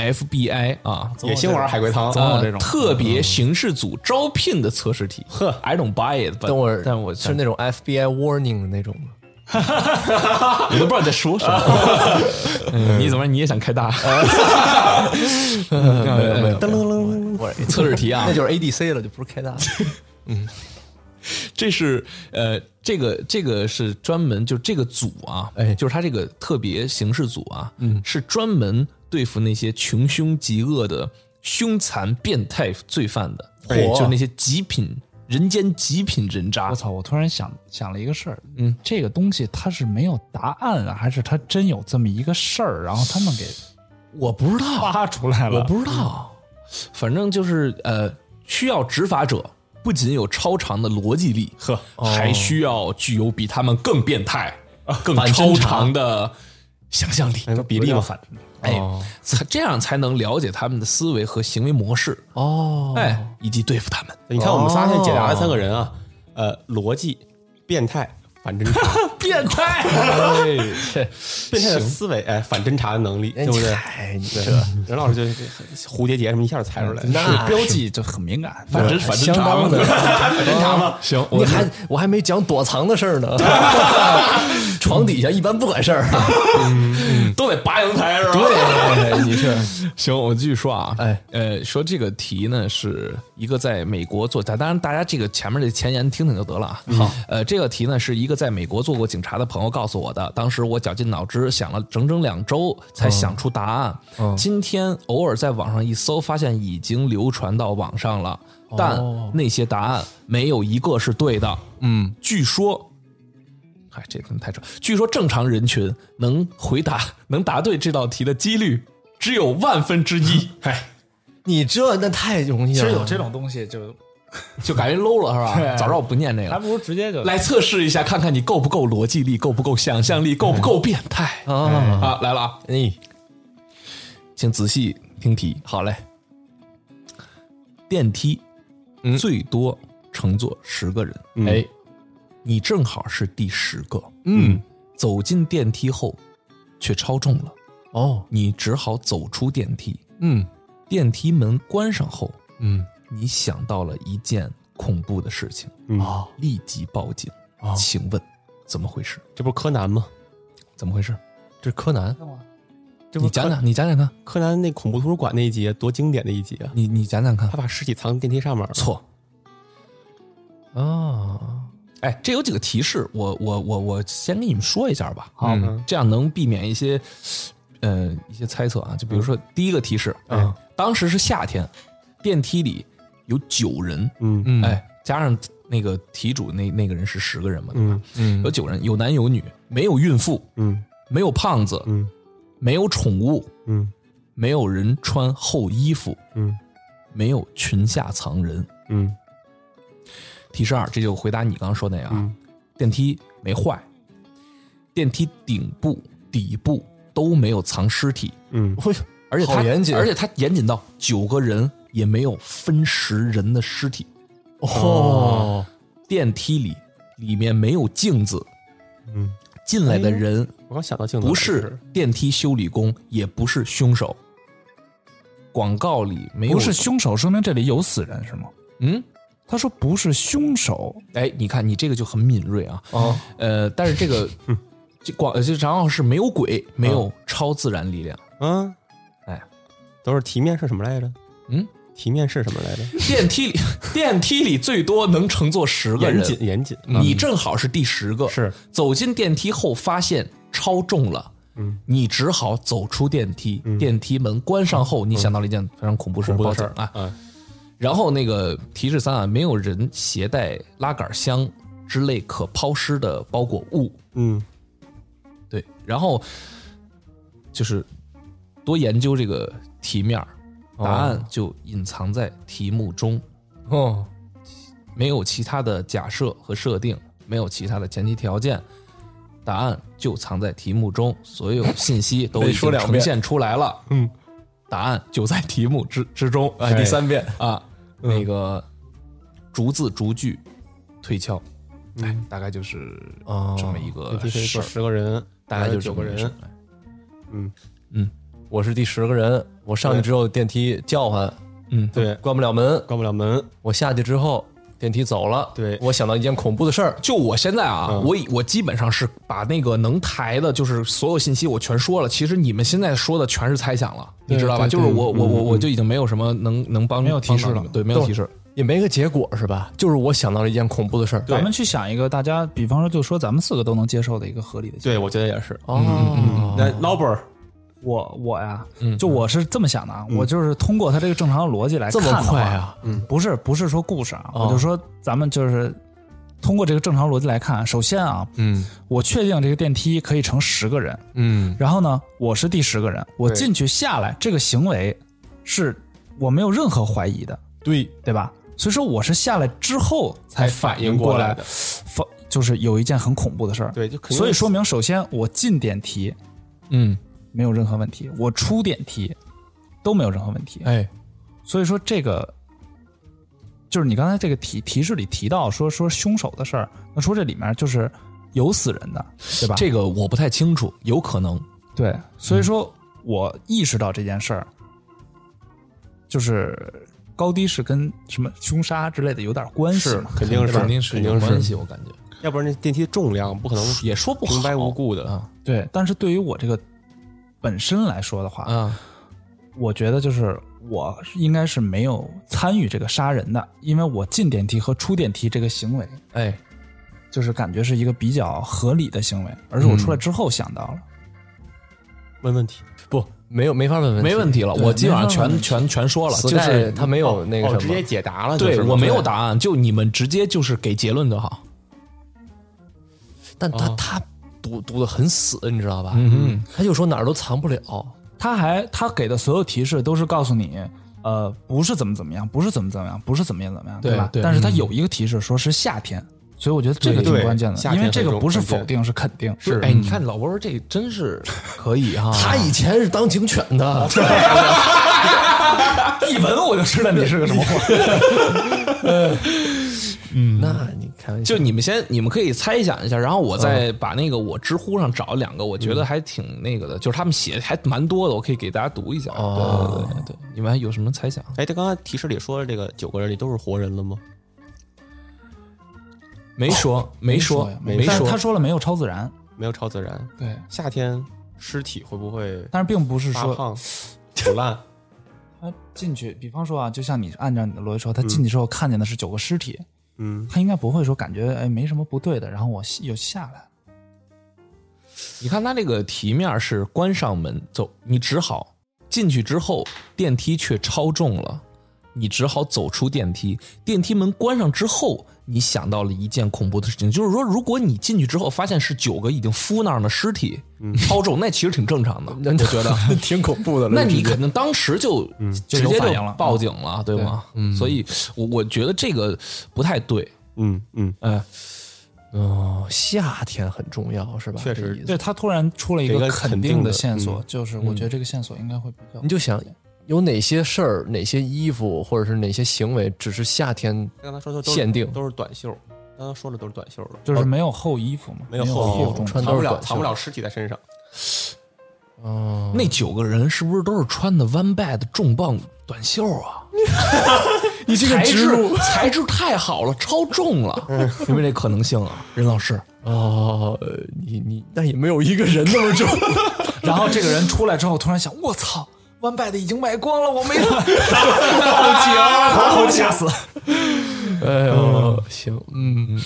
Speaker 1: FBI 啊。
Speaker 3: 也兴玩海龟汤，
Speaker 1: 呃特别刑事组招聘的测试题，嗯呵，I don't buy it，but-
Speaker 2: 等会儿，
Speaker 1: 但我
Speaker 2: 是那种 FBI warning 的那种吗？
Speaker 1: 我都不知道你在说什么。嗯 [LAUGHS] 你怎么你也想开大？呃 [LAUGHS] 嗯
Speaker 2: 没有没有，噔噔
Speaker 1: 测试题啊，
Speaker 2: 那就是 ADC 了，就不是开大了。
Speaker 1: 这是呃，这个这个是专门就这个组啊，
Speaker 2: 哎
Speaker 1: 就是他这个特别刑事组啊，嗯，是专门对付那些穷凶极恶的凶残变态罪犯的，
Speaker 2: 嚯
Speaker 1: 就是那些极品人间极品人渣
Speaker 4: 我。操！我突然想想了一个事儿，
Speaker 1: 嗯，
Speaker 4: 这个东西它是没有答案啊，还是它真有这么一个事儿，然后他们给
Speaker 1: [LAUGHS] 我不知道，
Speaker 4: 扒出来了？
Speaker 1: 我不知道，反正就是呃，需要执法者不仅有超常的逻辑力，呵，哦还需要具有比他们更变态、更超常的想象力。
Speaker 3: 那个比例嘛，
Speaker 1: 哎，才这样才能了解他们的思维和行为模式，
Speaker 2: 哦，
Speaker 1: 哎，以及对付他们。
Speaker 3: 你看我们
Speaker 1: 哦
Speaker 3: 仨现在解答了三个人啊，呃，逻辑、变态、反侦
Speaker 1: [LAUGHS]
Speaker 3: 查，
Speaker 1: 变态，
Speaker 3: 变态的思维，哎，反侦查的能力，对不对？对，任老师就蝴蝶结什么一下猜出来，
Speaker 4: 那标记就很敏感，
Speaker 1: 反正反正
Speaker 2: 相当的，
Speaker 1: [LAUGHS]
Speaker 5: 行，
Speaker 2: 你还我还没讲躲藏的事儿 [LAUGHS] 呢，床底下一般不管事儿，
Speaker 1: 都得拔阳台是吧？
Speaker 2: 对，你是
Speaker 1: [LAUGHS] 行，我继续说啊，
Speaker 2: 哎，
Speaker 1: 呃，说这个题呢是一个在美国做，当然大家这个前面的前言听听就得了啊。好，呃，这个题呢是一个在美国做过警察的朋友告诉我的，当时我绞尽脑汁想了整整两周才想出答案。今天偶尔在网上一搜，发现已经流传到网上了，但那些答案没有一个是对的。哦嗯，据说哎，这真太扯！据说正常人群能回答能答对这道题的几率只有万分之一，哎，
Speaker 2: 你这那太容易了，
Speaker 4: 其实有这种东西就，
Speaker 1: 就感觉 low
Speaker 2: [LAUGHS]
Speaker 1: 了是吧？早知道我不念这个
Speaker 4: 还
Speaker 1: 了。
Speaker 4: 不如直接就
Speaker 1: 来测试一下，看看你够不够逻辑力，够不够想象力，够不够变态
Speaker 2: 啊，
Speaker 1: 啊！来了啊，
Speaker 2: 哎，
Speaker 1: 请仔细听题。
Speaker 2: 好嘞，
Speaker 1: 电梯
Speaker 2: 嗯
Speaker 1: 最多乘坐十个人，
Speaker 3: 嗯
Speaker 2: 哎，
Speaker 1: 你正好是第十个。嗯，走进电梯后却超重了，
Speaker 2: 哦，
Speaker 1: 你只好走出电梯。
Speaker 2: 嗯
Speaker 1: 电梯门关上后，
Speaker 2: 嗯，
Speaker 1: 你想到了一件恐怖的事情，
Speaker 2: 哦，
Speaker 1: 立即报警。请问怎么回事？
Speaker 3: 这不是柯南吗？
Speaker 1: 怎么回事？
Speaker 2: 这是柯南，
Speaker 3: 这
Speaker 1: 你
Speaker 3: 不是柯
Speaker 1: 讲讲，你讲讲看，
Speaker 3: 柯南那恐怖图书馆那一集多经典的一集啊！
Speaker 1: 你你讲讲看
Speaker 3: 他。把尸体藏电梯上面了，
Speaker 1: 错啊，哎，这有几个提示，我我我我先给你们说一下吧，啊、这样能避免一些呃一些猜测啊。就比如说第一个提示，嗯，当时是夏天，电梯里有九人，
Speaker 3: 嗯
Speaker 2: 嗯
Speaker 1: 哎，加上那个题主那那个人是十个人嘛，对吧？
Speaker 3: 嗯
Speaker 2: 嗯
Speaker 1: 有九人，有男有女，没有孕妇，
Speaker 3: 嗯
Speaker 1: 没有胖子，
Speaker 3: 嗯
Speaker 1: 没有宠物，
Speaker 3: 嗯
Speaker 1: 没有人穿厚衣服，
Speaker 3: 嗯
Speaker 1: 没有裙下藏人。
Speaker 3: 嗯
Speaker 1: 提示二，这就回答你刚刚说那样啊，
Speaker 3: 嗯
Speaker 1: 电梯没坏，电梯顶部、底部都没有藏尸体，
Speaker 3: 嗯
Speaker 1: 而且它
Speaker 2: 好严谨
Speaker 1: 而且它严谨到九个人也没有分食人的尸体。
Speaker 2: 哦，
Speaker 1: 电梯里里面没有镜子，
Speaker 3: 嗯，
Speaker 1: 进来的
Speaker 4: 哎
Speaker 1: 人
Speaker 3: 我刚想到镜子，
Speaker 1: 不是电梯修理工，也不是凶手。广告里没有
Speaker 4: 不是凶手，说明这里有死人是吗？
Speaker 1: 嗯，
Speaker 4: 他说不是凶手，
Speaker 1: 哎，你看你这个就很敏锐啊。
Speaker 2: 哦，
Speaker 1: 呃，但是这 [LAUGHS] 个这广呃这然后是没有鬼，没有超自然力量。
Speaker 3: 啊，
Speaker 1: 哎，
Speaker 3: 都是题面是什么来着？
Speaker 1: 嗯，
Speaker 3: 题面是什么来着？
Speaker 1: 电梯里电梯里最多能乘坐十个
Speaker 3: 严
Speaker 1: 人，嗯
Speaker 3: 谨严谨，
Speaker 1: 你正好是第十个。
Speaker 3: 是
Speaker 1: 走进电梯后发现超重了。
Speaker 3: 嗯，
Speaker 1: 你只好走出电梯，电梯门关上后，你想到了一件非常嗯恐怖事，
Speaker 3: 恐怖
Speaker 1: 报
Speaker 3: 的事
Speaker 1: 警
Speaker 3: 儿
Speaker 1: 啊！
Speaker 3: 嗯
Speaker 1: 然后那个提示三啊，没有人携带拉杆箱之类可抛尸的包裹物。
Speaker 3: 嗯
Speaker 1: 对，然后就是多研究这个题面儿，答案就隐藏在题目中，
Speaker 2: 哦，
Speaker 1: 没有其他的假设和设定，没有其他的前提条件，答案就藏在题目中，所有信息都
Speaker 2: 得
Speaker 1: 已
Speaker 2: 说
Speaker 1: 经
Speaker 2: 两
Speaker 1: 呈
Speaker 2: 遍
Speaker 1: 现出来了。嗯，答案就在题目之之中。
Speaker 2: 哎，第三遍，
Speaker 1: 啊，那个逐字逐句推敲，哎，大概就是
Speaker 2: 嗯哦
Speaker 1: 这么一个
Speaker 3: 电梯
Speaker 1: 事
Speaker 3: 是
Speaker 1: 儿，
Speaker 3: 十个人，
Speaker 1: 大
Speaker 3: 大
Speaker 1: 概
Speaker 3: 概
Speaker 1: 哎就
Speaker 3: 就是
Speaker 1: 这
Speaker 3: 九
Speaker 1: 么
Speaker 3: 个
Speaker 1: 一个事儿
Speaker 3: 人，。嗯，
Speaker 2: 我是第十个人，我上去之后电梯叫唤，
Speaker 1: 嗯，
Speaker 3: 对，
Speaker 2: 关不了门，
Speaker 3: 关不了门，
Speaker 2: 我下去之后电梯走了，
Speaker 3: 对嗯
Speaker 2: 我想到一件恐怖的事儿，
Speaker 1: 就我现在啊，我以我基本上是把那个能抬的，就是所有信息我全说了。其实你们现在说的全是猜想了，你知道吧？就是我
Speaker 3: 嗯
Speaker 1: 我我我就已经没有什么能能帮
Speaker 4: 没有提示
Speaker 1: 帮到你
Speaker 4: 了
Speaker 1: 们对，没有提示。
Speaker 2: 也没个结果是吧？就是我想到了一件恐怖的事儿，
Speaker 4: 咱们去想一个大家，比方说就说咱们四个都能接受的一个合理的结
Speaker 2: 嗯
Speaker 4: 果。
Speaker 3: 对我觉得也是。
Speaker 2: 哦，
Speaker 3: 那 Lober
Speaker 4: 我我呀，就我是这么想的啊，我就是通过他这个正常的逻辑来
Speaker 2: 这
Speaker 4: 看
Speaker 2: 么
Speaker 4: 的
Speaker 2: 快
Speaker 4: 话
Speaker 2: 啊？
Speaker 3: 嗯
Speaker 4: 不是不是说故事啊，
Speaker 2: 哦
Speaker 4: 我就说咱们就是通过这个正常逻辑来看，首先啊，
Speaker 2: 嗯
Speaker 4: 我确定这个电梯可以乘十个人，
Speaker 2: 嗯
Speaker 4: 然后呢，我是第十个人，我
Speaker 3: 对
Speaker 4: 进去下来这个行为是我没有任何怀疑的，
Speaker 2: 对，
Speaker 4: 对吧？所以说我是下来之后才反应过来
Speaker 3: 的，
Speaker 4: 发就是有一件很恐怖的事儿，
Speaker 3: 对，就肯定
Speaker 4: 所以说明首先我进电梯
Speaker 1: 嗯，
Speaker 4: 没有任何问题，我出电梯都没有任何问题，
Speaker 1: 哎，
Speaker 4: 所以说这个就是你刚才这个提提示里提到说说凶手的事儿，那说这里面就是有死人的，对吧？
Speaker 1: 这个我不太清楚，有可能，
Speaker 4: 对，所以说我意识到这件事儿，就是高低是跟什么凶杀之类的有点关系嘛。
Speaker 3: 肯定是
Speaker 1: 肯定是有
Speaker 3: 肯
Speaker 1: 关
Speaker 3: 定是，
Speaker 1: 系，我感觉
Speaker 3: 要不然那电梯重量不可能
Speaker 1: 也说不好，
Speaker 3: 平白无故的。
Speaker 1: 啊
Speaker 4: 对，但是对于我这个本身来说的话，
Speaker 1: 啊，
Speaker 4: 我觉得就是我应该是没有参与这个杀人的，因为我进电梯和出电梯这个行为，
Speaker 1: 哎，
Speaker 4: 就是感觉是一个比较合理的行为，而是我出来之后想到了。
Speaker 3: 问问题，
Speaker 2: 不没有没法问问题，
Speaker 1: 没问题了，
Speaker 4: 对
Speaker 1: 我基本上
Speaker 4: 没法
Speaker 1: 全全全说了，
Speaker 2: 磁
Speaker 1: 就
Speaker 2: 带
Speaker 1: 是
Speaker 2: 他没有那个什
Speaker 3: 哦，
Speaker 2: 么，
Speaker 3: 直接解答了。
Speaker 1: 对
Speaker 3: 就是
Speaker 1: 我没有答案，就你们直接就是给结论就好。
Speaker 2: 但他、他读读的很死，你知道吧？
Speaker 1: 嗯
Speaker 2: 他就说哪儿都藏不了，
Speaker 4: 他还他给的所有提示都是告诉你，呃，不是怎么怎么样，不是怎么怎么样，不是怎么样怎么样，
Speaker 1: 对
Speaker 4: 吧？
Speaker 1: 对
Speaker 4: 但是他有一个提示说是夏天，所以我觉得这个
Speaker 3: 对
Speaker 4: 挺关键
Speaker 3: 夏
Speaker 4: 的，因
Speaker 3: 天
Speaker 4: 为这个
Speaker 3: 很
Speaker 4: 不是
Speaker 3: 重
Speaker 4: 否
Speaker 3: 关
Speaker 4: 定是肯定，
Speaker 1: 是，哎，你看老波儿这真是可以 [LAUGHS] 哈，
Speaker 2: 他以前是当警犬的，
Speaker 4: 一闻我就知道你是个什么货。
Speaker 2: 那你开玩笑，
Speaker 1: 就你们先，你们可以猜想一下，然后我再把那个我知乎上找两个，我觉得还挺那个的，就是他们写的还蛮多的，我可以给大家读一下。对对对对，你们还有什么猜想？
Speaker 3: 哎，他刚刚提示里说这个九个人里都是活人了吗？
Speaker 1: 没说，没说，没
Speaker 4: 但是
Speaker 1: 说
Speaker 4: 他。说了没有超自然，
Speaker 3: 没有超自然。
Speaker 4: 对，
Speaker 3: 夏天尸体会不会
Speaker 4: 但是并不是
Speaker 3: 发
Speaker 4: 说
Speaker 3: 胖、腐烂？
Speaker 4: 他进去，比方说啊，就像你按照你的逻辑说，他进去之后看见的是九个尸体，
Speaker 3: 嗯，
Speaker 4: 他应该不会说感觉哎没什么不对的，然后我又下来。
Speaker 1: 你看他这个题面是关上门走，你只好进去之后，电梯却超重了，你只好走出电梯。电梯门关上之后，你想到了一件恐怖的事情，就是说，如果你进去之后发现是九个已经敷那儿的尸体，超重，那其实挺正常的。
Speaker 2: 我觉
Speaker 1: [LAUGHS]
Speaker 2: 得挺恐怖的了。
Speaker 1: 那你
Speaker 2: 直接
Speaker 1: 肯定当时就直接
Speaker 4: 就有反
Speaker 1: 就
Speaker 4: 应了
Speaker 1: 报警了，对吗？所以我我觉得这个不太对。
Speaker 3: 嗯嗯，
Speaker 1: 哎，
Speaker 2: 哦，夏天很重要是吧？
Speaker 3: 确实
Speaker 2: 这意思
Speaker 4: 对他突然出了一
Speaker 3: 给
Speaker 4: 个
Speaker 3: 个
Speaker 4: 肯
Speaker 3: 肯
Speaker 4: 定
Speaker 3: 定
Speaker 4: 的
Speaker 3: 的
Speaker 4: 线索
Speaker 3: 嗯，
Speaker 4: 就是我觉得这个线索应该会比较
Speaker 2: 你就想有哪些事儿、哪些衣服或者是哪些行为，只是夏天
Speaker 3: 刚才说的都是
Speaker 2: 限定
Speaker 3: 都是短袖，刚刚说的都是短袖了，
Speaker 4: 就是没有厚衣服嘛，
Speaker 3: 哦没
Speaker 4: 有
Speaker 3: 有厚衣
Speaker 4: 重
Speaker 3: 服，
Speaker 2: 穿
Speaker 3: 藏
Speaker 2: 都
Speaker 3: 不
Speaker 2: 是
Speaker 3: 了
Speaker 2: 短袖
Speaker 3: 藏不了尸体在身上。
Speaker 2: 哦，
Speaker 1: 那九个人是不是都是穿的 One Bad 重磅短袖啊？ [LAUGHS] 你这个材质嗯材质太好了，超重了，有没有这可能性啊？任老师，
Speaker 2: 哦，呃你你那也没有一个人那么
Speaker 1: [LAUGHS]
Speaker 2: 重，
Speaker 4: 然后这个人出来之后，突然想，我操，One Bad 已经卖光了，我没
Speaker 3: [LAUGHS]
Speaker 4: 了，好吓死！
Speaker 2: 哎呦，行，嗯，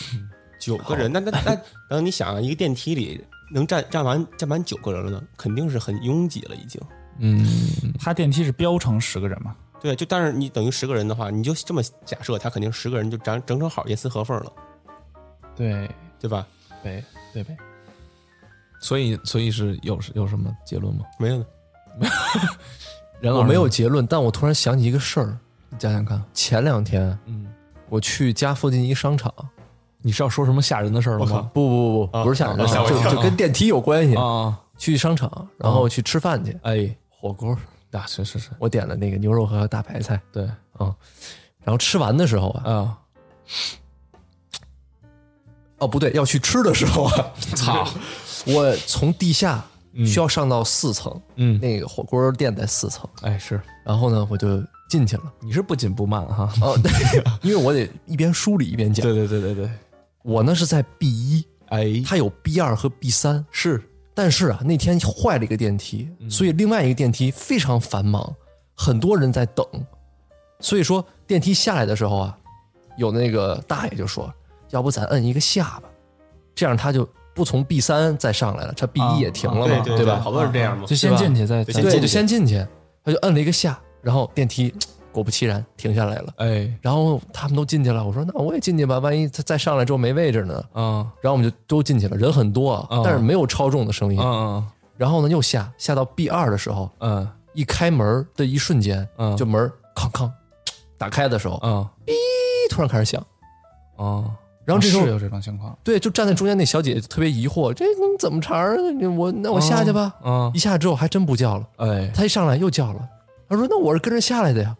Speaker 3: 九个人，
Speaker 2: [LAUGHS]
Speaker 3: 那那那，然后你想啊，一个电梯里能站站完站满九个人了呢，肯定是很拥挤了已经。
Speaker 4: [LAUGHS]
Speaker 2: 嗯
Speaker 4: 他电梯是标成十个人嘛？
Speaker 3: 对，就但是你等于十个人的话，你就这么假设，他肯定十个人就整整整好严丝合缝了，
Speaker 4: 对
Speaker 3: 对吧？
Speaker 4: 呗，对呗，
Speaker 1: 所以所以是有有什么结论吗？
Speaker 3: 没有呢，
Speaker 1: 任
Speaker 2: 我
Speaker 1: 老师
Speaker 2: 没有结论，但我突然想起一个事儿，
Speaker 1: 讲讲看，
Speaker 2: 前两天
Speaker 1: 嗯，
Speaker 2: 我去家附近一商场，
Speaker 1: 你是要说什么吓人的事儿了吗？
Speaker 2: 不不不不，
Speaker 3: 啊
Speaker 2: 不是吓人的事儿，
Speaker 3: 啊吓我一
Speaker 2: 就
Speaker 3: 跳
Speaker 2: 就跟电梯有关系。
Speaker 1: 啊，
Speaker 2: 去商场，然后去吃饭去，
Speaker 1: 哎，
Speaker 2: 火锅，
Speaker 1: 啊，是是是，
Speaker 2: 我点了那个牛肉和大白菜
Speaker 1: 对
Speaker 2: 啊。然后吃完的时候啊，
Speaker 1: 啊，
Speaker 2: 哦不对，要去吃的时候啊，
Speaker 1: [LAUGHS] 操，
Speaker 2: 我从地下需要上到四层，
Speaker 1: 嗯
Speaker 2: 那个火锅店在四层，
Speaker 1: 哎，是
Speaker 2: 然后呢我就进去了。
Speaker 1: 你是不紧不慢哈，
Speaker 2: 哦，对，因为我得一边梳理一边讲。
Speaker 1: 对对对对，
Speaker 2: 我呢是在 B 一，
Speaker 1: 哎，
Speaker 2: 它有 B 二和 B 三，
Speaker 1: 是
Speaker 2: 但是啊，那天坏了一个电梯，
Speaker 3: 嗯
Speaker 2: 所以另外一个电梯非常繁忙，很多人在等。所以说电梯下来的时候啊，有那个大爷就说：“要不咱摁一个下吧，这样他就不从 B 三再上来了，这 B
Speaker 4: 啊
Speaker 2: 一也停了
Speaker 3: 对
Speaker 2: 嘛，
Speaker 3: 对
Speaker 2: 吧？
Speaker 3: 好多人这样嘛
Speaker 4: 就。先进去再
Speaker 3: 对
Speaker 4: 再
Speaker 3: 先
Speaker 2: 对，
Speaker 3: 进
Speaker 2: 就
Speaker 3: 去
Speaker 2: 先进去，他就摁了一个下，然后电梯果不其然停下来了。
Speaker 1: 哎，
Speaker 2: 然后他们都进去了，我说那我也进去吧，万一他再上来之后没位置呢？
Speaker 1: 嗯
Speaker 2: 然后我们就都进去了，人很多，
Speaker 1: 嗯
Speaker 2: 啊，但是没有超重的声音。
Speaker 1: 嗯
Speaker 2: 然后呢，又下下到 B 二的时候，
Speaker 1: 嗯
Speaker 2: 一开门的一瞬间，
Speaker 1: 嗯
Speaker 2: 就门哐哐打开的时候，
Speaker 1: 嗯
Speaker 2: 咦突然开始响，
Speaker 1: 嗯，
Speaker 2: 然后这时候
Speaker 4: 啊是有这种情况，
Speaker 2: 对，就站在中间那小姐姐就特别疑惑，这能怎么茬儿啊？这我那我下去吧。
Speaker 1: 嗯
Speaker 2: 一下之后还真不叫了，
Speaker 1: 哎
Speaker 2: 她一上来又叫了，她说那我是跟着下来的呀。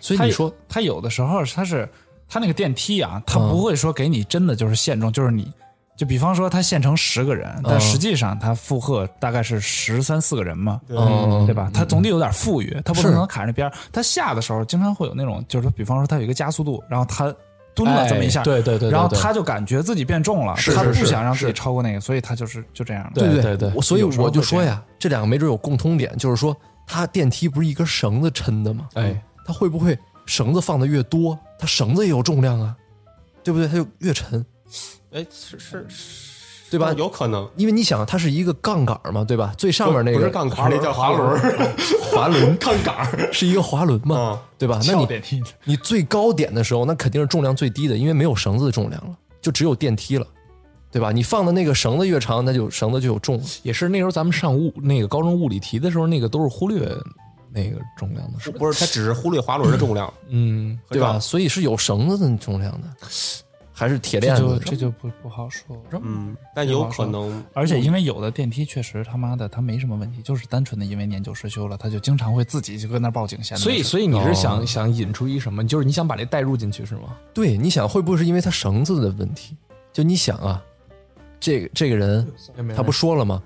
Speaker 2: 所以
Speaker 4: 他
Speaker 2: 你
Speaker 4: 有
Speaker 2: 说
Speaker 4: 他有的时候他是他那个电梯啊，他
Speaker 2: 嗯
Speaker 4: 不会说给你真的就是限重，就是你。就比方说，他限成十个
Speaker 1: 嗯
Speaker 4: 人，但实际上他负荷大概是十三四个人嘛，
Speaker 3: 对
Speaker 2: 嗯
Speaker 4: 对吧？他总得有点富裕，他不
Speaker 2: 是
Speaker 4: 能卡那边儿。他下的时候经常会有那种，就是比方说他有一个加速度，然后他蹲了这么一下，
Speaker 1: 哎对对对对
Speaker 4: 然后
Speaker 1: 对
Speaker 4: 他就感觉自己变重了，
Speaker 1: 是
Speaker 4: 他
Speaker 1: 是
Speaker 4: 不
Speaker 1: 是
Speaker 4: 想让自己
Speaker 1: 是
Speaker 4: 超过那个，所以他就是就这样了。
Speaker 1: 对
Speaker 2: 对
Speaker 1: 对
Speaker 2: 我所以
Speaker 4: 有时候
Speaker 2: 我就
Speaker 4: 会这
Speaker 2: 说呀，这两个没准有共通点，就是说它电梯不是一根绳子抻的吗？嗯
Speaker 1: 哎，
Speaker 2: 它会不会绳子放的越多，它绳子也有重量啊，对不对？它就越沉，
Speaker 3: 哎，是是是，
Speaker 2: 对吧
Speaker 3: 啊有可能。
Speaker 2: 因为你想，它是一个杠杆嘛，对吧？最上面那个
Speaker 3: 不是杠杆儿，那叫 [LAUGHS] 滑轮儿，
Speaker 2: 滑轮
Speaker 3: 杠杆儿。
Speaker 2: 是一个滑轮嘛
Speaker 3: 嗯，
Speaker 2: 对吧？那
Speaker 4: 跳
Speaker 2: 你
Speaker 4: 电梯，
Speaker 2: 你最高点的时候，那肯定是重量最低的，因为没有绳子的重量了，就只有电梯了，对吧？你放的那个绳子越长，那就绳子就有重了。
Speaker 1: 也是那时候咱们上物那个高中物理题的时候，那个都是忽略那个重量的，是吧？
Speaker 3: 不是，他只是忽略滑轮的重量，
Speaker 1: 嗯，
Speaker 3: 和
Speaker 2: 对吧？
Speaker 3: 杠？
Speaker 2: 所以是有绳子的重量的，还是铁链子
Speaker 4: 这就
Speaker 2: 什么
Speaker 4: 这就不不好说。
Speaker 3: 嗯，但有可能，
Speaker 4: 而
Speaker 1: 嗯
Speaker 4: 且因为有的电梯确实他妈的他没什么问题，就是单纯的因为年久失修了，他就经常会自己就跟那儿报警先。
Speaker 1: 所以所以你是哦想想引出一什么？就是你想把这带入进去是吗？
Speaker 2: 对，你想会不会是因为他绳子的问题？就你想啊，这个这个人他不说了吗？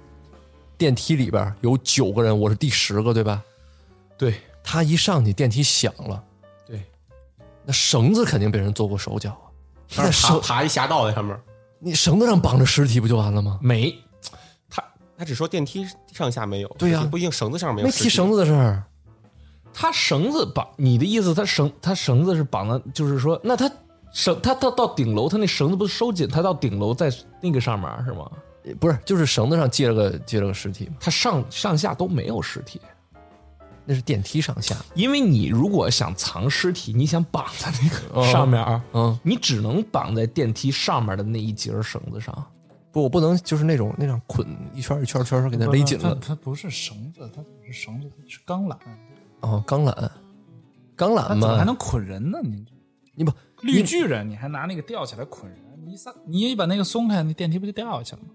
Speaker 2: 电梯里边有九个人，我是第十个，对吧？
Speaker 1: 对，
Speaker 2: 他一上去，电梯响了，
Speaker 1: 对，
Speaker 2: 那绳子肯定被人做过手脚啊。
Speaker 3: 但
Speaker 2: 那
Speaker 3: 是爬
Speaker 2: 绳
Speaker 3: 爬一峡道在上面。
Speaker 2: 你绳子上绑着尸体不就完了吗？
Speaker 1: 没
Speaker 3: 他他只说电梯上下没有，
Speaker 2: 对呀
Speaker 3: 不不一定绳子上没有，
Speaker 2: 没提绳，子的事儿，
Speaker 1: 他绳子绑，你的意思，他绳他绳子是绑的，就是说，那他绳他到到顶楼，他那绳子不是收紧，他到顶楼在那个上面儿是吗？
Speaker 2: 不是就是绳子上系了个系了个尸体嘛？
Speaker 1: 他上上下都没有尸体，
Speaker 2: 那是电梯上下，
Speaker 1: 因为你如果想藏尸体，你想绑在那个上面儿，
Speaker 2: 嗯，
Speaker 1: 你只能绑在电梯上面的那一节绳子上。
Speaker 2: 不，我不能就是那种那样捆一圈儿一圈儿一圈儿给它勒紧了。
Speaker 4: 它不是绳子，它不是绳子，是钢缆，啊
Speaker 2: 哦，钢缆，钢
Speaker 4: 它
Speaker 2: 缆
Speaker 4: 怎么还
Speaker 2: 嘛，
Speaker 4: 能捆人呢？你
Speaker 2: 你不
Speaker 4: 绿巨人，你还拿那个吊起来捆人？你一撒，你一把那个松开，那电梯不就掉下去了吗？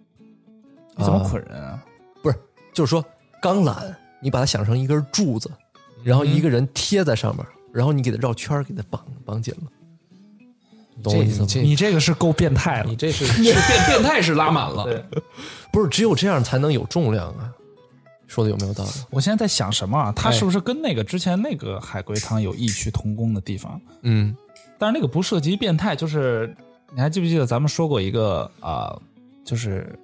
Speaker 4: 你怎么捆人啊？
Speaker 2: 不是，就是说钢缆，你把它想成一根柱子，然后一个人贴在上面，然后你给它绕圈儿，给它绑绑紧了，懂我意思吗？
Speaker 1: 这你
Speaker 4: 这个是够变态
Speaker 1: 你。这是是 [LAUGHS] 变变态是拉满了，
Speaker 2: 不是只有这样才能有重量啊？说的有没有道理？
Speaker 4: 我现在在想什么
Speaker 1: 哎
Speaker 4: 啊？它是不是跟那个之前那个海龟汤有异曲同工的地方？
Speaker 2: 嗯，
Speaker 4: 但是那个不涉及变态，就是你还记不记得咱们说过一个啊、就是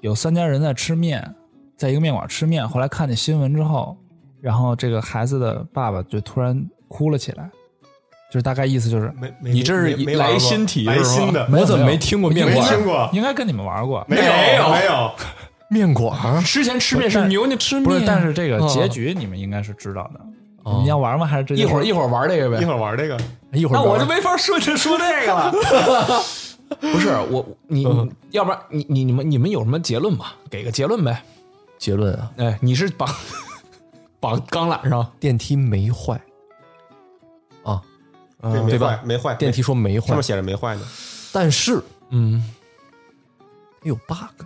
Speaker 4: 有三家人在吃面，在一个面馆吃面，后来看见新闻之后，然后这个孩子的爸爸就突然哭了起来，就是大概意思就是
Speaker 3: 没没
Speaker 1: 你这是
Speaker 3: 没没
Speaker 1: 来
Speaker 3: 玩过
Speaker 1: 新题
Speaker 3: 来
Speaker 1: 是吧
Speaker 3: 新的，
Speaker 2: 我怎么
Speaker 4: 没
Speaker 2: 没
Speaker 4: 有
Speaker 2: 听过
Speaker 3: 没
Speaker 2: 面
Speaker 1: 嗯
Speaker 2: 馆
Speaker 3: 听
Speaker 2: 儿？
Speaker 3: 过，
Speaker 4: 应该跟你们玩过，
Speaker 3: 没有没有，
Speaker 2: 面馆儿
Speaker 1: 之前吃面是
Speaker 4: 但
Speaker 1: 牛牛吃面，
Speaker 4: 不是？但是这个
Speaker 1: 哦
Speaker 4: 结局你们应该是知道的，你要玩吗？还是直接
Speaker 1: 一会儿
Speaker 4: 说
Speaker 1: 一会儿玩这个呗
Speaker 3: 一，会儿玩这个，
Speaker 2: 哎一会儿
Speaker 1: 那我
Speaker 2: 聊
Speaker 1: 就没法说这说这个了。不是我，你要不然你你你们你们有什么结论吧？给个结论呗。
Speaker 2: 结论啊，
Speaker 1: 哎，你是绑 [LAUGHS] 绑钢缆上，
Speaker 2: 电梯没坏啊，
Speaker 3: 嗯对没
Speaker 2: 对吧
Speaker 3: 坏没坏，
Speaker 2: 电梯说没
Speaker 3: 没
Speaker 2: 坏
Speaker 3: 上面，写着没坏呢，
Speaker 2: 但是
Speaker 1: 嗯，
Speaker 2: 它有 bug，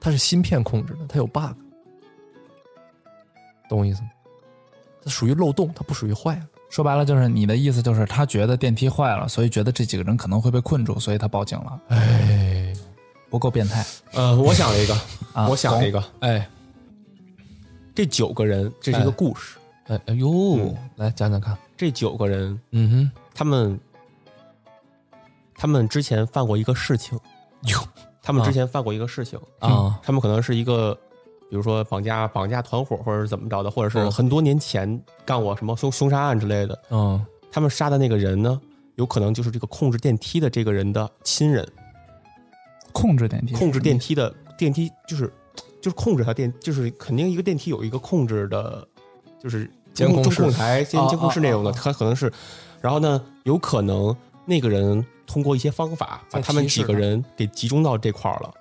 Speaker 2: 它是芯片控制的，它有 bug，懂我意思吗？它属于漏洞，它不属于坏了。
Speaker 4: 说白了就是你的意思就是他觉得电梯坏了，所以觉得这几个人可能会被困住，所以他报警了。哎，不够变态
Speaker 3: 呃，我想了一个，
Speaker 4: 啊！
Speaker 3: 我想了一个，
Speaker 1: 哎
Speaker 3: 这九个人，这是一个故事，
Speaker 1: 哎哎呦，
Speaker 2: 嗯
Speaker 1: 来讲讲看。
Speaker 3: 这九个人
Speaker 1: 嗯
Speaker 3: 他们他们之前犯过一个事情，
Speaker 1: 哟
Speaker 3: 他们之前犯过一个事情，
Speaker 1: 哼
Speaker 2: 嗯
Speaker 1: 啊，
Speaker 3: 他们可能是一个，比如说绑架绑架团伙，或者是怎么着的，或者是很多年前干过什么凶凶杀案之类的。
Speaker 1: 嗯
Speaker 3: 他们杀的那个人呢，有可能就是这个控制电梯的这个人的亲人，
Speaker 4: 控制电梯，
Speaker 3: 控制电梯的电梯就是就是控制它电，就是肯定一个电梯有一个控制的，就是
Speaker 2: 监控
Speaker 3: 中
Speaker 2: 室
Speaker 3: 控台、监
Speaker 2: 啊
Speaker 3: 监控室那种的，
Speaker 2: 啊啊
Speaker 3: 它可能是，然后呢，有可能那个人通过一些方法把
Speaker 2: 再
Speaker 3: 他们
Speaker 2: 提示
Speaker 3: 几个
Speaker 2: 他
Speaker 3: 人给集中到这块儿了。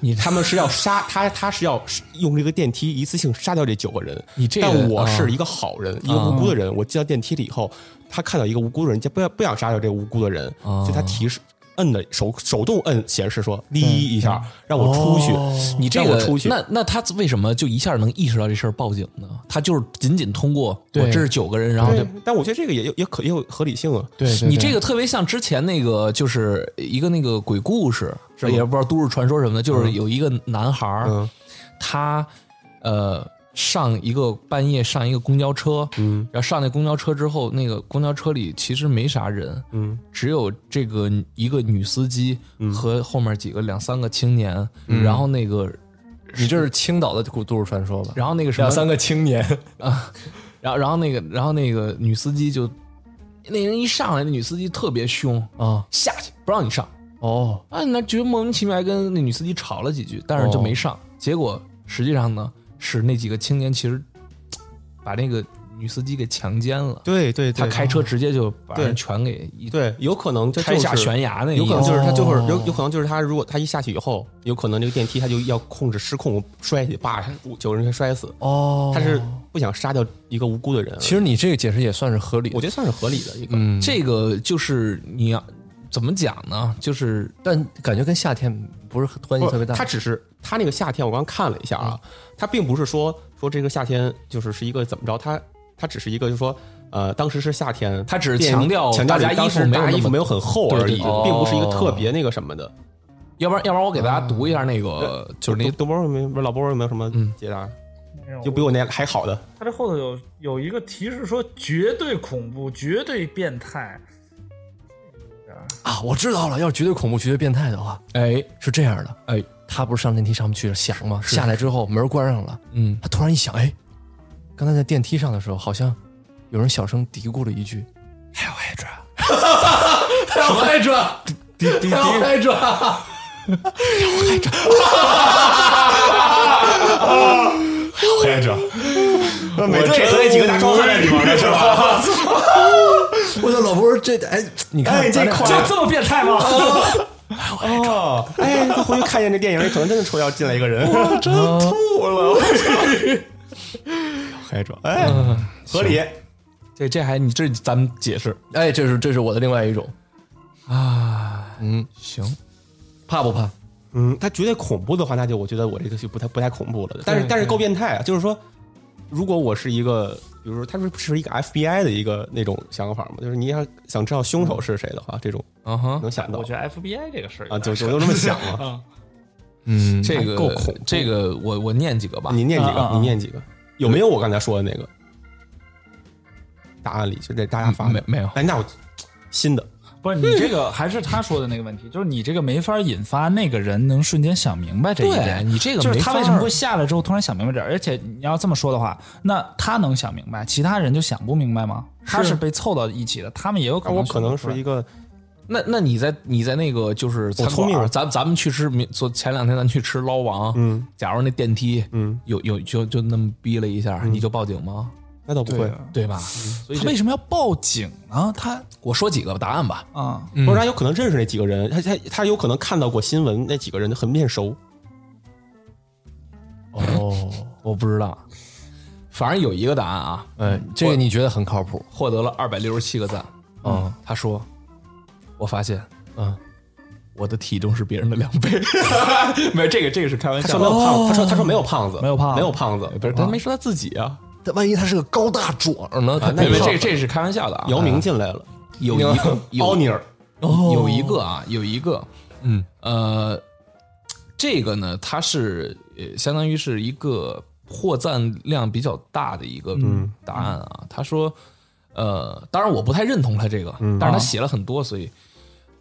Speaker 3: 你他们是要杀他，他是要用这个电梯一次性杀掉这九个人。
Speaker 2: 你这个
Speaker 3: 但我是
Speaker 2: 啊
Speaker 3: 一个好人，一个无辜的人。我进到电梯里以后，他看到一个无辜的人，就不要不想杀掉这个无辜的人，
Speaker 2: 啊
Speaker 3: 所以他提示摁的手手动摁显示说“滴”一下，让我出去。
Speaker 1: 你哦这
Speaker 3: 让我
Speaker 1: 个
Speaker 3: 出去，
Speaker 1: 那那他为什么就一下能意识到这事儿报警呢？他就是仅仅通过我
Speaker 4: 对
Speaker 1: 这是九个人，然后就
Speaker 3: 对，但我觉得这个也有也可也有合理性啊。
Speaker 4: 对对对
Speaker 1: 你这个特别像之前那个，就是一个那个鬼故事，也不知道都市传说什么的，就是有一个男孩儿，
Speaker 3: 嗯
Speaker 1: 他呃上一个半夜上一个公交车，
Speaker 3: 嗯
Speaker 1: 然后上那公交车之后，那个公交车里其实没啥人，
Speaker 3: 嗯
Speaker 1: 只有这个一个女司机和后面几个两三个青年，然后那个
Speaker 2: 你这是青岛的古都市传说吧？
Speaker 1: 然后那个什么
Speaker 2: 两三个青年，
Speaker 1: 然后然后那个然后那个女司机就那人一上来，那女司机特别凶
Speaker 2: 啊
Speaker 1: 下去不让你上。
Speaker 2: 哦，
Speaker 1: 啊，那觉得莫名其妙还跟那女司机吵了几句，但是就没上。结果实际上呢，是那几个青年其实把那个女司机给强奸了，
Speaker 3: 对对
Speaker 1: 他
Speaker 3: 对，
Speaker 1: 开车直接就把
Speaker 3: 对
Speaker 1: 人全给一
Speaker 3: 对，有可能这
Speaker 1: 开嗯
Speaker 3: 就
Speaker 1: 下
Speaker 3: 是
Speaker 1: 悬崖那
Speaker 3: 有可能就是他最后
Speaker 2: 哦
Speaker 3: 有有可能就是他，如果他一下去以后，有可能这个电梯他就要控制失控摔下去，叭，九个人全摔死。
Speaker 2: 哦
Speaker 3: 他是不想杀掉一个无辜的人，
Speaker 2: 其实你这个解释也算是合理的
Speaker 3: 我觉得算是合理的一个。
Speaker 2: 嗯，
Speaker 1: 这个就是你要怎么讲呢？就是
Speaker 2: 但感觉跟夏天不是关系特别大。
Speaker 3: 他只是他那个夏天，我刚看了一下啊，他并不是说说这个夏天就是是一个怎么着，他他只是一个就是说。呃，当时是夏天，
Speaker 1: 他只是
Speaker 3: 电
Speaker 1: 强调
Speaker 3: 强调
Speaker 1: 大家
Speaker 3: 你当时
Speaker 1: 衣服没有
Speaker 3: 大家
Speaker 1: 那
Speaker 3: 衣服
Speaker 1: 么
Speaker 3: 没有很厚
Speaker 1: 对
Speaker 3: 而
Speaker 1: 对
Speaker 3: 已，
Speaker 2: 对
Speaker 3: 并不是一个特别那个什么的。
Speaker 1: 要不然要不然我给大家读一下那个，就是那
Speaker 3: 东波有没有老波有没有什么
Speaker 2: 嗯
Speaker 3: 解答？就比我那还好的。
Speaker 4: 它这后头有有一个提示说绝对恐怖、绝对变态，
Speaker 2: 啊，我知道了，要是绝对恐怖、绝对变态的话，
Speaker 1: 哎
Speaker 2: 是这样的，
Speaker 1: 哎，
Speaker 2: 他不是上电梯上不去想吗？下来之后门关上了，
Speaker 1: 嗯
Speaker 2: 他突然一想，哎，刚才在电梯上的时候，好像有人小声嘀咕了一句 “Hell Hydra”，
Speaker 1: 什么来着？
Speaker 3: 滴滴滴，
Speaker 2: 来着，
Speaker 5: 黑着，
Speaker 3: 每队和那几个大壮汉在里面是吧？
Speaker 2: 我的老婆这哎，你看、
Speaker 3: 哎，这款
Speaker 4: 这么变态吗？
Speaker 3: 哦，哎，他回去看见这电影，可能真的抽要进来一个人，我真吐了。黑着，哎，合理。
Speaker 1: 这这还你这咱们解释
Speaker 2: 哎，这是这是我的另外一种，
Speaker 1: 啊，
Speaker 2: 嗯，
Speaker 1: 行，
Speaker 2: 怕不怕？
Speaker 3: 嗯，他觉得恐怖的话，那就我觉得我这个就不太不太恐怖了。但是但是够变态啊！就是说，如果我是一个，比如说他说是一个 FBI 的一个那种想法嘛，就是你要想知道凶手是谁的话，这种
Speaker 1: 嗯哼。
Speaker 3: 能想到
Speaker 4: 啊我觉得 FBI 这个事儿
Speaker 3: 啊，就就就这么想
Speaker 4: [LAUGHS]
Speaker 3: 了。
Speaker 2: 嗯，
Speaker 1: 这个
Speaker 3: 还够恐怖
Speaker 1: 这个我我念几个吧。
Speaker 3: 你念几
Speaker 4: 啊
Speaker 3: 个
Speaker 4: 啊？啊
Speaker 3: 你念几个？有没有我刚才说的那个答案里？就在大家发
Speaker 4: 嗯
Speaker 1: 没
Speaker 3: 的？
Speaker 1: 没有？
Speaker 3: 哎，那我新的
Speaker 4: 不是你这 [LAUGHS] 个还是他说的那个问题，就是你这个没法引发那个人能瞬间想明白这一
Speaker 1: 对
Speaker 4: 点。
Speaker 1: 你这个
Speaker 4: 就是
Speaker 1: 没
Speaker 4: 他
Speaker 1: 法
Speaker 4: 为什么
Speaker 1: 儿
Speaker 4: 会下来之后突然想明白这儿，而且你要这么说的话，那他能想明白，其他人就想不明白吗？他是被凑到一起的，他们也有可
Speaker 3: 啊，
Speaker 4: 能
Speaker 3: 我
Speaker 4: 选择
Speaker 3: 可
Speaker 4: 出来。
Speaker 3: 能是一个
Speaker 1: 那那你在你在那个就是餐
Speaker 3: 聪明
Speaker 1: 馆，咱咱们去吃，明昨前两天咱去吃捞王，
Speaker 3: 嗯，
Speaker 1: 假如那电梯
Speaker 3: 嗯，
Speaker 1: 有有就就那么逼了一下，你就报警吗？
Speaker 3: 那倒不
Speaker 4: 对
Speaker 3: 会，
Speaker 4: 啊，
Speaker 1: 对吧？
Speaker 3: 嗯
Speaker 4: 他为什么要报警呢？他
Speaker 1: 我说几个答案吧。
Speaker 4: 啊，
Speaker 3: 或者他有可能认识那几个人，他他他有可能看到过新闻，那几个人很面熟。
Speaker 2: 哦，
Speaker 1: 我不知道，反正有一个答案啊，
Speaker 2: 哎，这个你觉得很靠谱？
Speaker 1: 获得了二百六十七个赞。
Speaker 2: 嗯，
Speaker 1: 他说，我发现
Speaker 2: 嗯，
Speaker 1: 我的体重是别人的两倍。没有这个这个是开玩
Speaker 3: 他
Speaker 1: 笑
Speaker 3: 说
Speaker 1: 的
Speaker 3: 没有，胖子，他说他说没有胖子，
Speaker 4: 没有胖子
Speaker 3: 没有胖子，
Speaker 1: 不是他没说他自己啊，
Speaker 2: 但万一他是个高大壮呢？他
Speaker 3: 那
Speaker 1: 没
Speaker 3: 你
Speaker 1: 有
Speaker 3: 说
Speaker 1: 这个这个是开玩笑的啊。
Speaker 3: 姚明进来了，
Speaker 1: 有一个有
Speaker 3: 奥尼尔，
Speaker 1: 有一个啊，有一个，嗯，呃，这个呢，它是呃，相当于是一个获赞量比较大的一个答案啊。他说，呃，当然我不太认同他这个，但是他写了很多，所以，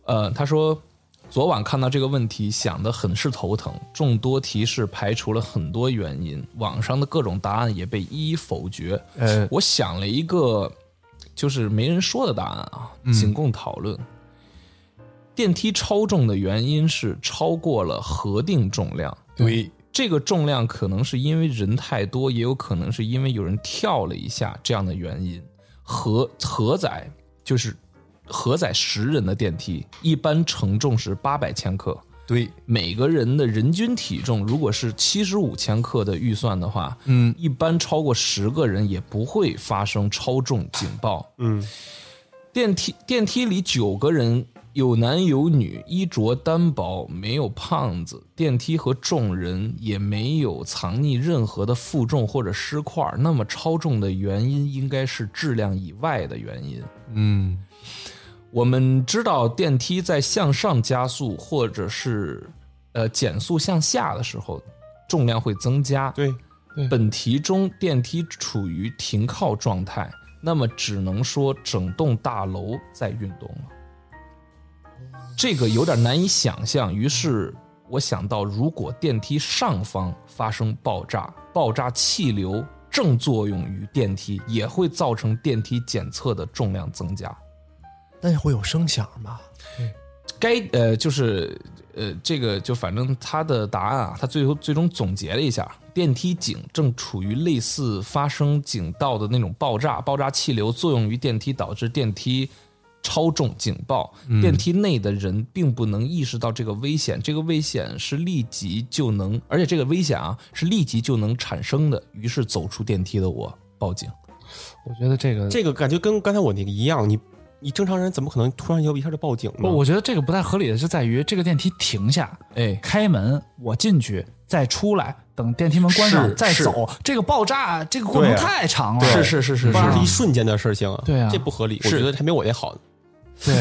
Speaker 1: 呃，他说。昨晚看到这个问题，想得很是头疼。众多提示排除了很多原因，网上的各种答案也被一一否决。
Speaker 2: 呃
Speaker 1: 我想了一个，就是没人说的答案啊，仅供讨论。嗯电梯超重的原因是超过了核定重量，
Speaker 2: 对，
Speaker 1: 这个重量可能是因为人太多，也有可能是因为有人跳了一下这样的原因。核核载就是核载十人的电梯，一般承重是八百千克。
Speaker 2: 对，
Speaker 1: 每个人的人均体重如果是七十五千克的预算的话，
Speaker 2: 嗯，
Speaker 1: 一般超过十个人也不会发生超重警报。
Speaker 3: 嗯，
Speaker 1: 电梯电梯里九个人，有男有女，衣着单薄，没有胖子。电梯和众人也没有藏匿任何的负重或者尸块。那么超重的原因应该是质量以外的原因。
Speaker 2: 嗯，
Speaker 1: 我们知道电梯在向上加速或者是呃减速向下的时候，重量会增加。
Speaker 3: 对，
Speaker 1: 本题中电梯处于停靠状态，那么只能说整栋大楼在运动了。这个有点难以想象，于是我想到，如果电梯上方发生爆炸，爆炸气流正作用于电梯，也会造成电梯检测的重量增加。
Speaker 2: 但会有声响吗？
Speaker 1: 该呃就是呃这个就反正他的答案啊，他最后最终总结了一下，电梯井正处于类似发生井道的那种爆炸，爆炸气流作用于电梯，导致电梯。超重警报，电梯内的人并不能意识到这个危险，这个危险是立即就能，而且这个危险啊是立即就能产生的。于是走出电梯的我报警，
Speaker 2: 我觉得这个，
Speaker 3: 这个感觉跟刚才我那个一样，你你正常人怎么可能突然就一下就报警呢？
Speaker 4: 不，我觉得这个不太合理的是在于这个电梯停下，
Speaker 1: 哎，
Speaker 4: 开门，我进去再出来，等电梯门关
Speaker 1: 是
Speaker 4: 上再
Speaker 1: 是
Speaker 4: 走，这个爆炸这个过程
Speaker 3: 对啊
Speaker 4: 太长了，
Speaker 1: 是是是是
Speaker 3: 不然
Speaker 1: 是
Speaker 3: 是一瞬间的事情啊，
Speaker 4: 对啊
Speaker 3: 这不合理，我
Speaker 1: 是
Speaker 3: 觉得还没我这好。 [LAUGHS]
Speaker 4: 对，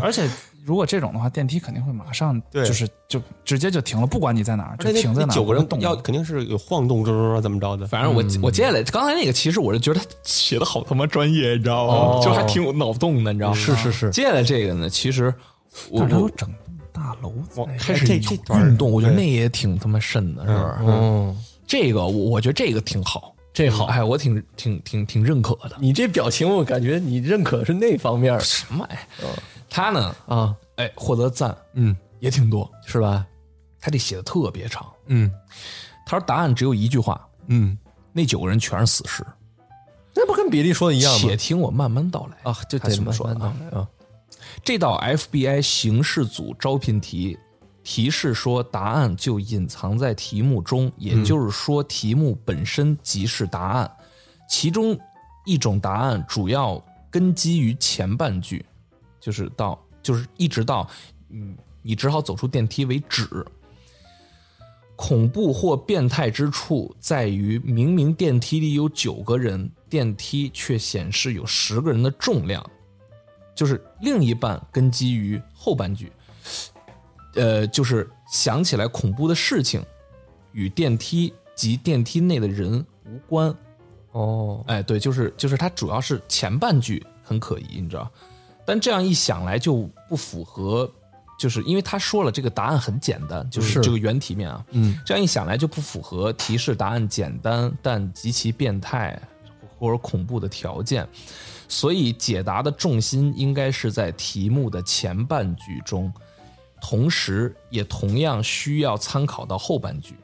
Speaker 4: 而且如果这种的话，电梯肯定会马上
Speaker 3: 对
Speaker 4: 就是就直接就停了，不管你在哪儿，
Speaker 3: 而
Speaker 4: 就
Speaker 3: 且
Speaker 4: 停在
Speaker 3: 那
Speaker 4: 哪儿，
Speaker 3: 九个人
Speaker 4: 不会动
Speaker 3: 要肯定是有晃动，就是怎么着的，
Speaker 1: 反正我、
Speaker 2: 嗯
Speaker 1: 我接下来刚才那个，其实我是觉得他写的好他妈专业，你知道吗？
Speaker 2: 哦
Speaker 1: 就还挺有脑洞的，你知道吗？
Speaker 2: 是是是，
Speaker 1: 接下来这个呢，其实我
Speaker 4: 但是它有
Speaker 1: 我
Speaker 4: 整栋大楼
Speaker 3: 我
Speaker 4: 在
Speaker 3: 哎这这段儿
Speaker 1: 运动，我觉得
Speaker 3: 对
Speaker 1: 那也挺他妈瘆的，是不是？
Speaker 2: 嗯，
Speaker 1: 这个我我觉得这个挺好，
Speaker 2: 这好，
Speaker 1: 哎，我挺挺挺挺认可的。
Speaker 2: 你这表情我感觉你认可是那方面儿
Speaker 1: 什么玩意儿？他呢，
Speaker 2: 啊，
Speaker 1: 哎，获得赞
Speaker 2: 嗯，
Speaker 1: 也挺多，
Speaker 2: 是吧？
Speaker 1: 他这写的特别长。
Speaker 2: 嗯
Speaker 1: 他说答案只有一句话，
Speaker 2: 嗯，
Speaker 1: 那九个人全是死尸。
Speaker 2: 那不跟比利说的一样吗
Speaker 1: 且？听我慢慢道来。
Speaker 2: 啊，就
Speaker 1: 他
Speaker 2: 得
Speaker 1: 这么说
Speaker 2: 慢慢
Speaker 1: 啊
Speaker 2: 地来啊，
Speaker 1: 这道 FBI 刑事组招聘题提示说，答案就隐藏在题目中，也就是说，题目本身即是答案。其中一种答案主要根基于前半句，就是到就是一直到嗯你只好走出电梯为止。恐怖或变态之处在于，明明电梯里有九个人，电梯却显示有十个人的重量。就是另一半根基于后半句，呃，就是想起来恐怖的事情与电梯及电梯内的人无关。
Speaker 2: 哦，
Speaker 1: 哎，对，就是就是它主要是前半句很可疑，你知道，但这样一想来就不符合，就是因为他说了这个答案很简单，就是
Speaker 2: 是
Speaker 1: 这个原题面啊，
Speaker 2: 嗯，
Speaker 1: 这样一想来就不符合提示答案简单但极其变态或者恐怖的条件，所以解答的重心应该是在题目的前半句中，同时也同样需要参考到后半句，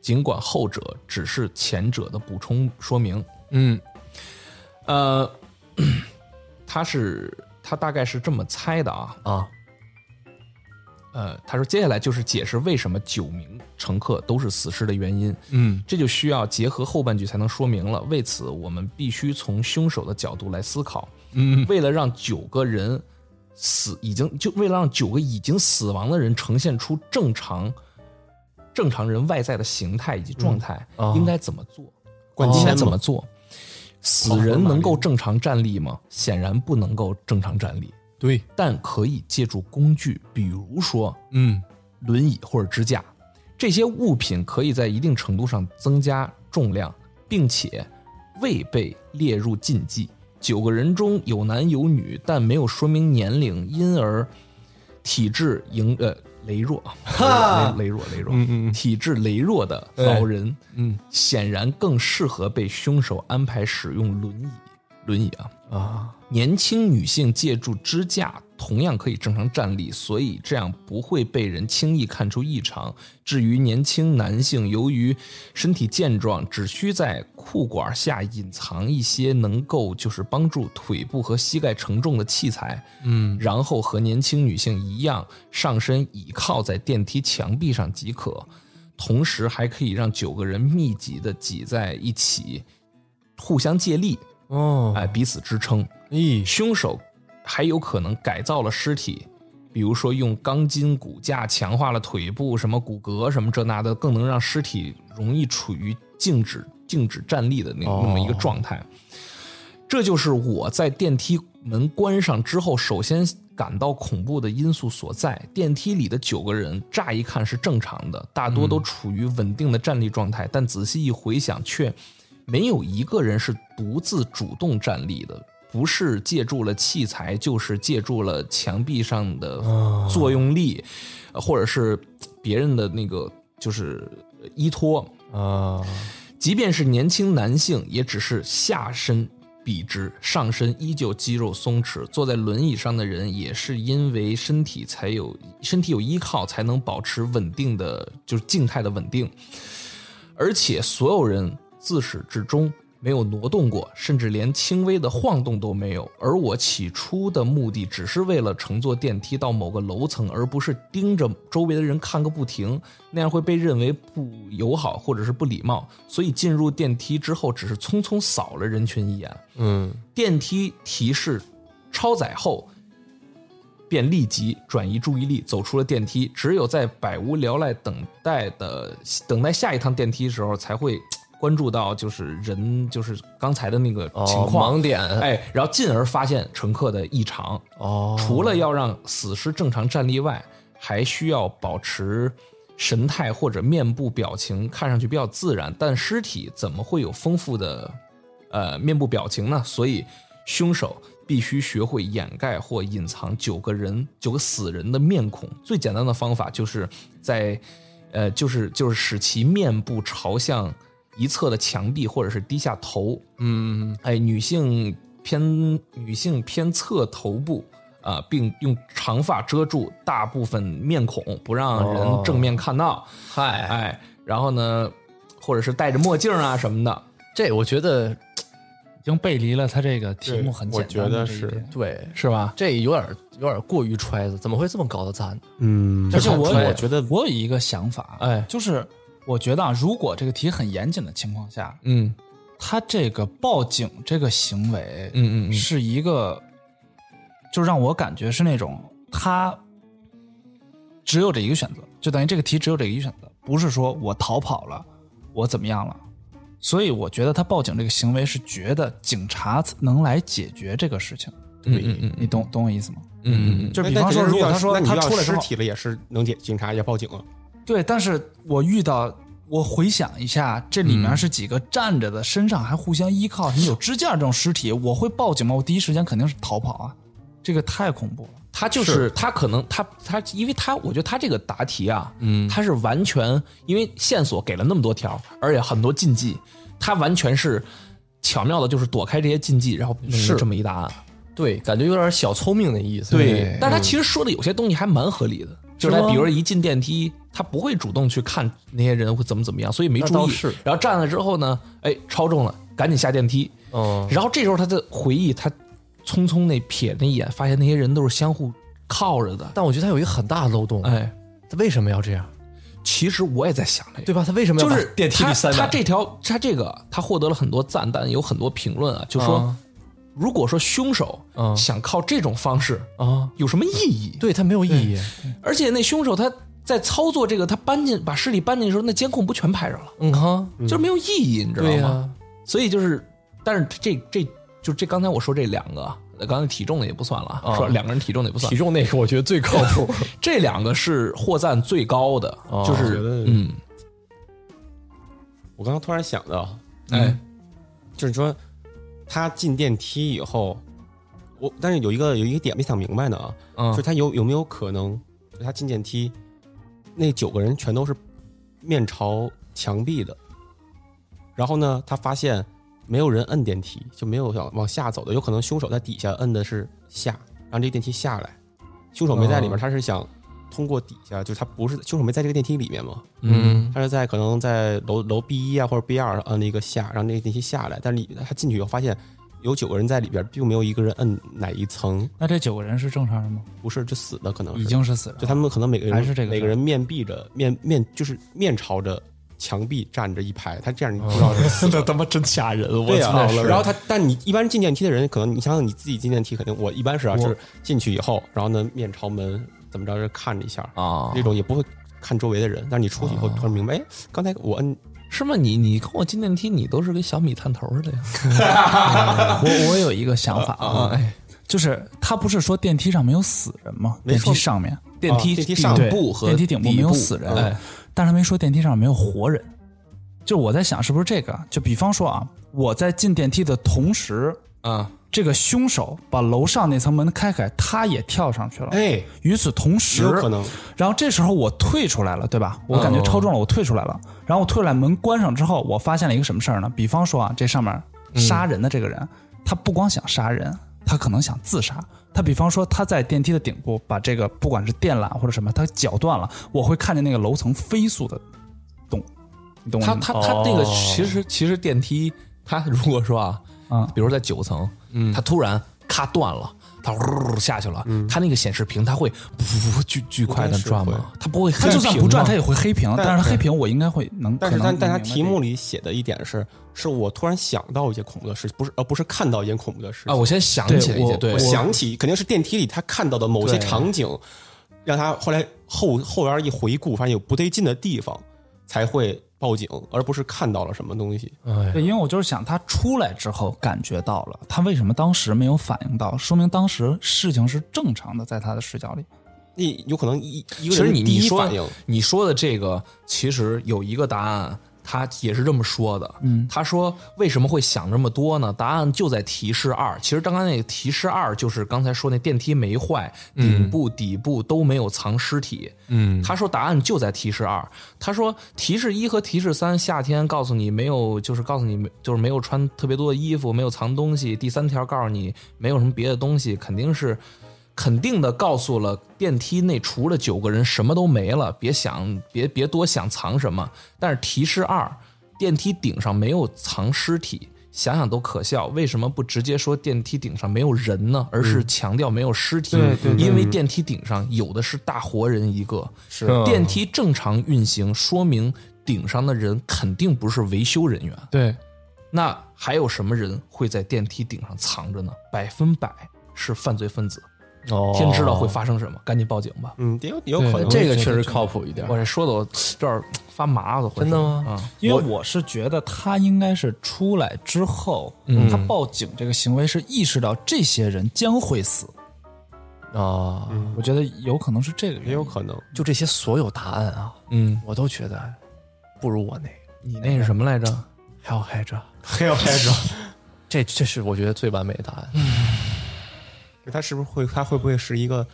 Speaker 1: 尽管后者只是前者的补充说明。
Speaker 2: 嗯
Speaker 1: 呃，他是他大概是这么猜的啊。
Speaker 2: 啊，
Speaker 1: 呃，他说接下来就是解释为什么九名乘客都是死尸的原因。
Speaker 2: 嗯
Speaker 1: 这就需要结合后半句才能说明了。为此，我们必须从凶手的角度来思考。
Speaker 2: 嗯
Speaker 1: 为了让九个人死已经就为了让九个已经死亡的人呈现出正常正常人外在的形态以及状态，
Speaker 2: 嗯啊
Speaker 1: 应该怎么做？
Speaker 3: 灌
Speaker 1: 应该
Speaker 3: 铅
Speaker 1: 怎么
Speaker 3: 嘛，
Speaker 1: 做？死
Speaker 2: 哦
Speaker 1: 人能够正常站立吗？显然不能够正常站立，
Speaker 2: 对，
Speaker 1: 但可以借助工具，比如说
Speaker 2: 嗯
Speaker 1: 轮椅或者支架，这些物品可以在一定程度上增加重量，并且未被列入禁忌。九个人中有男有女，但没有说明年龄，因而体质羸呃羸弱，羸羸弱羸弱，
Speaker 3: 嗯哎
Speaker 1: 体质羸弱的老人，
Speaker 2: 嗯，
Speaker 1: 显然更适合被凶手安排使用轮椅。轮椅啊
Speaker 2: 嗯
Speaker 1: 啊，年轻女性借助支架同样可以正常站立，所以这样不会被人轻易看出异常。至于年轻男性，由于身体健壮，只需在裤管下隐藏一些能够就是帮助腿部和膝盖承重的器材，嗯，然后和年轻女性一样，上身倚靠在电梯墙壁上即可。同时还可以让九个人密集的挤在一起，互相借力，
Speaker 2: 哦，
Speaker 1: 哎，彼此支撑。
Speaker 2: 咦，
Speaker 1: 凶手还有可能改造了尸体，比如说用钢筋骨架强化了腿部、什么骨骼、什么这那的，更能让尸体容易处于静止、静止站立的那那么一个状态。这就是我在电梯门关上之后，首先感到恐怖的因素所在。电梯里的九个人，乍一看是正常的，大多都处于稳定的站立状态，但仔细一回想，却没有一个人是独自主动站立的，不是借助了器材，就是借助了墙壁上的作用力，呃或者是别人的那个就是呃依托。
Speaker 2: 啊，
Speaker 1: 即便是年轻男性，也只是下身笔直，上身依旧肌肉松弛。坐在轮椅上的人也是因为身体才有身体有依靠，才能保持稳定的就是静态的稳定。而且所有人自始至终没有挪动过，甚至连轻微的晃动都没有。而我起初的目的只是为了乘坐电梯到某个楼层，而不是盯着周围的人看个不停，那样会被认为不友好或者是不礼貌。所以进入电梯之后，只是匆匆扫了人群一眼。
Speaker 2: 嗯，
Speaker 1: 电梯提示超载后，便立即转移注意力，走出了电梯。只有在百无聊赖等待的等待下一趟电梯的时候，才会嘖关注到就是人就是刚才的那个
Speaker 2: 哦
Speaker 1: 情况。
Speaker 2: 盲点，
Speaker 1: 哎，然后进而发现乘客的异常。
Speaker 2: 哦，
Speaker 1: 除了要让死尸正常站立外，还需要保持神态或者面部表情看上去比较自然。但尸体怎么会有丰富的呃面部表情呢？所以凶手必须学会掩盖或隐藏九个人九个死人的面孔。最简单的方法就是在呃就是就是使其面部朝向一侧的墙壁，或者是低下头，
Speaker 2: 嗯，
Speaker 1: 哎，女性偏女性偏侧头部啊、并用长发遮住大部分面孔，不让人正面看到。
Speaker 2: 嗨，
Speaker 1: 哎，然后呢，或者是戴着墨镜啊什么的。
Speaker 2: 这我觉得
Speaker 4: 已经背离了他这个题目很
Speaker 3: 对
Speaker 4: 简
Speaker 3: 我
Speaker 4: 单。
Speaker 3: 觉得是，
Speaker 2: 对，
Speaker 4: 是吧？
Speaker 2: 这有点有点过于揣子，怎么会这么高的赞？
Speaker 3: 嗯
Speaker 4: 而且我
Speaker 2: 揣
Speaker 4: 我
Speaker 2: 的
Speaker 4: 觉得我有一个想法，
Speaker 1: 哎
Speaker 4: 就是我觉得啊，如果这个题很严谨的情况下，
Speaker 1: 嗯
Speaker 4: 他这个报警这个行为，
Speaker 1: 嗯嗯嗯，
Speaker 4: 是一个，就让我感觉是那种他只有这一个选择，就等于这个题只有这一个选择，不是说我逃跑了，我怎么样了。所以我觉得他报警这个行为是觉得警察能来解决这个事情，
Speaker 1: 嗯嗯嗯
Speaker 4: 你懂懂我意思吗？
Speaker 1: 嗯嗯
Speaker 4: 就比方说，如果他说
Speaker 3: 那你
Speaker 4: 他
Speaker 3: 要
Speaker 4: 出来之
Speaker 3: 尸
Speaker 4: 后，
Speaker 3: 体了，也是能解，警察也报警了。
Speaker 4: 对，但是我遇到，我回想一下，这里
Speaker 1: 嗯
Speaker 4: 面是几个站着的，身上还互相依靠，你有支架这种尸体，我会报警吗？我第一时间肯定是逃跑啊，这个太恐怖了。
Speaker 1: 他就是他，可能他他，因为他，我觉得他这个答题啊，嗯，他是完全因为线索给了那么多条，而且很多禁忌，他完全是巧妙的，就是躲开这些禁忌，然后弄出
Speaker 2: 是
Speaker 1: 这么一答案。
Speaker 2: 对，感觉有点小聪明的意思。
Speaker 1: 对，
Speaker 2: 嗯
Speaker 1: 但是他其实说的有些东西还蛮合理的，就是他比如说一进电梯，他不会主动去看那些人会怎么怎么样，所以没
Speaker 2: 那
Speaker 1: 注
Speaker 2: 倒
Speaker 1: 意。
Speaker 2: 是
Speaker 1: 然后站了之后呢，哎，超重了，赶紧下电梯。
Speaker 2: 嗯，
Speaker 1: 然后这时候他的回忆，他匆匆那瞥那一眼，发现那些人都是相互靠着的。
Speaker 2: 但我觉得他有一个很大的漏洞，
Speaker 1: 哎，
Speaker 2: 他为什么要这样？
Speaker 1: 其实我也在想这个。
Speaker 2: 对吧？他为什么要
Speaker 1: 就
Speaker 2: 把
Speaker 1: 是
Speaker 2: 电梯里塞
Speaker 1: 他他
Speaker 2: 满？
Speaker 1: 这条他这个他获得了很多赞，但有很多评论啊，就说、
Speaker 2: 啊
Speaker 1: 如果说凶手
Speaker 2: 啊
Speaker 1: 想靠这种方式，
Speaker 2: 啊，
Speaker 1: 有什么意义？
Speaker 2: 对他没有意义。
Speaker 1: 而且那凶手他在操作这个，他搬进把尸体搬进的时候，那监控不全拍着了，
Speaker 2: 嗯哈，
Speaker 1: 就是没有意义，你知道
Speaker 2: 对呀、
Speaker 1: 吗？所以就是，但是这这就这刚才我说这两个啊，刚才体重的也不算了，啊，
Speaker 2: 啊
Speaker 1: 说两个人体重的也不算
Speaker 2: 体，重那个我觉得最靠谱。
Speaker 1: 这两个是获赞最高的，
Speaker 2: [LAUGHS] 哦
Speaker 1: 就
Speaker 3: 我觉
Speaker 1: 是
Speaker 3: 得
Speaker 1: 嗯，
Speaker 3: 我刚刚突然想到，
Speaker 1: 哎，
Speaker 3: 就是说他进电梯以后，我但是有一个有一个点没想明白呢啊，
Speaker 1: 嗯
Speaker 3: 就是他有有没有可能就他进电梯，那九个人全都是面朝墙壁的，然后呢，他发现没有人摁电梯，就没有想往下走的，有可能凶手在底下摁的是下，让这个电梯下来。凶手没在里面，他是想通过底下，就是他不是凶手没在这个电梯里面嘛，
Speaker 1: 嗯，
Speaker 3: 他是在可能在楼楼 B 一啊或者 B 二摁了一个下，让那个电梯下来。但里他进去以后发现有九个人在里边，并没有一个人摁哪一层，
Speaker 4: 那这九个人是正常人吗？
Speaker 3: 不是就死的可能是
Speaker 4: 已经是死人了，
Speaker 3: 就他们可能每个人
Speaker 4: 还是这个事儿
Speaker 3: 每个人面壁着面面就是面朝着墙壁站着一排，他这样你
Speaker 4: 哦
Speaker 3: 不知道是死的。
Speaker 1: 这他妈真吓人！
Speaker 3: 对
Speaker 1: 我
Speaker 3: 呀、啊
Speaker 1: 操！
Speaker 3: 然后他，但你一般进电梯的人，可能你想想你自己进电梯，肯定我一般是啊，就是进去以后，然后呢面朝门，怎么着就看着一下，
Speaker 1: 啊
Speaker 3: 这，种也不会看周围的人。但是你出去以
Speaker 4: 哦
Speaker 3: 后，突然明白，哎，刚才我摁
Speaker 1: 是吗？你你跟我进电梯，你都是跟小米探头似的呀？
Speaker 4: 我我有一个想法
Speaker 1: 啊，
Speaker 4: 啊，
Speaker 1: 哎
Speaker 4: [LAUGHS] 就是他不是说电梯上没有死人吗？
Speaker 3: 没
Speaker 4: 电
Speaker 3: 说
Speaker 4: 梯上面，
Speaker 1: 电
Speaker 3: 啊
Speaker 1: 梯
Speaker 3: 电梯上
Speaker 1: 顶
Speaker 4: 对
Speaker 1: 部和
Speaker 4: 电梯顶部
Speaker 1: 底
Speaker 4: 没有死人
Speaker 1: 哎
Speaker 4: 但是他没说电梯上没有活人。就我在想是不是这个？就比方说啊，我在进电梯的同时，
Speaker 1: 啊，
Speaker 4: 这个凶手把楼上那层门开开，他也跳上去了。
Speaker 3: 哎，
Speaker 4: 与此同时，
Speaker 3: 有可能哦
Speaker 4: 然后这时候我退出来了，对吧？我感觉超重了，我退出来了。然后我退出来，门关上之后，我发现了一个什么事儿呢？比方说啊，这上面杀人的这个人，他不光想杀人，他可能想自杀。他比方说他在电梯的顶部把这个不管是电缆或者什么，他绞断了，我会看见那个楼层飞速的动，你懂我意
Speaker 1: 他
Speaker 4: 思吗？
Speaker 1: 他他
Speaker 3: 嗯
Speaker 1: 那个
Speaker 2: 哦
Speaker 1: 其实其实电梯，他如果说啊，
Speaker 4: 嗯
Speaker 1: 比如在九层，嗯，他突然咔断了。它呜下去了，它那个显示屏它会噗巨巨快的转
Speaker 3: 应该
Speaker 1: 吗？它不会黑屏吗，
Speaker 4: 他就算不转，他也会黑屏，
Speaker 3: 但
Speaker 4: 但是黑屏我应该会能，
Speaker 3: 但是
Speaker 4: 可能
Speaker 3: 但但他
Speaker 4: 能明白
Speaker 3: 题目里写的一点是，是我突然想到一些恐怖的事，不是呃而不是看到一件恐怖的事情
Speaker 1: 啊，我先想起来一些，对，
Speaker 4: 对
Speaker 3: 我想起肯定是电梯里他看到的某些场景，让他后来后后边一回顾，发现有不对劲的地方，才会报警，而不是看到了什么东西。
Speaker 2: 哎
Speaker 4: 对，因为我就是想他出来之后感觉到了，他为什么当时没有反应到？说明当时事情是正常的，在他的视角里。
Speaker 3: 那有可能一一
Speaker 1: 其
Speaker 3: 个
Speaker 1: 实
Speaker 3: 人
Speaker 1: 你
Speaker 3: 第
Speaker 1: 你
Speaker 3: 一
Speaker 1: 说
Speaker 3: 反应，
Speaker 1: 你说的这个，其实有一个答案，他也是这么说的。嗯，他说为什么会想这么多呢？答案就在提示二。其实刚刚那个提示二就是刚才说那电梯没坏，顶部、底部都没有藏尸体。嗯，他说答案就在提示二。他说提示一和提示三，夏天告诉你没有，就是告诉你没就是没有穿特别多的衣服，没有藏东西。第三条告诉你没有什么别的东西，肯定是。肯定的告诉了电梯内除了九个人什么都没了，别想别别多想藏什么。但是提示二，电梯顶上没有藏尸体，想想都可笑。为什么不直接说电梯顶上没有人呢？而是强调没有尸体，
Speaker 4: 对对对
Speaker 1: 因为电梯顶上有的是大活人一个。
Speaker 3: 是
Speaker 1: 电梯正常运行，说明顶上的人肯定不是维修人员。
Speaker 2: 对，
Speaker 1: 那还有什么人会在电梯顶上藏着呢？百分百是犯罪分子。
Speaker 2: 哦，
Speaker 1: 天知道会发生什么，赶紧报警吧！
Speaker 3: 嗯，也有也有可能
Speaker 2: 这个确实靠谱一点。
Speaker 1: 我这说的我这儿发麻了，
Speaker 2: 真的吗？
Speaker 1: 啊，
Speaker 4: 因为我是觉得他应该是出来之后，他报警这个行为是意识到这些人将会死，
Speaker 2: 啊，
Speaker 4: 我觉得有可能是这个
Speaker 3: 也
Speaker 4: 原
Speaker 3: 有
Speaker 4: 因。
Speaker 3: 可能。
Speaker 2: 就这些所有答案啊，
Speaker 1: 嗯，
Speaker 2: 我都觉得不如我那个。
Speaker 1: 你那是什么来着？
Speaker 2: 还有还有这，
Speaker 3: 还有还有，
Speaker 2: 这这是我觉得最完美的答案。
Speaker 3: [LAUGHS] 他是不是会他会不会是一个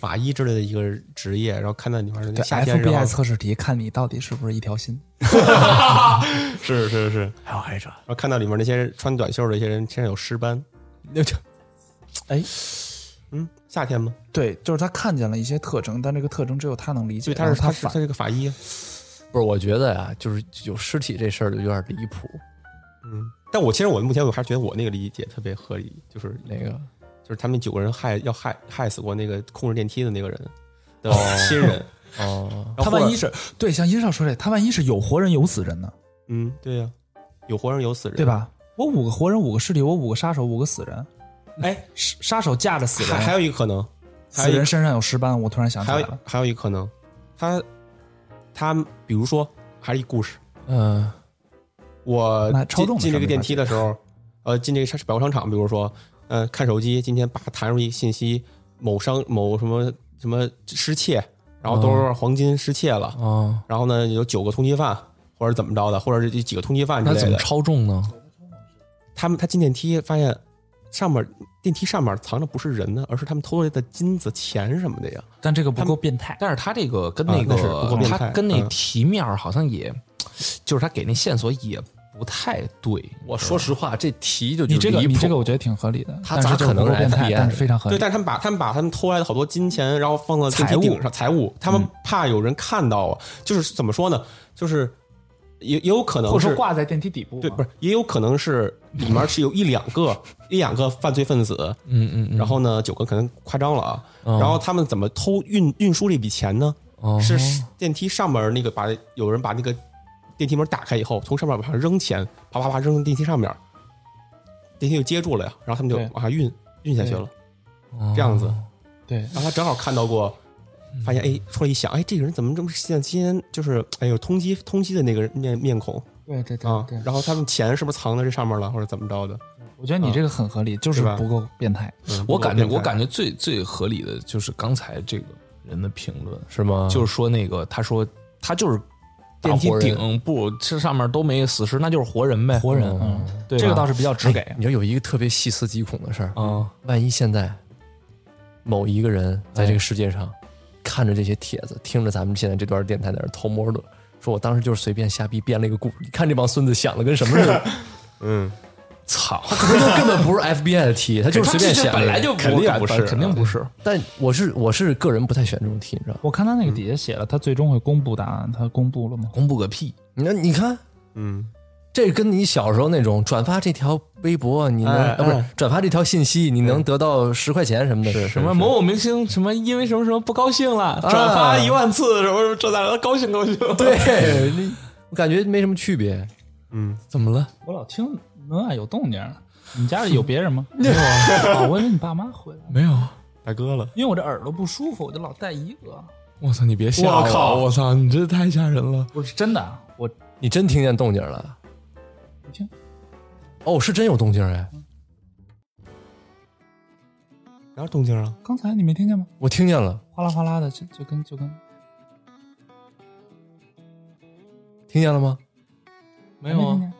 Speaker 3: 法医之类的一个职业？然后看到里面的那
Speaker 4: 对
Speaker 3: 夏天，然
Speaker 4: ，FBI
Speaker 3: 后
Speaker 4: 测试题，看你到底是不是一条心。
Speaker 3: 是是是，
Speaker 2: 还有还有这，
Speaker 3: 然后看到里面那些穿短袖的一些人身上有尸斑，哎
Speaker 4: 那就
Speaker 3: 嗯，夏天吗？
Speaker 4: 对，就是他看见了一些特征，但这个特征只有他能理解。
Speaker 3: 对，他
Speaker 4: 然
Speaker 3: 是
Speaker 4: 后他
Speaker 3: 哎他是
Speaker 4: 反
Speaker 3: 他是个法医啊，
Speaker 2: 不是，我觉得呀，就是有尸体这事儿就有点离谱。
Speaker 3: 嗯，但我其实我目前我还是觉得我那个理解特别合理，就是
Speaker 2: 那个
Speaker 3: 就是他们九个人害要害害死过那个控制电梯的那个人的亲人，
Speaker 2: 哦，
Speaker 3: 然后
Speaker 4: 他
Speaker 3: 或者
Speaker 4: 万一是对，像殷少说这，他万一是有活人有死人呢，
Speaker 3: 嗯，对呀、有活人有死人，
Speaker 4: 对？吧？我五个活人，五个尸体，我五个杀手，五个死人。
Speaker 3: 哎，
Speaker 4: 杀杀手架着死
Speaker 3: 还还
Speaker 4: 人，
Speaker 3: 有一个可能，
Speaker 4: 死
Speaker 3: 还有一
Speaker 4: 人
Speaker 3: 个
Speaker 4: 身上有尸斑，我突然想起
Speaker 3: 还
Speaker 4: 来
Speaker 3: 有一
Speaker 4: 了。
Speaker 3: 还有一个可能，他他比如说还是一故事，
Speaker 2: 嗯，
Speaker 3: 我
Speaker 4: 那超
Speaker 3: 进
Speaker 4: 重的
Speaker 3: 进这
Speaker 4: 事儿
Speaker 3: 个
Speaker 4: 没
Speaker 3: 电
Speaker 4: 法
Speaker 3: 梯的时候，呃，进这个商百货商场，比如说，呃，看手机，今天叭弹出一信息，某商某什么什么失窃，然后都
Speaker 4: 嗯
Speaker 3: 是黄金失窃了，
Speaker 2: 哦，
Speaker 3: 然后呢有九个通缉犯或者怎么着的，或者是几个通缉犯之
Speaker 1: 那
Speaker 3: 类
Speaker 1: 怎么
Speaker 3: 的，
Speaker 1: 超重呢？
Speaker 3: 他们他进电梯发现上面电梯上面藏着不是人呢，而是他们偷来的金子、钱什么的呀。
Speaker 4: 但这个不够变态，
Speaker 1: 但是他这个跟
Speaker 3: 啊
Speaker 1: 那
Speaker 3: 那是不够
Speaker 1: 个
Speaker 3: 变态
Speaker 1: 他跟那
Speaker 3: 嗯
Speaker 1: 题面儿好像也，就是他给那线索也不太对。
Speaker 2: 我说实话，这题就
Speaker 4: 你这个
Speaker 2: 离
Speaker 4: 你
Speaker 2: 谱
Speaker 4: 这个我觉得挺合理的，
Speaker 2: 他
Speaker 4: 但是
Speaker 2: 咋
Speaker 4: 就是
Speaker 2: 可能
Speaker 4: 不够变态
Speaker 2: FBI
Speaker 4: 但是非常合
Speaker 3: 对，
Speaker 4: 理。
Speaker 3: 但是他们把他们把他们偷来的好多金钱，然后放到电梯顶上财物，他
Speaker 2: 嗯
Speaker 3: 们怕有人看到啊。就是怎么说呢？就是也也有可能
Speaker 4: 或者
Speaker 3: 是
Speaker 4: 说挂在电梯底部嘛，
Speaker 3: 对，不是也有可能是里面是有一两
Speaker 2: [LAUGHS]
Speaker 3: 个一两个犯罪分子，
Speaker 2: 嗯嗯嗯，
Speaker 3: 然后呢九个可能夸张了啊。
Speaker 2: 嗯
Speaker 3: 然后他们怎么偷运运输这笔钱呢？
Speaker 2: 哦
Speaker 3: 是电梯上面那个把有人把那个电梯门打开以后，从上面往上扔钱，啪啪啪扔到电梯上面，电梯就接住了呀，然后他们就
Speaker 4: 对
Speaker 3: 往下运运下去了，这样子。
Speaker 4: 对
Speaker 3: 然后他正好看到过，
Speaker 1: 嗯
Speaker 3: 发现哎，出来一想，哎，这个人怎么这么像今天就是哎呦通缉通缉的那个人面面孔
Speaker 4: 对对对
Speaker 3: 啊
Speaker 4: 对？，
Speaker 3: 然后他们钱是不是藏在这上面了，或者怎么着的？
Speaker 4: 我觉得你这个很合
Speaker 1: 嗯
Speaker 4: 理，就是
Speaker 3: 是吧
Speaker 4: 不够变态。
Speaker 3: 嗯
Speaker 1: 我感觉我
Speaker 3: 觉
Speaker 1: 感觉最最合理的就是刚才这个人的评论，
Speaker 2: 是吗？
Speaker 1: 就是说那个他说他就是大
Speaker 2: 电梯
Speaker 1: 活
Speaker 2: 顶
Speaker 1: 人不这上面都没死尸，那就是活人呗，活人，嗯，对吧，哎
Speaker 4: 这个倒是比较直给。
Speaker 2: 你要有一个特别细思极恐的事儿，
Speaker 1: 嗯
Speaker 2: 万一现在某一个人在这个世界
Speaker 1: 哎
Speaker 2: 上看着这些帖子，听着咱们现在这段电台在那偷摸的，说我当时就是随便瞎逼编了一个故事，你看这帮孙子想的跟什么
Speaker 1: [LAUGHS]
Speaker 2: 似的，
Speaker 3: 嗯，
Speaker 1: 操，
Speaker 2: 根本根本不是 FBI 的题，他就是随便
Speaker 1: 哎这
Speaker 2: 想的。
Speaker 1: 本来就
Speaker 3: 肯定
Speaker 1: 敢
Speaker 3: 不是
Speaker 1: 肯定不是，
Speaker 2: 但我是我是个人不太喜欢这种题，你知道吗？
Speaker 4: 我看他那个底下写了，他最终会公布答案，他公布了吗？
Speaker 1: 公布个屁，
Speaker 2: 那你看，
Speaker 3: 嗯，
Speaker 2: 这跟你小时候那种转发这条微博，你能、
Speaker 3: 哎
Speaker 2: 啊不是
Speaker 3: 哎
Speaker 2: 转发这条信息，你能得到十块钱什么的，
Speaker 1: 什么某某明星什么因为什么什么不高兴了，
Speaker 4: 啊
Speaker 1: 转发一万次什么什么这那的，高兴高兴，
Speaker 2: 对，你我感觉没什么区别。
Speaker 3: 嗯，
Speaker 2: 怎么了？
Speaker 4: 我老听门外有动静儿，啊你家里有别
Speaker 1: [LAUGHS]
Speaker 4: 人吗？没有啊，哦我以为你爸妈回来了，
Speaker 1: 没有。
Speaker 3: 大哥了，
Speaker 4: 因为我这耳朵不舒服，我就老戴一个。
Speaker 1: 我操！你别吓
Speaker 3: 我靠
Speaker 1: 我操！你这太吓人了！
Speaker 4: 我是真的啊，我
Speaker 2: 你真听见动静了？
Speaker 4: 你听，
Speaker 2: 哦，是真有动静哎！
Speaker 3: 哪有动静啊？
Speaker 4: 刚才你没听见吗？
Speaker 2: 我听见了，
Speaker 4: 哗啦哗啦的，就就跟就跟
Speaker 2: 听见了吗？
Speaker 1: 没有啊，
Speaker 4: 听见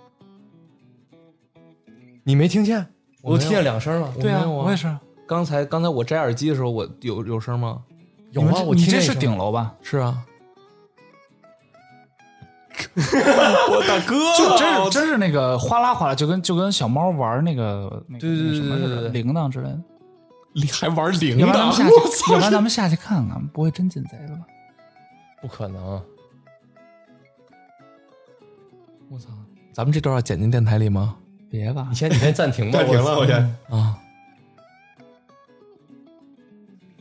Speaker 2: 你没听见？
Speaker 1: 我
Speaker 2: 我
Speaker 1: 没有
Speaker 2: 听见两声了。
Speaker 4: 对啊，
Speaker 1: 没有啊
Speaker 4: 我也是。
Speaker 1: 刚才刚才我摘耳机的时候，我有有声吗？
Speaker 2: 有
Speaker 4: 你
Speaker 2: 啊，
Speaker 4: 们
Speaker 2: 我
Speaker 4: 你
Speaker 2: 听
Speaker 4: 这
Speaker 2: 见一
Speaker 4: 是
Speaker 2: 声
Speaker 4: 顶楼吧？
Speaker 1: 是啊，
Speaker 3: 我大哥了，
Speaker 4: 就真是真是那个哗啦哗啦，就跟就跟小猫玩那个那个
Speaker 2: 对对
Speaker 4: 那
Speaker 2: 对
Speaker 4: 什么似的
Speaker 2: 对对对
Speaker 4: 铃铛之类的。
Speaker 1: 还玩铃
Speaker 4: 要不然咱
Speaker 1: 铛，
Speaker 4: 们下去，要不然咱们下去看看，不会真进贼了吧？
Speaker 2: 不可能，
Speaker 1: 我操！咱们这段要剪进电台里吗？
Speaker 4: 别吧
Speaker 2: 你，先你先暂停吧。
Speaker 3: 暂停了，我先。
Speaker 1: 啊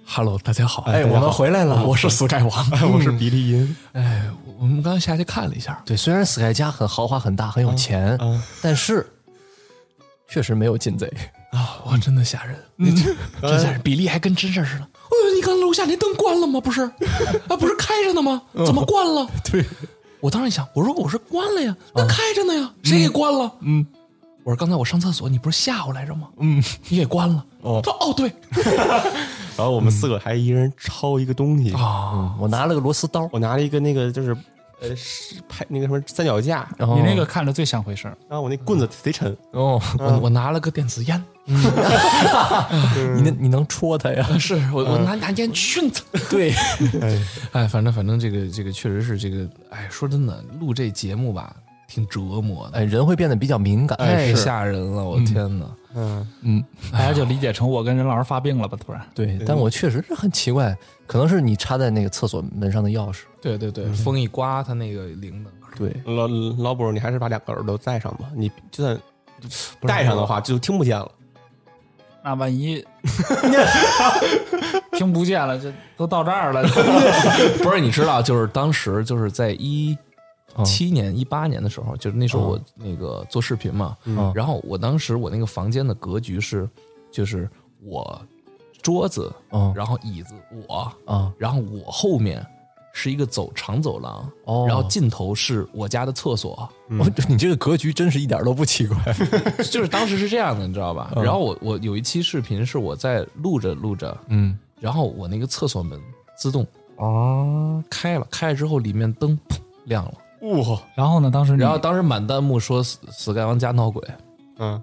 Speaker 1: ！Hello，大家好，
Speaker 2: 哎，我们回来了。
Speaker 1: 我是苏寨王，
Speaker 3: 我是比利银，
Speaker 1: 哎，我们刚刚下去看了一下，
Speaker 2: 对，虽然 Sky 家很豪华、很大、很有钱，
Speaker 3: 嗯
Speaker 2: 但是确实没有进贼。
Speaker 1: 啊，
Speaker 2: 嗯
Speaker 1: 哇，真的吓人，
Speaker 2: [LAUGHS]
Speaker 1: 真吓人！比利还跟真事儿似的。哎呦，你看楼下那灯关了吗？
Speaker 2: [LAUGHS]
Speaker 1: 不是，啊，不是开着呢吗？
Speaker 2: 嗯
Speaker 1: 怎么关了？对，我当时一想，我说我是关了
Speaker 2: 嗯
Speaker 1: 呀，那开着呢呀，谁给关了？嗯，我说刚才我上厕所，你不是吓我来着吗？嗯，你给关了。
Speaker 3: 哦
Speaker 1: 他说哦，对
Speaker 3: 然后我们四个还一人抄一个东西，
Speaker 1: 啊，
Speaker 2: 嗯我拿了个螺丝刀，
Speaker 3: 我拿了一个那个就是呃是拍那个什么三脚架，
Speaker 1: 嗯
Speaker 2: 然后
Speaker 4: 你那个看着最像回事儿。
Speaker 3: 然后我那棍子贼沉，
Speaker 2: 哦，
Speaker 1: 我我拿了个电子烟，
Speaker 2: 你能你能戳他呀？
Speaker 1: 啊
Speaker 2: 嗯
Speaker 1: 是我我拿拿烟熏他。
Speaker 2: 对，
Speaker 1: 哎，反正反正这个这个确实是这个，哎，说真的，录这节目吧，挺折磨的，
Speaker 2: 哎，人会变得比较敏感。哎
Speaker 1: 太吓人了，我天哪！
Speaker 3: 嗯，
Speaker 4: 大家就理解成我跟任老师发病了吧？突然，
Speaker 2: 对，但我确实是很奇怪，可能是你插在那个厕所门上的钥匙。
Speaker 1: 对对对，风一刮，它那个铃铛。 [LAUGHS]
Speaker 2: 对，
Speaker 3: 老老伯，你还是把两个耳朵戴上吧，你就算戴上的话就听不见了。
Speaker 4: 那万一 [LAUGHS] 听不见了，这都到这儿了， [LAUGHS]
Speaker 1: 不是，你知道，就是当时就是在一七年、一八年的时候，就是那时候我那个做视频嘛，
Speaker 2: 嗯
Speaker 1: 然后我当时我那个房间的格局是，就是我桌子，
Speaker 2: 嗯
Speaker 1: 然后椅子我，
Speaker 2: 啊，
Speaker 1: 然后我后面是一个走长走廊，
Speaker 2: 哦
Speaker 1: 然后尽头是我家的厕所，
Speaker 2: 哦 [LAUGHS] 你这个格局真是一点都不 [LAUGHS] 奇怪。
Speaker 1: 就是当时是这样的，你知道吧？
Speaker 2: 嗯
Speaker 1: 然后我我有一期视频是我在录着录着，
Speaker 2: 嗯，
Speaker 1: 然后我那个厕所门自动
Speaker 2: 哦
Speaker 1: 啊开了，开了之后里面灯砰亮了。
Speaker 3: 哇，
Speaker 4: 然后呢？当时你
Speaker 1: 然后当时满弹幕说死死盖王家闹鬼，
Speaker 3: 嗯，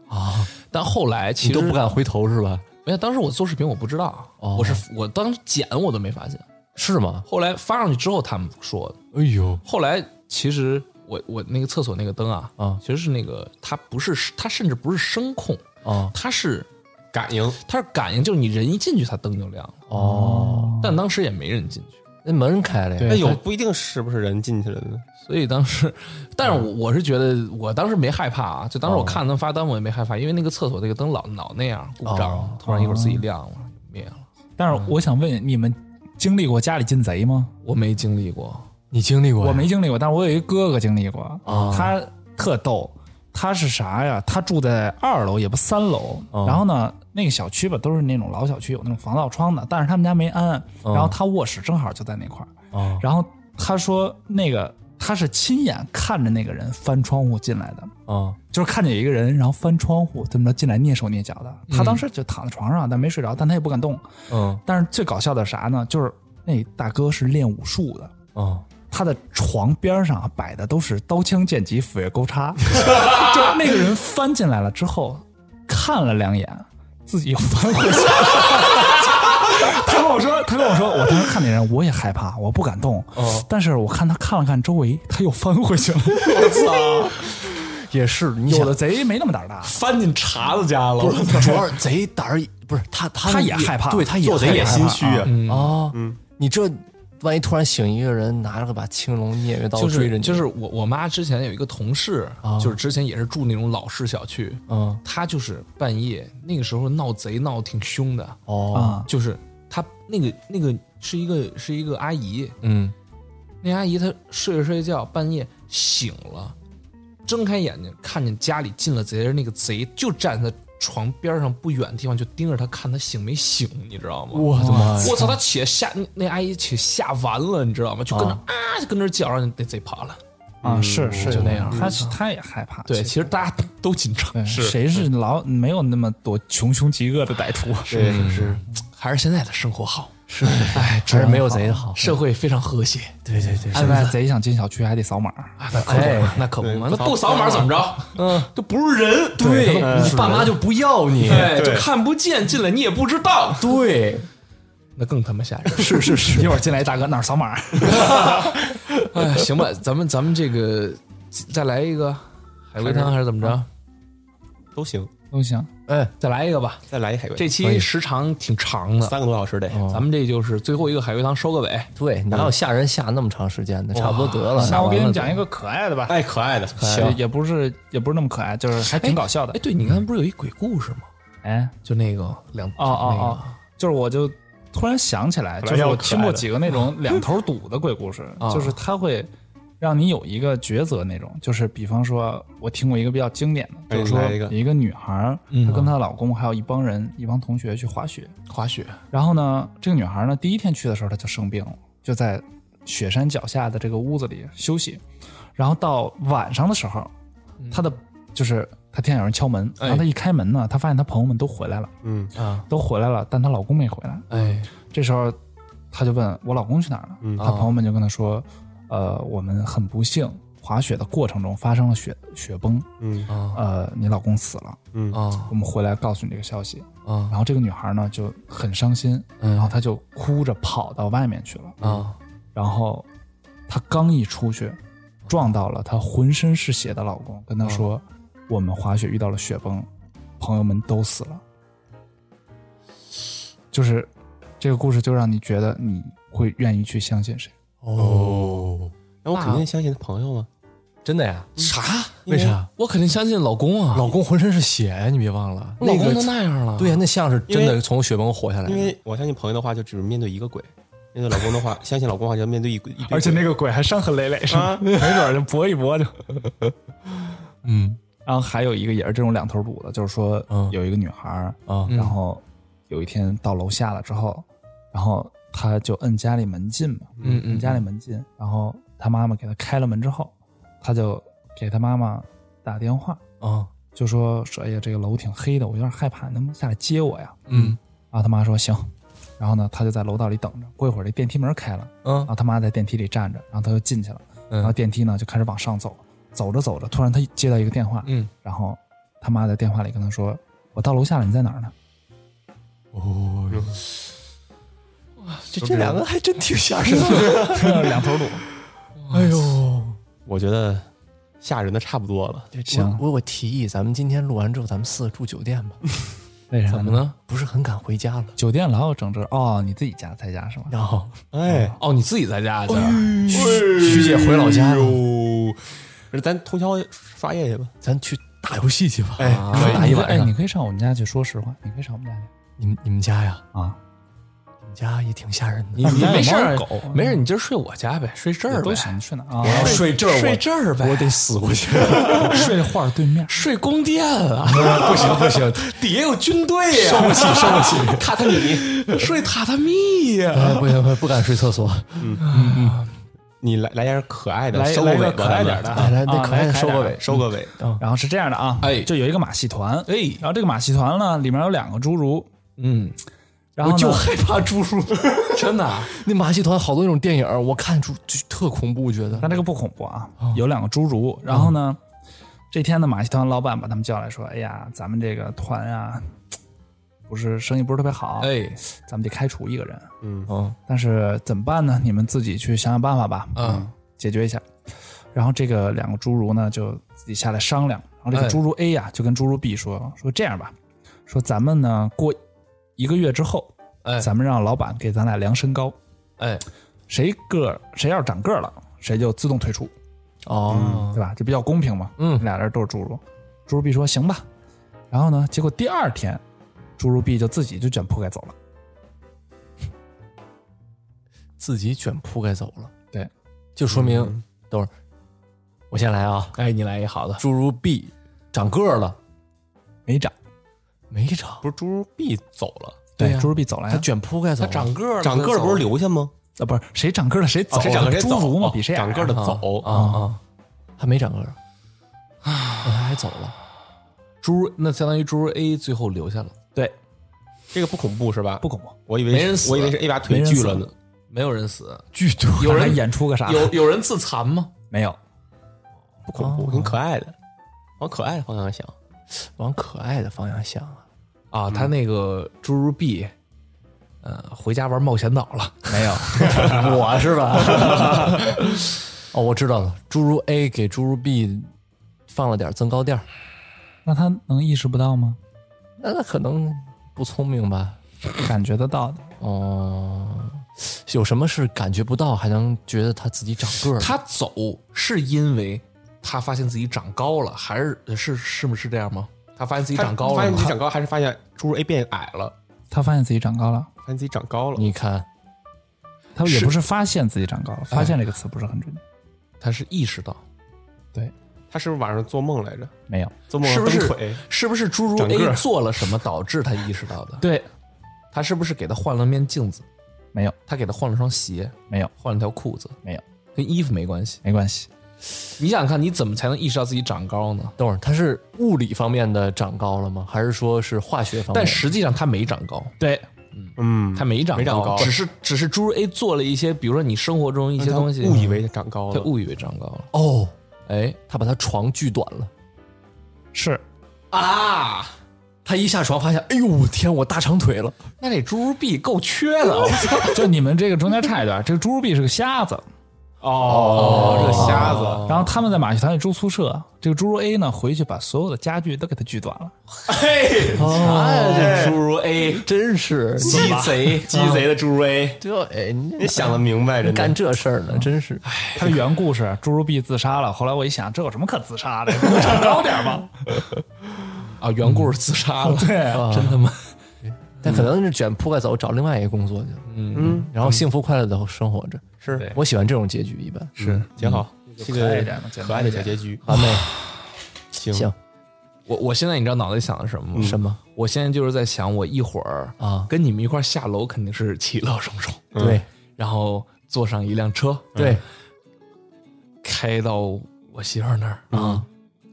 Speaker 1: 但后来其
Speaker 2: 你
Speaker 1: 实
Speaker 2: 都不敢回头是吧？
Speaker 1: 没有。当时我做视频我不知道，啊
Speaker 2: 哦
Speaker 1: 我是我当时剪我都没发现，
Speaker 2: 是吗？
Speaker 1: 后来发上去之后他们说的。
Speaker 2: 哎呦，
Speaker 1: 后来其实我我我那个厕所那个灯啊，
Speaker 2: 啊
Speaker 1: 其实是那个它不是它甚至不是声控，
Speaker 2: 哦
Speaker 1: 它是
Speaker 3: 感应
Speaker 1: 它是感应，就是你人一进去它灯就亮了，
Speaker 2: 哦，
Speaker 1: 但当时也没人进去，
Speaker 2: 那门开了呀，
Speaker 3: 那有不一定是不是人进去了呢？
Speaker 1: 所以当时，但是我我是觉得我当时没害怕啊，就当时我看他们发单我也没害怕，因为那个厕所那个灯老老那样故障，突然一会儿自己亮了灭了，
Speaker 4: 但是我想问你们，经历过家里进贼吗？
Speaker 1: 我没经历过，
Speaker 2: 你经历过呀？
Speaker 4: 我没经历过，但是我有一哥哥经历过，
Speaker 2: 啊
Speaker 4: 他特逗。他是啥呀？他住在二楼，也不三楼。
Speaker 2: 哦
Speaker 4: 然后呢，那个小区吧，都是那种老小区，有那种防盗窗的，但是他们家没安。
Speaker 2: 嗯
Speaker 4: 然后他卧室正好就在那块儿。
Speaker 2: 哦
Speaker 4: 然后他说，那个他是亲眼看着那个人翻窗户进来的，
Speaker 2: 哦
Speaker 4: 就是看见有一个人，然后翻窗户怎么着进来，蹑手蹑脚的。他当时就躺在床上，但没睡着，但他也不敢动。
Speaker 2: 嗯
Speaker 4: 但是最搞笑的是啥呢？就是那大哥是练武术的，
Speaker 2: 哦
Speaker 4: 他的床边上摆的都是刀枪剑戟斧钺钩叉， [LAUGHS] 就是那个人翻进来了之后，看了两眼，自己又翻回去了。 [LAUGHS] 他跟我说，他跟我说，我当时看那人，我也害怕，我不敢动。但是我看他看了看周围，他又翻回去了。 [LAUGHS] 我
Speaker 2: 也是，你
Speaker 4: 操，有
Speaker 2: 想
Speaker 4: 的贼没那么胆儿大，
Speaker 1: 翻进碴子家了
Speaker 2: [LAUGHS] 不是，主要是贼胆儿不是他他
Speaker 4: 他也害怕
Speaker 2: 对他也
Speaker 3: 做贼也
Speaker 2: 害怕
Speaker 3: 心虚啊，
Speaker 2: 哦，你这万一突然醒一个人，拿着个把青龙偃月刀
Speaker 1: 就是
Speaker 2: 追着你，
Speaker 1: 就是我我妈之前有一个同事，就是之前也是住那种老式小区，
Speaker 2: 嗯
Speaker 1: 她就是半夜那个时候闹贼闹得挺凶的，
Speaker 2: 哦
Speaker 4: 啊，
Speaker 1: 就是她那个那个是一个是一个阿姨，
Speaker 2: 嗯
Speaker 1: 那阿姨她睡着睡着觉，半夜醒了，睁开眼睛看见家里进了贼，那个贼就站在床边上不远的地方，就盯着她看她醒没醒，你知道吗？
Speaker 2: 我的妈呀
Speaker 1: 我操！她且吓那那阿姨且吓完了，你知道吗？就跟着啊就跟着叫，让那贼跑了。
Speaker 4: 啊，是是
Speaker 1: 就那样
Speaker 4: 他他也害怕。
Speaker 1: 对，其实大家都紧张，
Speaker 4: 对谁是老没有那么多穷凶极恶的歹徒？ [LAUGHS]
Speaker 3: 对，
Speaker 2: 是
Speaker 1: 还是现在的生活好，
Speaker 2: 是，哎，还是没有贼的
Speaker 4: 哦
Speaker 2: 好，
Speaker 1: 社会非常和谐。
Speaker 2: 对对
Speaker 3: 啊
Speaker 2: 对，
Speaker 4: 现在贼想进小区还得扫码。
Speaker 1: [LAUGHS] 啊那可不嘛，那可不嘛，那不扫码怎么着？嗯，就不是人，
Speaker 2: 对，你爸妈就不要你，
Speaker 1: 哎，就看不见进来，你也不知道，
Speaker 2: 对，
Speaker 1: 那更他妈吓人。
Speaker 4: 是是是，一会儿进来一大哥哪儿扫码？
Speaker 1: 哎，行吧，咱们咱们这个再来一个海龟汤还是怎么着？
Speaker 3: 都行，
Speaker 4: [LAUGHS] 都行，
Speaker 2: 哎，
Speaker 1: 再来一个吧。
Speaker 3: 再来一海龟，
Speaker 1: 这哦期时长挺长的，
Speaker 3: 三个多小时得，
Speaker 1: 咱们这就是最后一个海龟汤收个尾。
Speaker 2: 对，哪有吓人吓那么长时间的？差不多得了。
Speaker 4: [LAUGHS] 嗯那我给你们讲一
Speaker 2: 个，
Speaker 4: 个可爱的 [LAUGHS] 吧。
Speaker 3: 哎，可爱的，
Speaker 4: 也也不是也不是那么可爱，就是还挺搞笑的
Speaker 1: 哎，。对你刚才不是有一鬼故事吗？
Speaker 4: 哎，
Speaker 1: 就那个两
Speaker 4: 哦哦哦，就是我就突然想起来，就是我听过几个那种两头堵的鬼故事，就是它会让你有一个抉择那种。就是比方说，我听过一个比较经典的，就是说
Speaker 3: 哎来一个
Speaker 4: 有一个女孩儿，她跟她老公还有一帮人一帮同学去滑雪，
Speaker 1: 那个滑雪，
Speaker 4: 然后呢，这个女孩呢，第一天去的时候她就生病了，就在雪山脚下的这个屋子里休息。然后到晚上的时候，她的就是她听见有人敲门，然后她一开门呢，她发现她朋友们都回来了，
Speaker 3: 嗯
Speaker 1: 啊，
Speaker 4: 都回来了，但她老公没回来。
Speaker 1: 哎，
Speaker 4: 这时候，她就问我老公去哪儿了？她朋友们就跟她说，呃，我们很不幸，滑雪的过程中发生了雪雪崩，
Speaker 3: 嗯
Speaker 4: 呃，你老公死了。
Speaker 1: 啊
Speaker 4: 我们回来告诉你这个消息。
Speaker 1: 啊嗯
Speaker 4: 然后这个女孩呢就很伤心，然后她就哭着跑到外面去了。
Speaker 1: 啊
Speaker 4: 然后她刚一出去，撞到了她浑身是血的老公，跟她说：“
Speaker 1: 啊
Speaker 4: 我们滑雪遇到了雪崩，朋友们都死了。”就是这个故事，就让你觉得你会愿意去相信谁。
Speaker 3: 哦，那我肯定相信他朋友啊，
Speaker 2: 真的呀？
Speaker 1: 啥？
Speaker 2: 为啥？
Speaker 1: 我肯定相信老公啊，
Speaker 2: 老公浑身是血呀，你别忘了，
Speaker 1: 老
Speaker 2: 那
Speaker 1: 公
Speaker 2: 个
Speaker 1: 都那啊样了，
Speaker 2: 对呀，那像是真
Speaker 3: 因
Speaker 2: 的
Speaker 3: 为
Speaker 2: 从雪崩活下来
Speaker 3: 因
Speaker 2: 的。
Speaker 3: 为我相信朋友的话，就只面对一个鬼；面对老公的话，相信老公的话就要面对一一堆鬼，
Speaker 4: 个鬼还伤痕累累，是吧？没准儿就搏一搏就。
Speaker 2: [LAUGHS] 嗯
Speaker 4: 然后还有一个也是这种两头堵的，就是说
Speaker 2: 嗯
Speaker 4: 有一个女孩儿，
Speaker 2: 啊
Speaker 1: 嗯
Speaker 4: 然后有一天到楼下了之后，然后她就摁家里门禁嘛，
Speaker 1: 嗯
Speaker 4: 摁
Speaker 1: 嗯，
Speaker 4: 家里门禁，然后她妈妈给她开了门之后，她就给她妈妈打电话，
Speaker 2: 啊
Speaker 4: 就说说哎呀这个楼挺黑的，我有点害怕，你能不能下来接我呀？
Speaker 2: 嗯
Speaker 4: 然后她妈说行，然后呢她就在楼道里等着，过一会儿这电梯门开了，然
Speaker 2: 嗯
Speaker 4: 后她妈在电梯里站着，然后她就进去了，
Speaker 2: 嗯
Speaker 4: 然后电梯呢就开始往上走，走着走着，突然她接到一个电话，
Speaker 1: 嗯，
Speaker 4: 然后他妈在电话里跟她说：“我到楼下了，你在哪儿呢
Speaker 2: 哦，
Speaker 1: 这
Speaker 2: 这
Speaker 4: [LAUGHS]
Speaker 2: 两个还真挺吓人的。？”
Speaker 4: 两头堵。
Speaker 2: 哎呦，
Speaker 3: 我觉得吓人的差不多了。
Speaker 4: 行
Speaker 2: 我我提议，咱们今天录完之后，咱们四个住酒店吧，
Speaker 4: 为啥
Speaker 1: 怎么？呢？
Speaker 2: 不是很敢回家了。
Speaker 4: 酒店老有整治哦，你自己家在家是吗？
Speaker 2: 然
Speaker 4: [LAUGHS]
Speaker 2: 后
Speaker 3: 哎，
Speaker 1: 哦，你自己在家去？
Speaker 2: 嗯徐姐回老
Speaker 4: 哎
Speaker 2: 家了，
Speaker 3: 哟，哎咱通宵刷夜去吧。
Speaker 2: 咱去打游戏去吧。
Speaker 3: 哎
Speaker 1: 啊
Speaker 2: 可以打
Speaker 4: 你
Speaker 2: 一
Speaker 4: 可
Speaker 2: 晚
Speaker 4: 哎，
Speaker 2: 上。
Speaker 4: 你可以上我们家去，说实话，你可以上我们家去
Speaker 2: 你们你们家呀，
Speaker 4: 啊。
Speaker 2: 你们家也挺吓人 [LAUGHS] 的。
Speaker 1: 你你没事儿
Speaker 4: 有猫有狗，
Speaker 1: 没事儿，你今儿睡我家呗，睡这儿呗
Speaker 4: 都，行，你去哪 [LAUGHS] 啊？
Speaker 2: 睡这儿，
Speaker 1: 睡这儿呗，，
Speaker 2: 我得死过去。
Speaker 4: 睡画对面
Speaker 1: 睡宫殿啊，
Speaker 2: 不行不行，
Speaker 1: [LAUGHS] 底下有军队呀，受不起，受不起， [LAUGHS] 榻榻米，睡榻榻米呀。
Speaker 2: 哎不行不不敢睡厕所。
Speaker 3: 你来来点可爱的，
Speaker 4: 来
Speaker 3: 收个
Speaker 4: 来个
Speaker 3: 尾
Speaker 4: 可
Speaker 3: 巴，
Speaker 4: 爱点儿
Speaker 3: 咱们
Speaker 4: 的
Speaker 2: 哎，
Speaker 4: 啊，
Speaker 2: 来，那可爱的
Speaker 4: 啊
Speaker 2: 收个尾。
Speaker 3: 收个尾。
Speaker 4: 然后是这样的啊，
Speaker 1: 哎
Speaker 4: 就有一个马戏团，
Speaker 1: 哎
Speaker 4: 然后这个马戏团呢，里面有两个侏儒，
Speaker 1: 嗯，
Speaker 4: 然后呢
Speaker 2: 就害怕侏儒，
Speaker 1: 真的啊，
Speaker 2: [LAUGHS] 那马戏团好多那种电影儿，我看出就特恐怖，我觉得
Speaker 4: 但这个不恐怖啊，有两个侏儒，然后呢，这天呢，马戏团老板把他们叫来说，哎呀，咱们这个团啊，不是生意不是特别好，
Speaker 1: 哎，
Speaker 4: 咱们得开除一个人，
Speaker 3: 嗯
Speaker 2: 嗯，
Speaker 4: 但是怎么办呢？你们自己去想想办法吧，
Speaker 1: 哦嗯，
Speaker 4: 解决一下。然后这个两个侏儒呢，就自己下来商量。然后这个
Speaker 1: 哎
Speaker 4: 侏儒 A 呀、就跟侏儒 B 说说这样吧，说咱们呢过一个月之后，
Speaker 1: 哎
Speaker 4: 咱们让老板给咱俩量身高，
Speaker 1: 哎，
Speaker 4: 谁个儿谁要是长个儿了，谁就自动退出，
Speaker 2: 哦，
Speaker 1: 嗯
Speaker 4: 对吧？这比较公平嘛。
Speaker 2: 嗯
Speaker 4: 俩人都是侏儒，侏儒 B 说行吧。然后呢，结果第二天，侏儒 B 就自己就卷铺盖走了。
Speaker 2: 自己卷铺盖走了，
Speaker 4: 对，
Speaker 2: 就说明等会儿我先来啊，
Speaker 1: 哎，你来一好的，
Speaker 2: 侏儒 B 长个儿了
Speaker 4: 没长，
Speaker 2: 没长，
Speaker 3: 不是侏儒 B 走嗯了，
Speaker 4: 对，
Speaker 2: 对呀
Speaker 4: 侏儒 B 走了呀
Speaker 2: 他，卷铺盖走
Speaker 1: 他
Speaker 2: 了，
Speaker 1: 长个儿，
Speaker 3: 长个儿不是留下吗？
Speaker 4: 啊，不是谁长个儿了谁走，
Speaker 3: 哦谁长个儿谁走
Speaker 4: 侏儒嘛
Speaker 3: 哦，
Speaker 4: 比谁矮啊
Speaker 3: 长个儿的走嗯
Speaker 2: 啊啊，他没长个儿，他还走了，
Speaker 1: 猪，那相当于猪 A 最后留下了，
Speaker 4: 对，
Speaker 3: 这个不恐怖是吧？
Speaker 4: 不恐怖。
Speaker 3: 我以为
Speaker 1: 没人死
Speaker 3: 我以为是 A 把腿
Speaker 4: 没人
Speaker 3: 锯
Speaker 4: 死
Speaker 3: 了呢。
Speaker 1: 没有人死，
Speaker 2: 巨多，
Speaker 1: 有
Speaker 4: 还
Speaker 1: 人
Speaker 4: 演出个啥？
Speaker 1: 有有人自残吗？
Speaker 4: 没有？
Speaker 3: 不恐怖，
Speaker 2: 哦
Speaker 3: 很可爱的，往可爱的方向想。
Speaker 2: 往可爱的方向想啊，
Speaker 1: 啊，他那个侏儒 B，呃，回家玩冒险岛了。
Speaker 4: 没
Speaker 3: [LAUGHS]
Speaker 4: 有？ [LAUGHS]
Speaker 2: 我是吧？哦，我知道了，侏儒 A 给侏儒 B 放了点增高垫儿，
Speaker 4: 那他能意识不到吗？
Speaker 2: 那他可能不聪明吧？
Speaker 4: 感觉得到的。
Speaker 2: 哦、有什么是感觉不到还能觉得他自己长个儿？
Speaker 1: 他走是因为他发现自己长高了，还是是是不是这样吗？他发现自己
Speaker 3: 他
Speaker 1: 长高了
Speaker 3: 发现自己
Speaker 1: 吗，
Speaker 3: 长高，还是发现侏儒 A 变矮了？
Speaker 4: 他发现自己长高了，
Speaker 3: 发现自己长高了，
Speaker 2: 你看，
Speaker 4: 他也不是发现自己长
Speaker 3: 嗯
Speaker 4: 高了，发现这个词不是很准确。
Speaker 1: 他是意识到，
Speaker 3: 他是不是晚上做梦来着？
Speaker 4: 没有，
Speaker 3: 做梦
Speaker 1: 是不
Speaker 3: 蹬
Speaker 1: 是
Speaker 3: 腿？
Speaker 1: 是不是侏儒
Speaker 3: 长个
Speaker 1: A
Speaker 3: 儿
Speaker 1: 做了什么导致他意识到的？
Speaker 4: 对，
Speaker 1: 他是不是给他换了面镜子？
Speaker 4: 没有，
Speaker 1: 他给他换了双鞋，
Speaker 4: 没有，
Speaker 1: 换了条裤子，
Speaker 4: 没有，
Speaker 1: 跟衣服没关系。
Speaker 4: 没关系。
Speaker 1: 你想想看，你怎么才能意识到自己长高呢？
Speaker 2: 等会儿他是物理方面的长高了吗？还是说是化学方面？
Speaker 1: 但实际上他没长高，
Speaker 4: 对，
Speaker 3: 嗯，
Speaker 1: 他没长
Speaker 3: 没长
Speaker 1: 高，
Speaker 3: 高
Speaker 1: 只是只是侏儒 A 做了一些，比如说你生活中一
Speaker 3: 一
Speaker 1: 些东西，
Speaker 3: 误以为他长高
Speaker 1: 他
Speaker 3: 了。
Speaker 1: 误以为长高了。
Speaker 2: 哦，
Speaker 1: 哎
Speaker 2: 他把他床锯短了，
Speaker 4: 是
Speaker 1: 啊，
Speaker 2: 他一下床发现，哎呦我天，我大长腿了，
Speaker 1: 那这侏儒 B 够缺的， [LAUGHS]
Speaker 4: 就你们这个中间差一段，这个侏儒 B 是个瞎子，
Speaker 3: 哦，这个瞎子，
Speaker 4: 然后他们在马戏团里住宿舍，这个侏儒 A 呢回去把所有的家具都给他锯短了。
Speaker 3: 嘿，
Speaker 1: 啊，这侏儒 A
Speaker 2: 真是
Speaker 3: 鸡贼，鸡贼的侏儒 A，
Speaker 2: 这哎，你
Speaker 3: 你想的明白着
Speaker 2: 干
Speaker 3: 呢。
Speaker 2: 这事儿呢，真是
Speaker 4: 他的原故是侏儒 B 自杀了，后来我一想，这有什么可自杀的？不长高点吗？
Speaker 1: 啊，缘故是自杀 [LAUGHS] 了，
Speaker 4: 对啊，
Speaker 2: 真 [LAUGHS] 他妈。但可能是卷铺盖走，找另外一个工作去了，
Speaker 3: 嗯，
Speaker 2: 然后幸福快乐的生活着。
Speaker 3: 是
Speaker 2: 我喜欢这种结局，一般嗯
Speaker 3: 是，挺好，这
Speaker 4: 可爱一
Speaker 3: 个
Speaker 4: 点嘛简单
Speaker 3: 可爱的小结局。
Speaker 1: 啊
Speaker 2: 完美。
Speaker 3: 行
Speaker 2: 行，
Speaker 1: 我我现在你知道脑袋想嗯的什么吗？
Speaker 2: 什么？
Speaker 1: 我现在就是在想，我一会儿
Speaker 2: 啊
Speaker 1: 跟你们一块儿下楼肯定是其乐融融，
Speaker 2: 对
Speaker 1: 然后坐上一辆车，
Speaker 2: 对，
Speaker 1: 开到我媳妇儿那儿啊，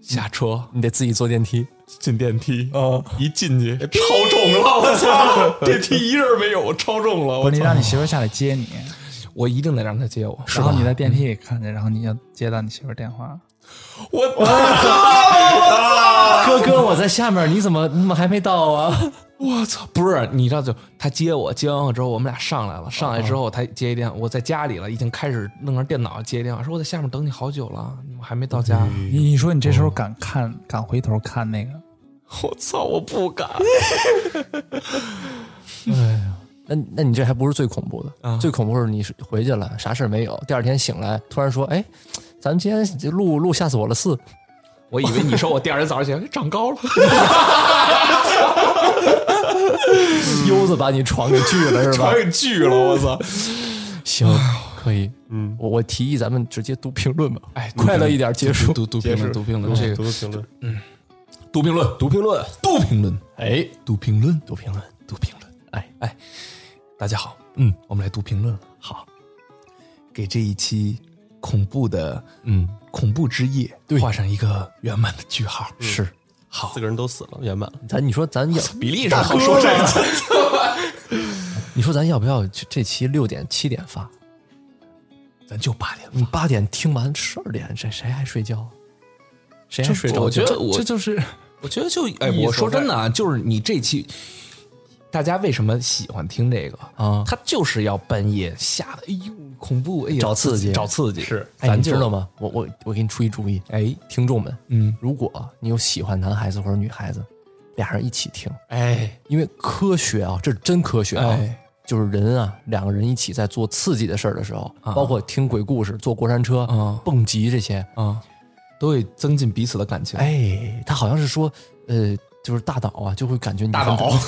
Speaker 1: 下车
Speaker 2: 你得自己坐电梯。
Speaker 1: 进电梯，一进去啊哎超重了， [LAUGHS] 我操，电梯一人没有，超重了，
Speaker 4: 不
Speaker 1: 我
Speaker 4: 是你
Speaker 1: 操，
Speaker 4: 让你媳妇儿下来接你，
Speaker 1: 我一定得让他接我，
Speaker 4: 然后你在电梯里看见，然后你要接到你媳妇儿电话。
Speaker 1: 我 [LAUGHS]
Speaker 2: 哥哥，我在下面，你怎么你怎么还没到啊？
Speaker 1: 我操！不是，你知道就他接我，接完我之后，我们俩上来了。上来之后，他接一电话，我在家里了，已经开始弄上电脑接一电话，说我在下面等你好久了，你们还没到家。
Speaker 4: 你你说你这时候敢看敢回头看那个？
Speaker 1: 我操！我不敢。
Speaker 2: [LAUGHS] 那那你这还不是最恐怖的，
Speaker 1: 啊
Speaker 2: 最恐怖是你是回去了，啥事儿没有，第二天醒来突然说，哎，咱们今天录录吓死我了
Speaker 1: [LAUGHS]
Speaker 2: 四，
Speaker 1: 我以为你说我第二天早上起来长 [LAUGHS] 高了，
Speaker 2: 优子把你床给锯了是吧？
Speaker 1: 给哎锯了，我操！
Speaker 2: 行，可以，
Speaker 3: 嗯，
Speaker 2: 我我提议咱们直接读评论吧，
Speaker 1: 哎，
Speaker 2: 快乐一点结束。
Speaker 1: 读读
Speaker 3: 结
Speaker 1: 评
Speaker 3: 束
Speaker 1: 论，读评论，这
Speaker 3: 读
Speaker 1: 个
Speaker 3: 个评论，
Speaker 1: 读评论，
Speaker 3: 读评论，
Speaker 1: 读评论，
Speaker 2: 哎，
Speaker 1: 读评论，
Speaker 2: 读评论，
Speaker 1: 读评论。
Speaker 2: 哎
Speaker 1: 哎，大家好，
Speaker 2: 嗯，
Speaker 1: 我们来读评论了。好，给这一期恐怖的
Speaker 2: 嗯，
Speaker 1: 恐怖之夜画上一个圆满的句号。是，好
Speaker 3: 四，个人都死了，圆满了。
Speaker 2: 嗯咱你说咱要，
Speaker 1: [LAUGHS] 比例上好说这个。
Speaker 2: [LAUGHS] 你说咱要不要这这期六点七点发？
Speaker 1: 咱就八点
Speaker 2: 你八点听完，十二点谁谁还睡觉？谁还睡着觉？
Speaker 1: [LAUGHS] 我觉得
Speaker 2: 这
Speaker 1: 我
Speaker 2: 这就是
Speaker 1: 我觉得就哎，
Speaker 2: 意义
Speaker 1: 我
Speaker 2: 所
Speaker 1: 说
Speaker 2: 在
Speaker 1: 真的啊，就是你这期，大家为什么喜欢听这个
Speaker 2: 啊
Speaker 1: 他就是要半夜吓得，哎呦，恐怖，哎呀，
Speaker 2: 找刺激
Speaker 1: 找刺激
Speaker 3: 是
Speaker 2: 哎，
Speaker 1: 咱
Speaker 2: 你
Speaker 1: 就
Speaker 2: 知道吗？我我我给你出一主意，
Speaker 1: 哎，
Speaker 2: 听众们，
Speaker 1: 嗯，
Speaker 2: 如果你有喜欢男孩子或者女孩子，俩人一起听，
Speaker 3: 哎，
Speaker 2: 因为科学啊，这是真科学啊，
Speaker 1: 哎
Speaker 2: 就是人啊，两个人一起在做刺激的事儿的时候，包括听鬼故事、坐过山车、
Speaker 1: 啊
Speaker 2: 蹦极这些，
Speaker 1: 啊，都会增进彼此的感情。
Speaker 2: 哎，他好像是说，呃，就是大脑啊，就会感觉你
Speaker 3: 大脑
Speaker 1: [LAUGHS]
Speaker 2: 们，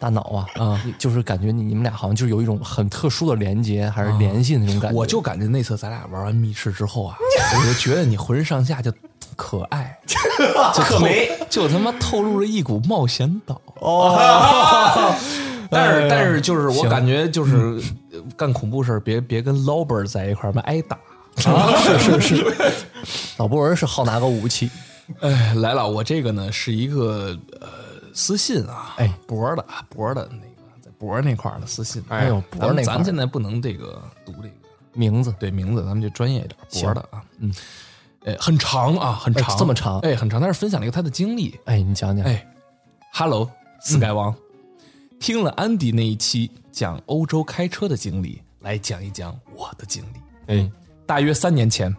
Speaker 2: 大脑啊，
Speaker 1: 啊
Speaker 2: 你就是感觉你你们俩好像就有一种很特殊的连接，还是联系那种感觉。
Speaker 1: 啊我就感觉那次咱俩玩完密室之后啊，我就觉得你浑身上下就可 [LAUGHS] 爱，就可没，就他妈透露了一股冒险岛哎哦。 [LAUGHS] 但是但是就是我感觉就是呃干恐怖事儿，别别跟 Lober 在一块儿，别挨打。
Speaker 2: 老博文是好拿个武器，
Speaker 1: 哎，来了，我这个呢是一个呃私信啊，
Speaker 2: 哎，
Speaker 1: 博儿的啊，博儿的那个在博儿那块儿的私信，
Speaker 2: 哎呦
Speaker 1: 咱
Speaker 2: 博儿那块儿
Speaker 1: 咱现在不能这个读这个
Speaker 2: 名字
Speaker 1: 对名字，咱们就专业一点，博儿的啊，嗯，哎，很长啊，很长，
Speaker 2: 哎这么长
Speaker 1: 哎，很长，但是分享了一个他的经历，
Speaker 2: 哎，你讲讲，
Speaker 1: 哎，Hello Sky 王，听了安迪那一期讲欧洲开车的经历，来讲一讲我的经历。
Speaker 2: 嗯
Speaker 3: 哎，
Speaker 1: 大约三年前，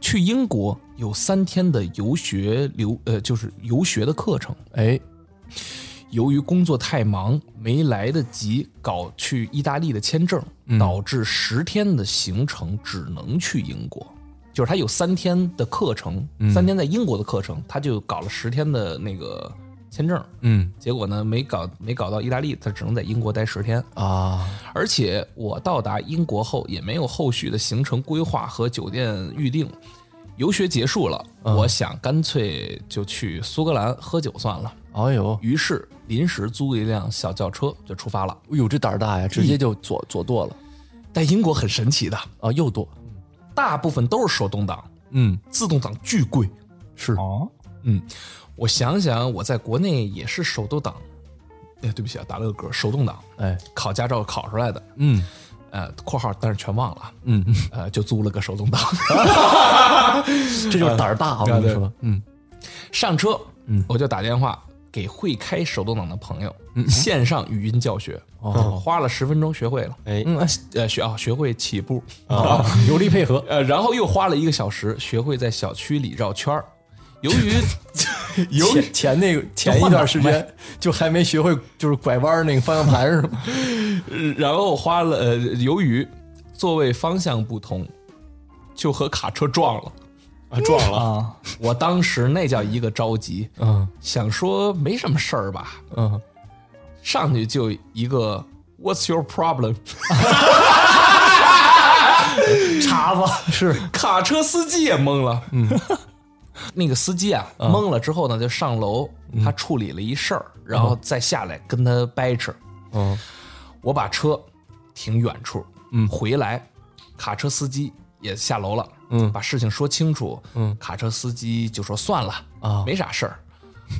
Speaker 1: 去英国有三天的游学留呃，就是游学的课程。
Speaker 2: 哎，
Speaker 1: 由于工作太忙，没来得及搞去意大利的签证，导致十天的行程只能去英国。就是他有三天的课程，三天在英国的课程，他就搞了十天的那个签证。
Speaker 2: 嗯
Speaker 1: 结果呢，没搞没搞到意大利，他只能在英国待十天。
Speaker 2: 啊，
Speaker 1: 而且我到达英国后也没有后续的行程规划和酒店预定。游学结束了，我想干脆就去苏格兰喝酒算了。
Speaker 2: 哎呦，
Speaker 1: 于是临时租了一辆小轿车就出发了。
Speaker 2: 哎呦，这胆儿大呀，直接就左左舵了
Speaker 1: 但英国很神奇的，
Speaker 2: 啊，右舵，
Speaker 1: 大部分都是手动挡，
Speaker 2: 嗯，
Speaker 1: 自动挡巨贵。
Speaker 2: 是
Speaker 4: 哦，
Speaker 1: 嗯，我想想，我在国内也是手动挡。哎，对不起啊，打了个嗝，手动挡，
Speaker 2: 哎，
Speaker 1: 考驾照考出来的。
Speaker 2: 嗯
Speaker 1: 呃，括号但是全忘了啊。
Speaker 2: 嗯，
Speaker 1: 呃，就租了个手动挡。
Speaker 2: 这就是胆儿大，我跟你说，嗯
Speaker 1: 上车，我就打电话给会开手动挡的朋友，线上语音教学，
Speaker 2: 嗯哦
Speaker 1: 花了十分钟学会了，
Speaker 3: 哎
Speaker 1: 嗯，呃，学啊，学会起步，
Speaker 2: 啊，有力配 [LAUGHS] 合，
Speaker 1: 呃，然后又花了一个小时学会在小区里绕圈儿。由于由于
Speaker 2: 前前那个前一段时 [LAUGHS] 间就还没学会就是拐弯儿那个方向盘是 [LAUGHS] 吗？
Speaker 1: 呃然后花了，呃，由于座位方向不同，就和卡车撞了。
Speaker 3: 啊撞了，
Speaker 4: 啊，
Speaker 1: 我当时那叫一个着急，
Speaker 2: 嗯
Speaker 1: 想说没什么事儿吧，
Speaker 2: 嗯，
Speaker 1: 上去就一个 What's your problem？
Speaker 2: 茬子是
Speaker 1: 卡车司机也懵了，嗯， [LAUGHS] 那个司机啊懵了之后呢，就上楼，他处理了一事儿，然后再下来跟他掰扯。
Speaker 2: 嗯，
Speaker 1: 我把车停远处，嗯，回来，卡车司机也下楼了，嗯，把事情说清楚，嗯，卡车司机就说算了
Speaker 2: 啊
Speaker 1: 没啥事儿。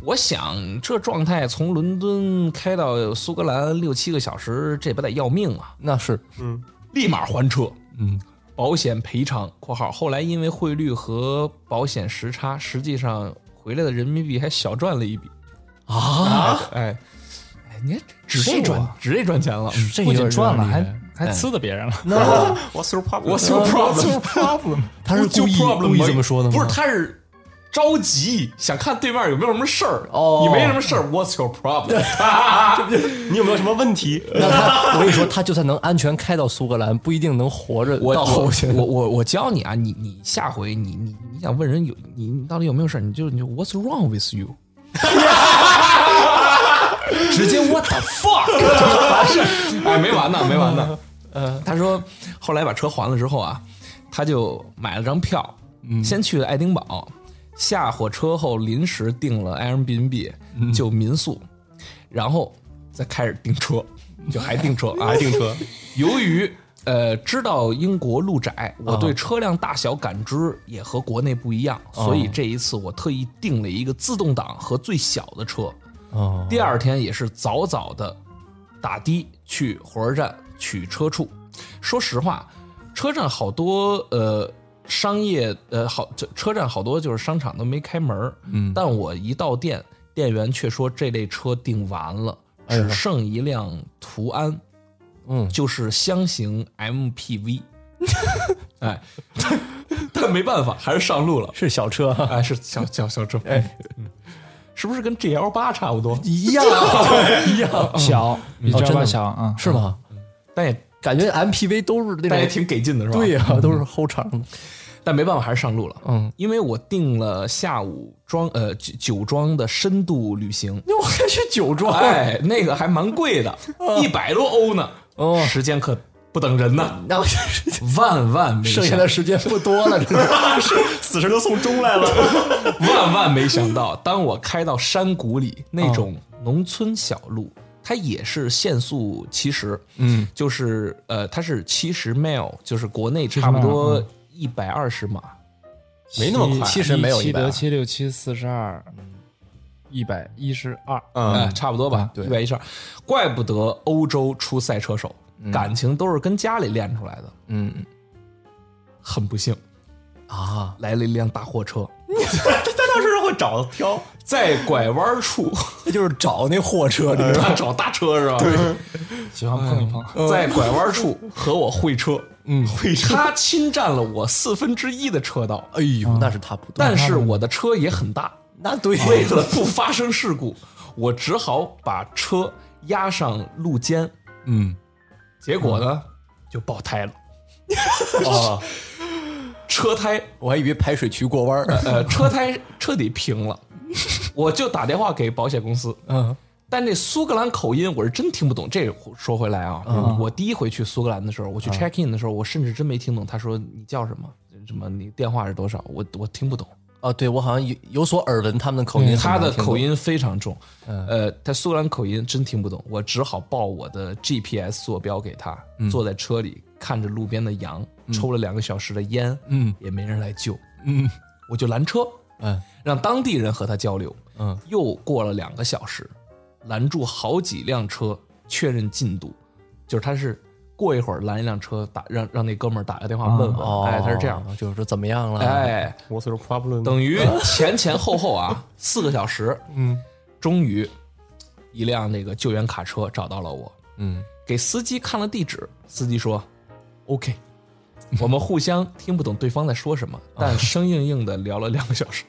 Speaker 1: 我想这状态从伦敦开到苏格兰六七个小时，这不得要命啊！
Speaker 2: [LAUGHS] 那是
Speaker 1: 立马还车。嗯，保险赔偿（括号后来因为汇率和保险时差，实际上回来的人民币还小赚了一笔
Speaker 2: 啊，）
Speaker 1: 哎。哎，你看纸这赚纸这啊赚钱了，
Speaker 4: 这
Speaker 1: 不
Speaker 4: 不
Speaker 1: 仅
Speaker 4: 仅赚了，
Speaker 1: 厉害
Speaker 4: 还还呲的别人了。
Speaker 3: What's your problem？
Speaker 1: What's your problem？
Speaker 2: [LAUGHS] 他是
Speaker 1: What's your
Speaker 2: 故意
Speaker 1: problem，
Speaker 2: 故意
Speaker 1: 没
Speaker 2: 这么说的吗
Speaker 1: 不是，他是着急想看对面有没有什么事儿。
Speaker 2: 哦
Speaker 1: 你没什么事儿，What's your problem？
Speaker 3: 你有没有什么问题？
Speaker 2: [LAUGHS] 那他，我跟你说，他就算能安全开到苏格兰，不一定能活着
Speaker 1: 我
Speaker 2: 到后
Speaker 1: 我
Speaker 2: 天。
Speaker 1: 我我我教你啊，你你下回你你你想问人有你你到底有没有事儿，你就你就 What's wrong with [LAUGHS] you？直接 What the [LAUGHS] fuck？哎，没完呢，没完呢。呃，他说后来把车还了之后啊，他就买了张票，先去了爱丁堡，下火车后临时订了 Airbnb 就民宿，然后再开始订车，就还订车啊，
Speaker 3: 还订车？
Speaker 1: 由于呃知道英国路窄，我对车辆大小感知也和国内不一样，所以这一次我特意订了一个自动挡和最小的车。
Speaker 2: 哦
Speaker 1: 第二天也是早早的打的去火车站取车处。说实话，车站好多呃商业呃好这车站好多就是商场都没开门，嗯，但我一到店，店员却说这类车订完了，只剩一辆途安，
Speaker 2: 嗯
Speaker 1: 就是箱型 MPV，哎， [LAUGHS] 但没办法，还是上路了。
Speaker 2: 是小车
Speaker 1: 哎，是小小小车，哎，是不是跟 GL 八差不多？
Speaker 2: 一样 [LAUGHS] 一样，
Speaker 4: [LAUGHS] 小比
Speaker 2: 哦
Speaker 4: 这
Speaker 2: 真的
Speaker 4: 个
Speaker 2: 吗
Speaker 4: 小啊，
Speaker 2: 是吗？
Speaker 1: 但也
Speaker 2: 感觉 MPV 都是那
Speaker 1: 但也
Speaker 2: 种
Speaker 1: 挺给劲的，是吧？
Speaker 2: 对呀、都是齁长的。
Speaker 1: 但没办法，还是上路了。
Speaker 2: 嗯，
Speaker 1: 因为我订了下午装呃酒酒庄的深度旅行，
Speaker 2: 那我还去酒庄，
Speaker 1: 哎，那个还蛮贵 [LAUGHS] 的，一百多欧呢。
Speaker 2: 哦
Speaker 1: 时间可不等人呐，
Speaker 2: 那我
Speaker 1: 万万没
Speaker 2: [LAUGHS] 剩
Speaker 1: 想
Speaker 2: 下的时间不多了，真的。
Speaker 3: 死 [LAUGHS] 神都送钟来了。
Speaker 1: 万万没想到，当我开到山谷里那种
Speaker 3: 嗯
Speaker 1: 农村小路，它也是限速七十，嗯，就是呃，它是七十 mile，就是国内差不
Speaker 3: 嗯
Speaker 1: 多一百二十码，
Speaker 3: 没那么快
Speaker 2: 其实没有一
Speaker 4: 七
Speaker 2: 百
Speaker 4: 得，七六七四十二，一百一十二。
Speaker 1: 哎、
Speaker 3: 嗯，
Speaker 1: 差不多吧，一百一十二。怪不得欧洲出赛车手，
Speaker 3: 嗯
Speaker 1: 感情都是跟家里练出来的。
Speaker 2: 嗯
Speaker 1: 很不幸，
Speaker 2: 啊，
Speaker 1: 来了一辆大货车，
Speaker 3: [LAUGHS] 他当时会找挑，
Speaker 1: 在拐弯处
Speaker 2: 那 [LAUGHS] 就是找那货车，你知道吗？
Speaker 1: 他找大车是吧？ [LAUGHS] 对，嗯
Speaker 4: 喜欢碰一碰，
Speaker 1: 在拐弯处和我会
Speaker 4: [LAUGHS]
Speaker 1: 车，嗯，会车，他侵占了我四分之一的车道，
Speaker 2: 哎呦，那是他不对，
Speaker 1: 但是我的车也很大，
Speaker 2: 那对
Speaker 1: 为了不发生事
Speaker 4: [LAUGHS]
Speaker 1: 故，我只好把车压上路肩，
Speaker 2: 嗯，
Speaker 1: 结果呢
Speaker 4: 嗯
Speaker 1: 就爆胎
Speaker 4: [LAUGHS]
Speaker 1: 了，
Speaker 2: 啊，
Speaker 4: 哦
Speaker 1: [LAUGHS] 车胎
Speaker 2: 我还以为排水渠过弯 [LAUGHS] 儿。
Speaker 1: 呃，车胎彻底平了，我就打电话给保险公司。
Speaker 2: 嗯，
Speaker 1: 但这苏格兰口音我是真听不懂。这说回来啊，我第一回去苏格兰的时候，我去 check in 的时候，我甚至真没听懂他说你叫什么，什么你电话是多少，我我听不懂。
Speaker 2: 啊，对我好像有有所耳闻，嗯他们的口音，
Speaker 1: 他的口，音非常重，
Speaker 2: 嗯
Speaker 1: 呃，他苏格兰口音真听不懂，我只好报我的 GPS 坐标给他，
Speaker 2: 嗯
Speaker 1: 坐在车里看着路边的羊，抽了两个小时的烟，
Speaker 2: 嗯，
Speaker 1: 也没人来救，
Speaker 2: 嗯
Speaker 1: 我就拦车，
Speaker 2: 嗯
Speaker 1: 让当地人和他交流。
Speaker 2: 嗯，
Speaker 1: 又过了两个小时，拦住好几辆车确认进度，就是他是过一会儿拦一辆车打让让那哥们儿打个电话问问，
Speaker 2: 哦，
Speaker 1: 哎，他是这样，，
Speaker 2: 就是说怎么样了？，
Speaker 1: 哎，
Speaker 3: What's your problem？
Speaker 1: 等于前前后后啊四个小时，嗯，终于一辆那个救援卡车找到了我，
Speaker 2: 嗯，
Speaker 1: 给司机看了地址，司机说 OK。我 [LAUGHS] 们互相听不懂对方在说什么，但生硬硬的聊了两个小时。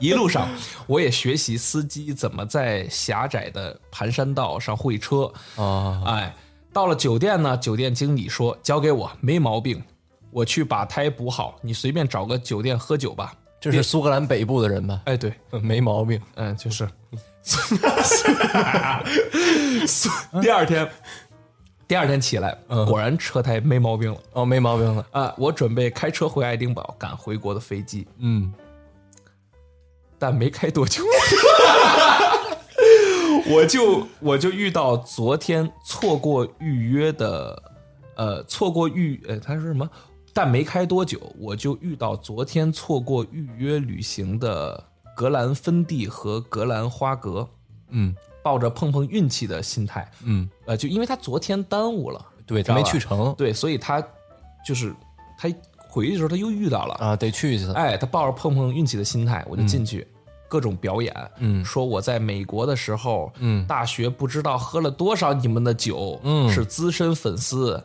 Speaker 1: 一路上，我也学习司机怎么在狭窄的盘山道上会车。
Speaker 2: 啊，
Speaker 1: 哎，到了酒店呢，酒店经理说交给我，没毛病，我去把胎补好，你随便找个酒店喝酒吧。
Speaker 2: 这是苏格兰北部的人吧？
Speaker 1: 哎，对，
Speaker 2: 没毛病。
Speaker 1: 嗯，就是。第二天，第二天起来，果然车胎没毛病了
Speaker 2: 哦，没毛病了。
Speaker 1: 啊！我准备开车回爱丁堡，赶回国的飞机，
Speaker 2: 嗯，
Speaker 1: 但没开多久， [LAUGHS] 我就我就遇到昨天错过预约的，呃，错过预呃，他说什么？但没开多久，我就遇到昨天错过预约旅行的格兰芬蒂和格兰花格。
Speaker 2: 嗯，
Speaker 1: 抱着碰碰运气的心态，
Speaker 2: 嗯，
Speaker 1: 呃，就因为他昨天耽误了，
Speaker 2: 对他没去成
Speaker 1: 对，所以他就是他回去的时候他又遇到了，哎
Speaker 2: 啊，得去一次。
Speaker 1: 哎，他抱着碰碰运气的心态，我就进去。各种表演，
Speaker 2: 嗯
Speaker 1: 说我在美国的时候，
Speaker 2: 嗯
Speaker 1: 大学不知道喝了多少你们的酒，
Speaker 2: 嗯
Speaker 1: 是资深粉丝，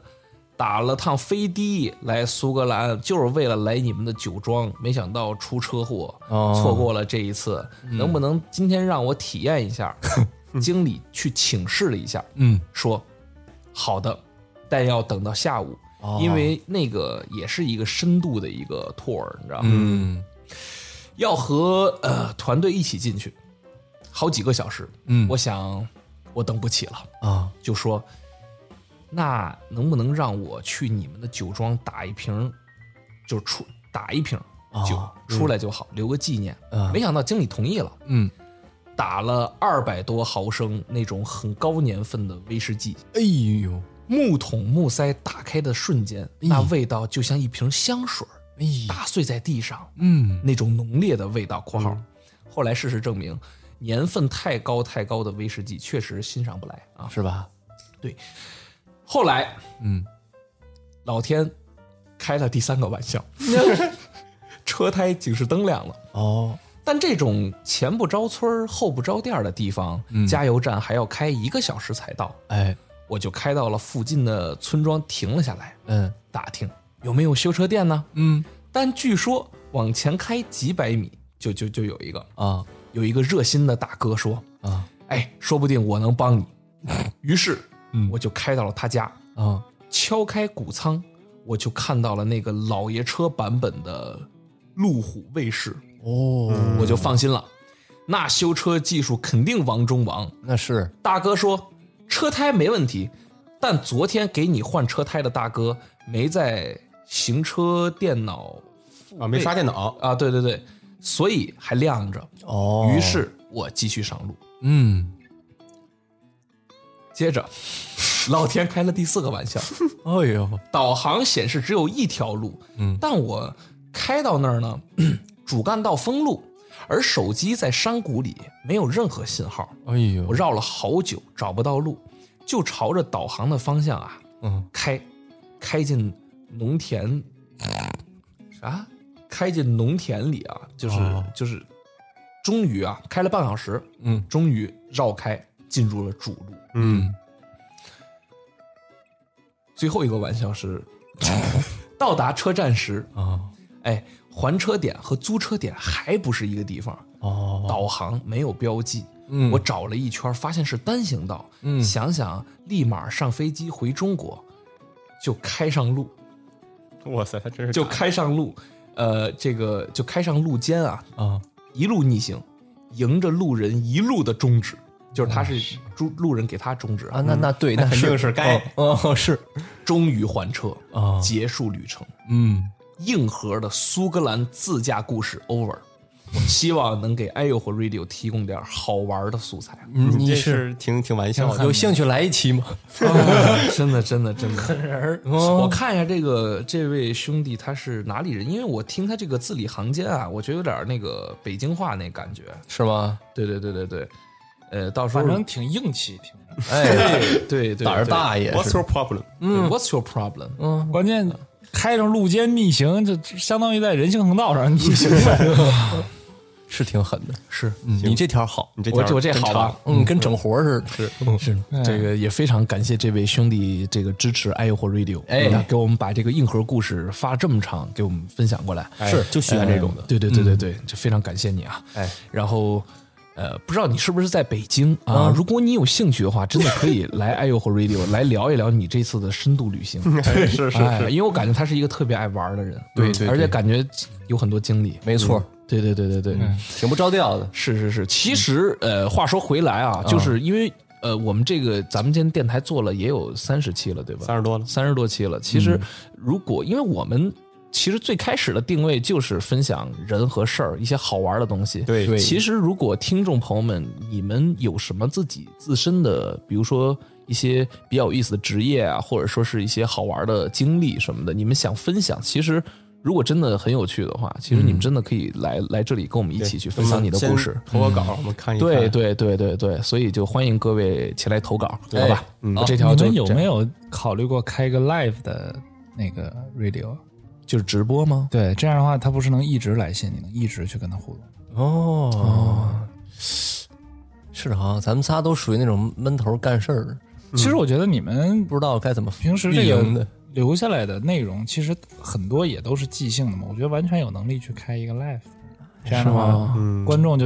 Speaker 1: 打了趟飞的来苏格兰，就是为了来你们的酒庄，没想到出车祸，
Speaker 2: 哦嗯
Speaker 1: 错过了这一次，能不能今天让我体验一
Speaker 2: [LAUGHS]
Speaker 1: 下？经理去请示了一下，
Speaker 2: 嗯，
Speaker 1: 说好的，但要等到下午，
Speaker 2: 哦
Speaker 1: 因为那个也是一个深度的一个 tour，你知道吗？
Speaker 2: 嗯
Speaker 1: 要和呃团队一起进去，好几个小时。
Speaker 2: 嗯
Speaker 1: 我想我等不起了，
Speaker 2: 啊
Speaker 1: 就说那能不能让我去你们的酒庄打一瓶，就出打一瓶酒、
Speaker 2: 哦
Speaker 1: 出来就好，留个纪念。
Speaker 2: 啊
Speaker 1: 没想到经理同意了，
Speaker 2: 嗯，
Speaker 1: 打了二百多毫升那种很高年份的威士忌，
Speaker 2: 哎呦
Speaker 1: 木桶木塞打开的瞬间，那味道就像一瓶香水儿
Speaker 2: 哎呦
Speaker 1: 打碎在地上，
Speaker 2: 嗯
Speaker 1: 那种浓烈的味道（括号）。后来事实证明，年份太高太高的威士忌确实欣赏不来啊。
Speaker 2: 是吧？
Speaker 1: 后来
Speaker 2: 嗯
Speaker 1: 老天开了第三个玩笑，车胎警示灯亮了。
Speaker 2: 哦
Speaker 1: 但这种前不着村儿后不着店儿的地方，加油站还要开一个小时才到。
Speaker 2: 哎
Speaker 1: 我就开到了附近的村庄，停了下来，
Speaker 2: 嗯
Speaker 1: 打听有没有修车店呢？
Speaker 2: 嗯
Speaker 1: 但据说往前开几百米，就就就有一个
Speaker 2: 啊
Speaker 1: 有一个热心的大哥说
Speaker 2: 啊：“
Speaker 1: 哎，说不定我能
Speaker 2: [LAUGHS]
Speaker 1: 帮你。”于是，
Speaker 2: 嗯
Speaker 1: 我就开到了他家，
Speaker 2: 啊
Speaker 1: 敲开谷仓，我就看到了那个老爷车版本的路虎卫士，
Speaker 2: 哦，
Speaker 1: 我就放心了。那修车技术肯定王中王。
Speaker 2: 那是
Speaker 1: 大哥说车胎没问题，但昨天给你换车胎的大哥没在行车电脑
Speaker 3: 啊，没刷电脑，
Speaker 1: 啊，对对对，所以还晾着。
Speaker 2: 哦
Speaker 1: 于是我继续上路。
Speaker 2: 嗯
Speaker 1: 接着， [LAUGHS] 老天开了第四个玩笑，
Speaker 2: 哎呦
Speaker 1: 导航显示只有一条路，
Speaker 2: 嗯
Speaker 1: 但我开到那儿呢， [CLEARS THROAT] 主干道封路，而手机在山谷里没有任何信号，
Speaker 2: 哎呦
Speaker 1: 我绕了好久找不到路，就朝着导航的方向啊
Speaker 2: 嗯
Speaker 1: 开，开进农田，啥？开进农田里啊，就是、
Speaker 2: 哦
Speaker 1: 就是，终于啊，开了半小时，
Speaker 2: 嗯
Speaker 1: 终于绕开进入了主路。
Speaker 2: 嗯
Speaker 1: 最后一个玩笑是， [LAUGHS] 到达车站时，
Speaker 2: 啊
Speaker 1: 哎，还车点和租车点还不是一个地方，
Speaker 2: 哦
Speaker 1: 导航没有标记。
Speaker 2: 嗯
Speaker 1: 我找了一圈，发现是单行道。
Speaker 2: 嗯
Speaker 1: 想想立马上飞机回中国，就开上路，
Speaker 3: 哇塞，他真是
Speaker 1: 就开上路，呃，这个就开上路肩啊，
Speaker 2: 啊
Speaker 1: 一路逆行，迎着路人一路的中指，就是他是路路人给他中指
Speaker 2: 哦啊
Speaker 1: 啊，
Speaker 2: 那那对那
Speaker 3: 肯定
Speaker 2: 是
Speaker 3: 是该
Speaker 2: 哦是
Speaker 1: 终于还车，
Speaker 2: 啊
Speaker 1: 结束旅程。
Speaker 2: 嗯
Speaker 1: 硬核的苏格兰自驾故事 over。我希望能给哎呦火 radio 提供点好玩的素材，
Speaker 2: 嗯
Speaker 3: 你
Speaker 2: 你
Speaker 3: 这
Speaker 2: 是
Speaker 3: 是挺挺玩笑的，
Speaker 2: 有兴趣来一期吗？
Speaker 1: [LAUGHS] 真的真的真的哦狠人我看一下这个这位兄弟他是哪里人，因为我听他这个字里行间啊，我觉得有点那个北京话那感觉。
Speaker 2: 是吗？
Speaker 1: 对对对对对，呃，到时候
Speaker 6: 反正挺硬气，听
Speaker 1: [LAUGHS]
Speaker 6: 着。
Speaker 2: 哎，
Speaker 1: 对对对
Speaker 2: 胆儿大也
Speaker 3: ，What's
Speaker 2: 是
Speaker 3: your problem？
Speaker 1: 嗯，What's your problem？
Speaker 6: 关键开上路肩逆行，就相当于在人行横道上
Speaker 1: [LAUGHS]
Speaker 6: 逆行。
Speaker 2: 是挺狠的。
Speaker 1: 是
Speaker 2: 嗯你这条好，
Speaker 3: 你这
Speaker 1: 我
Speaker 3: 条
Speaker 1: 我这
Speaker 3: 真
Speaker 1: 好
Speaker 3: 长
Speaker 1: 吧？
Speaker 2: 嗯，跟整活儿似的。是
Speaker 3: 嗯
Speaker 2: 是的，
Speaker 1: 这个也非常感谢这位兄弟这个支持爱诱惑 radio，
Speaker 2: 哎
Speaker 1: 嗯给我们把这个硬核故事发这么长，给我们分享过来，
Speaker 3: 是就喜欢这种的
Speaker 1: 嗯。对对对对对，这非常感谢你啊！
Speaker 3: 哎，
Speaker 1: 然后。呃，不知道你是不是在北京啊？
Speaker 3: 嗯
Speaker 1: 如果你有兴趣的话，真的可以来爱诱惑 radio 来聊一聊你这次的深度旅行。
Speaker 3: [LAUGHS] 哎是是
Speaker 1: 哎，
Speaker 3: 是，
Speaker 1: 因为我感觉他是一个特别爱玩的人，嗯
Speaker 2: 对对
Speaker 1: 而且
Speaker 2: 对
Speaker 1: 感觉有很多经历。嗯
Speaker 2: 没错，
Speaker 1: 对对对对对，
Speaker 2: 挺不着调的。
Speaker 1: 是是是，其实呃，话说回来啊，就是因为呃，我们这个咱们今天电台做了也有三十嗯期了，对吧？
Speaker 3: 三十多了，
Speaker 1: 三十多期了。其实如果因为我们其实最开始的定位就是分享人和事儿一些好玩的东西。
Speaker 3: 对
Speaker 2: 对
Speaker 1: 其实如果听众朋友们你们有什么自己自身的，比如说。一些比较有意思的职业啊，或者说是一些好玩的经历什么的，你们想分享，其实如果真的很有趣的话，其实你们真的可以来、来这里跟我们一起去分享你的故事
Speaker 3: 先。投个稿，我们看一看。
Speaker 1: 嗯对对对对对，所以就欢迎各位前来投稿，好吧？嗯，这条
Speaker 6: 你
Speaker 1: 就
Speaker 6: 们有
Speaker 1: 这样
Speaker 6: 没有考虑过开个 live 的那个 radio？
Speaker 1: 就是直播吗？
Speaker 6: 对，这样的话，他不是能一直来信，你能一直去跟他互动。
Speaker 2: 哦，是哈，咱们仨都属于那种闷头干事儿，
Speaker 4: 其实我觉得你们
Speaker 2: 不知道该怎么
Speaker 4: 平时
Speaker 2: 嗯运
Speaker 4: 这
Speaker 2: 营的
Speaker 4: 个。留下来的内容，其实很多也都是即兴的嘛。我觉得完全有能力去开一个 live，这样的话，
Speaker 3: 嗯
Speaker 4: 观众就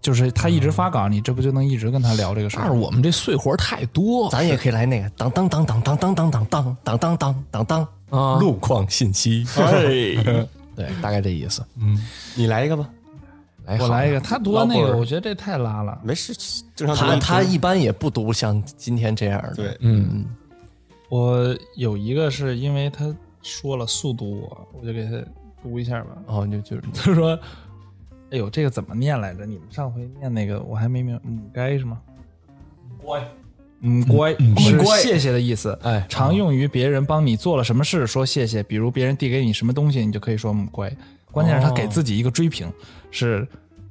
Speaker 4: 就是他一直发稿，你这不就能一直跟他聊这个事
Speaker 1: 但
Speaker 4: 儿
Speaker 1: 是
Speaker 4: 吗？
Speaker 1: 我们这碎活太多，
Speaker 2: 咱也可以来那个当当当当当当当当当当当当当当
Speaker 1: 啊，
Speaker 2: 路况信息，
Speaker 1: 对，大概这意思。
Speaker 3: 你来一个吧，
Speaker 1: 来，
Speaker 4: 我来一个，他读完那
Speaker 3: 老棍
Speaker 4: 个，
Speaker 3: 儿
Speaker 4: 我觉得这太拉了。
Speaker 3: 没事，正常读
Speaker 2: 他
Speaker 3: 一
Speaker 2: 他
Speaker 3: 读
Speaker 2: 一般也不读像今天这样的，
Speaker 3: 对，
Speaker 1: 嗯，
Speaker 4: 我有一个是因为他说了速读我，我就给他读一下吧。 [LAUGHS]
Speaker 2: 哦，你就就是
Speaker 4: 他说：“哎呦，这个怎么念来着？你们上回念那个我还没明母该是吗？乖，嗯乖是谢谢的意思。
Speaker 2: 哎
Speaker 4: 常用于别人帮你做了什么事说谢谢，比如别人递给你什么东西，你就可以说母乖。关键是他给自己一个追评，是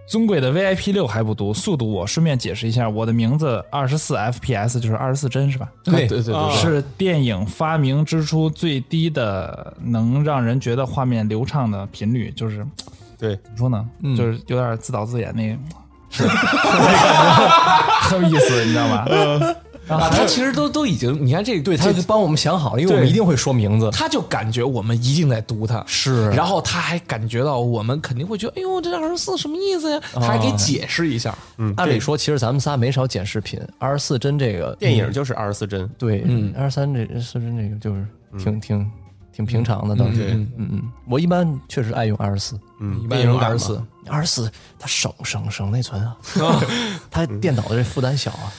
Speaker 4: 尊贵的 VIP 六还不读，速读我。顺便解释一下，我的名字二十四 FPS 就是二十四帧是吧？
Speaker 1: 对对对，
Speaker 3: 啊
Speaker 4: 是电影发明之初最低的能让人觉得画面流畅的频率，就是
Speaker 3: 对，
Speaker 4: 怎么说呢，就是有点自导自演那， [LAUGHS] 是很有意思，你知道吧？
Speaker 1: 啊，他其实都都已经，你看这
Speaker 2: 对，他就帮我们想好了，因为我们一定会说名字。
Speaker 1: 他就感觉我们一定在读他，
Speaker 2: 是
Speaker 1: 然后他还感觉到我们肯定会觉得，哎呦，这二十四什么意思呀？他还给解释一下，
Speaker 2: 按理说，其实咱们仨没少剪视频，二十四帧这个
Speaker 3: 电影就是二十四帧，
Speaker 2: 对，二十三这四帧这个就是挺挺挺平常的，倒是，
Speaker 3: 对
Speaker 2: 嗯嗯，我一般确实爱用二十四，
Speaker 3: 嗯，
Speaker 1: 般
Speaker 3: 电影
Speaker 1: 用
Speaker 3: 版嘛
Speaker 1: 24，
Speaker 2: 二十四它省省省内存啊，它电脑的这负担小啊，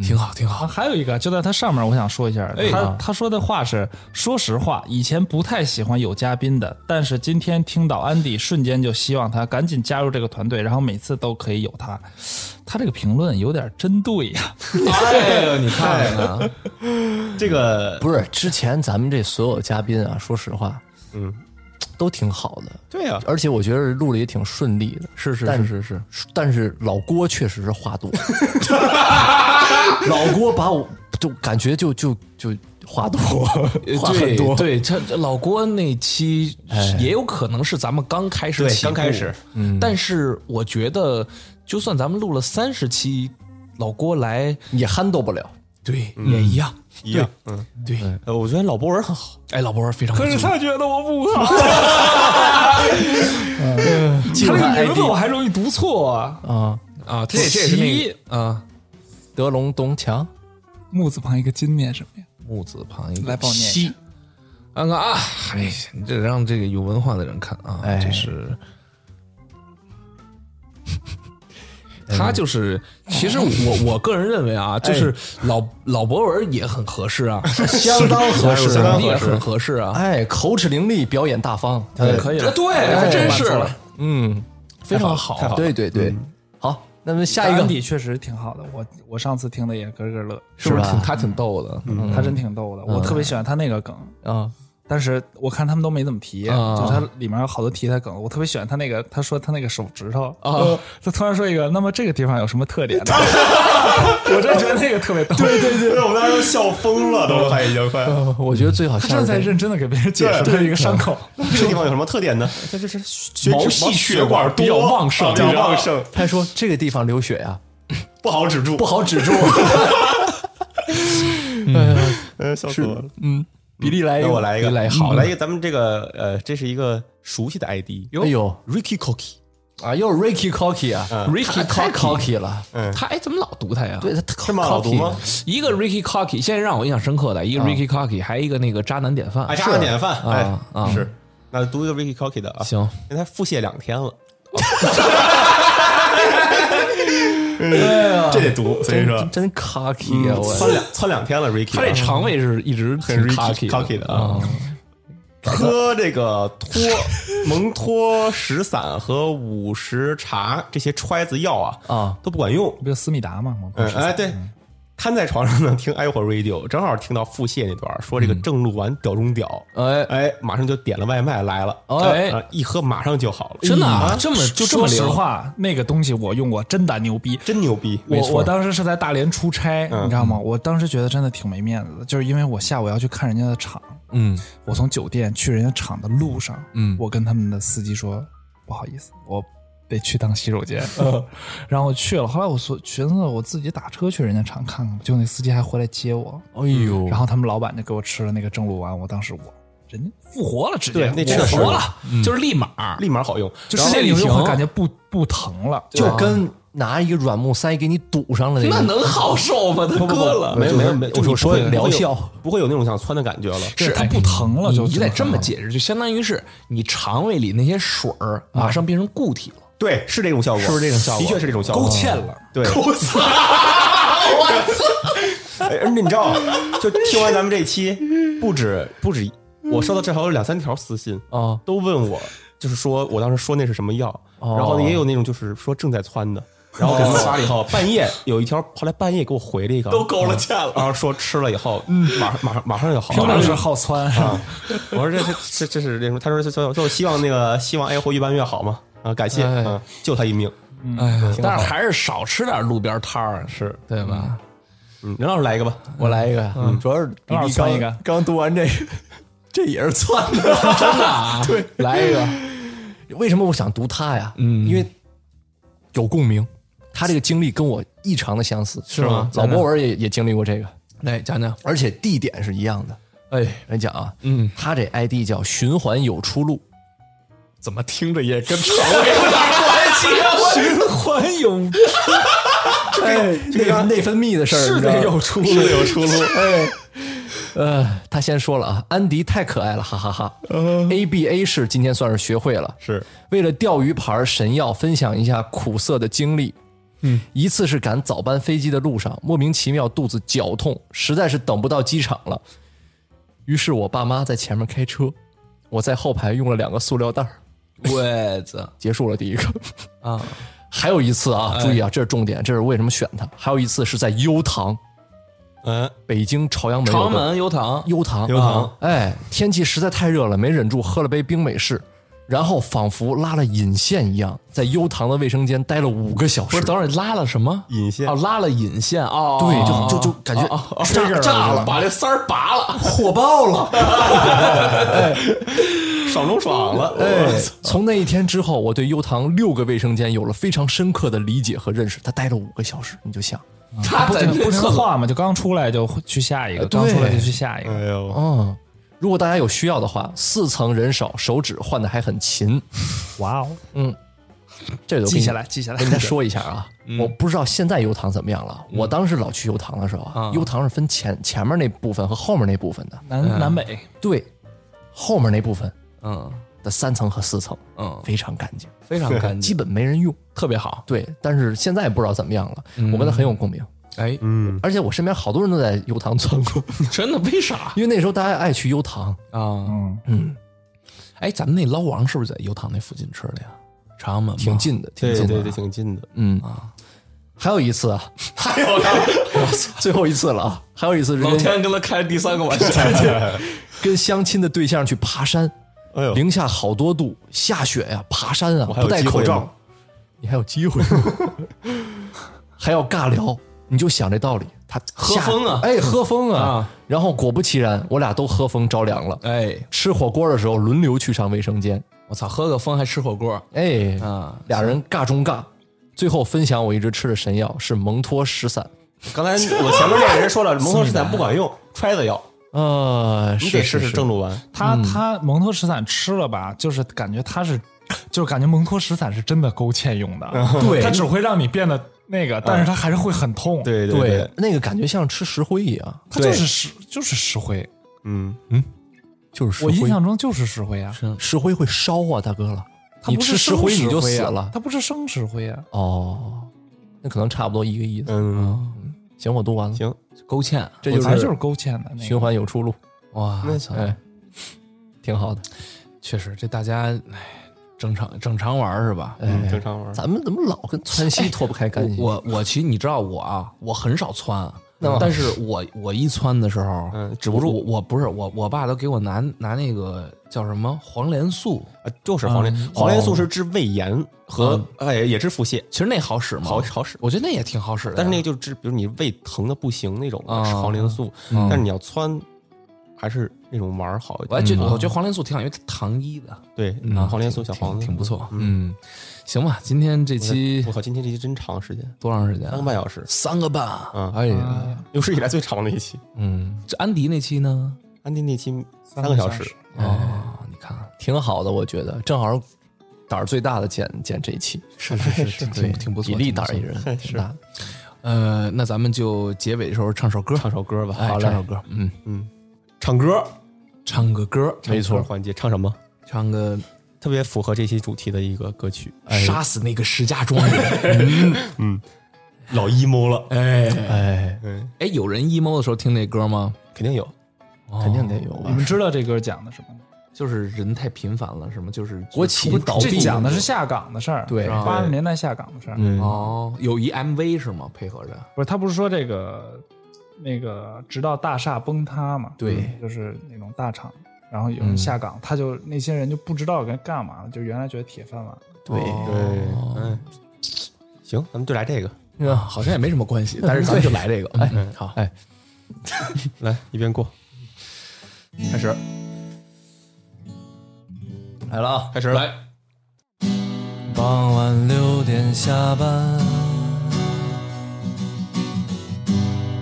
Speaker 1: 挺好，挺
Speaker 4: 啊，
Speaker 1: 好。
Speaker 4: 还有一个就在他上面，我想说一下，他他说的话是：说实话，以前不太喜欢有嘉宾的，但是今天听到安迪，瞬间就希望他赶紧加入这个团队，然后每次都可以有他。他这个评论有点针对呀、
Speaker 1: 哎呦，你看看，
Speaker 3: 这个
Speaker 2: 不是之前咱们这所有嘉宾啊，说实话，
Speaker 3: 嗯，
Speaker 2: 都挺好的，
Speaker 3: 对啊呀，
Speaker 2: 而且我觉得录的也挺顺利的，
Speaker 1: 是是
Speaker 2: 但
Speaker 1: 是是是，
Speaker 2: 但是老郭确实是话
Speaker 1: [LAUGHS]
Speaker 2: 多，老郭把我就感觉就就就话多，话很多，
Speaker 1: 呃对他老郭那期也有可能是咱们哎刚开始
Speaker 3: 对
Speaker 1: 起步嗯
Speaker 3: 刚开始，
Speaker 1: 但是我觉得，就算咱们录了三十期，老郭来嗯
Speaker 2: 也 handle 不了。
Speaker 1: 对也一样。
Speaker 3: 一样，嗯，
Speaker 1: 对，
Speaker 3: 呃我觉得老博文很好，
Speaker 1: 哎，老博非常可是他觉得我不好，
Speaker 2: 进化 ID
Speaker 1: 还容易读错啊
Speaker 2: 啊，
Speaker 1: 啊！这这也是那个啊，
Speaker 2: 德龙东强
Speaker 4: 木字旁一个金念什么呀？
Speaker 1: 木字旁一个
Speaker 4: 来帮我念一下
Speaker 1: 西，看看啊，哎，你这让这个有文化的人看啊，
Speaker 2: 哎
Speaker 1: 这是。他就是，其实我我个人认为啊，就是老老博文也很合适啊，
Speaker 2: 相当合适，
Speaker 3: 相当
Speaker 1: 也
Speaker 3: 合适
Speaker 1: 很合适啊，哎
Speaker 2: 哎，口齿伶俐，表演大方，
Speaker 4: 对，哎可以了。
Speaker 1: 对，还真是
Speaker 2: 嗯，
Speaker 1: 非常好，嗯
Speaker 2: 对对对，好，那么下一
Speaker 4: 安
Speaker 2: 个
Speaker 4: 迪确实挺好的，我我上次听的也咯咯乐，
Speaker 1: 是
Speaker 2: 是
Speaker 1: 不是
Speaker 2: 吧
Speaker 1: 挺他挺逗的？
Speaker 4: 他真挺逗的，
Speaker 1: 嗯
Speaker 4: 我特别喜欢他那个梗。
Speaker 2: 啊，
Speaker 4: 但是我看他们都没怎么提，
Speaker 1: 啊
Speaker 4: 就是它里面有好多题他梗，我特别喜欢他那个，他说他那个手指头啊、 [LAUGHS] 他突然说一个，那么这个地方有什么
Speaker 1: [LAUGHS]
Speaker 4: 特点呢？我真觉得那个特别逗，对对对，
Speaker 3: 对，我们当时都笑疯了，都快已经快， [LAUGHS]
Speaker 2: 我觉得最好
Speaker 4: 他正
Speaker 2: 笑
Speaker 4: 在
Speaker 2: 的
Speaker 4: 认真的给别人解释他一个伤口，
Speaker 3: 这个地方有什么特点呢？这这是血
Speaker 5: 毛细血管
Speaker 3: 比
Speaker 5: 多
Speaker 3: 较旺盛，
Speaker 5: 啊
Speaker 3: 比较旺盛，
Speaker 2: 他说这个地方流血呀，
Speaker 3: 不好止住，
Speaker 2: 不好止住，
Speaker 3: 呃，笑死我了。
Speaker 2: [LAUGHS] 比利来一
Speaker 3: 那
Speaker 2: 个，嗯
Speaker 3: 我来一个，
Speaker 2: 哎比利来一个
Speaker 3: 好，来一个，咱们这个呃，这是一个熟悉的 ID，
Speaker 2: 哎呦
Speaker 3: Ricky Cookie，
Speaker 2: 啊，又是 Ricky Cocky 啊
Speaker 1: ，Ricky
Speaker 2: 太
Speaker 1: Cocky
Speaker 2: Cocky 了，
Speaker 1: 他哎，怎么老读他呀？
Speaker 2: 对他是
Speaker 3: 是吗？老读吗？？
Speaker 1: 一个 Ricky Cocky，现在让我印象深刻的一个 Ricky Cocky，还有一个那个渣男典范
Speaker 3: 啊，，渣男典范，
Speaker 1: 啊啊
Speaker 3: 哎，是。那读一个 Ricky Cookie 的啊，
Speaker 1: 行，
Speaker 3: 因为他腹泻两天了，这得读，所以说
Speaker 2: 真真 Cocky 啊，我
Speaker 3: 窜两窜两天了，Ricky，
Speaker 1: 嗯他这肠胃是一直
Speaker 3: 很
Speaker 1: 很
Speaker 3: Ricky Cookie 的啊。喝这个托蒙脱石散和五十茶这些揣子药啊
Speaker 2: 啊
Speaker 3: 都不管用，
Speaker 4: 不就思密达吗？我不
Speaker 3: 嗯，
Speaker 4: 是
Speaker 3: 哎，对，瘫在床上呢，听 i w Radio，正好听到腹泻那段儿，说这个正录完屌中屌，
Speaker 2: 哎
Speaker 1: 呃
Speaker 3: 哎，马上就点了外卖来了，
Speaker 2: 哎
Speaker 3: 啊，一喝马上就好了，
Speaker 1: 真的啊
Speaker 3: 啊
Speaker 1: 这么就这
Speaker 4: 哎说
Speaker 1: 么
Speaker 4: 实
Speaker 1: 灵
Speaker 4: 话，那个东西我用过，真的牛逼。
Speaker 3: 真牛逼，
Speaker 4: 我
Speaker 3: 没错
Speaker 4: 我当时是在大连出差，
Speaker 3: 嗯
Speaker 4: 你知道吗？我当时觉得真的挺没面子的，就是因为我下午要去看人家的厂，
Speaker 2: 嗯
Speaker 4: 我从酒店去人家厂的路上，
Speaker 2: 嗯
Speaker 4: 我跟他们的司机说不好意思，我得去趟洗手间，
Speaker 1: 嗯
Speaker 4: [LAUGHS] 然后我去了。后来我说寻思我自己打车去人家厂看看吧，就那司机还回来接我。
Speaker 1: 哦
Speaker 2: 哎呦，
Speaker 4: 然后他们老板就给我吃了那个正露丸，我当时我人家复活了，直接
Speaker 3: 对那确
Speaker 4: 我
Speaker 3: 实
Speaker 4: 活了，
Speaker 1: 就是立马
Speaker 3: 立马好用，
Speaker 4: 就
Speaker 1: 然后
Speaker 4: 身体
Speaker 1: 那里
Speaker 4: 里就
Speaker 1: 停
Speaker 4: 会感觉不不疼了。
Speaker 2: 就跟拿一个软木塞给你堵上了
Speaker 1: 那
Speaker 2: 个，
Speaker 1: 能好受吗？他割了，
Speaker 3: 没有没有没有，
Speaker 2: 我
Speaker 3: 是
Speaker 2: 就说疗效，
Speaker 3: 不会有那种想窜的感觉了。
Speaker 4: 对它不疼了
Speaker 1: 哎你
Speaker 4: 就
Speaker 1: 你得这么
Speaker 4: 疼
Speaker 1: 解释，就相当于是你肠胃里那些水儿马上变成固体了。
Speaker 3: 对，是这种效果，是不是这种效果？的确是这种效果，
Speaker 4: 勾芡了。
Speaker 3: 对，我操！ [LAUGHS] 哎，而且你知道，就听完咱们这期，不止不止，我收到至少有两三条私信
Speaker 2: 啊，
Speaker 3: 都问我，就是说我当时说那是什么药，然后也有那种就是说正在窜的，然后给他们发了以后，半夜有一条，后来半夜给我回了一个，哦都勾了芡了，然后说吃了以后，嗯马上马上马上就好了，
Speaker 4: 当时好窜，
Speaker 3: 啊！ [LAUGHS] 我说这这这这是那什么？他说就就希望那个希望爱活越办越好嘛啊！感谢
Speaker 2: 哎
Speaker 3: 啊，救他一命。
Speaker 1: 哎，
Speaker 2: 嗯
Speaker 1: 但是还是少吃点路边摊儿，是对嗯吧？
Speaker 3: 嗯，任老师来一个吧，
Speaker 2: 我来一个呀，嗯主要是比
Speaker 4: 正好
Speaker 2: 利
Speaker 4: 窜
Speaker 2: 刚
Speaker 4: 一个
Speaker 2: 刚读完这 [LAUGHS] 个，这也是窜的，
Speaker 1: [LAUGHS] 真
Speaker 2: [LAUGHS]
Speaker 1: 的啊，对，来一个，
Speaker 2: 为什么我想读他呀？嗯，因为有共鸣，他这个经历跟我异常的相似，是
Speaker 1: 吗
Speaker 2: 老博文也也经历过这个，
Speaker 1: 来讲讲。
Speaker 2: 而且地点是一样的。
Speaker 1: 哎，
Speaker 2: 我跟你讲啊，
Speaker 1: 嗯，
Speaker 2: 他这 ID 叫循环有出路，
Speaker 1: 怎么听着也跟肠胃有点关系啊？
Speaker 2: 内内分泌的事儿是
Speaker 3: 的有出路，有出路。
Speaker 2: 呃，他先说了啊，安迪太可爱了，哈哈哈。A
Speaker 1: 嗯
Speaker 2: B A 是今天算是学会了，
Speaker 3: [LAUGHS] 是
Speaker 2: 为了钓鱼牌神药分享一下苦涩的经历。嗯，一次是赶早班飞机的路上，莫名其妙肚子绞痛，实在是等不到机场了。于是我爸妈在前面开车，我在后排用了两个塑料袋儿
Speaker 1: 我操
Speaker 2: 结束了第一个。 [LAUGHS]
Speaker 1: 啊！
Speaker 2: 还有一次啊，注意啊，这是重点，这是为什么选它。还有一次是在悠唐，
Speaker 3: 嗯，
Speaker 2: 北京朝阳门有
Speaker 1: 长
Speaker 2: 个
Speaker 1: 门油糖，
Speaker 2: 悠糖，
Speaker 3: 悠糖
Speaker 2: 啊哎，天气实在太热了，没忍住喝了杯冰美式，然后仿佛拉了引线一样，在悠糖的卫生间待了五个小
Speaker 1: 不
Speaker 2: 时
Speaker 1: 是，。等会儿拉了什么？
Speaker 3: 引线
Speaker 1: 哦，拉了引线哦，
Speaker 2: 对，就
Speaker 1: 哦
Speaker 2: 就就感觉
Speaker 1: 这
Speaker 2: 炸
Speaker 1: 个
Speaker 2: 炸了，
Speaker 1: 把这丝儿拔
Speaker 2: [LAUGHS]
Speaker 1: 了，
Speaker 2: 火爆了。
Speaker 3: 爽中爽了。
Speaker 2: 哎，从那一天之后，我对悠糖六个卫生间有了非常深刻的理解和认识。他待了五个小时，你就想，
Speaker 1: 他在
Speaker 4: 不
Speaker 1: 那
Speaker 4: 听
Speaker 1: 厕所，
Speaker 4: 话嘛，就刚出来就去下一个，刚出来就去下一个。
Speaker 3: 哎呦，
Speaker 2: 嗯，如果大家有需要的话，四层人少，手指换的还很勤，
Speaker 4: 哇哦，
Speaker 2: 这个
Speaker 4: 记下来，记下来。
Speaker 2: 跟大家说一下啊，我不知道现在油塘怎么样了。我当时老去油塘的时候啊，油塘是分前前面那部分和后面那部分的。
Speaker 4: 南南北
Speaker 2: 对，后面那部分
Speaker 1: 嗯
Speaker 2: 的三层和四层，
Speaker 1: 嗯，
Speaker 2: 非常干净，
Speaker 1: 非常干
Speaker 2: 基
Speaker 1: 净，
Speaker 2: 本没人用。
Speaker 1: 特别好。
Speaker 2: 对，但是现在不知道怎么样了。我跟他很有共鸣，
Speaker 1: 哎，
Speaker 3: 嗯，
Speaker 2: 而且我身边好多人都在油塘窜过，
Speaker 1: 真的
Speaker 2: [LAUGHS]
Speaker 1: 为啥
Speaker 2: 因为那时候大家爱去油塘。
Speaker 1: 啊？哎，咱们那捞王是不是在油塘那附近吃的呀？朝阳门吗
Speaker 2: 挺近的，挺
Speaker 3: 对
Speaker 2: 近
Speaker 3: 对
Speaker 2: 的
Speaker 3: 对，。挺近的。
Speaker 2: 嗯啊，还有一次啊，还有， [LAUGHS] 最后一次了啊，还有一次是
Speaker 1: [LAUGHS] 老
Speaker 2: 跟
Speaker 1: 天跟他开第三
Speaker 2: [LAUGHS]
Speaker 1: 个玩笑，
Speaker 2: 跟相亲的对象去爬山。
Speaker 3: 哎呦，
Speaker 2: 零下好多度，下雪呀、爬山啊，
Speaker 3: 我还有
Speaker 2: 不戴
Speaker 3: 机会
Speaker 2: 口
Speaker 3: 吗
Speaker 2: 罩，你还有机会， [LAUGHS] 还要尬聊，你就想这道理。他
Speaker 1: 喝
Speaker 2: 下
Speaker 1: 风啊
Speaker 2: 哎，喝风啊！
Speaker 1: 啊
Speaker 2: 然后果不其然，我俩都喝风着凉了。
Speaker 1: 哎，
Speaker 2: 吃火锅的时候轮流去上卫生间，
Speaker 1: 我操，喝个风还吃
Speaker 2: [LAUGHS]
Speaker 1: 火锅
Speaker 2: 哎，
Speaker 1: 啊？
Speaker 2: 俩人尬中尬，最后分享我一直吃的神药是蒙脱石散。
Speaker 3: 刚才我前面那个人说了，蒙脱石散
Speaker 2: 啊
Speaker 3: 不管用，揣子药，
Speaker 2: 呃，
Speaker 3: 你
Speaker 2: 是
Speaker 3: 得试试
Speaker 2: 是
Speaker 3: 正露丸。
Speaker 4: 他他蒙脱石散吃了吧，就是感觉他是，就是感觉蒙脱石散是真的勾芡用的，
Speaker 2: 嗯对嗯
Speaker 4: 它只会让你变得那个，但是它还是会很痛。，
Speaker 3: 对
Speaker 2: 对
Speaker 3: 对，
Speaker 2: 那个感觉像吃石灰一样，
Speaker 4: 它就是石就是石灰，
Speaker 3: 嗯，
Speaker 2: 就是石
Speaker 4: 我印
Speaker 2: 灰，
Speaker 4: 象中就是石灰啊。
Speaker 2: 石灰会烧啊，大哥了，
Speaker 4: 它
Speaker 2: 你
Speaker 4: 不
Speaker 2: 吃
Speaker 4: 是
Speaker 2: 石
Speaker 4: 生
Speaker 2: 灰你就
Speaker 4: 石
Speaker 2: 死
Speaker 4: 啊
Speaker 2: 了。
Speaker 4: 它不是生石灰啊。
Speaker 2: 哦，那可能差不多一个意思。哦
Speaker 3: 嗯，
Speaker 2: 行，我读完了。
Speaker 3: 行，
Speaker 1: [LAUGHS] 勾芡，
Speaker 2: 这就
Speaker 4: 本来
Speaker 2: 是
Speaker 4: 就是勾芡的那
Speaker 2: 循
Speaker 4: 个。嗯
Speaker 2: 环有出路，
Speaker 1: 哇，操！
Speaker 2: 哎，挺好的。
Speaker 1: 确实，这大家哎，正常正常玩儿是吧？
Speaker 4: 嗯
Speaker 2: 哎，
Speaker 3: 嗯正常玩。
Speaker 2: 咱们怎么老跟川西脱不开干系？
Speaker 1: 我我其实你知道我啊，我很少
Speaker 3: [LAUGHS]
Speaker 1: 窜，
Speaker 2: 嗯
Speaker 1: 但是我我一窜的时候，
Speaker 3: 嗯止不住
Speaker 1: 我我不是我我爸都给我拿拿那个叫什么黄连素，
Speaker 3: 啊，就是黄连，
Speaker 2: 嗯
Speaker 3: 黄
Speaker 2: 哦
Speaker 3: 连素是治胃炎和哎也治腹泻，
Speaker 1: 其实那好使吗？
Speaker 3: 好好使。
Speaker 1: 我觉得那也挺好使的呀。
Speaker 3: 但是那个就是，比如你胃疼的不行那种
Speaker 1: 啊
Speaker 3: 是黄连素，但是你要窜，还是那种玩儿嗯好一
Speaker 1: 我还
Speaker 3: 点。
Speaker 1: 觉得我觉得黄连素挺好，因为它糖衣的，
Speaker 3: 对，
Speaker 1: 啊
Speaker 3: 黄连素小
Speaker 1: 挺
Speaker 3: 黄子
Speaker 1: 挺，不错。嗯，行吧，今天这期
Speaker 3: 我靠，今天这期真长时间，
Speaker 1: 多长时间啊？
Speaker 3: 三个半小时，
Speaker 1: 三个半啊。
Speaker 3: 嗯，
Speaker 1: 哎呀，
Speaker 3: [LAUGHS] 有史以来最长的一期。
Speaker 1: 嗯，这安迪那期呢？
Speaker 3: 安迪那期三个小时，
Speaker 1: 哦，你看看，
Speaker 2: 挺好的，我觉得正好胆儿最大的剪剪这一期，
Speaker 1: 是是是，挺挺不
Speaker 2: 比
Speaker 1: 错，
Speaker 2: 利
Speaker 1: 挺不
Speaker 2: 胆
Speaker 1: 错
Speaker 2: 儿一人挺大。
Speaker 1: 呃，那咱们就结尾的时候唱首歌，唱首歌吧，
Speaker 2: 好
Speaker 1: 哎，
Speaker 2: 嘞
Speaker 1: 唱首歌，嗯，
Speaker 3: 唱歌，
Speaker 1: 唱个歌，
Speaker 3: 没错，环节唱什么？
Speaker 1: 唱个
Speaker 3: 特别符合这期主题的一个歌曲，哎
Speaker 1: 杀死那个石家庄人。
Speaker 3: 老 emo 了，
Speaker 2: 哎，
Speaker 1: 哎，有人 emo 的时候听那歌吗？
Speaker 3: 肯定有。
Speaker 2: 肯定得有
Speaker 4: 你
Speaker 2: 吧
Speaker 4: 们？知道这歌讲的什么吗？
Speaker 1: 啊就是人太频繁了，什么就是
Speaker 2: 国企
Speaker 1: 出
Speaker 2: 倒闭
Speaker 4: 这讲的是下岗的事儿，
Speaker 2: 对
Speaker 4: 八十年代下岗的事儿。
Speaker 3: 嗯
Speaker 1: 哦，有一 MV 是吗？配合着
Speaker 4: 不是，他不是说这个那个直到大厦崩塌嘛？
Speaker 2: 对，
Speaker 4: 就是那种大厂，然后有人下岗，他就那些人就不知道该干嘛了，就原来觉得铁饭碗。
Speaker 2: 对，
Speaker 3: 对，
Speaker 1: 哦
Speaker 3: 嗯，行，咱们就来这个，
Speaker 1: 嗯，好像也没什么关系，但是咱们就来这个。哎，好，哎，
Speaker 3: 来一边过，开始，
Speaker 2: 来了啊！
Speaker 3: 开始，来，
Speaker 2: 傍晚六点下班，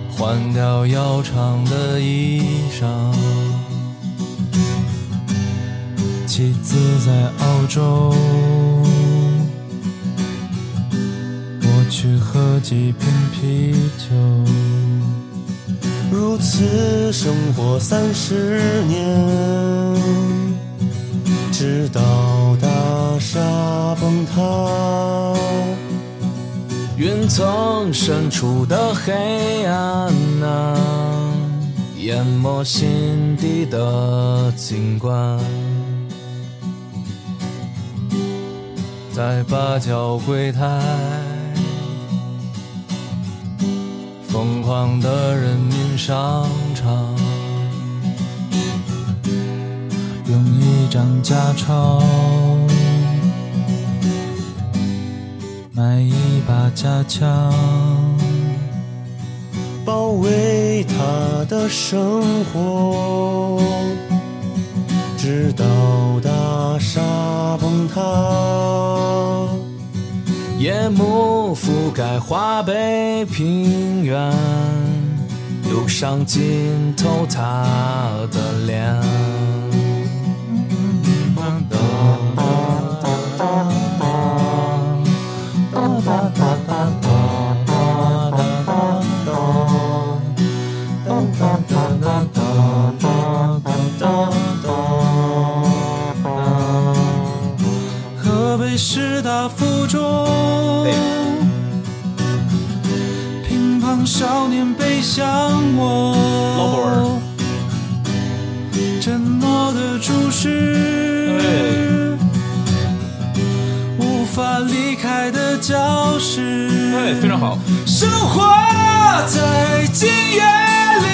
Speaker 2: 换掉药厂的衣裳。妻子在澳洲，我去喝几瓶啤酒。
Speaker 7: 如此生活三十年，直到大厦崩塌。
Speaker 1: 云层深处的黑暗啊，淹没心底的景观。
Speaker 2: 在八角柜台，疯狂的人民商场，用一张假钞买一把假枪，
Speaker 7: 包围他的生活，直到大厦崩塌。
Speaker 1: 夜幕覆盖华北平原，忧伤浸透他的脸。
Speaker 7: 河北师大附中，乒乓少年背向我，沉默的注视，无法离开的教室，
Speaker 6: 哎，非常好。
Speaker 7: 生活在禁夜里，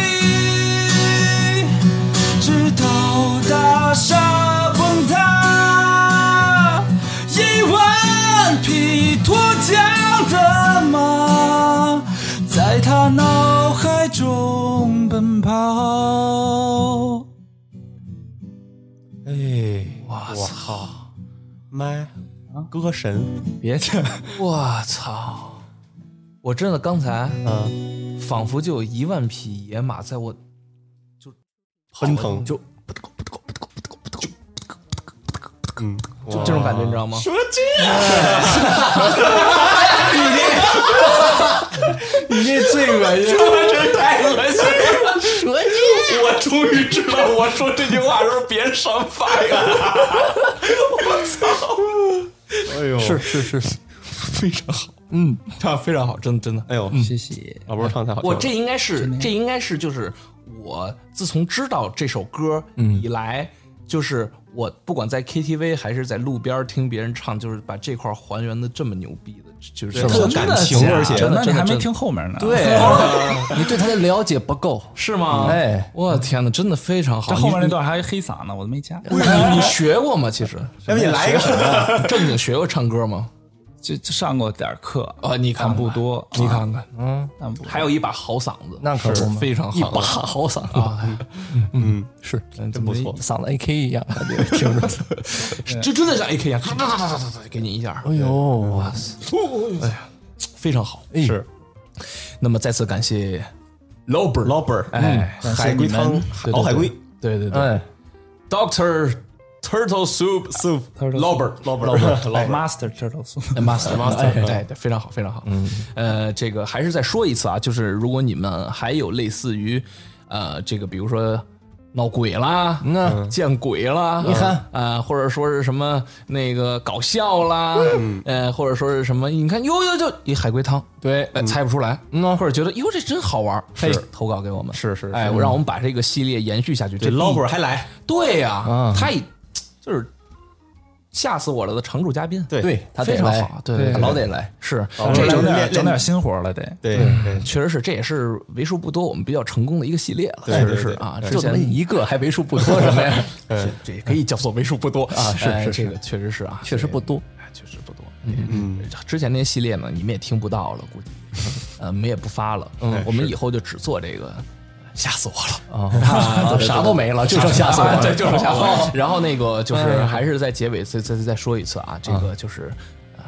Speaker 7: 直到大厦崩塌。一万匹脱缰的马，在他脑海中奔跑。
Speaker 3: 哎，我操，妈，
Speaker 1: 啊
Speaker 3: 歌神，
Speaker 4: 别这，
Speaker 1: 我操！我真的刚才
Speaker 3: 嗯，
Speaker 1: 仿佛就有一万匹野马在我
Speaker 3: 奔腾，
Speaker 1: 就
Speaker 3: 嗯，
Speaker 1: 就这种感觉，你知道吗？说啊这，你这，啊你这最恶心，
Speaker 5: 真太恶心了！
Speaker 1: 啊
Speaker 5: 我终于知道我说这句话的时候别什么反应了。
Speaker 3: 是是是是，非常好，
Speaker 1: 嗯，唱得非常好，真的真的。
Speaker 3: 哎呦，
Speaker 4: 谢谢。
Speaker 3: 老波唱得太好听了，
Speaker 1: 嗯我这应该是，这应该是就是我自从知道这首歌以来，就是我不管在 KTV 还是在路边听别人唱，就是把这块还原的这么牛逼的，就是
Speaker 3: 特有感情，而且
Speaker 4: 那你还没听后面呢？对， [LAUGHS]
Speaker 2: 你对他的了解不够。
Speaker 1: 是吗？
Speaker 2: 哎，
Speaker 1: 我天哪，真的非常好。
Speaker 4: 这后面
Speaker 1: 你
Speaker 4: 那段还黑嗓呢，我都没加。
Speaker 1: 你你学过吗？其实
Speaker 3: 哎要不你来一个，
Speaker 1: 正经学过唱歌吗？
Speaker 4: 就就上过点儿课，
Speaker 1: 啊，你看
Speaker 4: 但不
Speaker 1: 看，
Speaker 4: 多，啊
Speaker 1: 你看看，
Speaker 4: 但不多
Speaker 1: 还有一把好嗓子，
Speaker 2: 那可
Speaker 1: 是
Speaker 2: 不嘛
Speaker 1: 非常
Speaker 2: 一
Speaker 1: 好
Speaker 2: 把
Speaker 1: 的。
Speaker 2: 好嗓子，
Speaker 1: 啊，
Speaker 3: 嗯，
Speaker 2: 是
Speaker 3: 真 [LAUGHS] 不错。
Speaker 2: 嗓子 AK 一样，感觉听
Speaker 1: [LAUGHS]
Speaker 2: 着。
Speaker 1: 就真的像 AK 一样，给你一下，
Speaker 2: 哎呦，哇塞！
Speaker 1: 非常好。
Speaker 2: 哎
Speaker 3: 是
Speaker 1: 那么再次感谢 Lober
Speaker 3: Lober，
Speaker 1: 哎
Speaker 3: 嗯海龟汤，
Speaker 1: 对对
Speaker 3: 熬海龟
Speaker 1: 对对对
Speaker 2: 哎，
Speaker 1: ，Doctor Turtle Soup
Speaker 3: ，soup
Speaker 1: Lober
Speaker 3: [LAUGHS] Lober，Lober，
Speaker 4: Master Turtle
Speaker 3: [LAUGHS]
Speaker 4: Soup。
Speaker 1: Master Master，对对，非常好，非常好。嗯，呃，这个还是再说一次啊，就是如果你们还有类似于呃这个，比如说。闹鬼啦，
Speaker 2: 那
Speaker 1: 见鬼啦，
Speaker 2: 你看
Speaker 1: 呃，或者说是什么那个搞笑啦，呃，或者说是什么，你看哟哟哟，一海龟汤，
Speaker 2: 对，
Speaker 1: 哎，猜不出来，
Speaker 2: 嗯
Speaker 1: 或者觉得哟这真好玩，
Speaker 2: 是
Speaker 1: 哎投稿给我们，
Speaker 3: 是是是
Speaker 1: 哎，我让我们把这个系列延续下去。这
Speaker 3: 这
Speaker 1: 一
Speaker 3: Lober 还来，
Speaker 1: 对呀
Speaker 2: 啊，
Speaker 1: 他已就是吓死我了的常驻嘉宾，
Speaker 3: 对
Speaker 2: 对他
Speaker 1: 非
Speaker 2: 得
Speaker 1: 常
Speaker 2: 来
Speaker 1: 好，对对
Speaker 2: 他
Speaker 1: 对
Speaker 2: 老得来。
Speaker 1: 是
Speaker 3: 哦
Speaker 1: 这
Speaker 3: 来
Speaker 4: 整
Speaker 3: 来
Speaker 4: 点
Speaker 3: 来
Speaker 4: 整点新活了得。
Speaker 3: 对对
Speaker 1: 确实是，这也是为数不多我们比较成功的一个系列了，
Speaker 3: 对
Speaker 1: 确实
Speaker 3: 对
Speaker 1: 是
Speaker 3: 对
Speaker 1: 啊，
Speaker 3: 对
Speaker 1: 之
Speaker 2: 就那
Speaker 1: 前
Speaker 2: 一个还为数不
Speaker 1: [LAUGHS]
Speaker 2: 多什么呀？
Speaker 1: 这也可以叫做为数不多啊
Speaker 2: 是是
Speaker 1: 这个确实是啊，
Speaker 2: 确实不多。
Speaker 1: 哎，确实不多。嗯，之前那些系列呢，你们也听不到了，
Speaker 2: [LAUGHS]
Speaker 1: 估计，呃，我们也不发了。嗯，我们以后就只做这个，吓死我 [LAUGHS] 了
Speaker 2: 啊，啥都没了，就
Speaker 1: [LAUGHS]
Speaker 2: 剩吓死我
Speaker 1: 啊！对，
Speaker 2: 了。
Speaker 1: 就是吓死我了。 [LAUGHS] 嗯然后那个就是还是在结尾再再再说一次啊，这个就是呃，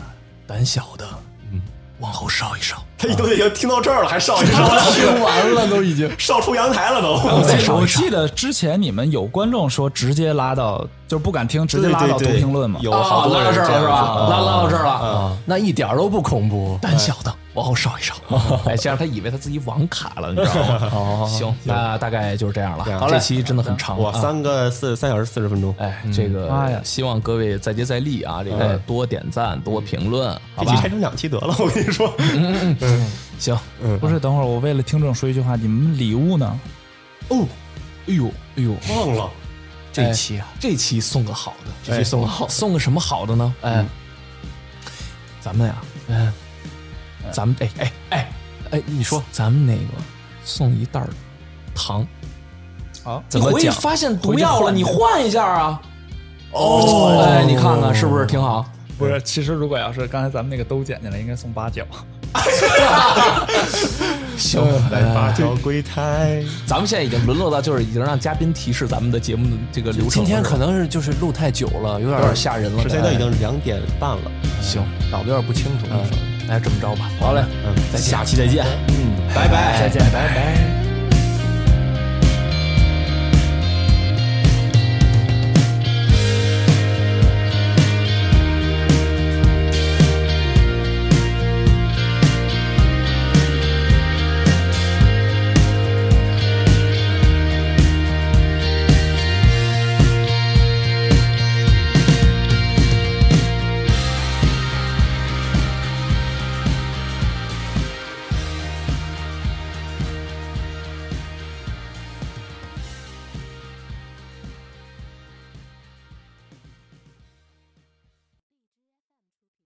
Speaker 1: 胆小的，嗯，往后稍一稍，
Speaker 3: 他 [LAUGHS] 都已经听到这儿了，还上
Speaker 1: [LAUGHS]
Speaker 3: 一上，
Speaker 2: 听完了都已经。
Speaker 3: 上出阳台了都。
Speaker 1: 再稍
Speaker 4: 我
Speaker 1: 一稍。
Speaker 4: 记得之前你们有观众说直接拉到，就是不敢听，直接拉到读
Speaker 3: 对对对
Speaker 4: 评论嘛。
Speaker 3: 有
Speaker 1: 啊，
Speaker 3: 好多
Speaker 1: 拉
Speaker 3: 人
Speaker 1: 到这儿嗯了
Speaker 3: 样
Speaker 1: 是吧？
Speaker 3: 子
Speaker 1: 拉拉到这儿了。
Speaker 2: 啊，那一点儿都不恐怖。
Speaker 1: 胆小的往后稍一稍， [LAUGHS] 哎，这样他以为他自己网卡了，你知道吗？ [LAUGHS] 哦，行，那大概就是这样了。
Speaker 3: 好
Speaker 1: 这期真的很长，
Speaker 3: 我
Speaker 1: 啊
Speaker 3: 三个四三小时四十分钟，
Speaker 1: 哎，这
Speaker 4: 妈呀
Speaker 1: 个希望各位再接再厉啊！这个多点赞，多评论，好
Speaker 3: 这期
Speaker 1: 吧嗯
Speaker 3: 拆？成两期得了，我跟你说。
Speaker 1: 行，
Speaker 4: 不是，等会儿我为了听众说一句话，你们礼物呢？
Speaker 3: 哦，
Speaker 1: 哎呦，哎呦，
Speaker 3: 忘了，
Speaker 1: 这期啊，这期送个好的，这期送个好，送个什么好的呢？哎，咱们呀，哎，咱们哎哎哎哎，你说咱们那个送一袋儿糖，
Speaker 4: 好，
Speaker 1: 你回去发现毒药了，
Speaker 4: 回去换
Speaker 1: 你换一下啊。哦，哎，你看看是不是挺好？
Speaker 4: 不是，其实如果要是刚才咱们那个都剪进来，应该送八角。
Speaker 1: 行，
Speaker 3: 哎八角龟胎，
Speaker 1: 咱们现在已经沦落到就是已经让嘉宾提示咱们的节目的这个流程了。
Speaker 2: 今天
Speaker 1: 是吧
Speaker 2: 可能是就是录太久了，有点
Speaker 1: 有点吓人了，
Speaker 3: 是现在已经两点半了，
Speaker 1: 行，嗯哎
Speaker 2: 脑子有点不清楚。
Speaker 1: 那就这么着吧。好嘞，
Speaker 3: 嗯，下期再见。
Speaker 1: 哎
Speaker 2: 嗯，拜拜，再见，拜拜。